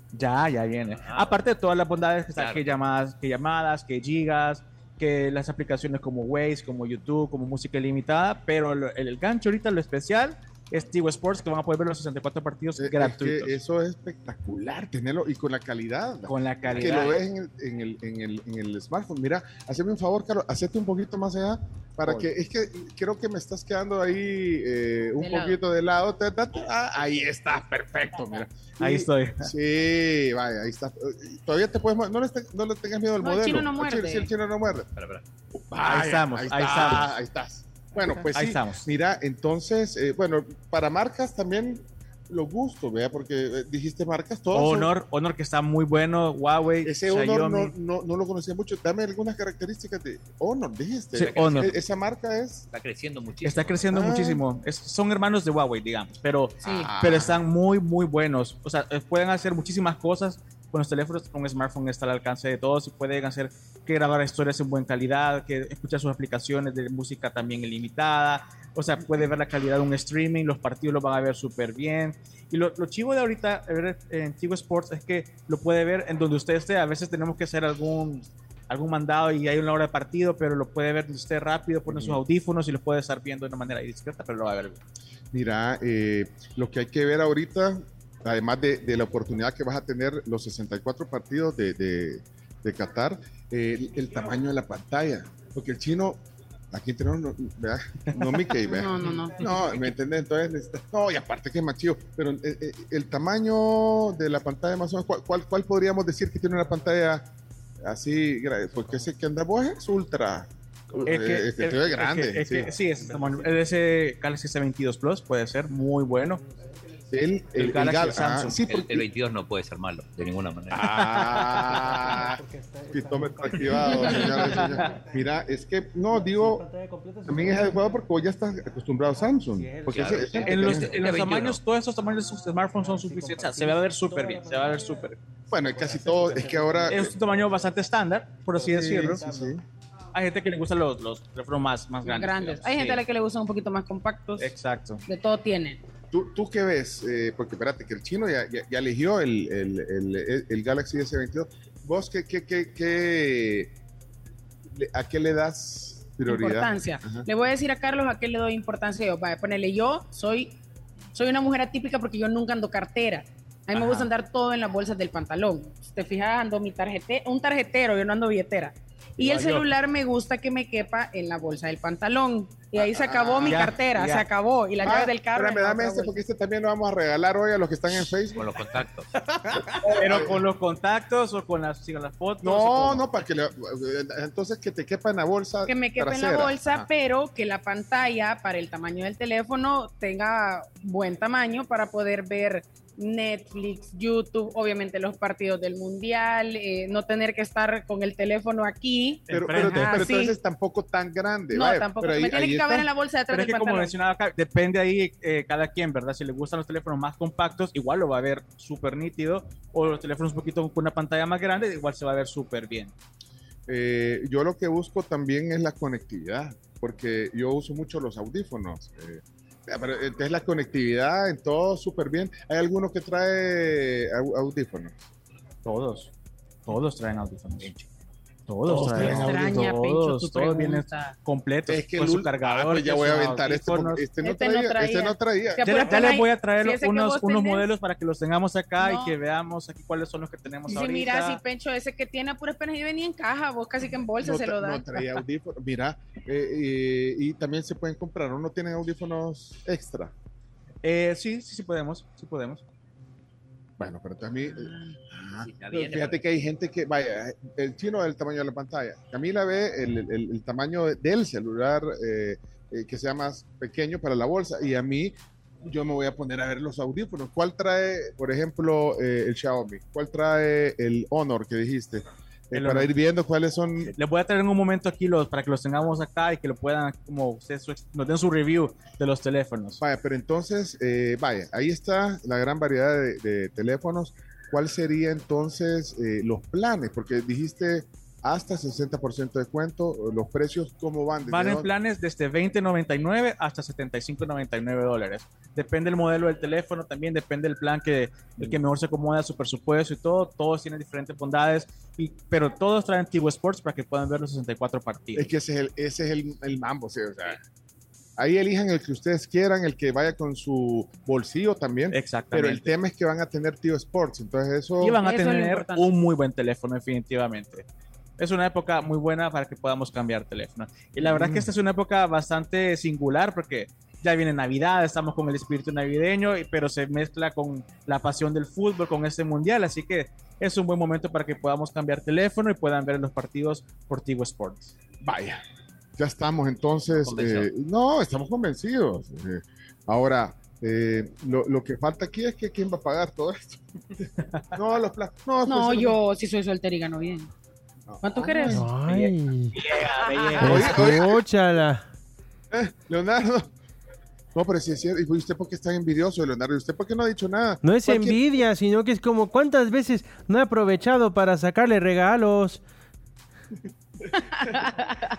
[SPEAKER 11] Ya, ya viene. Aparte de todas las bondades que están,
[SPEAKER 8] Claro.
[SPEAKER 11] que llamadas, que llamadas, que gigas, que las aplicaciones como Waze, como YouTube, como música ilimitada, pero lo- el, el gancho ahorita, lo especial, es Tigo Sports, que van a poder ver los 64 partidos
[SPEAKER 6] Es que
[SPEAKER 11] gratuitos.
[SPEAKER 6] eso es espectacular, tenerlo y con la calidad.
[SPEAKER 11] Con la calidad.
[SPEAKER 6] Que lo ves en el, en el- en el- en el smartphone. Mira, hazme un favor, Carlos, hacete un poquito más allá para
[SPEAKER 11] Voy.
[SPEAKER 6] que, es que creo que me estás quedando ahí eh, un
[SPEAKER 11] De lado.
[SPEAKER 6] poquito de lado. Ta, ta, ta. Ah, ahí está, perfecto, mira.
[SPEAKER 11] Ahí
[SPEAKER 6] Y-
[SPEAKER 11] estoy.
[SPEAKER 6] Sí, vaya, ahí está. Todavía te puedes, mo- no le, te- no le tengas miedo al
[SPEAKER 11] No, el
[SPEAKER 6] modelo.
[SPEAKER 11] chino no muerde.
[SPEAKER 6] sí, el chino no muerde. Vaya,
[SPEAKER 11] Ahí estamos, ahí,
[SPEAKER 6] está,
[SPEAKER 11] estamos.
[SPEAKER 6] Ahí estás. Bueno, pues
[SPEAKER 11] Ahí
[SPEAKER 6] sí.
[SPEAKER 11] estamos.
[SPEAKER 6] Mira, entonces, eh, bueno, para marcas también los gustos, ¿vea? Porque eh, dijiste marcas, todos.
[SPEAKER 11] Honor, Honor que está muy bueno, Huawei,
[SPEAKER 6] Ese
[SPEAKER 11] Xiaomi.
[SPEAKER 6] Honor no, no, no lo conocía mucho. Dame algunas características de Honor, dijiste.
[SPEAKER 11] Sí, Honor.
[SPEAKER 6] E- Esa marca es.
[SPEAKER 8] Está creciendo muchísimo.
[SPEAKER 11] Está creciendo
[SPEAKER 6] Ah.
[SPEAKER 11] muchísimo. Es- son hermanos de Huawei, digamos, pero, pero están muy, muy buenos. O sea, eh, pueden hacer muchísimas cosas con los teléfonos, con smartphone está al alcance de todos. y Pueden hacer que grabar historias en buena calidad, que escuchar sus aplicaciones de música también ilimitada. O sea, puede ver la calidad de un streaming, los partidos los van a ver súper bien. Y lo, lo chivo de ahorita eh, ver en Tigo Sports es que lo puede ver en donde usted esté. A veces tenemos que hacer algún algún mandado y hay una hora de partido, pero lo puede ver usted rápido, pone sus audífonos y lo puede estar viendo de una manera discreta, pero lo va a ver.
[SPEAKER 6] Mira, eh, lo que hay que ver ahorita, además de, de la oportunidad que vas a tener los 64 partidos de, de- de Qatar, eh, el, el tamaño de la pantalla. Porque el chino, aquí tenemos, no, ¿verdad? no Mickey, ¿verdad?
[SPEAKER 12] (laughs) No, no, no.
[SPEAKER 6] No, ¿me entiendes? Entonces, necesita- no, y aparte que es más chivo, pero eh, eh, el tamaño de la pantalla más o menos, ¿cuál, cuál, cuál podríamos decir que tiene una pantalla así? gra- Porque ese que anda vos es ultra. eh, Es que, te ve grande.
[SPEAKER 11] es que-
[SPEAKER 6] sí.
[SPEAKER 11] sí, es tamaño- ese Galaxy S22 Plus puede ser muy bueno.
[SPEAKER 6] El,
[SPEAKER 8] el
[SPEAKER 11] Galaxy
[SPEAKER 8] Gal-
[SPEAKER 11] Samsung.
[SPEAKER 8] El- el 22 no puede ser malo, de ninguna manera.
[SPEAKER 6] Ah, pitómetro activado, señoras y señores. Mira, es que no, digo, también es adecuado porque vos ya estás acostumbrado a Samsung. Porque ese- ese-
[SPEAKER 11] en los, en los tamaños, todos esos tamaños de sus smartphones son suficientes. O sea, se va a ver súper bien, se va a ver súper
[SPEAKER 6] Bueno, y casi todo, es que ahora...
[SPEAKER 11] Es un tamaño bastante estándar, por así
[SPEAKER 6] Sí,
[SPEAKER 11] decirlo.
[SPEAKER 6] sí, sí.
[SPEAKER 11] Hay gente que le gustan los, los teléfonos más, más grandes.
[SPEAKER 12] Grandes.
[SPEAKER 11] digamos.
[SPEAKER 12] Hay gente a
[SPEAKER 11] Sí.
[SPEAKER 12] la que le gustan un poquito más compactos.
[SPEAKER 11] Exacto.
[SPEAKER 12] De todo tiene.
[SPEAKER 6] ¿Tú, tú qué ves? Eh, porque espérate, que el chino ya, ya- ya eligió el, el- el- el Galaxy S22. ¿Vos qué, qué, qué, qué- le- a qué le das prioridad?
[SPEAKER 12] Importancia.
[SPEAKER 6] Ajá.
[SPEAKER 12] Le voy a decir a Carlos a qué le doy importancia. Yo, vaya, ponele, yo soy, soy una mujer atípica porque yo nunca ando cartera. A mí me
[SPEAKER 16] Ajá.
[SPEAKER 12] gusta andar todo en las bolsas del pantalón. Si te fijas, ando mi tarjete, un tarjetero, yo no ando billetera.
[SPEAKER 7] Y
[SPEAKER 6] Iba
[SPEAKER 7] el
[SPEAKER 6] yo.
[SPEAKER 7] celular me gusta que me quepa en la bolsa del pantalón. Y ahí se acabó mi
[SPEAKER 6] Ah, ya,
[SPEAKER 7] cartera,
[SPEAKER 6] ya.
[SPEAKER 7] se acabó. Y la llave
[SPEAKER 6] Ah,
[SPEAKER 7] del carro.
[SPEAKER 6] Espérame,
[SPEAKER 7] en la
[SPEAKER 6] dame
[SPEAKER 7] otra
[SPEAKER 6] este
[SPEAKER 7] bolsa.
[SPEAKER 6] porque este también lo vamos a regalar hoy a los que están en Facebook. Con los contactos.
[SPEAKER 11] Pero con los contactos o con las, con las fotos.
[SPEAKER 6] No, no, para que le- entonces que te quepa en la bolsa.
[SPEAKER 7] que me quepa en la
[SPEAKER 6] trasera.
[SPEAKER 7] bolsa,
[SPEAKER 6] Ajá.
[SPEAKER 7] pero que la pantalla para el tamaño del teléfono tenga buen tamaño para poder ver Netflix, YouTube, obviamente los partidos del mundial, eh, no tener que estar con el teléfono aquí.
[SPEAKER 6] Pero, pero,
[SPEAKER 7] Ajá,
[SPEAKER 6] pero
[SPEAKER 7] Ah, sí.
[SPEAKER 6] entonces tampoco tan grande.
[SPEAKER 7] No,
[SPEAKER 6] vaya,
[SPEAKER 7] tampoco,
[SPEAKER 6] pero
[SPEAKER 7] me tiene que caber
[SPEAKER 6] está.
[SPEAKER 7] en la bolsa de atrás
[SPEAKER 11] Pero es
[SPEAKER 7] del
[SPEAKER 11] que como
[SPEAKER 7] pantalón.
[SPEAKER 11] mencionaba, acá, depende ahí eh, cada quien, ¿verdad? Si le gustan los teléfonos más compactos, igual lo va a ver súper nítido. O los teléfonos un poquito con una pantalla más grande, igual se va a ver súper bien.
[SPEAKER 6] Eh, yo lo que busco también es la conectividad, porque yo uso mucho los audífonos. eh, ya, pero entonces la conectividad en todo súper bien. ¿Hay alguno que trae au- audífonos?
[SPEAKER 11] Todos. Todos traen audífonos. Todos,
[SPEAKER 6] Todos
[SPEAKER 11] traen
[SPEAKER 6] traen
[SPEAKER 11] audífonos.
[SPEAKER 6] Extraña,
[SPEAKER 11] Todos,
[SPEAKER 6] Pencho, tu
[SPEAKER 11] todos vienen
[SPEAKER 6] pregunta.
[SPEAKER 11] completos.
[SPEAKER 6] Es que
[SPEAKER 11] con
[SPEAKER 6] el
[SPEAKER 11] su
[SPEAKER 6] ul-
[SPEAKER 11] cargador.
[SPEAKER 6] Ah, pues ya
[SPEAKER 11] con
[SPEAKER 6] voy a
[SPEAKER 11] sus
[SPEAKER 6] aventar este
[SPEAKER 11] audífonos.
[SPEAKER 6] porque este no Este no traía, traía. este no traía.
[SPEAKER 11] Ya,
[SPEAKER 6] Ya,
[SPEAKER 11] les-
[SPEAKER 6] pues,
[SPEAKER 11] ya les
[SPEAKER 6] no
[SPEAKER 11] voy
[SPEAKER 6] hay-
[SPEAKER 11] a traer
[SPEAKER 6] si ese que
[SPEAKER 11] unos,
[SPEAKER 6] vos
[SPEAKER 11] unos
[SPEAKER 6] tenés.
[SPEAKER 11] modelos para que los tengamos acá
[SPEAKER 7] No.
[SPEAKER 11] y que veamos aquí cuáles son los que tenemos
[SPEAKER 7] Dice,
[SPEAKER 11] ahorita.
[SPEAKER 7] mira, si Pencho ese que tiene a puras penas y venía en caja, vos casi que en bolsa
[SPEAKER 6] No,
[SPEAKER 7] se
[SPEAKER 6] tra-
[SPEAKER 7] lo dan.
[SPEAKER 6] no traía
[SPEAKER 7] (laughs)
[SPEAKER 6] audífonos. Mira, eh, eh, y también se pueden comprar. ¿O no tienen audífonos extra?
[SPEAKER 11] Eh, sí, sí, sí podemos, sí podemos.
[SPEAKER 6] Bueno, pero entonces a mí... eh, pero
[SPEAKER 11] viene,
[SPEAKER 6] fíjate que hay gente que, vaya, eh, el chino del tamaño de la pantalla. Camila ve el, el- el tamaño del celular eh, eh, que sea más pequeño para la bolsa. Y a mí, yo me voy a poner a ver los audífonos. ¿Cuál trae, por ejemplo, eh, el Xiaomi? ¿Cuál trae el Honor que dijiste? Eh,
[SPEAKER 11] El
[SPEAKER 6] para
[SPEAKER 11] Honor.
[SPEAKER 6] ir viendo cuáles son
[SPEAKER 11] Les voy a traer en un momento aquí los para que los tengamos acá y que lo puedan, como ustedes su- nos den su review de los teléfonos.
[SPEAKER 6] Vaya, pero entonces, eh, vaya, ahí está la gran variedad de, de teléfonos. ¿Cuál sería entonces eh, los planes? Porque dijiste hasta 60% de cuento, los precios, ¿cómo van? ¿Desde
[SPEAKER 11] Van en
[SPEAKER 6] dónde?
[SPEAKER 11] planes desde 20.99 hasta 75.99 dólares. Depende el modelo del teléfono, también depende el plan que el que mejor se acomoda a su presupuesto y todo. Todos tienen diferentes bondades, y, pero todos traen TV Sports para que puedan ver los 64 partidos.
[SPEAKER 6] Es que ese es el, ese es el, el mambo, sí, o sea, ahí elijan el que ustedes quieran, el que vaya con su bolsillo también.
[SPEAKER 11] Exactamente.
[SPEAKER 6] Pero el tema es que van a tener Tío Sports, entonces eso...
[SPEAKER 11] Y van a tener un muy buen teléfono, definitivamente. Es una época muy buena para que podamos cambiar teléfono. Y la verdad
[SPEAKER 6] Mm.
[SPEAKER 11] que esta es una época bastante singular porque ya viene Navidad, estamos con el espíritu navideño, y- pero se mezcla con la pasión del fútbol, con este mundial. Así que es un buen momento para que podamos cambiar teléfono y puedan ver los partidos por Tigo Sports.
[SPEAKER 6] Vaya. Ya estamos entonces.
[SPEAKER 11] Convencido.
[SPEAKER 6] eh, no, estamos convencidos. Eh, ahora, eh, lo, lo que falta aquí es que quién va a pagar todo esto. (laughs) no, los pla- No,
[SPEAKER 7] No,
[SPEAKER 6] pues,
[SPEAKER 7] yo sí soy soltera y gano bien. ¿Cuánto querés?
[SPEAKER 6] Ah,
[SPEAKER 14] Ay.
[SPEAKER 6] Oye, oye.
[SPEAKER 14] Escúchala.
[SPEAKER 6] Eh, Leonardo. No, pero sí es cierto. ¿Y usted por qué está envidioso, Leonardo? ¿Y usted por qué no ha dicho nada?
[SPEAKER 14] No es
[SPEAKER 6] Cualquier-
[SPEAKER 14] envidia, sino que es como cuántas veces no he aprovechado para sacarle regalos.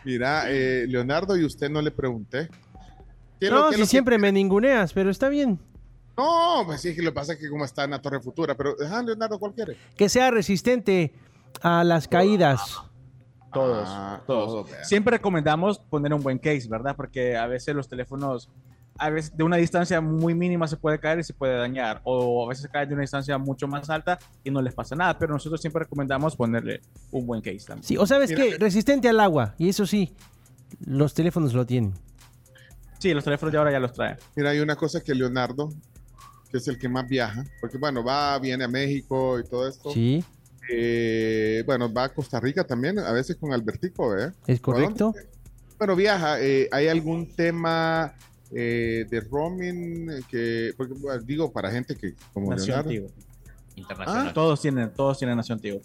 [SPEAKER 6] Mira, eh, Leonardo, y usted no le pregunté. ¿Qué es lo-
[SPEAKER 14] No,
[SPEAKER 6] qué es
[SPEAKER 14] si
[SPEAKER 6] lo que-
[SPEAKER 14] siempre me ninguneas, pero está bien.
[SPEAKER 6] No, pues sí, que lo que pasa es que como está en la Torre Futura. Pero, ah, Leonardo, ¿cuál quiere?
[SPEAKER 14] Que sea resistente a las caídas.
[SPEAKER 11] Todos,
[SPEAKER 6] Ah,
[SPEAKER 11] todos.
[SPEAKER 6] todos, vea.
[SPEAKER 11] Siempre recomendamos poner un buen case, ¿verdad? Porque a veces los teléfonos, a veces de una distancia muy mínima se puede caer y se puede dañar, o a veces caen de una distancia mucho más alta y no les pasa nada, pero nosotros siempre recomendamos ponerle un buen case también.
[SPEAKER 14] Sí, o sabes
[SPEAKER 6] eh,
[SPEAKER 14] que resistente al agua, y eso sí, los teléfonos lo tienen.
[SPEAKER 11] Sí, los teléfonos de ahora ya los traen.
[SPEAKER 6] Mira, hay una cosa que Leonardo, que es el que más viaja, porque bueno, va, viene a México y todo esto.
[SPEAKER 14] Sí,
[SPEAKER 6] Eh, bueno, va a Costa Rica también, a veces con Albertico, ¿eh?
[SPEAKER 14] es correcto.
[SPEAKER 6] Bueno, viaja. eh, ¿Hay algún tema eh, de roaming que, porque, bueno, digo, para gente que como
[SPEAKER 11] Nación
[SPEAKER 6] Leonardo,
[SPEAKER 11] Tigo.
[SPEAKER 6] Internacional.
[SPEAKER 11] Ah, Todos tienen, todos tienen Nación Tigo.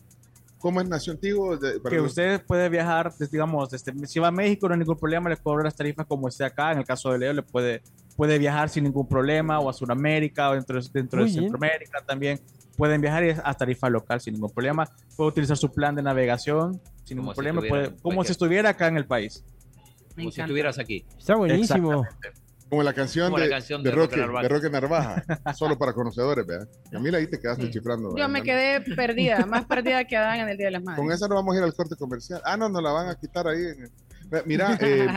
[SPEAKER 6] ¿cómo es Nación Tigo? De- para
[SPEAKER 11] que
[SPEAKER 6] los-
[SPEAKER 11] usted puede viajar, pues, digamos, desde, si va a México no hay ningún problema, le cobro las tarifas como esté acá, en el caso de Leo le puede, puede viajar sin ningún problema, o a Sudamérica, o dentro, de- dentro de
[SPEAKER 14] Muy bien.
[SPEAKER 11] Centroamérica también, pueden viajar y es a tarifa local sin ningún problema, puede utilizar su plan de navegación sin ningún
[SPEAKER 8] si
[SPEAKER 11] problema,
[SPEAKER 8] estuviera
[SPEAKER 11] puede-
[SPEAKER 8] en
[SPEAKER 11] como si
[SPEAKER 8] cualquier-
[SPEAKER 11] estuviera acá en el país.
[SPEAKER 8] Como si estuvieras aquí.
[SPEAKER 14] Está buenísimo.
[SPEAKER 6] Como la canción,
[SPEAKER 8] Como la
[SPEAKER 6] de,
[SPEAKER 8] canción
[SPEAKER 6] de
[SPEAKER 8] de
[SPEAKER 6] Roque,
[SPEAKER 8] Roque Narvaja.
[SPEAKER 6] de Roque Narvaja, solo para conocedores, ¿verdad? Camila, ahí te quedaste chiflando.
[SPEAKER 7] Yo
[SPEAKER 6] ¿verdad?
[SPEAKER 7] me quedé perdida, más perdida que Adán en el Día de las Madres.
[SPEAKER 6] Con esa no vamos a ir al corte comercial. Ah, no, nos la van a quitar ahí. en-
[SPEAKER 7] (laughs)
[SPEAKER 6] Mira, eh,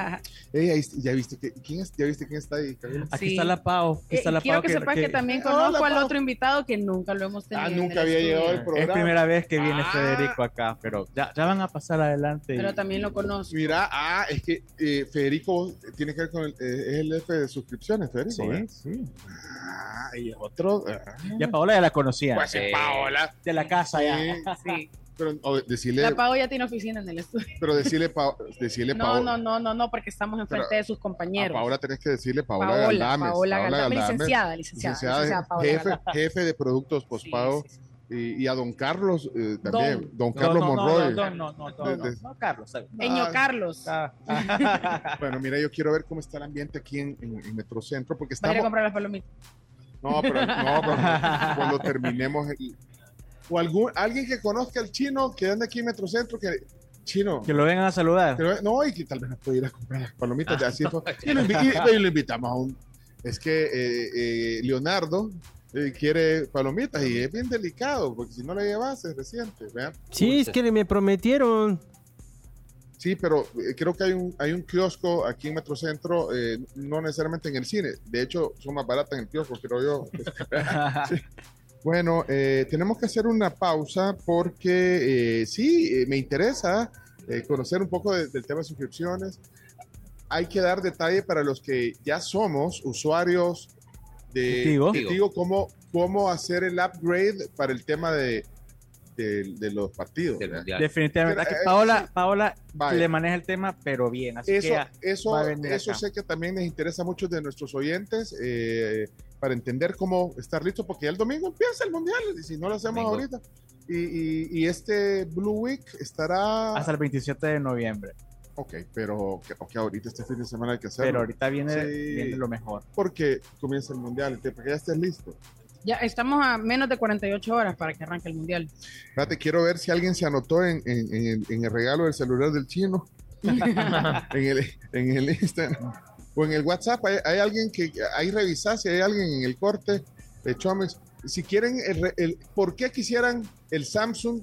[SPEAKER 6] eh, ahí- ya viste que quién es, ya viste quién está ahí. Camila?
[SPEAKER 11] Aquí está la Pau. Aquí
[SPEAKER 7] Eh,
[SPEAKER 11] está la
[SPEAKER 7] quiero
[SPEAKER 11] Pau
[SPEAKER 7] que sepas que, también
[SPEAKER 11] Hola,
[SPEAKER 7] conozco al
[SPEAKER 11] Pau.
[SPEAKER 7] otro invitado que nunca lo hemos tenido.
[SPEAKER 6] Ah,
[SPEAKER 7] en el
[SPEAKER 6] nunca había
[SPEAKER 7] estudio,
[SPEAKER 6] llegado el
[SPEAKER 11] Es
[SPEAKER 6] programa.
[SPEAKER 11] primera vez que viene
[SPEAKER 8] Ah.
[SPEAKER 11] Federico acá, pero ya, ya van a pasar adelante. y-
[SPEAKER 7] Pero también lo conozco.
[SPEAKER 6] Mira, ah, es que eh, Federico tiene que ver con el, eh, es el F de suscripciones, Federico.
[SPEAKER 11] Sí,
[SPEAKER 6] ¿verdad? Ah, y otro. ah.
[SPEAKER 11] Ya Paola ya la conocía.
[SPEAKER 6] Pues sí, Paola.
[SPEAKER 11] De la casa ya.
[SPEAKER 6] Sí.
[SPEAKER 7] Sí.
[SPEAKER 6] Pero o decirle,
[SPEAKER 7] La Pau ya tiene oficina en el estudio. (laughs)
[SPEAKER 6] pero decirle, pa, decirle
[SPEAKER 7] No,
[SPEAKER 6] Pao-
[SPEAKER 7] no, no, no, no, porque estamos enfrente
[SPEAKER 6] Pero-
[SPEAKER 7] de sus compañeros.
[SPEAKER 6] Ahora tenés que decirle Paola,
[SPEAKER 7] Paola,
[SPEAKER 6] Galdames.
[SPEAKER 7] Paola Galdames,
[SPEAKER 6] Galdames,
[SPEAKER 7] licenciada, licenciada,
[SPEAKER 6] licenciada,
[SPEAKER 7] licenciada Paola
[SPEAKER 6] jefe,
[SPEAKER 7] Galdames.
[SPEAKER 6] jefe de productos pospago. Y, y a don Carlos eh, también, don,
[SPEAKER 11] No,
[SPEAKER 6] Carlos
[SPEAKER 11] no, no,
[SPEAKER 6] Monroy.
[SPEAKER 11] No, no, no, no,
[SPEAKER 6] De-
[SPEAKER 11] no,
[SPEAKER 6] de- Ah,
[SPEAKER 11] no, (laughs) Carlos. Ah. ¿sabes?
[SPEAKER 7] Eño Carlos. (laughs)
[SPEAKER 6] Bueno, mira, yo quiero ver cómo está el ambiente aquí en, en- en Metrocentro, porque
[SPEAKER 7] Va a ir a
[SPEAKER 6] estamos.
[SPEAKER 7] comprar las palomitas.
[SPEAKER 6] No, pero no,
[SPEAKER 7] (laughs)
[SPEAKER 6] pero cuando terminemos. el- o algún, alguien que conozca al chino que anda aquí en Metrocentro, que. Chino.
[SPEAKER 11] Que lo vengan a saludar.
[SPEAKER 6] Pero, no, y que tal vez nos puede ir a comprar las palomitas de
[SPEAKER 11] (laughs)
[SPEAKER 6] así. fue.
[SPEAKER 11] ya.
[SPEAKER 6] y, lo invi- y- y lo invitamos a un. Es que eh, eh, Leonardo eh, quiere palomitas y es bien delicado, porque si no le llevas es reciente. ¿vean?
[SPEAKER 14] Sí, es que me prometieron.
[SPEAKER 6] Sí, pero eh, creo que hay un, hay un kiosco aquí en Metrocentro, eh, no necesariamente en el cine. De hecho, son más baratas en el kiosco, creo
[SPEAKER 11] (laughs)
[SPEAKER 6] yo. Sí. Bueno, eh, tenemos que hacer una pausa porque eh, sí, eh, me interesa eh, conocer un poco de- del tema de suscripciones. Hay que dar detalle para los que ya somos usuarios de
[SPEAKER 11] Tigo.
[SPEAKER 6] de Tigo, cómo, cómo hacer el upgrade para el tema de, de- de los partidos. ¿verdad?
[SPEAKER 11] Definitivamente. Aquí
[SPEAKER 6] Pero, eh,
[SPEAKER 11] Paola, Paola
[SPEAKER 6] Vaya.
[SPEAKER 11] le maneja el tema, pero bien. Así
[SPEAKER 6] eso,
[SPEAKER 11] que ya va a
[SPEAKER 6] eso,
[SPEAKER 11] venir
[SPEAKER 6] eso
[SPEAKER 11] acá.
[SPEAKER 6] sé que también les interesa a muchos de nuestros oyentes eh, para entender cómo estar listos, porque ya el domingo empieza el mundial, y si no lo hacemos
[SPEAKER 11] Domingo.
[SPEAKER 6] ahorita. Y, y- y este Blue Week estará.
[SPEAKER 11] Hasta el 27 de noviembre.
[SPEAKER 6] Ok, pero que, ok, ahorita este fin de semana hay que hacerlo.
[SPEAKER 11] Pero ahorita viene,
[SPEAKER 6] Sí.
[SPEAKER 11] viene lo mejor.
[SPEAKER 6] Porque comienza el mundial, entonces, para que ya estés listo.
[SPEAKER 7] Ya estamos a menos de 48 horas para que arranque el mundial.
[SPEAKER 6] Espérate, quiero ver si alguien se anotó en, en- en el, en el regalo del celular
[SPEAKER 8] (laughs)
[SPEAKER 6] del chino. en, el, en el Instagram. O en el WhatsApp. Hay, hay alguien que. Ahí revisás si hay alguien en el corte de Chomex. Si quieren. El, re- el- ¿Por qué quisieran el Samsung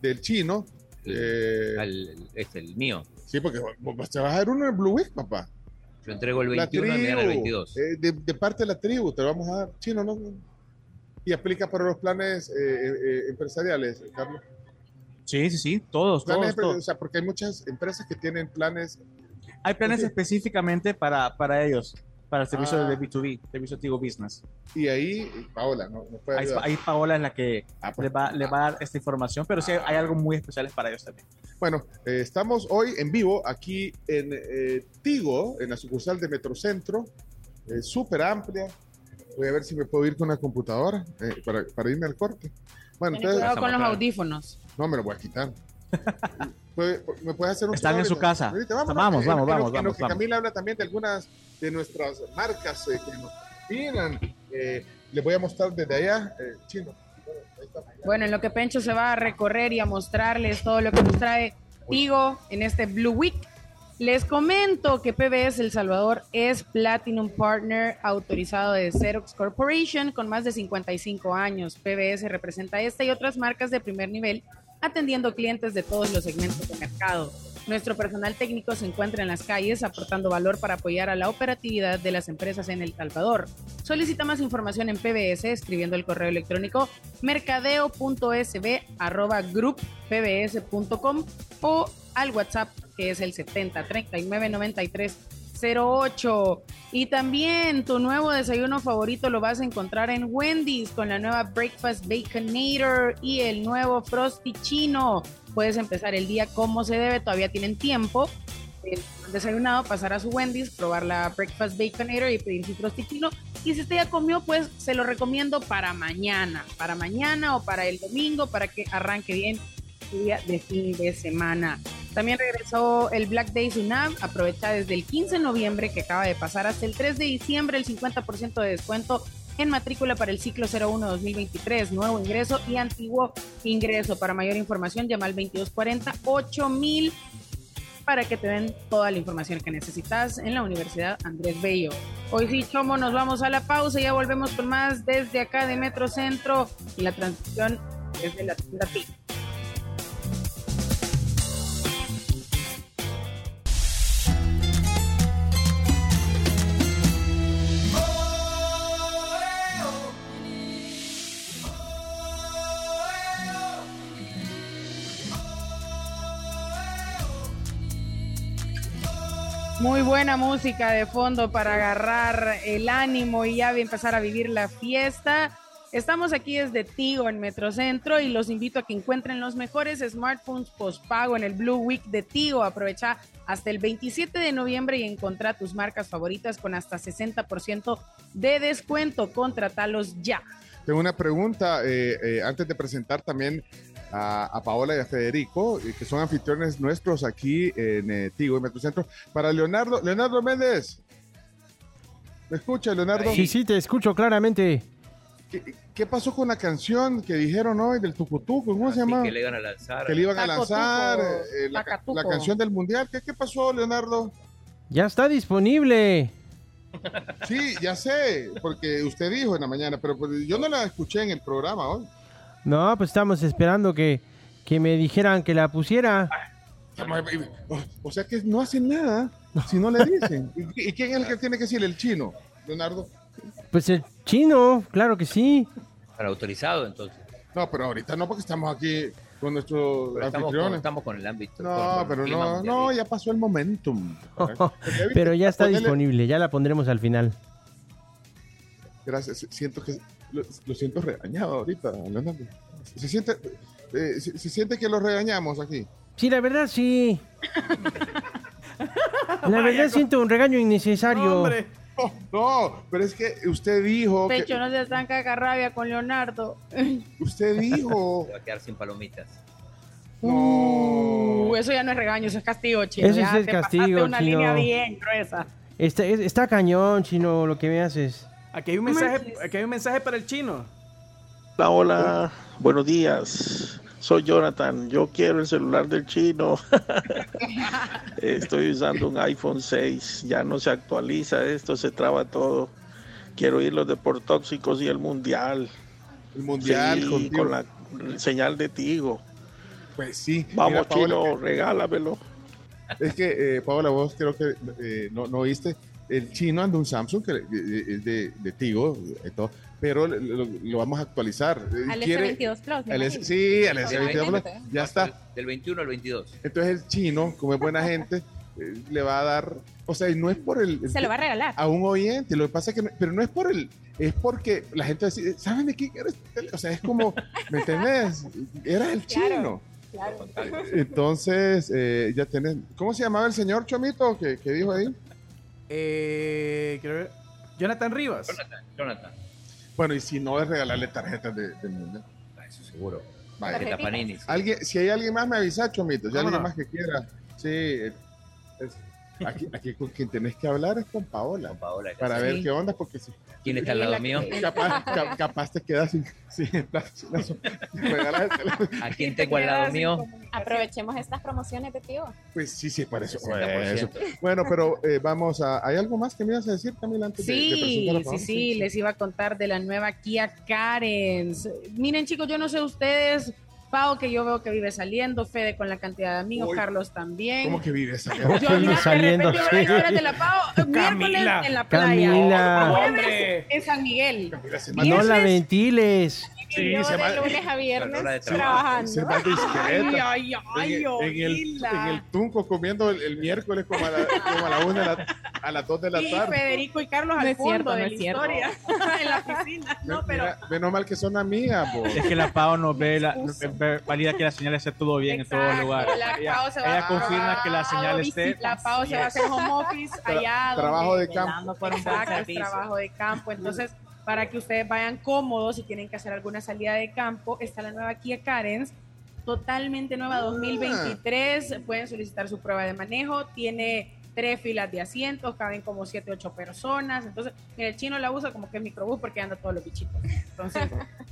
[SPEAKER 6] del chino? Eh,
[SPEAKER 8] Al- este, el mío.
[SPEAKER 6] sí, porque vos- vos Pues te vas a dar uno en el Blue Week, papá.
[SPEAKER 8] Yo entrego el 21 y me dan el 22.
[SPEAKER 6] eh, de, de parte de la tribu, te lo vamos a dar. Chino, no. no. Y aplica para los planes eh, eh, empresariales, Carlos.
[SPEAKER 11] Sí, sí, sí. Todos,
[SPEAKER 6] Planes
[SPEAKER 11] todos,
[SPEAKER 6] empre- O
[SPEAKER 11] todos.
[SPEAKER 6] sea, porque hay muchas empresas que tienen planes.
[SPEAKER 11] Hay planes específicamente para, para ellos, para el servicio
[SPEAKER 6] Ah.
[SPEAKER 11] de B2B, servicio Tigo Business.
[SPEAKER 6] Y ahí, Ah, pues. Paola, no, no puede
[SPEAKER 11] Ahí,
[SPEAKER 6] ayudar.
[SPEAKER 11] ahí Paola es la que le, va, le va a dar esta información, pero sí hay, hay algo muy especial para ellos también.
[SPEAKER 6] Bueno, eh, estamos hoy en vivo aquí en eh, Tigo, en la sucursal de Metrocentro, eh, súper amplia. Voy a ver si me puedo ir con la computadora eh, para, para irme al corte. Bueno,
[SPEAKER 7] Ten cuidado
[SPEAKER 6] entonces,
[SPEAKER 7] con los audífonos.
[SPEAKER 6] no me lo voy a quitar. Puede- ¿Me puedes hacer un
[SPEAKER 11] Están
[SPEAKER 6] favor
[SPEAKER 11] en su
[SPEAKER 6] ahorita?
[SPEAKER 11] casa.
[SPEAKER 6] Ahorita,
[SPEAKER 11] Vamos,
[SPEAKER 6] en-
[SPEAKER 11] vamos,
[SPEAKER 6] en lo-
[SPEAKER 11] vamos,
[SPEAKER 6] en lo
[SPEAKER 11] vamos,
[SPEAKER 6] que
[SPEAKER 11] vamos.
[SPEAKER 6] Camila habla también de algunas de nuestras marcas eh, que nos opinan. Eh, les voy a mostrar desde allá, eh, chino.
[SPEAKER 7] Bueno, en lo que Pencho se va a recorrer y a mostrarles todo lo que nos trae Tigo en este Blue Week, les comento que PBS El Salvador es Platinum Partner autorizado de Xerox Corporation con más de 55 años. PBS representa esta y otras marcas de primer nivel, atendiendo clientes de todos los segmentos de mercado. Nuestro personal técnico se encuentra en las calles aportando valor para apoyar a la operatividad de las empresas en El Salvador. Solicita más información en PBS escribiendo el correo electrónico mercadeo.sb@gruppbs.com o al WhatsApp que es el 70 39 93 08. Y también tu nuevo desayuno favorito lo vas a encontrar en Wendy's con la nueva Breakfast Baconator y el nuevo Frosty Chino. Puedes empezar el día como se debe, todavía tienen tiempo. El desayunado, pasar a su Wendy's, probar la Breakfast Baconator y pedir su Frosty Chino. Y si usted ya comió, pues se lo recomiendo para mañana, para mañana o para el domingo, para que arranque bien su día de fin de semana. También regresó el Black Day Sunab, aprovecha desde el 15 de noviembre que acaba de pasar hasta el 3 de diciembre el 50% de descuento en matrícula para el ciclo 01-2023, nuevo ingreso y antiguo ingreso. Para mayor información llama al 2240-8000 para que te den toda la información que necesitas en la Universidad Andrés Bello. Hoy sí, Chomo, nos vamos a la pausa y ya volvemos con más desde acá de Metro Centro y la transmisión desde la tienda TIC. Muy buena música de fondo para agarrar el ánimo y ya empezar a vivir la fiesta. Estamos aquí desde Tigo en Metrocentro y los invito a que encuentren los mejores smartphones postpago en el Blue Week de Tigo. Aprovecha hasta el 27 de noviembre y encontrá tus marcas favoritas con hasta 60% de descuento. Contratalos ya.
[SPEAKER 6] Tengo una pregunta eh, eh, antes de presentar también a, a Paola y a Federico, eh, que son anfitriones nuestros aquí en eh, Tigo y Metrocentro. Para Leonardo, Leonardo Méndez. ¿Me escucha, Leonardo?
[SPEAKER 14] Sí, sí, te escucho claramente.
[SPEAKER 6] ¿Qué, qué pasó con la canción que dijeron hoy del Tucutuco? Pues, ¿Cómo se llama?
[SPEAKER 17] que le iban a lanzar.
[SPEAKER 6] Que le iban a
[SPEAKER 17] Taco
[SPEAKER 6] lanzar
[SPEAKER 17] Tuco,
[SPEAKER 6] eh, la, ca-
[SPEAKER 17] Taca
[SPEAKER 6] la
[SPEAKER 17] Tuco.
[SPEAKER 6] canción del Mundial. ¿Qué, qué pasó, Leonardo?
[SPEAKER 14] Ya está disponible.
[SPEAKER 6] Sí, ya sé, porque usted dijo en la mañana, pero pues, yo no la escuché en el programa hoy.
[SPEAKER 14] No, pues estamos esperando que, que me dijeran que la pusiera.
[SPEAKER 6] O- O sea que no hacen nada Ah, si no le dicen. ¿Y, y quién es el que tiene que decir? El chino, Leonardo.
[SPEAKER 14] (laughs) Pues el chino, claro que sí.
[SPEAKER 8] Para autorizado, entonces.
[SPEAKER 6] No, pero ahorita no, porque estamos aquí con nuestros
[SPEAKER 8] Pero estamos con,
[SPEAKER 6] anfitriones.
[SPEAKER 8] estamos con el ámbito.
[SPEAKER 6] no,
[SPEAKER 8] con- con
[SPEAKER 6] pero
[SPEAKER 8] el clima
[SPEAKER 6] no,
[SPEAKER 8] mundial.
[SPEAKER 6] no, ya pasó el momentum.
[SPEAKER 14] (laughs) Pero ya está
[SPEAKER 6] Ponele-
[SPEAKER 14] disponible, ya la pondremos al final.
[SPEAKER 6] Gracias, siento que lo, lo siento regañado ahorita, Leonardo. Se siente, eh, se, se siente que lo regañamos aquí.
[SPEAKER 14] Sí, la verdad sí. La verdad siento un regaño innecesario.
[SPEAKER 6] No, (laughs) no, pero es que usted dijo que,
[SPEAKER 7] Pecho, no se están cagarrabia con Leonardo.
[SPEAKER 6] usted dijo
[SPEAKER 8] Se va a quedar sin palomitas.
[SPEAKER 7] Uh, (laughs) eso ya no es regaño, eso es castigo, chino.
[SPEAKER 14] Oh. Eso
[SPEAKER 7] ya
[SPEAKER 14] sí es
[SPEAKER 7] te pasaste
[SPEAKER 14] castigo,
[SPEAKER 7] una
[SPEAKER 14] chino.
[SPEAKER 7] línea bien gruesa.
[SPEAKER 14] Está, es- está cañón, chino, lo que me haces.
[SPEAKER 33] Aquí hay un mensaje, aquí hay un mensaje para el chino.
[SPEAKER 1] Hola, hola, buenos días. Soy Jonathan. Yo quiero el celular del chino. Estoy usando un iPhone 6. Ya no se actualiza esto, se traba todo. Quiero ir los deportóxicos y el mundial.
[SPEAKER 6] El mundial
[SPEAKER 1] Sí,
[SPEAKER 6] contigo.
[SPEAKER 1] con la señal de Tigo.
[SPEAKER 6] Pues sí.
[SPEAKER 1] Vamos,
[SPEAKER 6] Mira, Paola,
[SPEAKER 1] chino,
[SPEAKER 6] que-
[SPEAKER 1] regálamelo.
[SPEAKER 6] Es que, eh, Paola, vos creo que eh, no, no oíste. El chino anda un Samsung que que es de, de Tigo, y todo, pero lo, lo- lo vamos a actualizar. Eh,
[SPEAKER 26] Al
[SPEAKER 6] quiere-
[SPEAKER 26] S22 Plus, me
[SPEAKER 6] al S-
[SPEAKER 26] imagino.
[SPEAKER 6] sí, al S22 Plus,
[SPEAKER 26] Obviamente.
[SPEAKER 6] Ya está.
[SPEAKER 8] Del 21 al 22.
[SPEAKER 6] Entonces el chino, como es buena gente, eh, le va a dar. O sea, y no es por el.
[SPEAKER 26] Se lo va a regalar.
[SPEAKER 6] A un oyente. Lo que pasa es que. no- pero no es por el. Es porque la gente dice, ¿saben de quién eres? O sea, es como. ¿Me entendés? Era el chino. Entonces, eh, ya tenés. ¿Cómo se llamaba el señor Chomito que, que dijo ahí?
[SPEAKER 33] Eh, quiero ver- Jonathan Rivas.
[SPEAKER 8] Jonathan.
[SPEAKER 6] Bueno, y si no es regalarle tarjetas de, del Mundial.
[SPEAKER 8] Ah, Eso seguro.
[SPEAKER 6] Vaya. Ah,
[SPEAKER 8] Tarjeta Panini.
[SPEAKER 6] Alguien, si hay alguien más, me avisa, Chomito. Si hay alguien
[SPEAKER 8] Vámonos.
[SPEAKER 6] más que quiera. Sí. eh, es- aquí, aquí con quien tenés que hablar es con Paola.
[SPEAKER 8] Paola
[SPEAKER 6] para
[SPEAKER 8] sí.
[SPEAKER 6] ver qué onda, porque si.
[SPEAKER 8] ¿Quién está al lado mío?
[SPEAKER 7] (laughs)
[SPEAKER 6] Capaz, ca- capaz te quedas sin, sin el plazo. Regalas el teléfono.
[SPEAKER 8] ¿A quién tengo al lado mío?
[SPEAKER 19] Aprovechemos estas promociones de tío.
[SPEAKER 6] Pues sí, sí, parece.
[SPEAKER 8] 60%.
[SPEAKER 6] eso. Bueno, pero eh, vamos a. ¿Hay algo más que me ibas a decir, Camila, antes de- de,
[SPEAKER 7] Sí,
[SPEAKER 6] presentar a
[SPEAKER 7] sí,
[SPEAKER 6] Paola?
[SPEAKER 7] sí, les iba a contar de la nueva Kia Carens. Miren, chicos, yo no sé ustedes, Pau, que yo veo que vive saliendo, Fede con la cantidad de amigos,
[SPEAKER 6] Uy.
[SPEAKER 7] Carlos también.
[SPEAKER 6] ¿Cómo que vives
[SPEAKER 7] Yo, mira, de repente
[SPEAKER 14] Saliendo,
[SPEAKER 7] veo
[SPEAKER 14] sí.
[SPEAKER 7] las historias de la
[SPEAKER 6] (laughs)
[SPEAKER 7] Pau, miércoles
[SPEAKER 14] Camila.
[SPEAKER 7] en la playa.
[SPEAKER 14] Camila.
[SPEAKER 7] Jueves en San Miguel.
[SPEAKER 14] No la
[SPEAKER 7] Viernes
[SPEAKER 14] ventiles.
[SPEAKER 7] y yo de lunes a viernes trabajando.
[SPEAKER 6] Se va discreta.
[SPEAKER 7] Ay, ay, ay,
[SPEAKER 6] en, el, en, el,
[SPEAKER 7] Olinda.
[SPEAKER 6] en el Tunco comiendo el, el miércoles como a la, como a la una de la- a las 2 de la
[SPEAKER 7] Sí,
[SPEAKER 6] tarde.
[SPEAKER 7] Federico y Carlos
[SPEAKER 19] No
[SPEAKER 7] al
[SPEAKER 19] es
[SPEAKER 7] fondo
[SPEAKER 19] cierto,
[SPEAKER 7] de
[SPEAKER 19] no
[SPEAKER 7] la
[SPEAKER 19] es cierto.
[SPEAKER 7] historia (laughs) en la piscina. No, pero
[SPEAKER 6] Mira, menos mal que son amigas, vos.
[SPEAKER 11] Es que la PAO no ve, la, ve- valida que la señal esté todo bien en todo lugar.
[SPEAKER 7] la
[SPEAKER 11] Ella,
[SPEAKER 7] PAO se va
[SPEAKER 11] ella
[SPEAKER 7] a
[SPEAKER 11] confirma que la señal esté.
[SPEAKER 7] la Pau se va a hacer home office allá.
[SPEAKER 11] trabajo
[SPEAKER 7] donde-
[SPEAKER 11] de campo.
[SPEAKER 7] Exacto, es
[SPEAKER 11] servicio.
[SPEAKER 7] trabajo de campo. Entonces, para que ustedes vayan cómodos y tienen que hacer alguna salida de campo, está la nueva Kia Carens, totalmente nueva 2023. Pueden solicitar su prueba de manejo. Tiene tres filas de asientos, caben como siete, ocho personas. Entonces, mira, el chino la usa como que es microbús porque anda todos los bichitos. Entonces,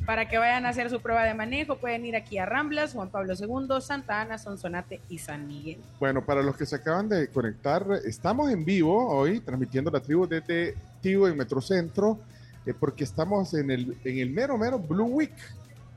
[SPEAKER 7] para que vayan a hacer su prueba de manejo, pueden ir aquí a Ramblas, Juan Pablo II, Santa Ana, Sonsonate y San Miguel.
[SPEAKER 6] Bueno, para los que se acaban de conectar, estamos en vivo hoy transmitiendo la tribu desde Tigo en Metrocentro, eh, porque estamos en el, en el mero, mero Blue Week.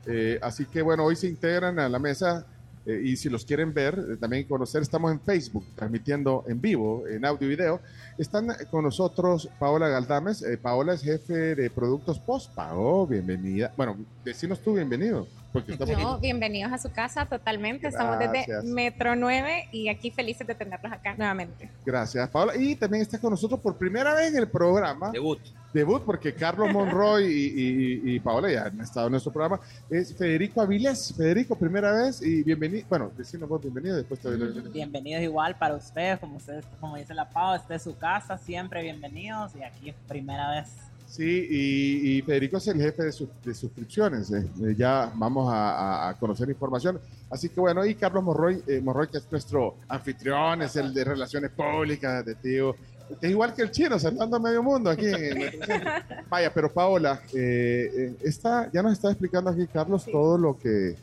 [SPEAKER 6] Eh, así que bueno, hoy se integran a la mesa eh, y si los quieren ver, eh, también conocer, estamos en Facebook transmitiendo en vivo, en audio y video. Están con nosotros Paola Galdames. Eh, Paola es jefe de productos Postpago. Bienvenida. Bueno, decinos tú bienvenido. Porque estamos
[SPEAKER 19] No, bienvenidos a su casa totalmente. Estamos
[SPEAKER 6] Gracias.
[SPEAKER 19] desde Metro 9 y aquí felices de tenerlos acá nuevamente.
[SPEAKER 6] Gracias, Paola. Y también está con nosotros por primera vez en el programa.
[SPEAKER 5] Debut.
[SPEAKER 6] Debut, porque Carlos Monroy y, y- y- y Paola ya han estado en nuestro programa. Es Federico Avilés. Federico, primera vez y bienvenido. Bueno, decimos vos bienvenido, después te doy la bienvenida.
[SPEAKER 13] Bienvenidos igual para ustedes, como ustedes, como dice la Pau, esta es su casa, siempre bienvenidos y aquí es primera vez.
[SPEAKER 6] Sí, y, y Federico es el jefe de, sus- de suscripciones. eh. Eh, ya vamos a, a- a conocer información. Así que bueno, y Carlos Monroy, eh, Monroy, que es nuestro anfitrión, es el de Relaciones Públicas, de tío. Es igual que el chino, saltando a medio mundo aquí. en nuestro centro. Vaya, pero Paola, eh, eh, está, ya nos está explicando aquí Carlos todo lo que eh,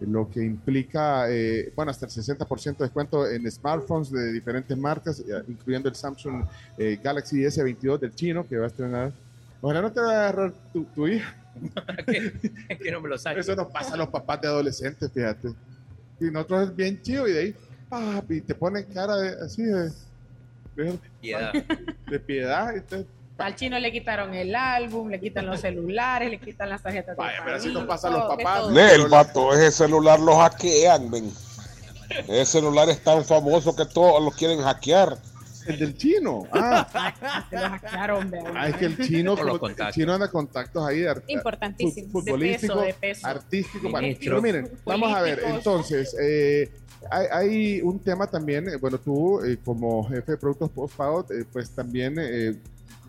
[SPEAKER 6] lo que implica, eh, bueno, hasta el 60% de descuento en smartphones de diferentes marcas, eh, incluyendo el Samsung eh, Galaxy S22 del chino que va a estrenar. Ojalá no te va a agarrar tu, tu hija.
[SPEAKER 5] Es (laughs) que no me lo saque.
[SPEAKER 6] Eso nos pasa a los papás de adolescentes, fíjate. Y nosotros es bien chido y de ahí, papi, te ponen cara de, así de, de-
[SPEAKER 5] Piedad.
[SPEAKER 6] de piedad. Entonces,
[SPEAKER 7] Al chino le quitaron el álbum, le quitan los celulares, le quitan las tarjetas de
[SPEAKER 6] Vaya, pero así
[SPEAKER 7] crédito,
[SPEAKER 6] nos pasa a los
[SPEAKER 7] todo, de
[SPEAKER 6] papás.
[SPEAKER 7] todo.
[SPEAKER 20] Ve, el vato, ese celular lo hackean, ven. Ese celular es tan famoso que todos lo quieren hackear.
[SPEAKER 6] El del chino. Ah,
[SPEAKER 7] Se lo hackearon, vea.
[SPEAKER 6] ah, es que el chino,
[SPEAKER 20] Por los
[SPEAKER 6] como- el chino anda contactos ahí de ar-
[SPEAKER 19] Importantísimo.
[SPEAKER 6] fut- futbolístico,
[SPEAKER 19] De peso, de peso.
[SPEAKER 6] artístico. bueno,
[SPEAKER 19] Ministros,
[SPEAKER 6] pero miren, vamos a ver,
[SPEAKER 19] políticos.
[SPEAKER 6] entonces, eh, hay, hay un tema también, eh, bueno, tú eh, como jefe de productos post-pago, eh, pues también eh,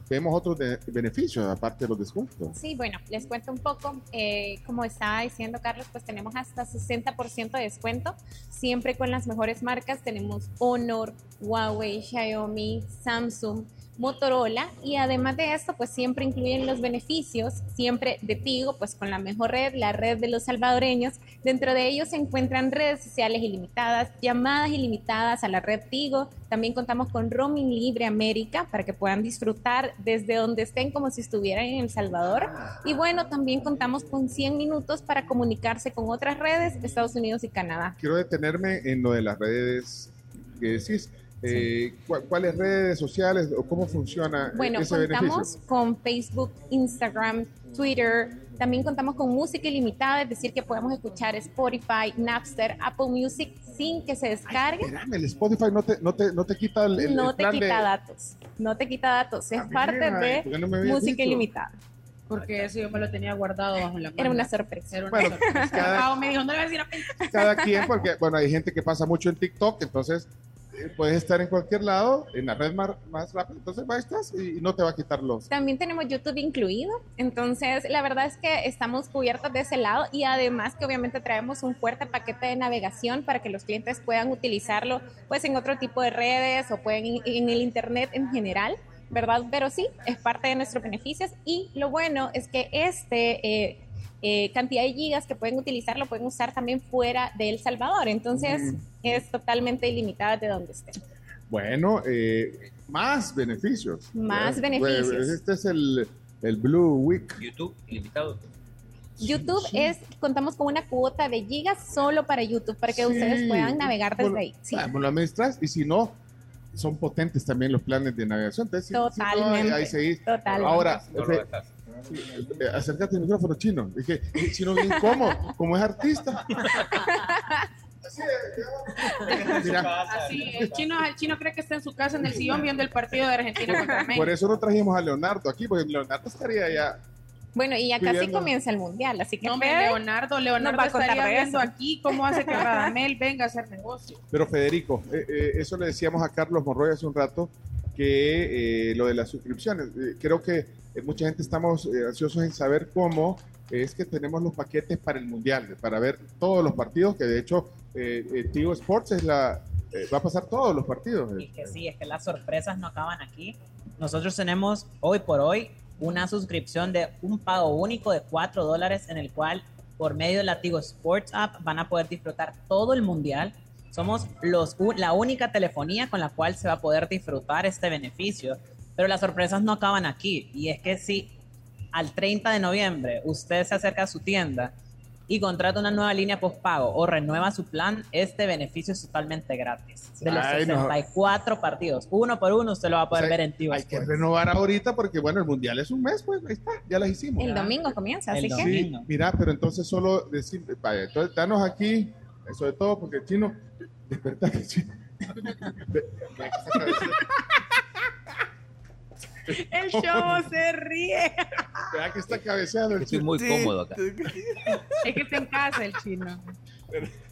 [SPEAKER 6] vemos otros de- beneficios, aparte de los descuentos.
[SPEAKER 19] Sí, bueno, les cuento un poco. eh, como estaba diciendo Carlos, pues tenemos hasta 60% de descuento. Siempre con las mejores marcas tenemos Honor, Huawei, Xiaomi, Samsung, Motorola. Y además de esto, pues siempre incluyen los beneficios, siempre de Tigo, pues con la mejor red, la red de los salvadoreños. Dentro de ellos se encuentran redes sociales ilimitadas, llamadas ilimitadas a la red Tigo. También contamos con roaming libre América para que puedan disfrutar desde donde estén como si estuvieran en El Salvador. Y bueno, también contamos con 100 minutos para comunicarse con otras redes, Estados Unidos y Canadá.
[SPEAKER 6] Quiero detenerme en lo de las redes que decís. Eh, ¿cu- ¿Cuáles redes sociales o cómo funciona eh,
[SPEAKER 19] Bueno,
[SPEAKER 6] ese
[SPEAKER 19] contamos
[SPEAKER 6] beneficio?
[SPEAKER 19] con Facebook, Instagram, Twitter. También contamos con música ilimitada, es decir, que podemos escuchar Spotify, Napster, Apple Music sin que se descargue.
[SPEAKER 6] Espérame, El Spotify no te, no te, no te quita el, el-
[SPEAKER 19] no
[SPEAKER 6] el
[SPEAKER 19] te
[SPEAKER 6] plan
[SPEAKER 19] quita
[SPEAKER 6] de-
[SPEAKER 19] datos, no te quita datos, es parte
[SPEAKER 6] mira, ¿y
[SPEAKER 19] de
[SPEAKER 6] por qué no me habías
[SPEAKER 19] música
[SPEAKER 6] dicho?
[SPEAKER 19] ilimitada.
[SPEAKER 7] Porque eso yo me lo tenía guardado bajo la
[SPEAKER 19] Era una sorpresa.
[SPEAKER 7] Era una
[SPEAKER 6] Bueno, pues,
[SPEAKER 7] sorpresa.
[SPEAKER 6] cada-
[SPEAKER 7] Pau me dijo, no le voy a decir a Pencho".
[SPEAKER 6] cada quien,
[SPEAKER 7] (laughs)
[SPEAKER 6] pues, porque bueno, hay gente que pasa mucho en TikTok, entonces eh, puedes estar en cualquier lado, en la red mar- más, rápida, entonces ahí estás y, y no te va a quitar los.
[SPEAKER 19] También tenemos YouTube incluido, entonces la verdad es que estamos cubiertos de ese lado y además que obviamente traemos un fuerte paquete de navegación para que los clientes puedan utilizarlo pues en otro tipo de redes o pueden en- en el internet en general. ¿Verdad? Pero sí, es parte de nuestros beneficios y lo bueno es que este eh, eh, cantidad de gigas que pueden utilizar lo pueden usar también fuera de El Salvador, entonces
[SPEAKER 6] Mm.
[SPEAKER 19] es totalmente ilimitada de donde estén.
[SPEAKER 6] Bueno, eh, más beneficios.
[SPEAKER 19] Más
[SPEAKER 6] Eh,
[SPEAKER 19] beneficios.
[SPEAKER 6] pues, Este es el, el Blue Week.
[SPEAKER 5] YouTube limitado.
[SPEAKER 19] YouTube es, contamos con una cuota de gigas solo para YouTube, para que ustedes puedan navegar desde ahí. Sí,
[SPEAKER 6] ah, lo administras y si no, son potentes también los planes de navegación. Entonces, si- si no,
[SPEAKER 19] totalmente.
[SPEAKER 6] ahí seguís.
[SPEAKER 19] totalmente.
[SPEAKER 6] Ahora, Fe- eh, acércate al micrófono chino. Es que eh, chino bien cómodo, como es artista. Mira,
[SPEAKER 7] Así, el chino, el chino cree que está en su casa en el sillón viendo el partido de Argentina contra México.
[SPEAKER 6] Por eso no trajimos a Leonardo aquí, porque Leonardo estaría ya.
[SPEAKER 19] bueno, y ya casi
[SPEAKER 6] Cuidando.
[SPEAKER 19] comienza el mundial, así que
[SPEAKER 7] No, hombre,
[SPEAKER 19] Fer
[SPEAKER 7] Leonardo, Leonardo
[SPEAKER 19] ¿Eh? nos va a contar
[SPEAKER 7] estaría
[SPEAKER 19] de
[SPEAKER 7] viendo
[SPEAKER 19] eso.
[SPEAKER 7] aquí cómo hace que Radamel venga a hacer negocio.
[SPEAKER 6] Pero Federico, eh, eh, eso le decíamos a Carlos Monroy hace un rato, que eh, lo de las suscripciones. eh, creo que eh, mucha gente estamos eh, ansiosos en saber cómo es que tenemos los paquetes para el Mundial, para ver todos los partidos, que de hecho eh, eh, Tigo Sports es la, eh, va a pasar todos los partidos. eh.
[SPEAKER 13] Y que sí, es que las sorpresas no acaban aquí. Nosotros tenemos hoy por hoy una suscripción de un pago único de 4 dólares en el cual por medio de la Tigo Sports App van a poder disfrutar todo el mundial. Somos los, u- la única telefonía con la cual se va a poder disfrutar este beneficio. Pero las sorpresas no acaban aquí. Y es que si al 30 de noviembre usted se acerca a su tienda y contrata una nueva línea postpago o renueva su plan, este beneficio es totalmente gratis. De los
[SPEAKER 6] Ay, no.
[SPEAKER 13] 64 partidos, uno por uno, usted lo va a poder
[SPEAKER 6] O sea,
[SPEAKER 13] ver en Tivo
[SPEAKER 6] Hay que
[SPEAKER 13] Sports.
[SPEAKER 6] renovar ahorita porque, bueno, el mundial es un mes, pues, ahí está, ya las hicimos.
[SPEAKER 19] El domingo comienza, así
[SPEAKER 6] Sí,
[SPEAKER 19] que.
[SPEAKER 6] mira, pero entonces solo decir, vaya, entonces danos aquí, eh, sobre todo porque chino, despertate chino. Ve- ve-
[SPEAKER 7] (laughs) El show se ríe.
[SPEAKER 6] Vea que está cabeceando el
[SPEAKER 8] Estoy
[SPEAKER 6] chino.
[SPEAKER 8] muy cómodo acá.
[SPEAKER 7] Es que está en casa el chino.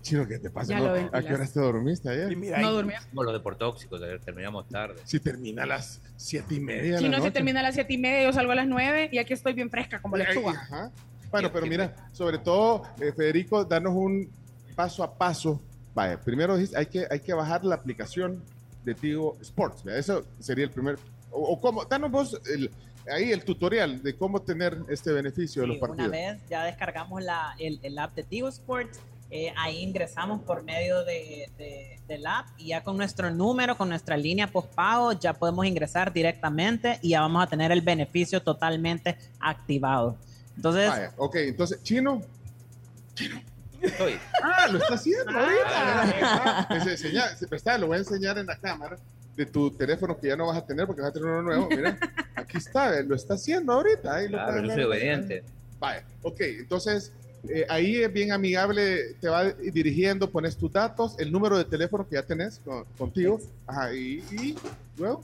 [SPEAKER 6] Chino, ¿qué te pasa?
[SPEAKER 7] Ya
[SPEAKER 6] no?
[SPEAKER 7] lo
[SPEAKER 6] ¿A
[SPEAKER 7] ventilaste.
[SPEAKER 6] qué hora te dormiste ayer?
[SPEAKER 7] No durmió.
[SPEAKER 8] Como los deportóxicos, ayer terminamos tarde.
[SPEAKER 6] Si termina a las siete y media. de
[SPEAKER 7] Chino
[SPEAKER 6] la
[SPEAKER 7] se
[SPEAKER 6] noche.
[SPEAKER 7] termina a las siete y media, yo salgo a las nueve y aquí estoy bien fresca como
[SPEAKER 6] Ay,
[SPEAKER 7] lechuga.
[SPEAKER 6] ajá. Bueno, pero mira, sobre todo, eh, Federico, danos un paso a paso. Vaya, primero dijiste, hay que, hay que bajar la aplicación de Tigo Sports. ¿vea? Eso sería el primer. O, o cómo, danos vos el- ahí el tutorial de cómo tener este beneficio de los
[SPEAKER 13] Sí, una
[SPEAKER 6] partidos.
[SPEAKER 13] vez ya descargamos la, el, el app de Tigo Sports, eh, ahí ingresamos por medio de, de- del app y ya con nuestro número, con nuestra línea postpago, ya podemos ingresar directamente y ya vamos a tener el beneficio totalmente activado. Entonces,
[SPEAKER 6] Vaya, ok, entonces, chino.
[SPEAKER 8] Estoy.
[SPEAKER 6] Ah, lo está haciendo
[SPEAKER 7] Ah.
[SPEAKER 6] ahorita. Ese- enseña- se- está, lo voy a enseñar en la cámara de tu teléfono que ya no vas a tener porque vas a tener uno nuevo. Mira, aquí está, lo está haciendo ahorita. Ahí lo
[SPEAKER 8] Claro,
[SPEAKER 6] pueden
[SPEAKER 8] yo
[SPEAKER 6] ver.
[SPEAKER 8] soy obediente.
[SPEAKER 6] Vale, ok, entonces eh, ahí es bien amigable, te va dirigiendo, pones tus datos, el número de teléfono que ya tenés con- contigo, ajá, y, y luego,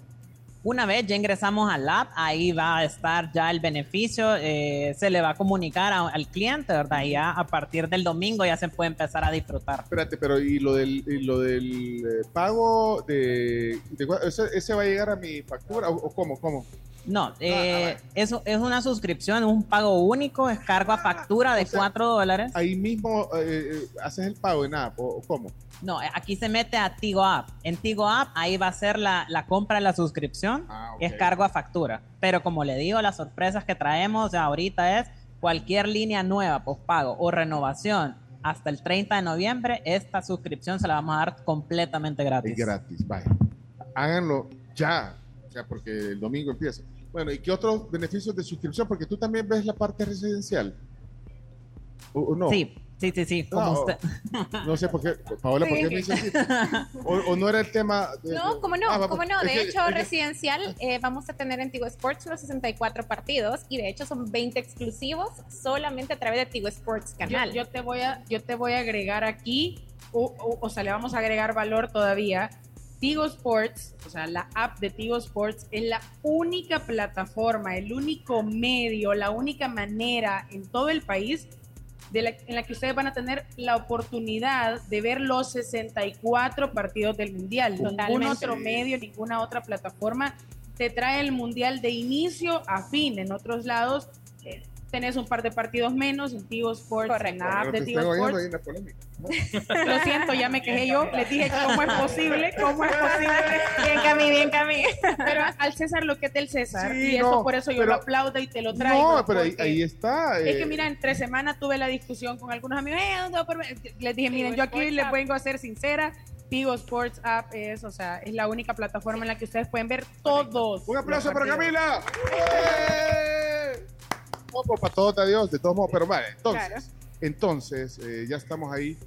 [SPEAKER 13] Una vez ya ingresamos al app, ahí va a estar ya el beneficio, eh, se le va a comunicar a- al cliente, ¿verdad? Y ya a partir del domingo ya se puede empezar a disfrutar.
[SPEAKER 6] espérate, pero y lo del, y lo del eh, pago de, de gua- ¿ese, ese va a llegar a mi factura o, o cómo, cómo? Ah,
[SPEAKER 13] No, eh, es, es una suscripción, un pago único, es cargo a factura de 4 dólares.
[SPEAKER 6] Ah, Ahí mismo eh, eh, haces el pago en app o, o cómo?
[SPEAKER 13] No, eh, aquí se mete a Tigo App. En Tigo App ahí va a ser la, la compra de la suscripción,
[SPEAKER 6] Ah,
[SPEAKER 13] es cargo a factura. Pero como le digo, las sorpresas que traemos ya ahorita es cualquier línea nueva, pospago o renovación hasta el 30 de noviembre, esta suscripción se la vamos a dar completamente gratis.
[SPEAKER 6] Es gratis, vaya. Háganlo ya, o sea, porque el domingo empieza. Bueno, ¿y qué otros beneficios de suscripción? Porque tú también ves la parte residencial. ¿O, o no?
[SPEAKER 13] Sí, sí, sí, sí. Como
[SPEAKER 6] No,
[SPEAKER 13] usted.
[SPEAKER 6] No sé por qué, Paola, ¿por qué me dices así? O, o no era el tema. de-
[SPEAKER 19] No, cómo no,
[SPEAKER 6] Ah, vamos.
[SPEAKER 19] cómo no.
[SPEAKER 6] Es
[SPEAKER 19] De
[SPEAKER 6] que-
[SPEAKER 19] hecho,
[SPEAKER 6] es que-
[SPEAKER 19] residencial eh, vamos a tener en Tigo Sports los 64 partidos y de hecho son 20 exclusivos solamente a través de Tigo Sports
[SPEAKER 7] Yo,
[SPEAKER 19] canal.
[SPEAKER 7] yo te voy a, yo te voy a agregar aquí, o, o- o sea, le vamos a agregar valor todavía. Tigo Sports, o sea, la app de Tigo Sports es la única plataforma, el único medio, la única manera en todo el país de la- en la que ustedes van a tener la oportunidad de ver los 64 partidos del Mundial. Ningún
[SPEAKER 19] Totalmente.
[SPEAKER 7] otro medio, ninguna otra plataforma te trae el Mundial de inicio a fin. En otros lados eh, tenés un par de partidos menos en Tigo Sports, en la app
[SPEAKER 6] Bueno,
[SPEAKER 7] de
[SPEAKER 6] te
[SPEAKER 7] Tigo
[SPEAKER 6] estoy oyendo
[SPEAKER 7] Sports.
[SPEAKER 6] ahí en la polémica.
[SPEAKER 7] Lo siento, ya me quejé yo. Les dije, ¿cómo es posible? ¿Cómo es posible? que- Bien, Cami, bien, Cami. Pero al César lo que es del César.
[SPEAKER 6] Sí,
[SPEAKER 7] y eso
[SPEAKER 6] no,
[SPEAKER 7] por eso yo
[SPEAKER 6] pero-
[SPEAKER 7] lo aplaudo y te lo traigo.
[SPEAKER 6] No, pero ahí,
[SPEAKER 7] porque-
[SPEAKER 6] ahí está.
[SPEAKER 7] es que
[SPEAKER 6] eh,
[SPEAKER 7] mira, entre semanas tuve la discusión con algunos amigos, eh, ¿dónde voy por ver? les dije, miren, yo aquí les vengo a ser sincera, Tigo Sports App es, o sea, es la única plataforma en la que ustedes pueden ver todos.
[SPEAKER 6] Un aplauso
[SPEAKER 7] los
[SPEAKER 6] para
[SPEAKER 7] partidos.
[SPEAKER 6] Camila. ¡Eh! No, pues, para todos, adiós, de todos modos, pero vale, entonces,
[SPEAKER 7] Claro.
[SPEAKER 6] entonces eh, ya estamos ahí,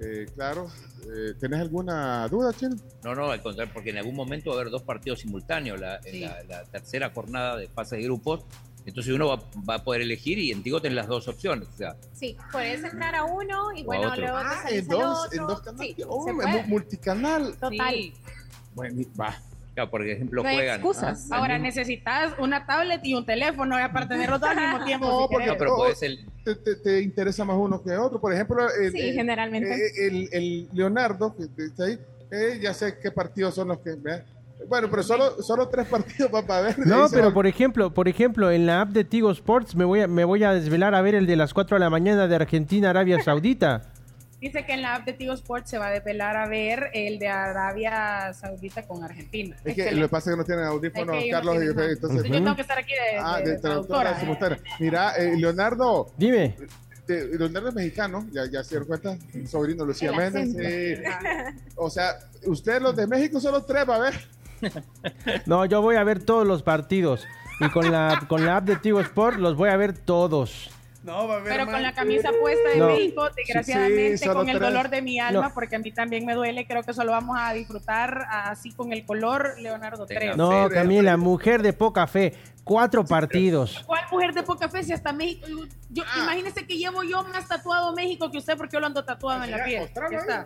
[SPEAKER 6] eh, claro. Eh, ¿Tenés alguna duda, Chino?
[SPEAKER 8] No, no, al contrario, porque en algún momento va a haber dos partidos simultáneos, la, en Eh, la- la tercera jornada de fase de grupos. Entonces uno va, va a poder elegir y en Tigo tenés las dos opciones. O sea,
[SPEAKER 19] Sí, puedes entrar a uno y
[SPEAKER 8] O a
[SPEAKER 19] bueno,
[SPEAKER 8] otro.
[SPEAKER 19] luego
[SPEAKER 8] Ah,
[SPEAKER 19] te
[SPEAKER 6] en
[SPEAKER 19] sales al
[SPEAKER 6] dos, en
[SPEAKER 19] otro.
[SPEAKER 6] dos canales.
[SPEAKER 19] Sí,
[SPEAKER 6] Oh,
[SPEAKER 19] se
[SPEAKER 6] mu-
[SPEAKER 19] puede.
[SPEAKER 6] multicanal.
[SPEAKER 19] Total.
[SPEAKER 6] Bueno, y- va. Ah,
[SPEAKER 8] claro, por ejemplo,
[SPEAKER 7] No hay
[SPEAKER 8] juegan.
[SPEAKER 7] excusas.
[SPEAKER 8] al
[SPEAKER 7] Ahora
[SPEAKER 8] mismo-
[SPEAKER 7] necesitas una tablet y un teléfono ya para tenerlos dos al mismo tiempo.
[SPEAKER 6] No,
[SPEAKER 7] si
[SPEAKER 6] porque
[SPEAKER 7] querés.
[SPEAKER 8] No, pero
[SPEAKER 6] todo-
[SPEAKER 8] podés el-
[SPEAKER 6] te, te- te interesa más uno que otro. Por ejemplo, el,
[SPEAKER 7] Sí,
[SPEAKER 6] el-
[SPEAKER 7] generalmente.
[SPEAKER 6] eh, el, el Leonardo, que que está ahí, eh, ya sé qué partidos son los que. ¿verdad? Bueno, pero solo, solo tres partidos (laughs) va para ver.
[SPEAKER 14] No,
[SPEAKER 6] Ahí se
[SPEAKER 14] pero
[SPEAKER 6] va-
[SPEAKER 14] por ejemplo, por ejemplo, en la app de Tigo Sports me voy a, me voy a desvelar a ver el de las 4 de la mañana de Argentina Arabia Saudita.
[SPEAKER 7] Dice que en la app de Tigo Sports se va a depelar a ver el de Arabia Saudita con Argentina.
[SPEAKER 6] Es que
[SPEAKER 7] Excelente.
[SPEAKER 6] lo que pasa es que no tienen audífonos,
[SPEAKER 7] Es que ellos
[SPEAKER 6] Carlos.
[SPEAKER 7] no
[SPEAKER 6] y
[SPEAKER 7] tienen
[SPEAKER 6] entonces,
[SPEAKER 7] Yo tengo que estar aquí de,
[SPEAKER 6] Ah,
[SPEAKER 7] de-
[SPEAKER 6] de
[SPEAKER 7] de
[SPEAKER 6] traductora,
[SPEAKER 7] traductora.
[SPEAKER 6] simultánea. Mira, eh, Leonardo. eh,
[SPEAKER 14] Dime.
[SPEAKER 6] Leonardo es mexicano, ya, ya se dieron cuenta, mi sobrino Lucía
[SPEAKER 7] El
[SPEAKER 6] Méndez.
[SPEAKER 7] acento.
[SPEAKER 6] sí. O sea, ustedes los de México son los tres, va a ver.
[SPEAKER 14] No, yo voy a ver todos los partidos y con la con la app de Tigo Sports los voy a ver todos.
[SPEAKER 1] No, va a haber
[SPEAKER 7] Pero con
[SPEAKER 1] más.
[SPEAKER 6] eh.
[SPEAKER 7] la camisa puesta de
[SPEAKER 1] No.
[SPEAKER 7] México, desgraciadamente,
[SPEAKER 1] Sí, solo
[SPEAKER 7] con el
[SPEAKER 1] tres.
[SPEAKER 7] dolor de mi alma,
[SPEAKER 1] No.
[SPEAKER 7] porque a mí también me duele, creo que solo vamos a disfrutar así con el color, Leonardo Trejo.
[SPEAKER 14] No, Camila, mujer de poca fe. Cuatro partidos.
[SPEAKER 7] ¿Cuál mujer de poca fe si hasta México? Yo, yo-
[SPEAKER 6] Ah.
[SPEAKER 7] Imagínese que llevo yo más tatuado México que usted porque yo lo ando tatuado en la piel. Ya está.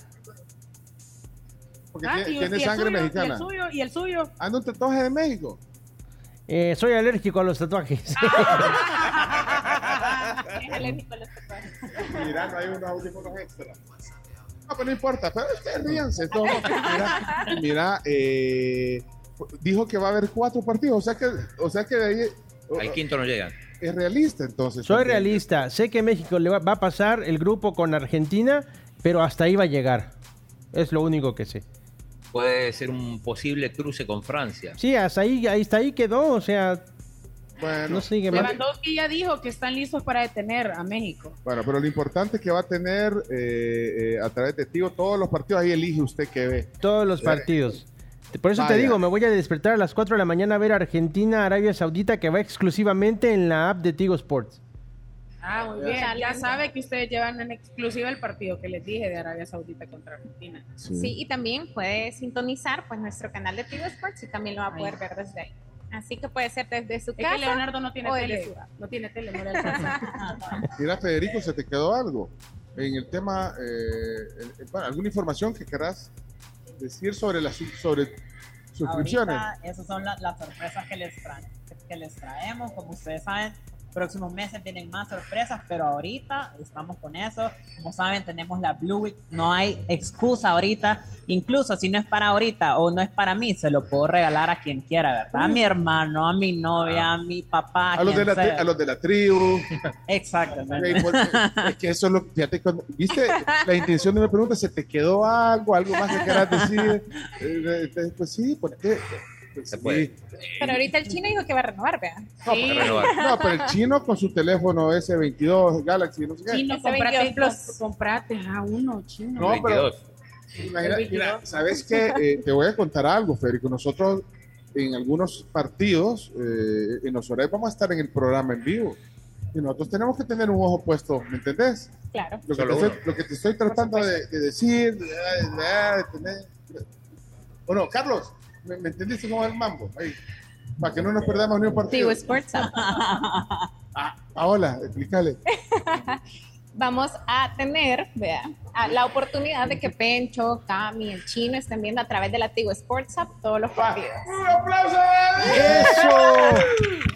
[SPEAKER 6] Porque
[SPEAKER 7] Ah,
[SPEAKER 6] tiene,
[SPEAKER 7] y-
[SPEAKER 6] tiene
[SPEAKER 7] y el
[SPEAKER 6] sangre
[SPEAKER 7] suyo, Y
[SPEAKER 6] mexicana. Ah,
[SPEAKER 7] el suyo, y el suyo.
[SPEAKER 6] Anda un tatuaje de México.
[SPEAKER 14] Eh, soy alérgico a los tatuajes.
[SPEAKER 7] Es alérgico a los tatuajes.
[SPEAKER 6] Mira, no hay unos audífonos extra. No, pero no importa, pero ustedes
[SPEAKER 7] (laughs)
[SPEAKER 6] ríanse. de todos modos. Mira, mira, eh, dijo que va a haber cuatro partidos, o sea que, o sea que de ahí oh.
[SPEAKER 8] Al quinto no llegan.
[SPEAKER 6] es realista entonces.
[SPEAKER 14] Soy
[SPEAKER 6] también.
[SPEAKER 14] realista. Sé que México le va, va a pasar el grupo con Argentina, pero hasta ahí va a llegar. Es lo único que sé.
[SPEAKER 8] Puede ser un posible cruce con Francia.
[SPEAKER 14] Sí, hasta ahí, ahí está ahí quedó. O sea, no sé qué más.
[SPEAKER 7] Lewandowski ya dijo que están listos para detener a México.
[SPEAKER 6] Bueno, pero lo importante es que va a tener eh, eh, a través de Tigo todos los partidos, ahí elige usted que ve.
[SPEAKER 14] Todos los partidos. Por eso
[SPEAKER 6] Vaya.
[SPEAKER 14] te digo, me voy a despertar a las 4 de la mañana a ver Argentina, Arabia Saudita, que va exclusivamente en la app de Tigo Sports.
[SPEAKER 7] Ah, muy bien. Ya sabe que ustedes llevan en exclusiva el partido que les dije de Arabia Saudita contra Argentina.
[SPEAKER 19] Sí. y también puede sintonizar pues nuestro canal de TV Sports y también lo va a poder ver desde ahí. Así que puede ser desde su
[SPEAKER 7] que
[SPEAKER 19] casa.
[SPEAKER 7] Leonardo no tiene
[SPEAKER 19] o desde
[SPEAKER 7] tele.
[SPEAKER 19] su-
[SPEAKER 7] No tiene
[SPEAKER 19] (laughs)
[SPEAKER 7] tele, no le alcanza.
[SPEAKER 6] Mira, Federico, se te quedó algo en el tema, eh, el- el- bueno, alguna información que querrás decir sobre las sub- sobre suscripciones.
[SPEAKER 13] Ahorita, esas son la- las sorpresas que les, tra- que les traemos. Como ustedes saben, próximos meses vienen más sorpresas, pero ahorita estamos con eso. Como saben, tenemos la Blue Week. No hay excusa ahorita. Incluso si no es para ahorita o no es para mí, se lo puedo regalar a quien quiera, ¿verdad? A mi hermano, a mi novia, a mi
[SPEAKER 6] Ah.
[SPEAKER 13] papá.
[SPEAKER 6] A los, de
[SPEAKER 13] quien
[SPEAKER 6] la, tri-
[SPEAKER 13] sea.
[SPEAKER 6] a los de la tribu.
[SPEAKER 13] Exactamente.
[SPEAKER 6] Ey, por- pues, Es que eso es lo fíjate, cuando- viste, la intención de mi pregunta, ¿se te quedó algo, algo más que querás decir? Eh, eh, pues sí, porque... Pues sí.
[SPEAKER 19] Pero ahorita el chino dijo que va a renovar, vea.
[SPEAKER 6] No,
[SPEAKER 19] (laughs)
[SPEAKER 6] pero, no, pero el chino con su teléfono S22 Galaxy, no sé qué.
[SPEAKER 7] Chino,
[SPEAKER 19] Ese
[SPEAKER 7] comprate,
[SPEAKER 19] 22 Plus.
[SPEAKER 7] comprate a uno, chino.
[SPEAKER 6] No, pero- Imagina- mira, sabes
[SPEAKER 1] (laughs)
[SPEAKER 6] Eh, que te voy a contar algo, Federico. Nosotros en algunos partidos, eh, en los horarios, vamos a estar en el programa en vivo. Y nosotros tenemos que tener un ojo puesto, ¿me entendés?
[SPEAKER 19] Claro.
[SPEAKER 6] Lo que, te
[SPEAKER 2] Solo
[SPEAKER 6] estoy,
[SPEAKER 2] uno.
[SPEAKER 6] lo que te estoy tratando de, de decir, de, de- de- de tener- Bueno, Carlos, ¿me, me entendiste cómo es el mambo? Ahí, para que no nos perdamos ni un partido.
[SPEAKER 19] Tigo
[SPEAKER 6] Ah,
[SPEAKER 19] Sports App.
[SPEAKER 6] Paola, explícale.
[SPEAKER 19] Vamos a tener vea, a- la oportunidad de que Pencho, Cami, el chino estén viendo a través de la Tigo Sports App todos los
[SPEAKER 6] Ah.
[SPEAKER 19] partidos.
[SPEAKER 6] ¡Un aplauso!
[SPEAKER 14] ¡Eso!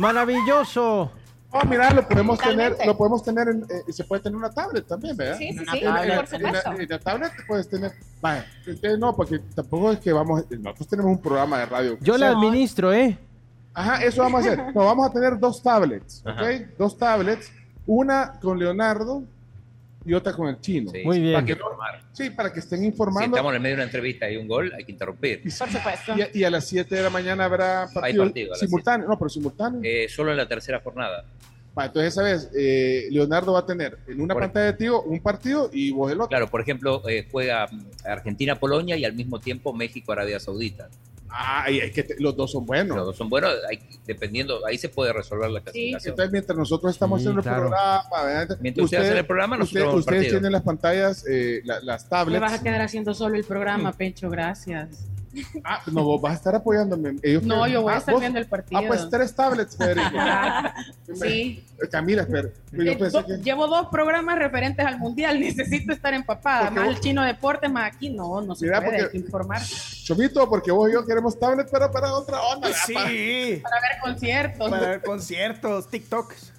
[SPEAKER 14] ¡Maravilloso!
[SPEAKER 6] Oh, mira, lo podemos
[SPEAKER 19] Totalmente.
[SPEAKER 6] tener, lo podemos tener, en, eh, se puede tener una tablet también, ¿verdad?
[SPEAKER 19] Sí, sí,
[SPEAKER 6] Una
[SPEAKER 19] sí,
[SPEAKER 6] tablet.
[SPEAKER 19] por
[SPEAKER 6] En la-
[SPEAKER 19] supuesto.
[SPEAKER 6] en la tablet puedes tener, vaya, ustedes no, porque tampoco es que vamos, nosotros tenemos un programa de radio.
[SPEAKER 14] Yo la
[SPEAKER 6] Sí.
[SPEAKER 14] administro, ¿eh?
[SPEAKER 6] Ajá, eso vamos a
[SPEAKER 19] (laughs)
[SPEAKER 6] hacer. No, vamos a tener dos tablets, ¿ok? Dos tablets, una con Leonardo y otra con el chino.
[SPEAKER 14] Muy bien.
[SPEAKER 6] Para que no- sí, para que estén informando.
[SPEAKER 8] Si estamos en el medio de una entrevista y un gol, hay que interrumpir.
[SPEAKER 6] Y, a- y a las 7 de la mañana habrá partido
[SPEAKER 8] partido a las
[SPEAKER 6] simultáneo. No, pero simultáneo.
[SPEAKER 8] Eh, solo en la tercera jornada.
[SPEAKER 6] Va, entonces, ¿sabes? Eh, Leonardo va a tener en una pantalla de Tigo un partido y vos el otro.
[SPEAKER 8] Claro, por ejemplo, eh, juega Argentina-Polonia y al mismo tiempo México-Arabia Saudita.
[SPEAKER 6] Ah, y es que te- los dos son buenos.
[SPEAKER 8] Los dos son buenos, hay- dependiendo, ahí se puede resolver la clasificación.
[SPEAKER 6] Entonces, mientras nosotros estamos
[SPEAKER 8] Sí,
[SPEAKER 6] haciendo
[SPEAKER 8] claro.
[SPEAKER 6] el programa, ¿verdad?
[SPEAKER 8] Mientras ustedes hacen el programa, nosotros
[SPEAKER 6] ustedes-
[SPEAKER 8] vamos
[SPEAKER 6] ustedes
[SPEAKER 8] partido.
[SPEAKER 6] tienen las pantallas, eh, la- las
[SPEAKER 7] Te vas a
[SPEAKER 6] tablets.
[SPEAKER 7] quedar haciendo solo el programa, Pencho, gracias.
[SPEAKER 6] Ah, no, vos vas a estar apoyándome. Ellos
[SPEAKER 7] No,
[SPEAKER 6] quieren-
[SPEAKER 7] yo voy a
[SPEAKER 6] Ah,
[SPEAKER 7] estar
[SPEAKER 6] vos-
[SPEAKER 7] viendo el partido. Ah,
[SPEAKER 6] Ah, pues tres tablets,
[SPEAKER 7] (laughs)
[SPEAKER 6] Federico.
[SPEAKER 7] Sí.
[SPEAKER 6] Eh, Camila, espera.
[SPEAKER 7] Eh,
[SPEAKER 6] Yo pensé
[SPEAKER 7] do-
[SPEAKER 6] que.
[SPEAKER 7] Llevo dos programas referentes al mundial, (laughs) necesito estar empapada.
[SPEAKER 6] Porque
[SPEAKER 7] Más
[SPEAKER 6] vos-
[SPEAKER 7] el chino deportes, más aquí no, no se
[SPEAKER 6] Mira,
[SPEAKER 7] puede,
[SPEAKER 6] porque-
[SPEAKER 7] hay que informar.
[SPEAKER 6] Chomito, porque vos y yo queremos tablets, pero para otra onda. ¿verdad?
[SPEAKER 1] Sí.
[SPEAKER 7] Para ver conciertos.
[SPEAKER 1] Para ver conciertos, TikToks.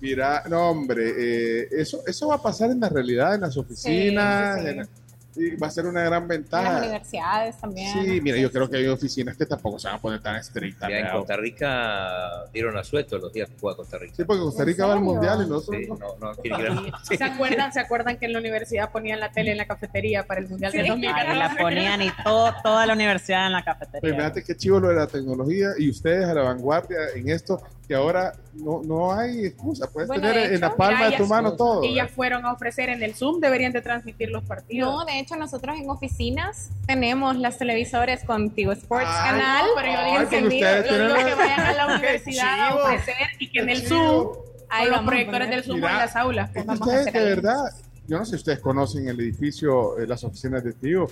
[SPEAKER 6] Mira, no, hombre, eh, eso, eso va a pasar en la realidad, en las oficinas.
[SPEAKER 19] sí, sí.
[SPEAKER 6] en la- y va a ser una gran
[SPEAKER 19] En las
[SPEAKER 6] ventaja.
[SPEAKER 19] universidades también.
[SPEAKER 6] Sí, mira, yo creo que hay oficinas que tampoco se van a poner tan estrictas.
[SPEAKER 8] Ya en
[SPEAKER 6] ¿verdad?
[SPEAKER 8] Costa Rica dieron a suelto los días que juega Costa Rica.
[SPEAKER 6] Sí, porque Costa Rica va al mundial y nosotros.
[SPEAKER 8] Sí,
[SPEAKER 6] no.
[SPEAKER 8] no, no quiere ir al-
[SPEAKER 7] ¿Se acuerdan, ¿Se acuerdan que en la universidad ponían la tele en la cafetería para el mundial
[SPEAKER 13] Sí.
[SPEAKER 7] de 2014?
[SPEAKER 13] Ahí la ponían y todo, toda la universidad en la
[SPEAKER 6] Pero
[SPEAKER 13] cafetería.
[SPEAKER 6] fíjate qué chivo lo de la tecnología y ustedes a la vanguardia en esto, que ahora no, no hay excusa. Puedes
[SPEAKER 19] Bueno,
[SPEAKER 6] tener
[SPEAKER 19] de
[SPEAKER 6] en la
[SPEAKER 19] hecho,
[SPEAKER 6] palma
[SPEAKER 7] mira,
[SPEAKER 6] de tu
[SPEAKER 7] ya-
[SPEAKER 6] mano todo. ¿eh?
[SPEAKER 7] Y ya fueron a ofrecer en el Zoom, deberían de transmitir los partidos.
[SPEAKER 19] No, de hecho nosotros en oficinas tenemos las televisores con Tigo Sports
[SPEAKER 7] Ay,
[SPEAKER 19] Canal.
[SPEAKER 7] no, pero yo digo
[SPEAKER 6] Ay, porque
[SPEAKER 7] encendido.
[SPEAKER 6] ustedes
[SPEAKER 7] Yo digo
[SPEAKER 6] (laughs) tienen-
[SPEAKER 7] que vayan a la
[SPEAKER 1] Qué
[SPEAKER 7] universidad a
[SPEAKER 1] chivo.
[SPEAKER 7] ofrecer y que en el
[SPEAKER 6] chivo.
[SPEAKER 7] Zoom Ahí los proyectores del Zoom en las aulas. pues
[SPEAKER 6] Es que
[SPEAKER 7] vamos a
[SPEAKER 6] ustedes,
[SPEAKER 7] hacer
[SPEAKER 6] de
[SPEAKER 7] ahí.
[SPEAKER 6] verdad, yo no sé si ustedes conocen el edificio, eh, las oficinas de tío.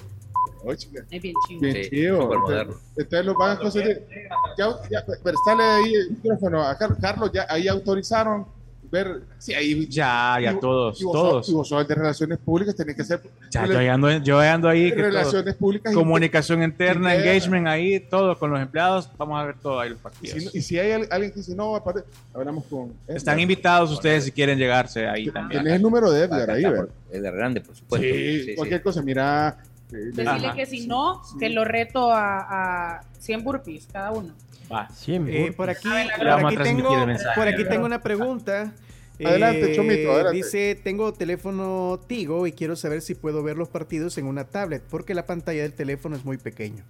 [SPEAKER 6] Oye,
[SPEAKER 7] Es bien chido.
[SPEAKER 6] bien
[SPEAKER 8] Sí,
[SPEAKER 6] chido.
[SPEAKER 8] supermoderno.
[SPEAKER 6] Ustedes- Ustedes los van a conseguir. Ya, ya, pero sale ahí el micrófono. A Car- Carlos, ya ahí autorizaron ver. Sí, ahí.
[SPEAKER 11] Ya, ya,
[SPEAKER 6] y-
[SPEAKER 11] todos,
[SPEAKER 6] y vos
[SPEAKER 11] todos.
[SPEAKER 6] sos- y vos sos el de relaciones públicas, tenés que ser.
[SPEAKER 11] Ya, yo ahí ando, yo ahí ando ahí. que todo.
[SPEAKER 6] Relaciones públicas y-
[SPEAKER 11] Comunicación interna,
[SPEAKER 6] interna.
[SPEAKER 11] engagement ahí, todo con los empleados. Vamos a ver todo ahí los
[SPEAKER 6] Y
[SPEAKER 11] partidos.
[SPEAKER 6] si, y si hay al- alguien que dice, no, aparte, hablamos con.
[SPEAKER 11] Están invitados ustedes si quieren llegarse ahí también.
[SPEAKER 6] Tenés el número de Edgar ahí, ¿verdad?
[SPEAKER 8] El de Hernández, por supuesto.
[SPEAKER 6] Sí, cualquier cosa, mira. eh, le-
[SPEAKER 7] Decirle que si no, te lo reto a, a 100 burpees cada uno.
[SPEAKER 8] Ah,
[SPEAKER 1] Eh, por aquí,
[SPEAKER 7] A ver,
[SPEAKER 1] por
[SPEAKER 7] le vamos a
[SPEAKER 1] aquí
[SPEAKER 11] transmitir
[SPEAKER 1] tengo,
[SPEAKER 11] el mensaje,
[SPEAKER 1] por aquí
[SPEAKER 11] ¿verdad?
[SPEAKER 1] tengo una pregunta. Eh,
[SPEAKER 6] Adelante, Chomito, adelante.
[SPEAKER 1] Dice, tengo teléfono Tigo y quiero saber si puedo ver los partidos en una tablet, porque la pantalla del teléfono es muy pequeño.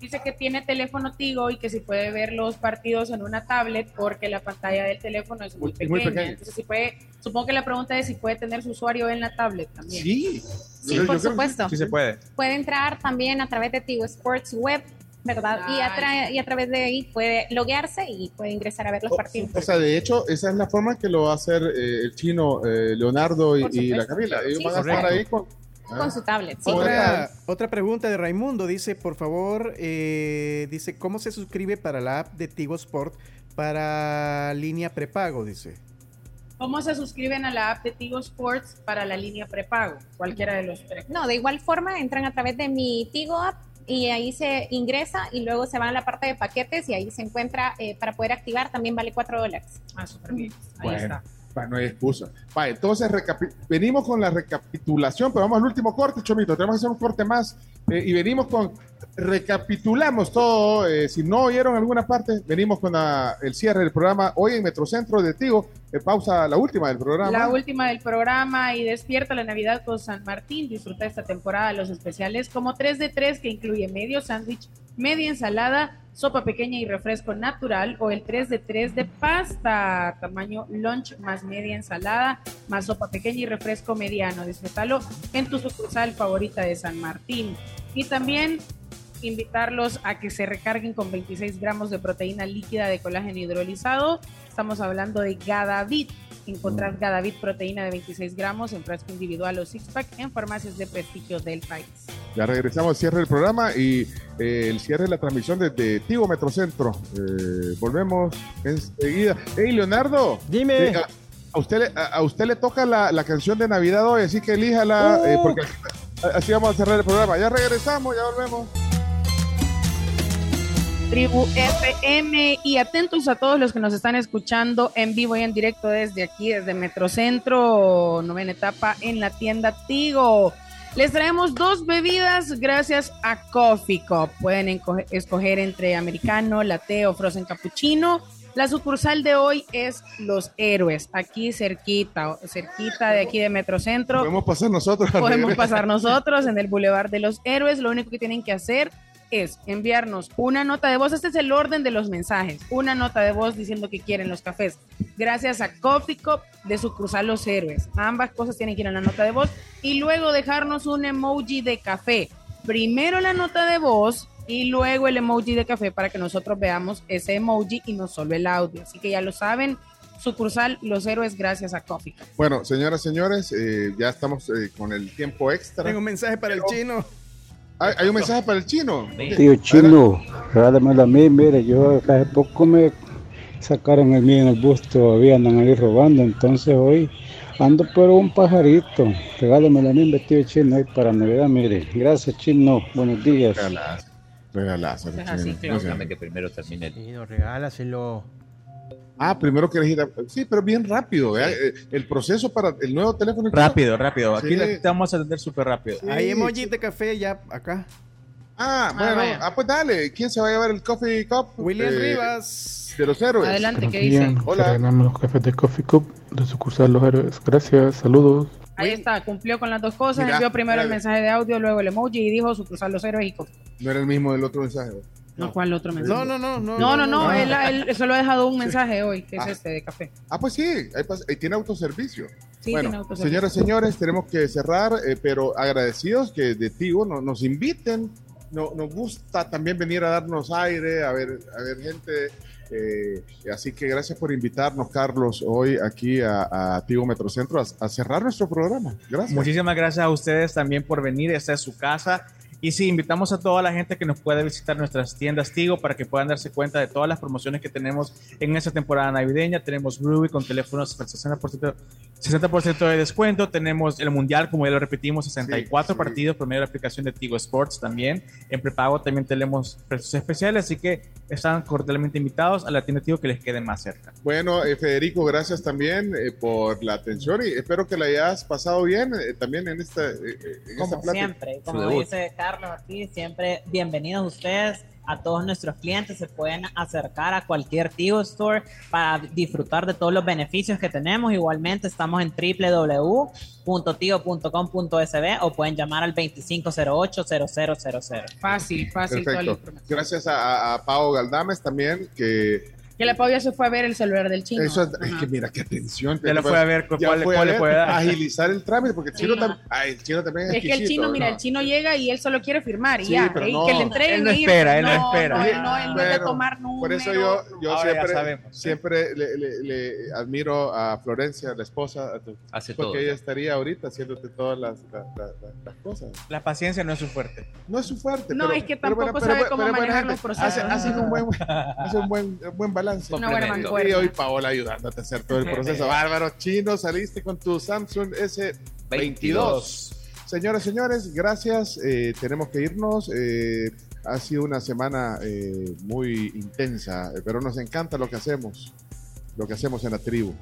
[SPEAKER 7] Dice que tiene teléfono Tigo y que si puede ver los partidos en una tablet porque la pantalla del teléfono es muy,
[SPEAKER 6] Muy- muy
[SPEAKER 7] pequeña.
[SPEAKER 6] pequeña.
[SPEAKER 7] Entonces, si puede, supongo que la pregunta es si puede tener su usuario en la tablet también.
[SPEAKER 6] Sí,
[SPEAKER 19] Sí, por supuesto.
[SPEAKER 11] Sí se puede.
[SPEAKER 19] Puede entrar también a través de Tigo Sports Web, ¿verdad? Y a, tra- y a través de ahí puede loguearse y puede ingresar a ver
[SPEAKER 6] Oh,
[SPEAKER 19] los partidos.
[SPEAKER 6] O sea, de hecho, esa es la forma que lo va a hacer eh, el chino eh, Leonardo y,
[SPEAKER 19] Por
[SPEAKER 6] y la
[SPEAKER 19] supuesto.
[SPEAKER 6] Camila. Ellos
[SPEAKER 19] Sí,
[SPEAKER 6] van a
[SPEAKER 19] sí,
[SPEAKER 6] estar
[SPEAKER 19] sí.
[SPEAKER 6] ahí con.
[SPEAKER 19] Con su tablet, sí.
[SPEAKER 1] Otra, otra pregunta de Raimundo dice, por favor, eh, dice, ¿cómo se suscribe para la app de Tigo Sport para línea prepago? Dice.
[SPEAKER 7] ¿Cómo se suscriben a la app de Tigo Sports para la línea prepago? Cualquiera de los tres.
[SPEAKER 19] No, de igual forma entran a través de mi Tigo app y ahí se ingresa y luego se van a la parte de paquetes y ahí se encuentra eh, para poder activar también vale 4 dólares.
[SPEAKER 7] Ah, súper bien.
[SPEAKER 6] Bueno, va, no hay excusa. Va, entonces recapi- venimos con la recapitulación, pero vamos al último corte, Chomito. Tenemos que hacer un corte más eh, y venimos con. Recapitulamos todo. eh, si no oyeron alguna parte, venimos con la- el cierre del programa hoy en Metrocentro de Tigo. Eh, pausa la última del programa.
[SPEAKER 7] La última del programa y despierta la Navidad con San Martín. Disfruta esta temporada los especiales como 3 de 3 que incluye medio sándwich, media ensalada, sopa pequeña y refresco natural o el 3 de 3 de pasta, tamaño lunch más media ensalada, más sopa pequeña y refresco mediano. Disfrútalo en tu sucursal favorita de San Martín. Y también invitarlos a que se recarguen con 26 gramos de proteína líquida de colágeno hidrolizado. Estamos hablando de Gadavit. Encontrar Gadavit proteína de 26 gramos en frasco individual o six-pack en farmacias de prestigio del país.
[SPEAKER 6] Ya regresamos al cierre del programa y eh, el cierre de la transmisión desde Tigo Metrocentro. Eh, volvemos enseguida. Hey, Leonardo.
[SPEAKER 14] Dime.
[SPEAKER 6] eh, a, a usted, le- a, a usted le toca la, la canción de Navidad hoy, así que elíjala, eh,
[SPEAKER 14] Uh.
[SPEAKER 6] porque así, así vamos a cerrar el programa. Ya regresamos, ya volvemos.
[SPEAKER 7] Tribu FM y atentos a todos los que nos están escuchando en vivo y en directo desde aquí, desde Metrocentro, novena etapa en la tienda Tigo. Les traemos dos bebidas gracias a Coffee Cup. Pueden encoge- escoger entre americano, latte o frozen cappuccino. La sucursal de hoy es Los Héroes, aquí cerquita, cerquita de aquí de Metrocentro.
[SPEAKER 6] Podemos pasar nosotros. al
[SPEAKER 7] Podemos
[SPEAKER 6] (laughs) regreso.
[SPEAKER 7] pasar nosotros
[SPEAKER 6] (laughs)
[SPEAKER 7] en el Boulevard de los Héroes. Lo único que tienen que hacer es enviarnos una nota de voz. Este es el orden de los mensajes. Una nota de voz diciendo que quieren los cafés. Gracias a Coffee Cup de sucursal Los Héroes. Ambas cosas tienen que ir en la nota de voz. Y luego dejarnos un emoji de café. Primero la nota de voz y luego el emoji de café para que nosotros veamos ese emoji y no solo el audio. Así que ya lo saben. Sucursal Los Héroes gracias a Coffee Cup.
[SPEAKER 6] Bueno, señoras, señores, eh, ya estamos eh, con el tiempo extra.
[SPEAKER 1] Tengo un mensaje para el chino.
[SPEAKER 6] ¿Hay, hay un mensaje para el chino?
[SPEAKER 5] Tío chino, regálamelo a mí, mire, yo hace poco me sacaron el mío en el bus, todavía andan ahí robando, entonces hoy ando por un pajarito, regálamelo a mí, hombre, tío chino, hoy para Navidad, mire, gracias chino, buenos días.
[SPEAKER 6] Regalazo.
[SPEAKER 14] Es así,
[SPEAKER 6] chino.
[SPEAKER 14] claro.
[SPEAKER 6] No sé.
[SPEAKER 8] Déjame que primero termine el-
[SPEAKER 14] Chino, regálaselo.
[SPEAKER 6] Ah, primero querés ir a... Sí, pero bien rápido. ¿verdad? Eh, El proceso para el nuevo teléfono...
[SPEAKER 11] Rápido, rápido. Aquí
[SPEAKER 6] Sí.
[SPEAKER 11] la- te vamos a atender súper rápido.
[SPEAKER 1] Hay emojis de café ya acá.
[SPEAKER 6] Ah, bueno,
[SPEAKER 1] vaya.
[SPEAKER 6] ah, pues dale. ¿Quién se va a llevar el Coffee Cup?
[SPEAKER 1] William
[SPEAKER 6] Eh,
[SPEAKER 1] Rivas.
[SPEAKER 6] De los héroes.
[SPEAKER 7] Adelante,
[SPEAKER 4] Buenos días,
[SPEAKER 6] Hola.
[SPEAKER 4] Regalamos los cafés de Coffee Cup de sucursal Los Héroes. Gracias, saludos.
[SPEAKER 7] Ahí está, cumplió con las dos cosas,
[SPEAKER 6] Mira,
[SPEAKER 7] envió primero el
[SPEAKER 6] mira.
[SPEAKER 7] mensaje de audio, luego el emoji y dijo sucursal los héroes y co-
[SPEAKER 6] No era el mismo del otro mensaje. ¿verdad?
[SPEAKER 7] No, ¿cuál otro mensaje?
[SPEAKER 1] No, no, no. No,
[SPEAKER 7] No, no, no,
[SPEAKER 6] Ah.
[SPEAKER 7] él, él solo ha dejado un mensaje hoy, que es
[SPEAKER 6] Ah.
[SPEAKER 7] este de café.
[SPEAKER 6] Ah, pues sí, ahí, pas- ahí tiene autoservicio.
[SPEAKER 7] Sí,
[SPEAKER 6] bueno,
[SPEAKER 7] tiene autoservicio.
[SPEAKER 6] señoras y señores, tenemos que cerrar, eh, pero agradecidos que de Tigo no- nos inviten. No, nos gusta también venir a darnos aire, a ver, a ver gente. Eh, así que gracias por invitarnos, Carlos, hoy aquí a, a Tigo Metrocentro a, a cerrar nuestro programa. Gracias.
[SPEAKER 11] Muchísimas gracias a ustedes también por venir. Esta es su casa. Y sí, invitamos a toda la gente que nos pueda visitar nuestras tiendas Tigo para que puedan darse cuenta de todas las promociones que tenemos en esta temporada navideña. Tenemos Ruby con teléfonos al 60%, 60 de descuento. Tenemos el Mundial, como ya lo repetimos, 64 partidos por medio de la aplicación de Tigo Sports también. En prepago también tenemos precios especiales, así que están cordialmente invitados a la tienda Tigo que les quede más cerca.
[SPEAKER 6] Bueno, eh, Federico, gracias también eh, por la atención y espero que la hayas pasado bien eh, también en esta, eh, en esta
[SPEAKER 13] Como
[SPEAKER 6] plática.
[SPEAKER 13] siempre, como dice Carlos aquí, siempre bienvenidos ustedes a todos nuestros clientes. Se pueden acercar a cualquier Tigo Store para disfrutar de todos los beneficios que tenemos. Igualmente, estamos en www.tigo.com.sb o pueden llamar al 2508-0000.
[SPEAKER 7] Fácil, fácil. toda la
[SPEAKER 6] Perfecto.
[SPEAKER 7] información.
[SPEAKER 6] Gracias a, a- a Pau Galdames también, que
[SPEAKER 7] Que la Pau ya se fue a ver el celular del chino.
[SPEAKER 6] eso es, es que mira qué atención. Pues,
[SPEAKER 11] Ya lo fue a ver, ¿cuál-
[SPEAKER 6] Ya
[SPEAKER 11] cuál-
[SPEAKER 6] fue a
[SPEAKER 11] cuál le
[SPEAKER 6] ver,
[SPEAKER 11] puede dar?
[SPEAKER 6] Agilizar el trámite, porque el chino,
[SPEAKER 7] Sí.
[SPEAKER 6] tam- ay, el chino también es
[SPEAKER 7] Es que el
[SPEAKER 6] exquisito,
[SPEAKER 7] chino, mira,
[SPEAKER 6] ¿no?
[SPEAKER 7] el chino llega y él solo quiere firmar y
[SPEAKER 6] Sí,
[SPEAKER 7] ya.
[SPEAKER 6] pero
[SPEAKER 7] y
[SPEAKER 6] no.
[SPEAKER 7] que le entreguen.
[SPEAKER 11] Él no
[SPEAKER 7] y ir.
[SPEAKER 11] espera, él no
[SPEAKER 7] No,
[SPEAKER 11] espera.
[SPEAKER 7] él no, él no es de
[SPEAKER 6] Bueno,
[SPEAKER 7] tomar
[SPEAKER 6] Por eso yo,
[SPEAKER 7] números.
[SPEAKER 6] yo
[SPEAKER 11] Ahora ya
[SPEAKER 6] siempre,
[SPEAKER 11] sabemos. ¿eh?
[SPEAKER 6] siempre le, le- le admiro a Florencia, la esposa, a tu-
[SPEAKER 8] Hace
[SPEAKER 6] porque
[SPEAKER 8] todo.
[SPEAKER 6] ella estaría ahorita haciéndote todas las, la- la- la- las cosas.
[SPEAKER 11] La paciencia no es su fuerte.
[SPEAKER 6] No es su fuerte.
[SPEAKER 7] No,
[SPEAKER 6] pero-
[SPEAKER 7] es que
[SPEAKER 6] pero bueno,
[SPEAKER 7] tampoco
[SPEAKER 6] pero
[SPEAKER 7] sabe
[SPEAKER 6] bu-
[SPEAKER 7] cómo
[SPEAKER 6] pero buena
[SPEAKER 7] manejar
[SPEAKER 6] gente.
[SPEAKER 7] los procesos.
[SPEAKER 6] Hace, hace un buen, hace un buen, buen balance.
[SPEAKER 7] Una buena Complemento. mancuerna.
[SPEAKER 6] Y hoy Paola ayudándote a hacer
[SPEAKER 7] (laughs)
[SPEAKER 6] todo el proceso. Bárbaro, chino, saliste con tu Samsung S22. Señoras, señores, gracias. Eh, tenemos que irnos. Eh, ha sido una semana eh, muy intensa, eh, pero nos encanta lo que hacemos, lo que hacemos en la tribu.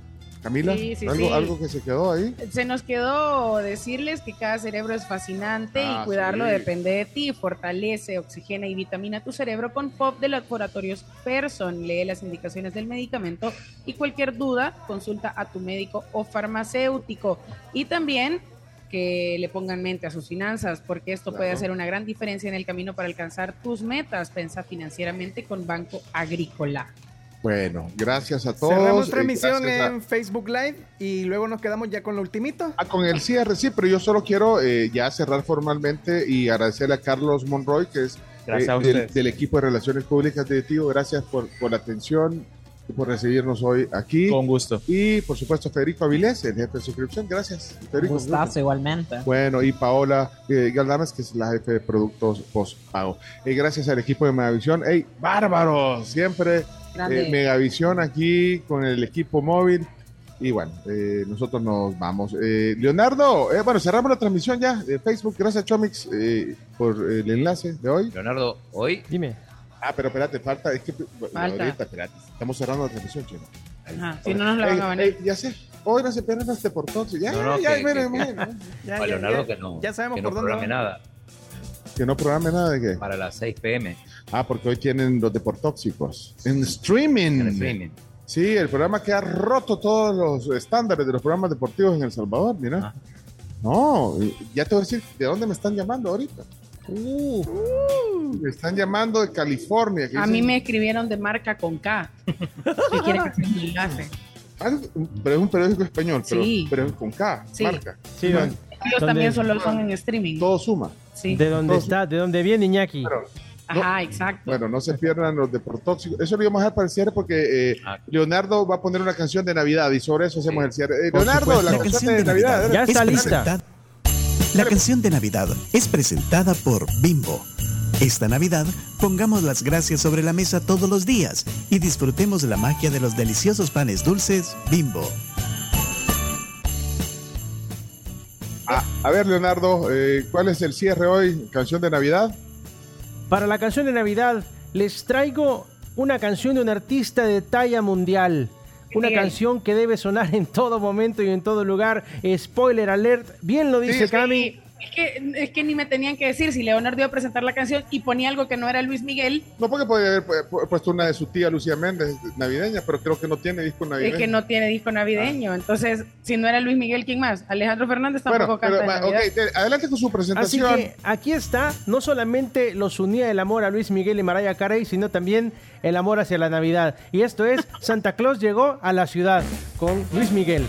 [SPEAKER 6] Camila,
[SPEAKER 7] Sí, sí,
[SPEAKER 6] ¿algo,
[SPEAKER 7] sí.
[SPEAKER 6] algo que se quedó ahí.
[SPEAKER 7] Se nos quedó decirles que cada cerebro es fascinante
[SPEAKER 6] Ah,
[SPEAKER 7] y cuidarlo
[SPEAKER 6] sí.
[SPEAKER 7] depende de ti. Fortalece, oxigena y vitamina tu cerebro con POP de Laboratorios Person. Lee las indicaciones del medicamento y cualquier duda consulta a tu médico o farmacéutico. Y también que le pongan mente a sus finanzas, porque esto puede
[SPEAKER 22] Claro.
[SPEAKER 7] hacer una gran diferencia en el camino para alcanzar tus metas. Pensa financieramente con Banco Agrícola.
[SPEAKER 6] Bueno, gracias a todos.
[SPEAKER 1] Cerramos
[SPEAKER 6] eh,
[SPEAKER 1] transmisión
[SPEAKER 6] gracias a-
[SPEAKER 1] en Facebook Live y luego nos quedamos ya con lo ultimito.
[SPEAKER 6] Ah, con el cierre, sí, pero yo solo quiero eh, ya cerrar formalmente y agradecerle a Carlos Monroy, que es eh,
[SPEAKER 11] Gracias a
[SPEAKER 6] del,
[SPEAKER 11] ustedes.
[SPEAKER 6] del equipo de Relaciones Públicas de Tigo. Gracias por, por la atención y por recibirnos hoy aquí. Con
[SPEAKER 11] gusto.
[SPEAKER 6] Y por supuesto, Federico Avilés, el jefe de suscripción. Gracias, Federico.
[SPEAKER 13] Gustazo, igualmente.
[SPEAKER 6] Bueno, y Paola eh, Galdames, que es la jefe de productos post-pago. Eh, gracias al equipo de Megavisión. ¡Ey, bárbaro! Siempre
[SPEAKER 7] Grande.
[SPEAKER 6] eh, Megavisión aquí con el equipo móvil. Y bueno, eh, nosotros nos vamos. Eh, Leonardo, eh, bueno, cerramos la transmisión ya de Facebook. Gracias, Chomix, eh, por el enlace de hoy.
[SPEAKER 8] Leonardo, hoy.
[SPEAKER 6] Dime. Ah, pero espérate, falta. Es que bueno,
[SPEAKER 7] Falta.
[SPEAKER 6] ahorita, espérate. Estamos cerrando la transmisión, chino.
[SPEAKER 7] Ajá, Si no nos la van
[SPEAKER 6] Ey,
[SPEAKER 7] a venir.
[SPEAKER 6] ey, ya sé. Hoy no se pierden este por todos. Ya,
[SPEAKER 8] No, no,
[SPEAKER 6] ya,
[SPEAKER 8] que-
[SPEAKER 6] miren,
[SPEAKER 8] que-
[SPEAKER 6] miren.
[SPEAKER 1] Ya,
[SPEAKER 8] a
[SPEAKER 1] ya,
[SPEAKER 8] Leonardo
[SPEAKER 1] ya.
[SPEAKER 8] que no,
[SPEAKER 1] Ya sabemos
[SPEAKER 8] que
[SPEAKER 1] por
[SPEAKER 8] no
[SPEAKER 1] dónde
[SPEAKER 8] programe
[SPEAKER 1] va.
[SPEAKER 8] nada.
[SPEAKER 6] Que no programe nada de qué.
[SPEAKER 8] Para las 6 pm.
[SPEAKER 6] Ah, porque hoy tienen los deportóxicos. En streaming.
[SPEAKER 8] En streaming.
[SPEAKER 6] Sí, el programa que ha roto todos los estándares de los programas deportivos en El Salvador, mira.
[SPEAKER 8] Ah.
[SPEAKER 6] No, eh, ya te voy a decir de dónde me están llamando ahorita.
[SPEAKER 8] Uh.
[SPEAKER 6] Uh. Me están llamando de California. que
[SPEAKER 7] A
[SPEAKER 6] dicen-
[SPEAKER 7] mí me escribieron de marca con K. ¿Qué quiere que se enlace?
[SPEAKER 6] Ah, Pero es un periódico español, pero,
[SPEAKER 7] Sí.
[SPEAKER 6] pero es con K,
[SPEAKER 7] Sí.
[SPEAKER 6] marca.
[SPEAKER 7] Sí,
[SPEAKER 6] Bueno,
[SPEAKER 7] Ellos también solo son en streaming.
[SPEAKER 6] Todo suma.
[SPEAKER 7] Sí.
[SPEAKER 14] ¿De dónde
[SPEAKER 6] Todos-
[SPEAKER 14] está? ¿De dónde viene Iñaki?
[SPEAKER 7] Ajá, exacto.
[SPEAKER 6] Bueno, no se pierdan los deportóxicos. Eso lo íbamos a dejar para el cierre porque eh,
[SPEAKER 7] Ah.
[SPEAKER 6] Leonardo va a poner una canción de Navidad y sobre eso hacemos el cierre. Eh,
[SPEAKER 25] Por
[SPEAKER 6] Leonardo,
[SPEAKER 25] supuesto.
[SPEAKER 6] la, canción de, Navidad.
[SPEAKER 25] es presentada- La canción de Navidad es presentada por Bimbo. Esta Navidad pongamos las gracias sobre la mesa todos los días y disfrutemos la magia de los deliciosos panes dulces Bimbo.
[SPEAKER 6] Ah, a ver, Leonardo, eh, ¿cuál es el cierre hoy? ¿Canción de Navidad?
[SPEAKER 14] Para la canción de Navidad les traigo una canción de un artista de talla mundial. Una
[SPEAKER 7] Miguel.
[SPEAKER 14] canción que debe sonar en todo momento y en todo lugar. Spoiler alert, bien lo dice Cami.
[SPEAKER 7] Es que, es que ni me tenían que decir si Leonardo iba a presentar la canción y ponía algo que no era Luis Miguel, eh,
[SPEAKER 6] No, porque podría haber pu- pu- puesto una de su tía Lucía Méndez, navideña, pero creo que no tiene disco navideño. Ah.
[SPEAKER 7] es que no tiene disco navideño. Entonces, si no era Luis Miguel, ¿quién más? Alejandro Fernández tampoco
[SPEAKER 6] Bueno, pero,
[SPEAKER 7] canta. de
[SPEAKER 6] ma-
[SPEAKER 7] Navidad.
[SPEAKER 6] ok, te- adelante con su
[SPEAKER 14] Así
[SPEAKER 6] presentación.
[SPEAKER 14] que aquí está, no solamente los unía el amor a Luis Miguel y Mariah Carey, sino también el amor hacia la Navidad. Y esto es Santa Claus llegó a la ciudad con Luis Miguel.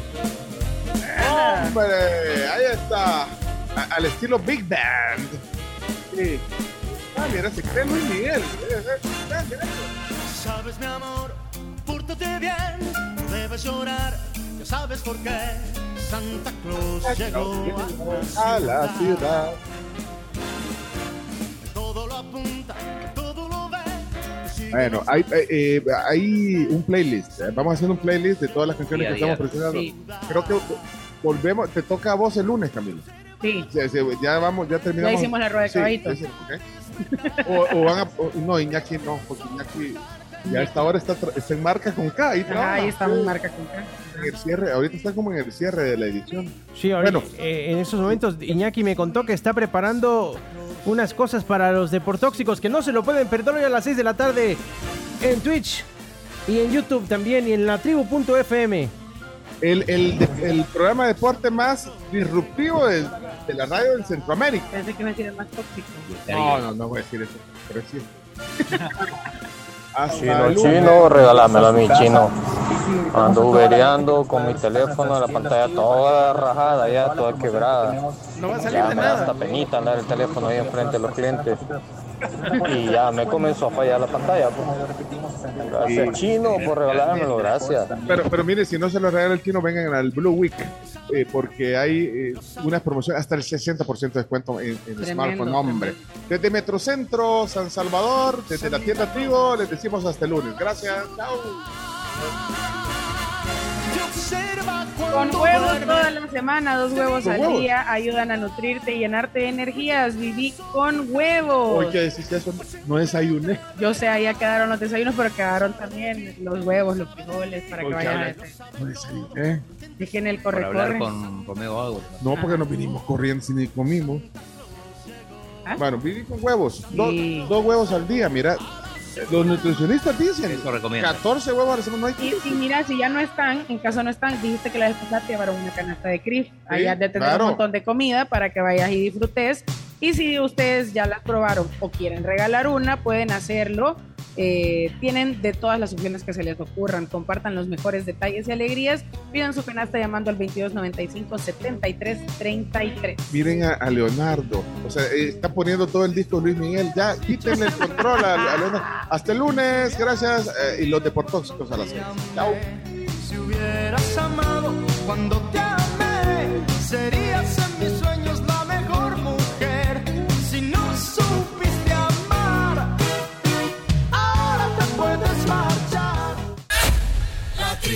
[SPEAKER 6] ¡Hombre! Ahí está. A- al estilo Big Band. Sí. Ah, mira, se cree Luis Miguel. Mira, mira, mira.
[SPEAKER 5] sabes, mi amor, pórtate bien, no debes llorar, ya sabes por qué. Santa Claus llegó a
[SPEAKER 34] A la ciudad.
[SPEAKER 5] todo lo apunta, todo lo ve.
[SPEAKER 6] Bueno, hay, eh, eh, hay un playlist. eh, Vamos haciendo un playlist de todas las canciones
[SPEAKER 5] Día
[SPEAKER 6] que
[SPEAKER 5] a día.
[SPEAKER 6] estamos presentando.
[SPEAKER 5] Sí.
[SPEAKER 6] Creo que volvemos. Te toca a vos el lunes, Camilo.
[SPEAKER 5] Sí.
[SPEAKER 6] Ya, ya vamos, ya terminamos.
[SPEAKER 5] Ya hicimos la rueda de
[SPEAKER 6] Sí,
[SPEAKER 5] caballitos.
[SPEAKER 6] ya hicimos, ok.
[SPEAKER 2] (laughs)
[SPEAKER 6] O, o van a. o- no, Iñaki no, porque Iñaki ya a esta hora está, tra- está en marca con K. Ahí,
[SPEAKER 7] Ajá,
[SPEAKER 6] trabaja.
[SPEAKER 7] ahí está mi marca con K.
[SPEAKER 6] En el cierre, ahorita está como en el cierre de la edición.
[SPEAKER 14] Sí, ahorita, eh, en estos momentos Iñaki me contó que está preparando unas cosas para los deportóxicos que no se lo pueden perder hoy a las 6 de la tarde en Twitch y en YouTube también y en la tribu.fm.
[SPEAKER 6] El, el programa de deporte más disruptivo de, de la radio en Centroamérica.
[SPEAKER 7] Pensé que me tiran más tóxico.
[SPEAKER 6] No, no, no voy a decir eso. Pero sí. Hasta
[SPEAKER 4] Chino,
[SPEAKER 6] el
[SPEAKER 4] chino,
[SPEAKER 6] lunes.
[SPEAKER 4] regálamelo a mi chino. Ando ubereando con mi teléfono, la pantalla toda rajada, ya toda quebrada.
[SPEAKER 14] No va a salir
[SPEAKER 4] Ya
[SPEAKER 14] de
[SPEAKER 4] me da
[SPEAKER 14] nada.
[SPEAKER 4] hasta penita andar el teléfono ahí enfrente de los clientes. Y ya me comenzó a fallar la pantalla. pues. Gracias, chino, por regalármelo, gracias.
[SPEAKER 6] Pero, pero mire, si no se lo regala el chino, vengan al Blue Week, eh, porque hay eh, unas promociones hasta el 60% de descuento en, en smartphone. Hombre. Desde Metrocentro, San Salvador, desde la tienda Trigo, les decimos hasta el lunes. Gracias.
[SPEAKER 7] Con huevos toda la semana, dos huevos
[SPEAKER 6] Con
[SPEAKER 7] al
[SPEAKER 6] huevos.
[SPEAKER 7] día ayudan a nutrirte y llenarte de energías. Viví con huevos.
[SPEAKER 6] Hoy que decís eso, no desayuné.
[SPEAKER 7] Yo sé, ahí ya quedaron los desayunos, pero quedaron también los huevos, los frijoles, para que este.
[SPEAKER 6] Porque
[SPEAKER 7] vayan
[SPEAKER 6] habla-
[SPEAKER 7] a
[SPEAKER 6] No desayuné.
[SPEAKER 7] Dejen el
[SPEAKER 8] Por hablar
[SPEAKER 7] corre-corre.
[SPEAKER 8] con Romeo Agua.
[SPEAKER 6] No, porque nos vinimos corriendo sin ni comimos. Bueno, viví con huevos. Dos, dos huevos al día, mira. Los nutricionistas dicen
[SPEAKER 8] recomiendan.
[SPEAKER 6] 14 huevos a la semana. No hay
[SPEAKER 7] Y si mira, si ya no están, en caso no están, dijiste que la vez pasada te llevaron una canasta de crisp. Allá de tener
[SPEAKER 6] claro.
[SPEAKER 7] un montón de comida para que vayas y disfrutes. Y si ustedes ya las probaron o quieren regalar una, pueden hacerlo. Eh, tienen de todas las opciones que se les ocurran. Compartan los mejores detalles y alegrías. Pidan su canasta llamando al 2295 7333
[SPEAKER 6] Miren a, a Leonardo. O sea, eh, está poniendo todo el disco Luis Miguel. Ya, quítenle el control a, a Leonardo. Hasta el lunes, gracias. eh, y los deportóxicos a las seis. Chao.
[SPEAKER 5] Si hubieras amado cuando te amé, serías en mis sueños la mejor mujer. Si no supiste amar, ahora te puedes marchar. La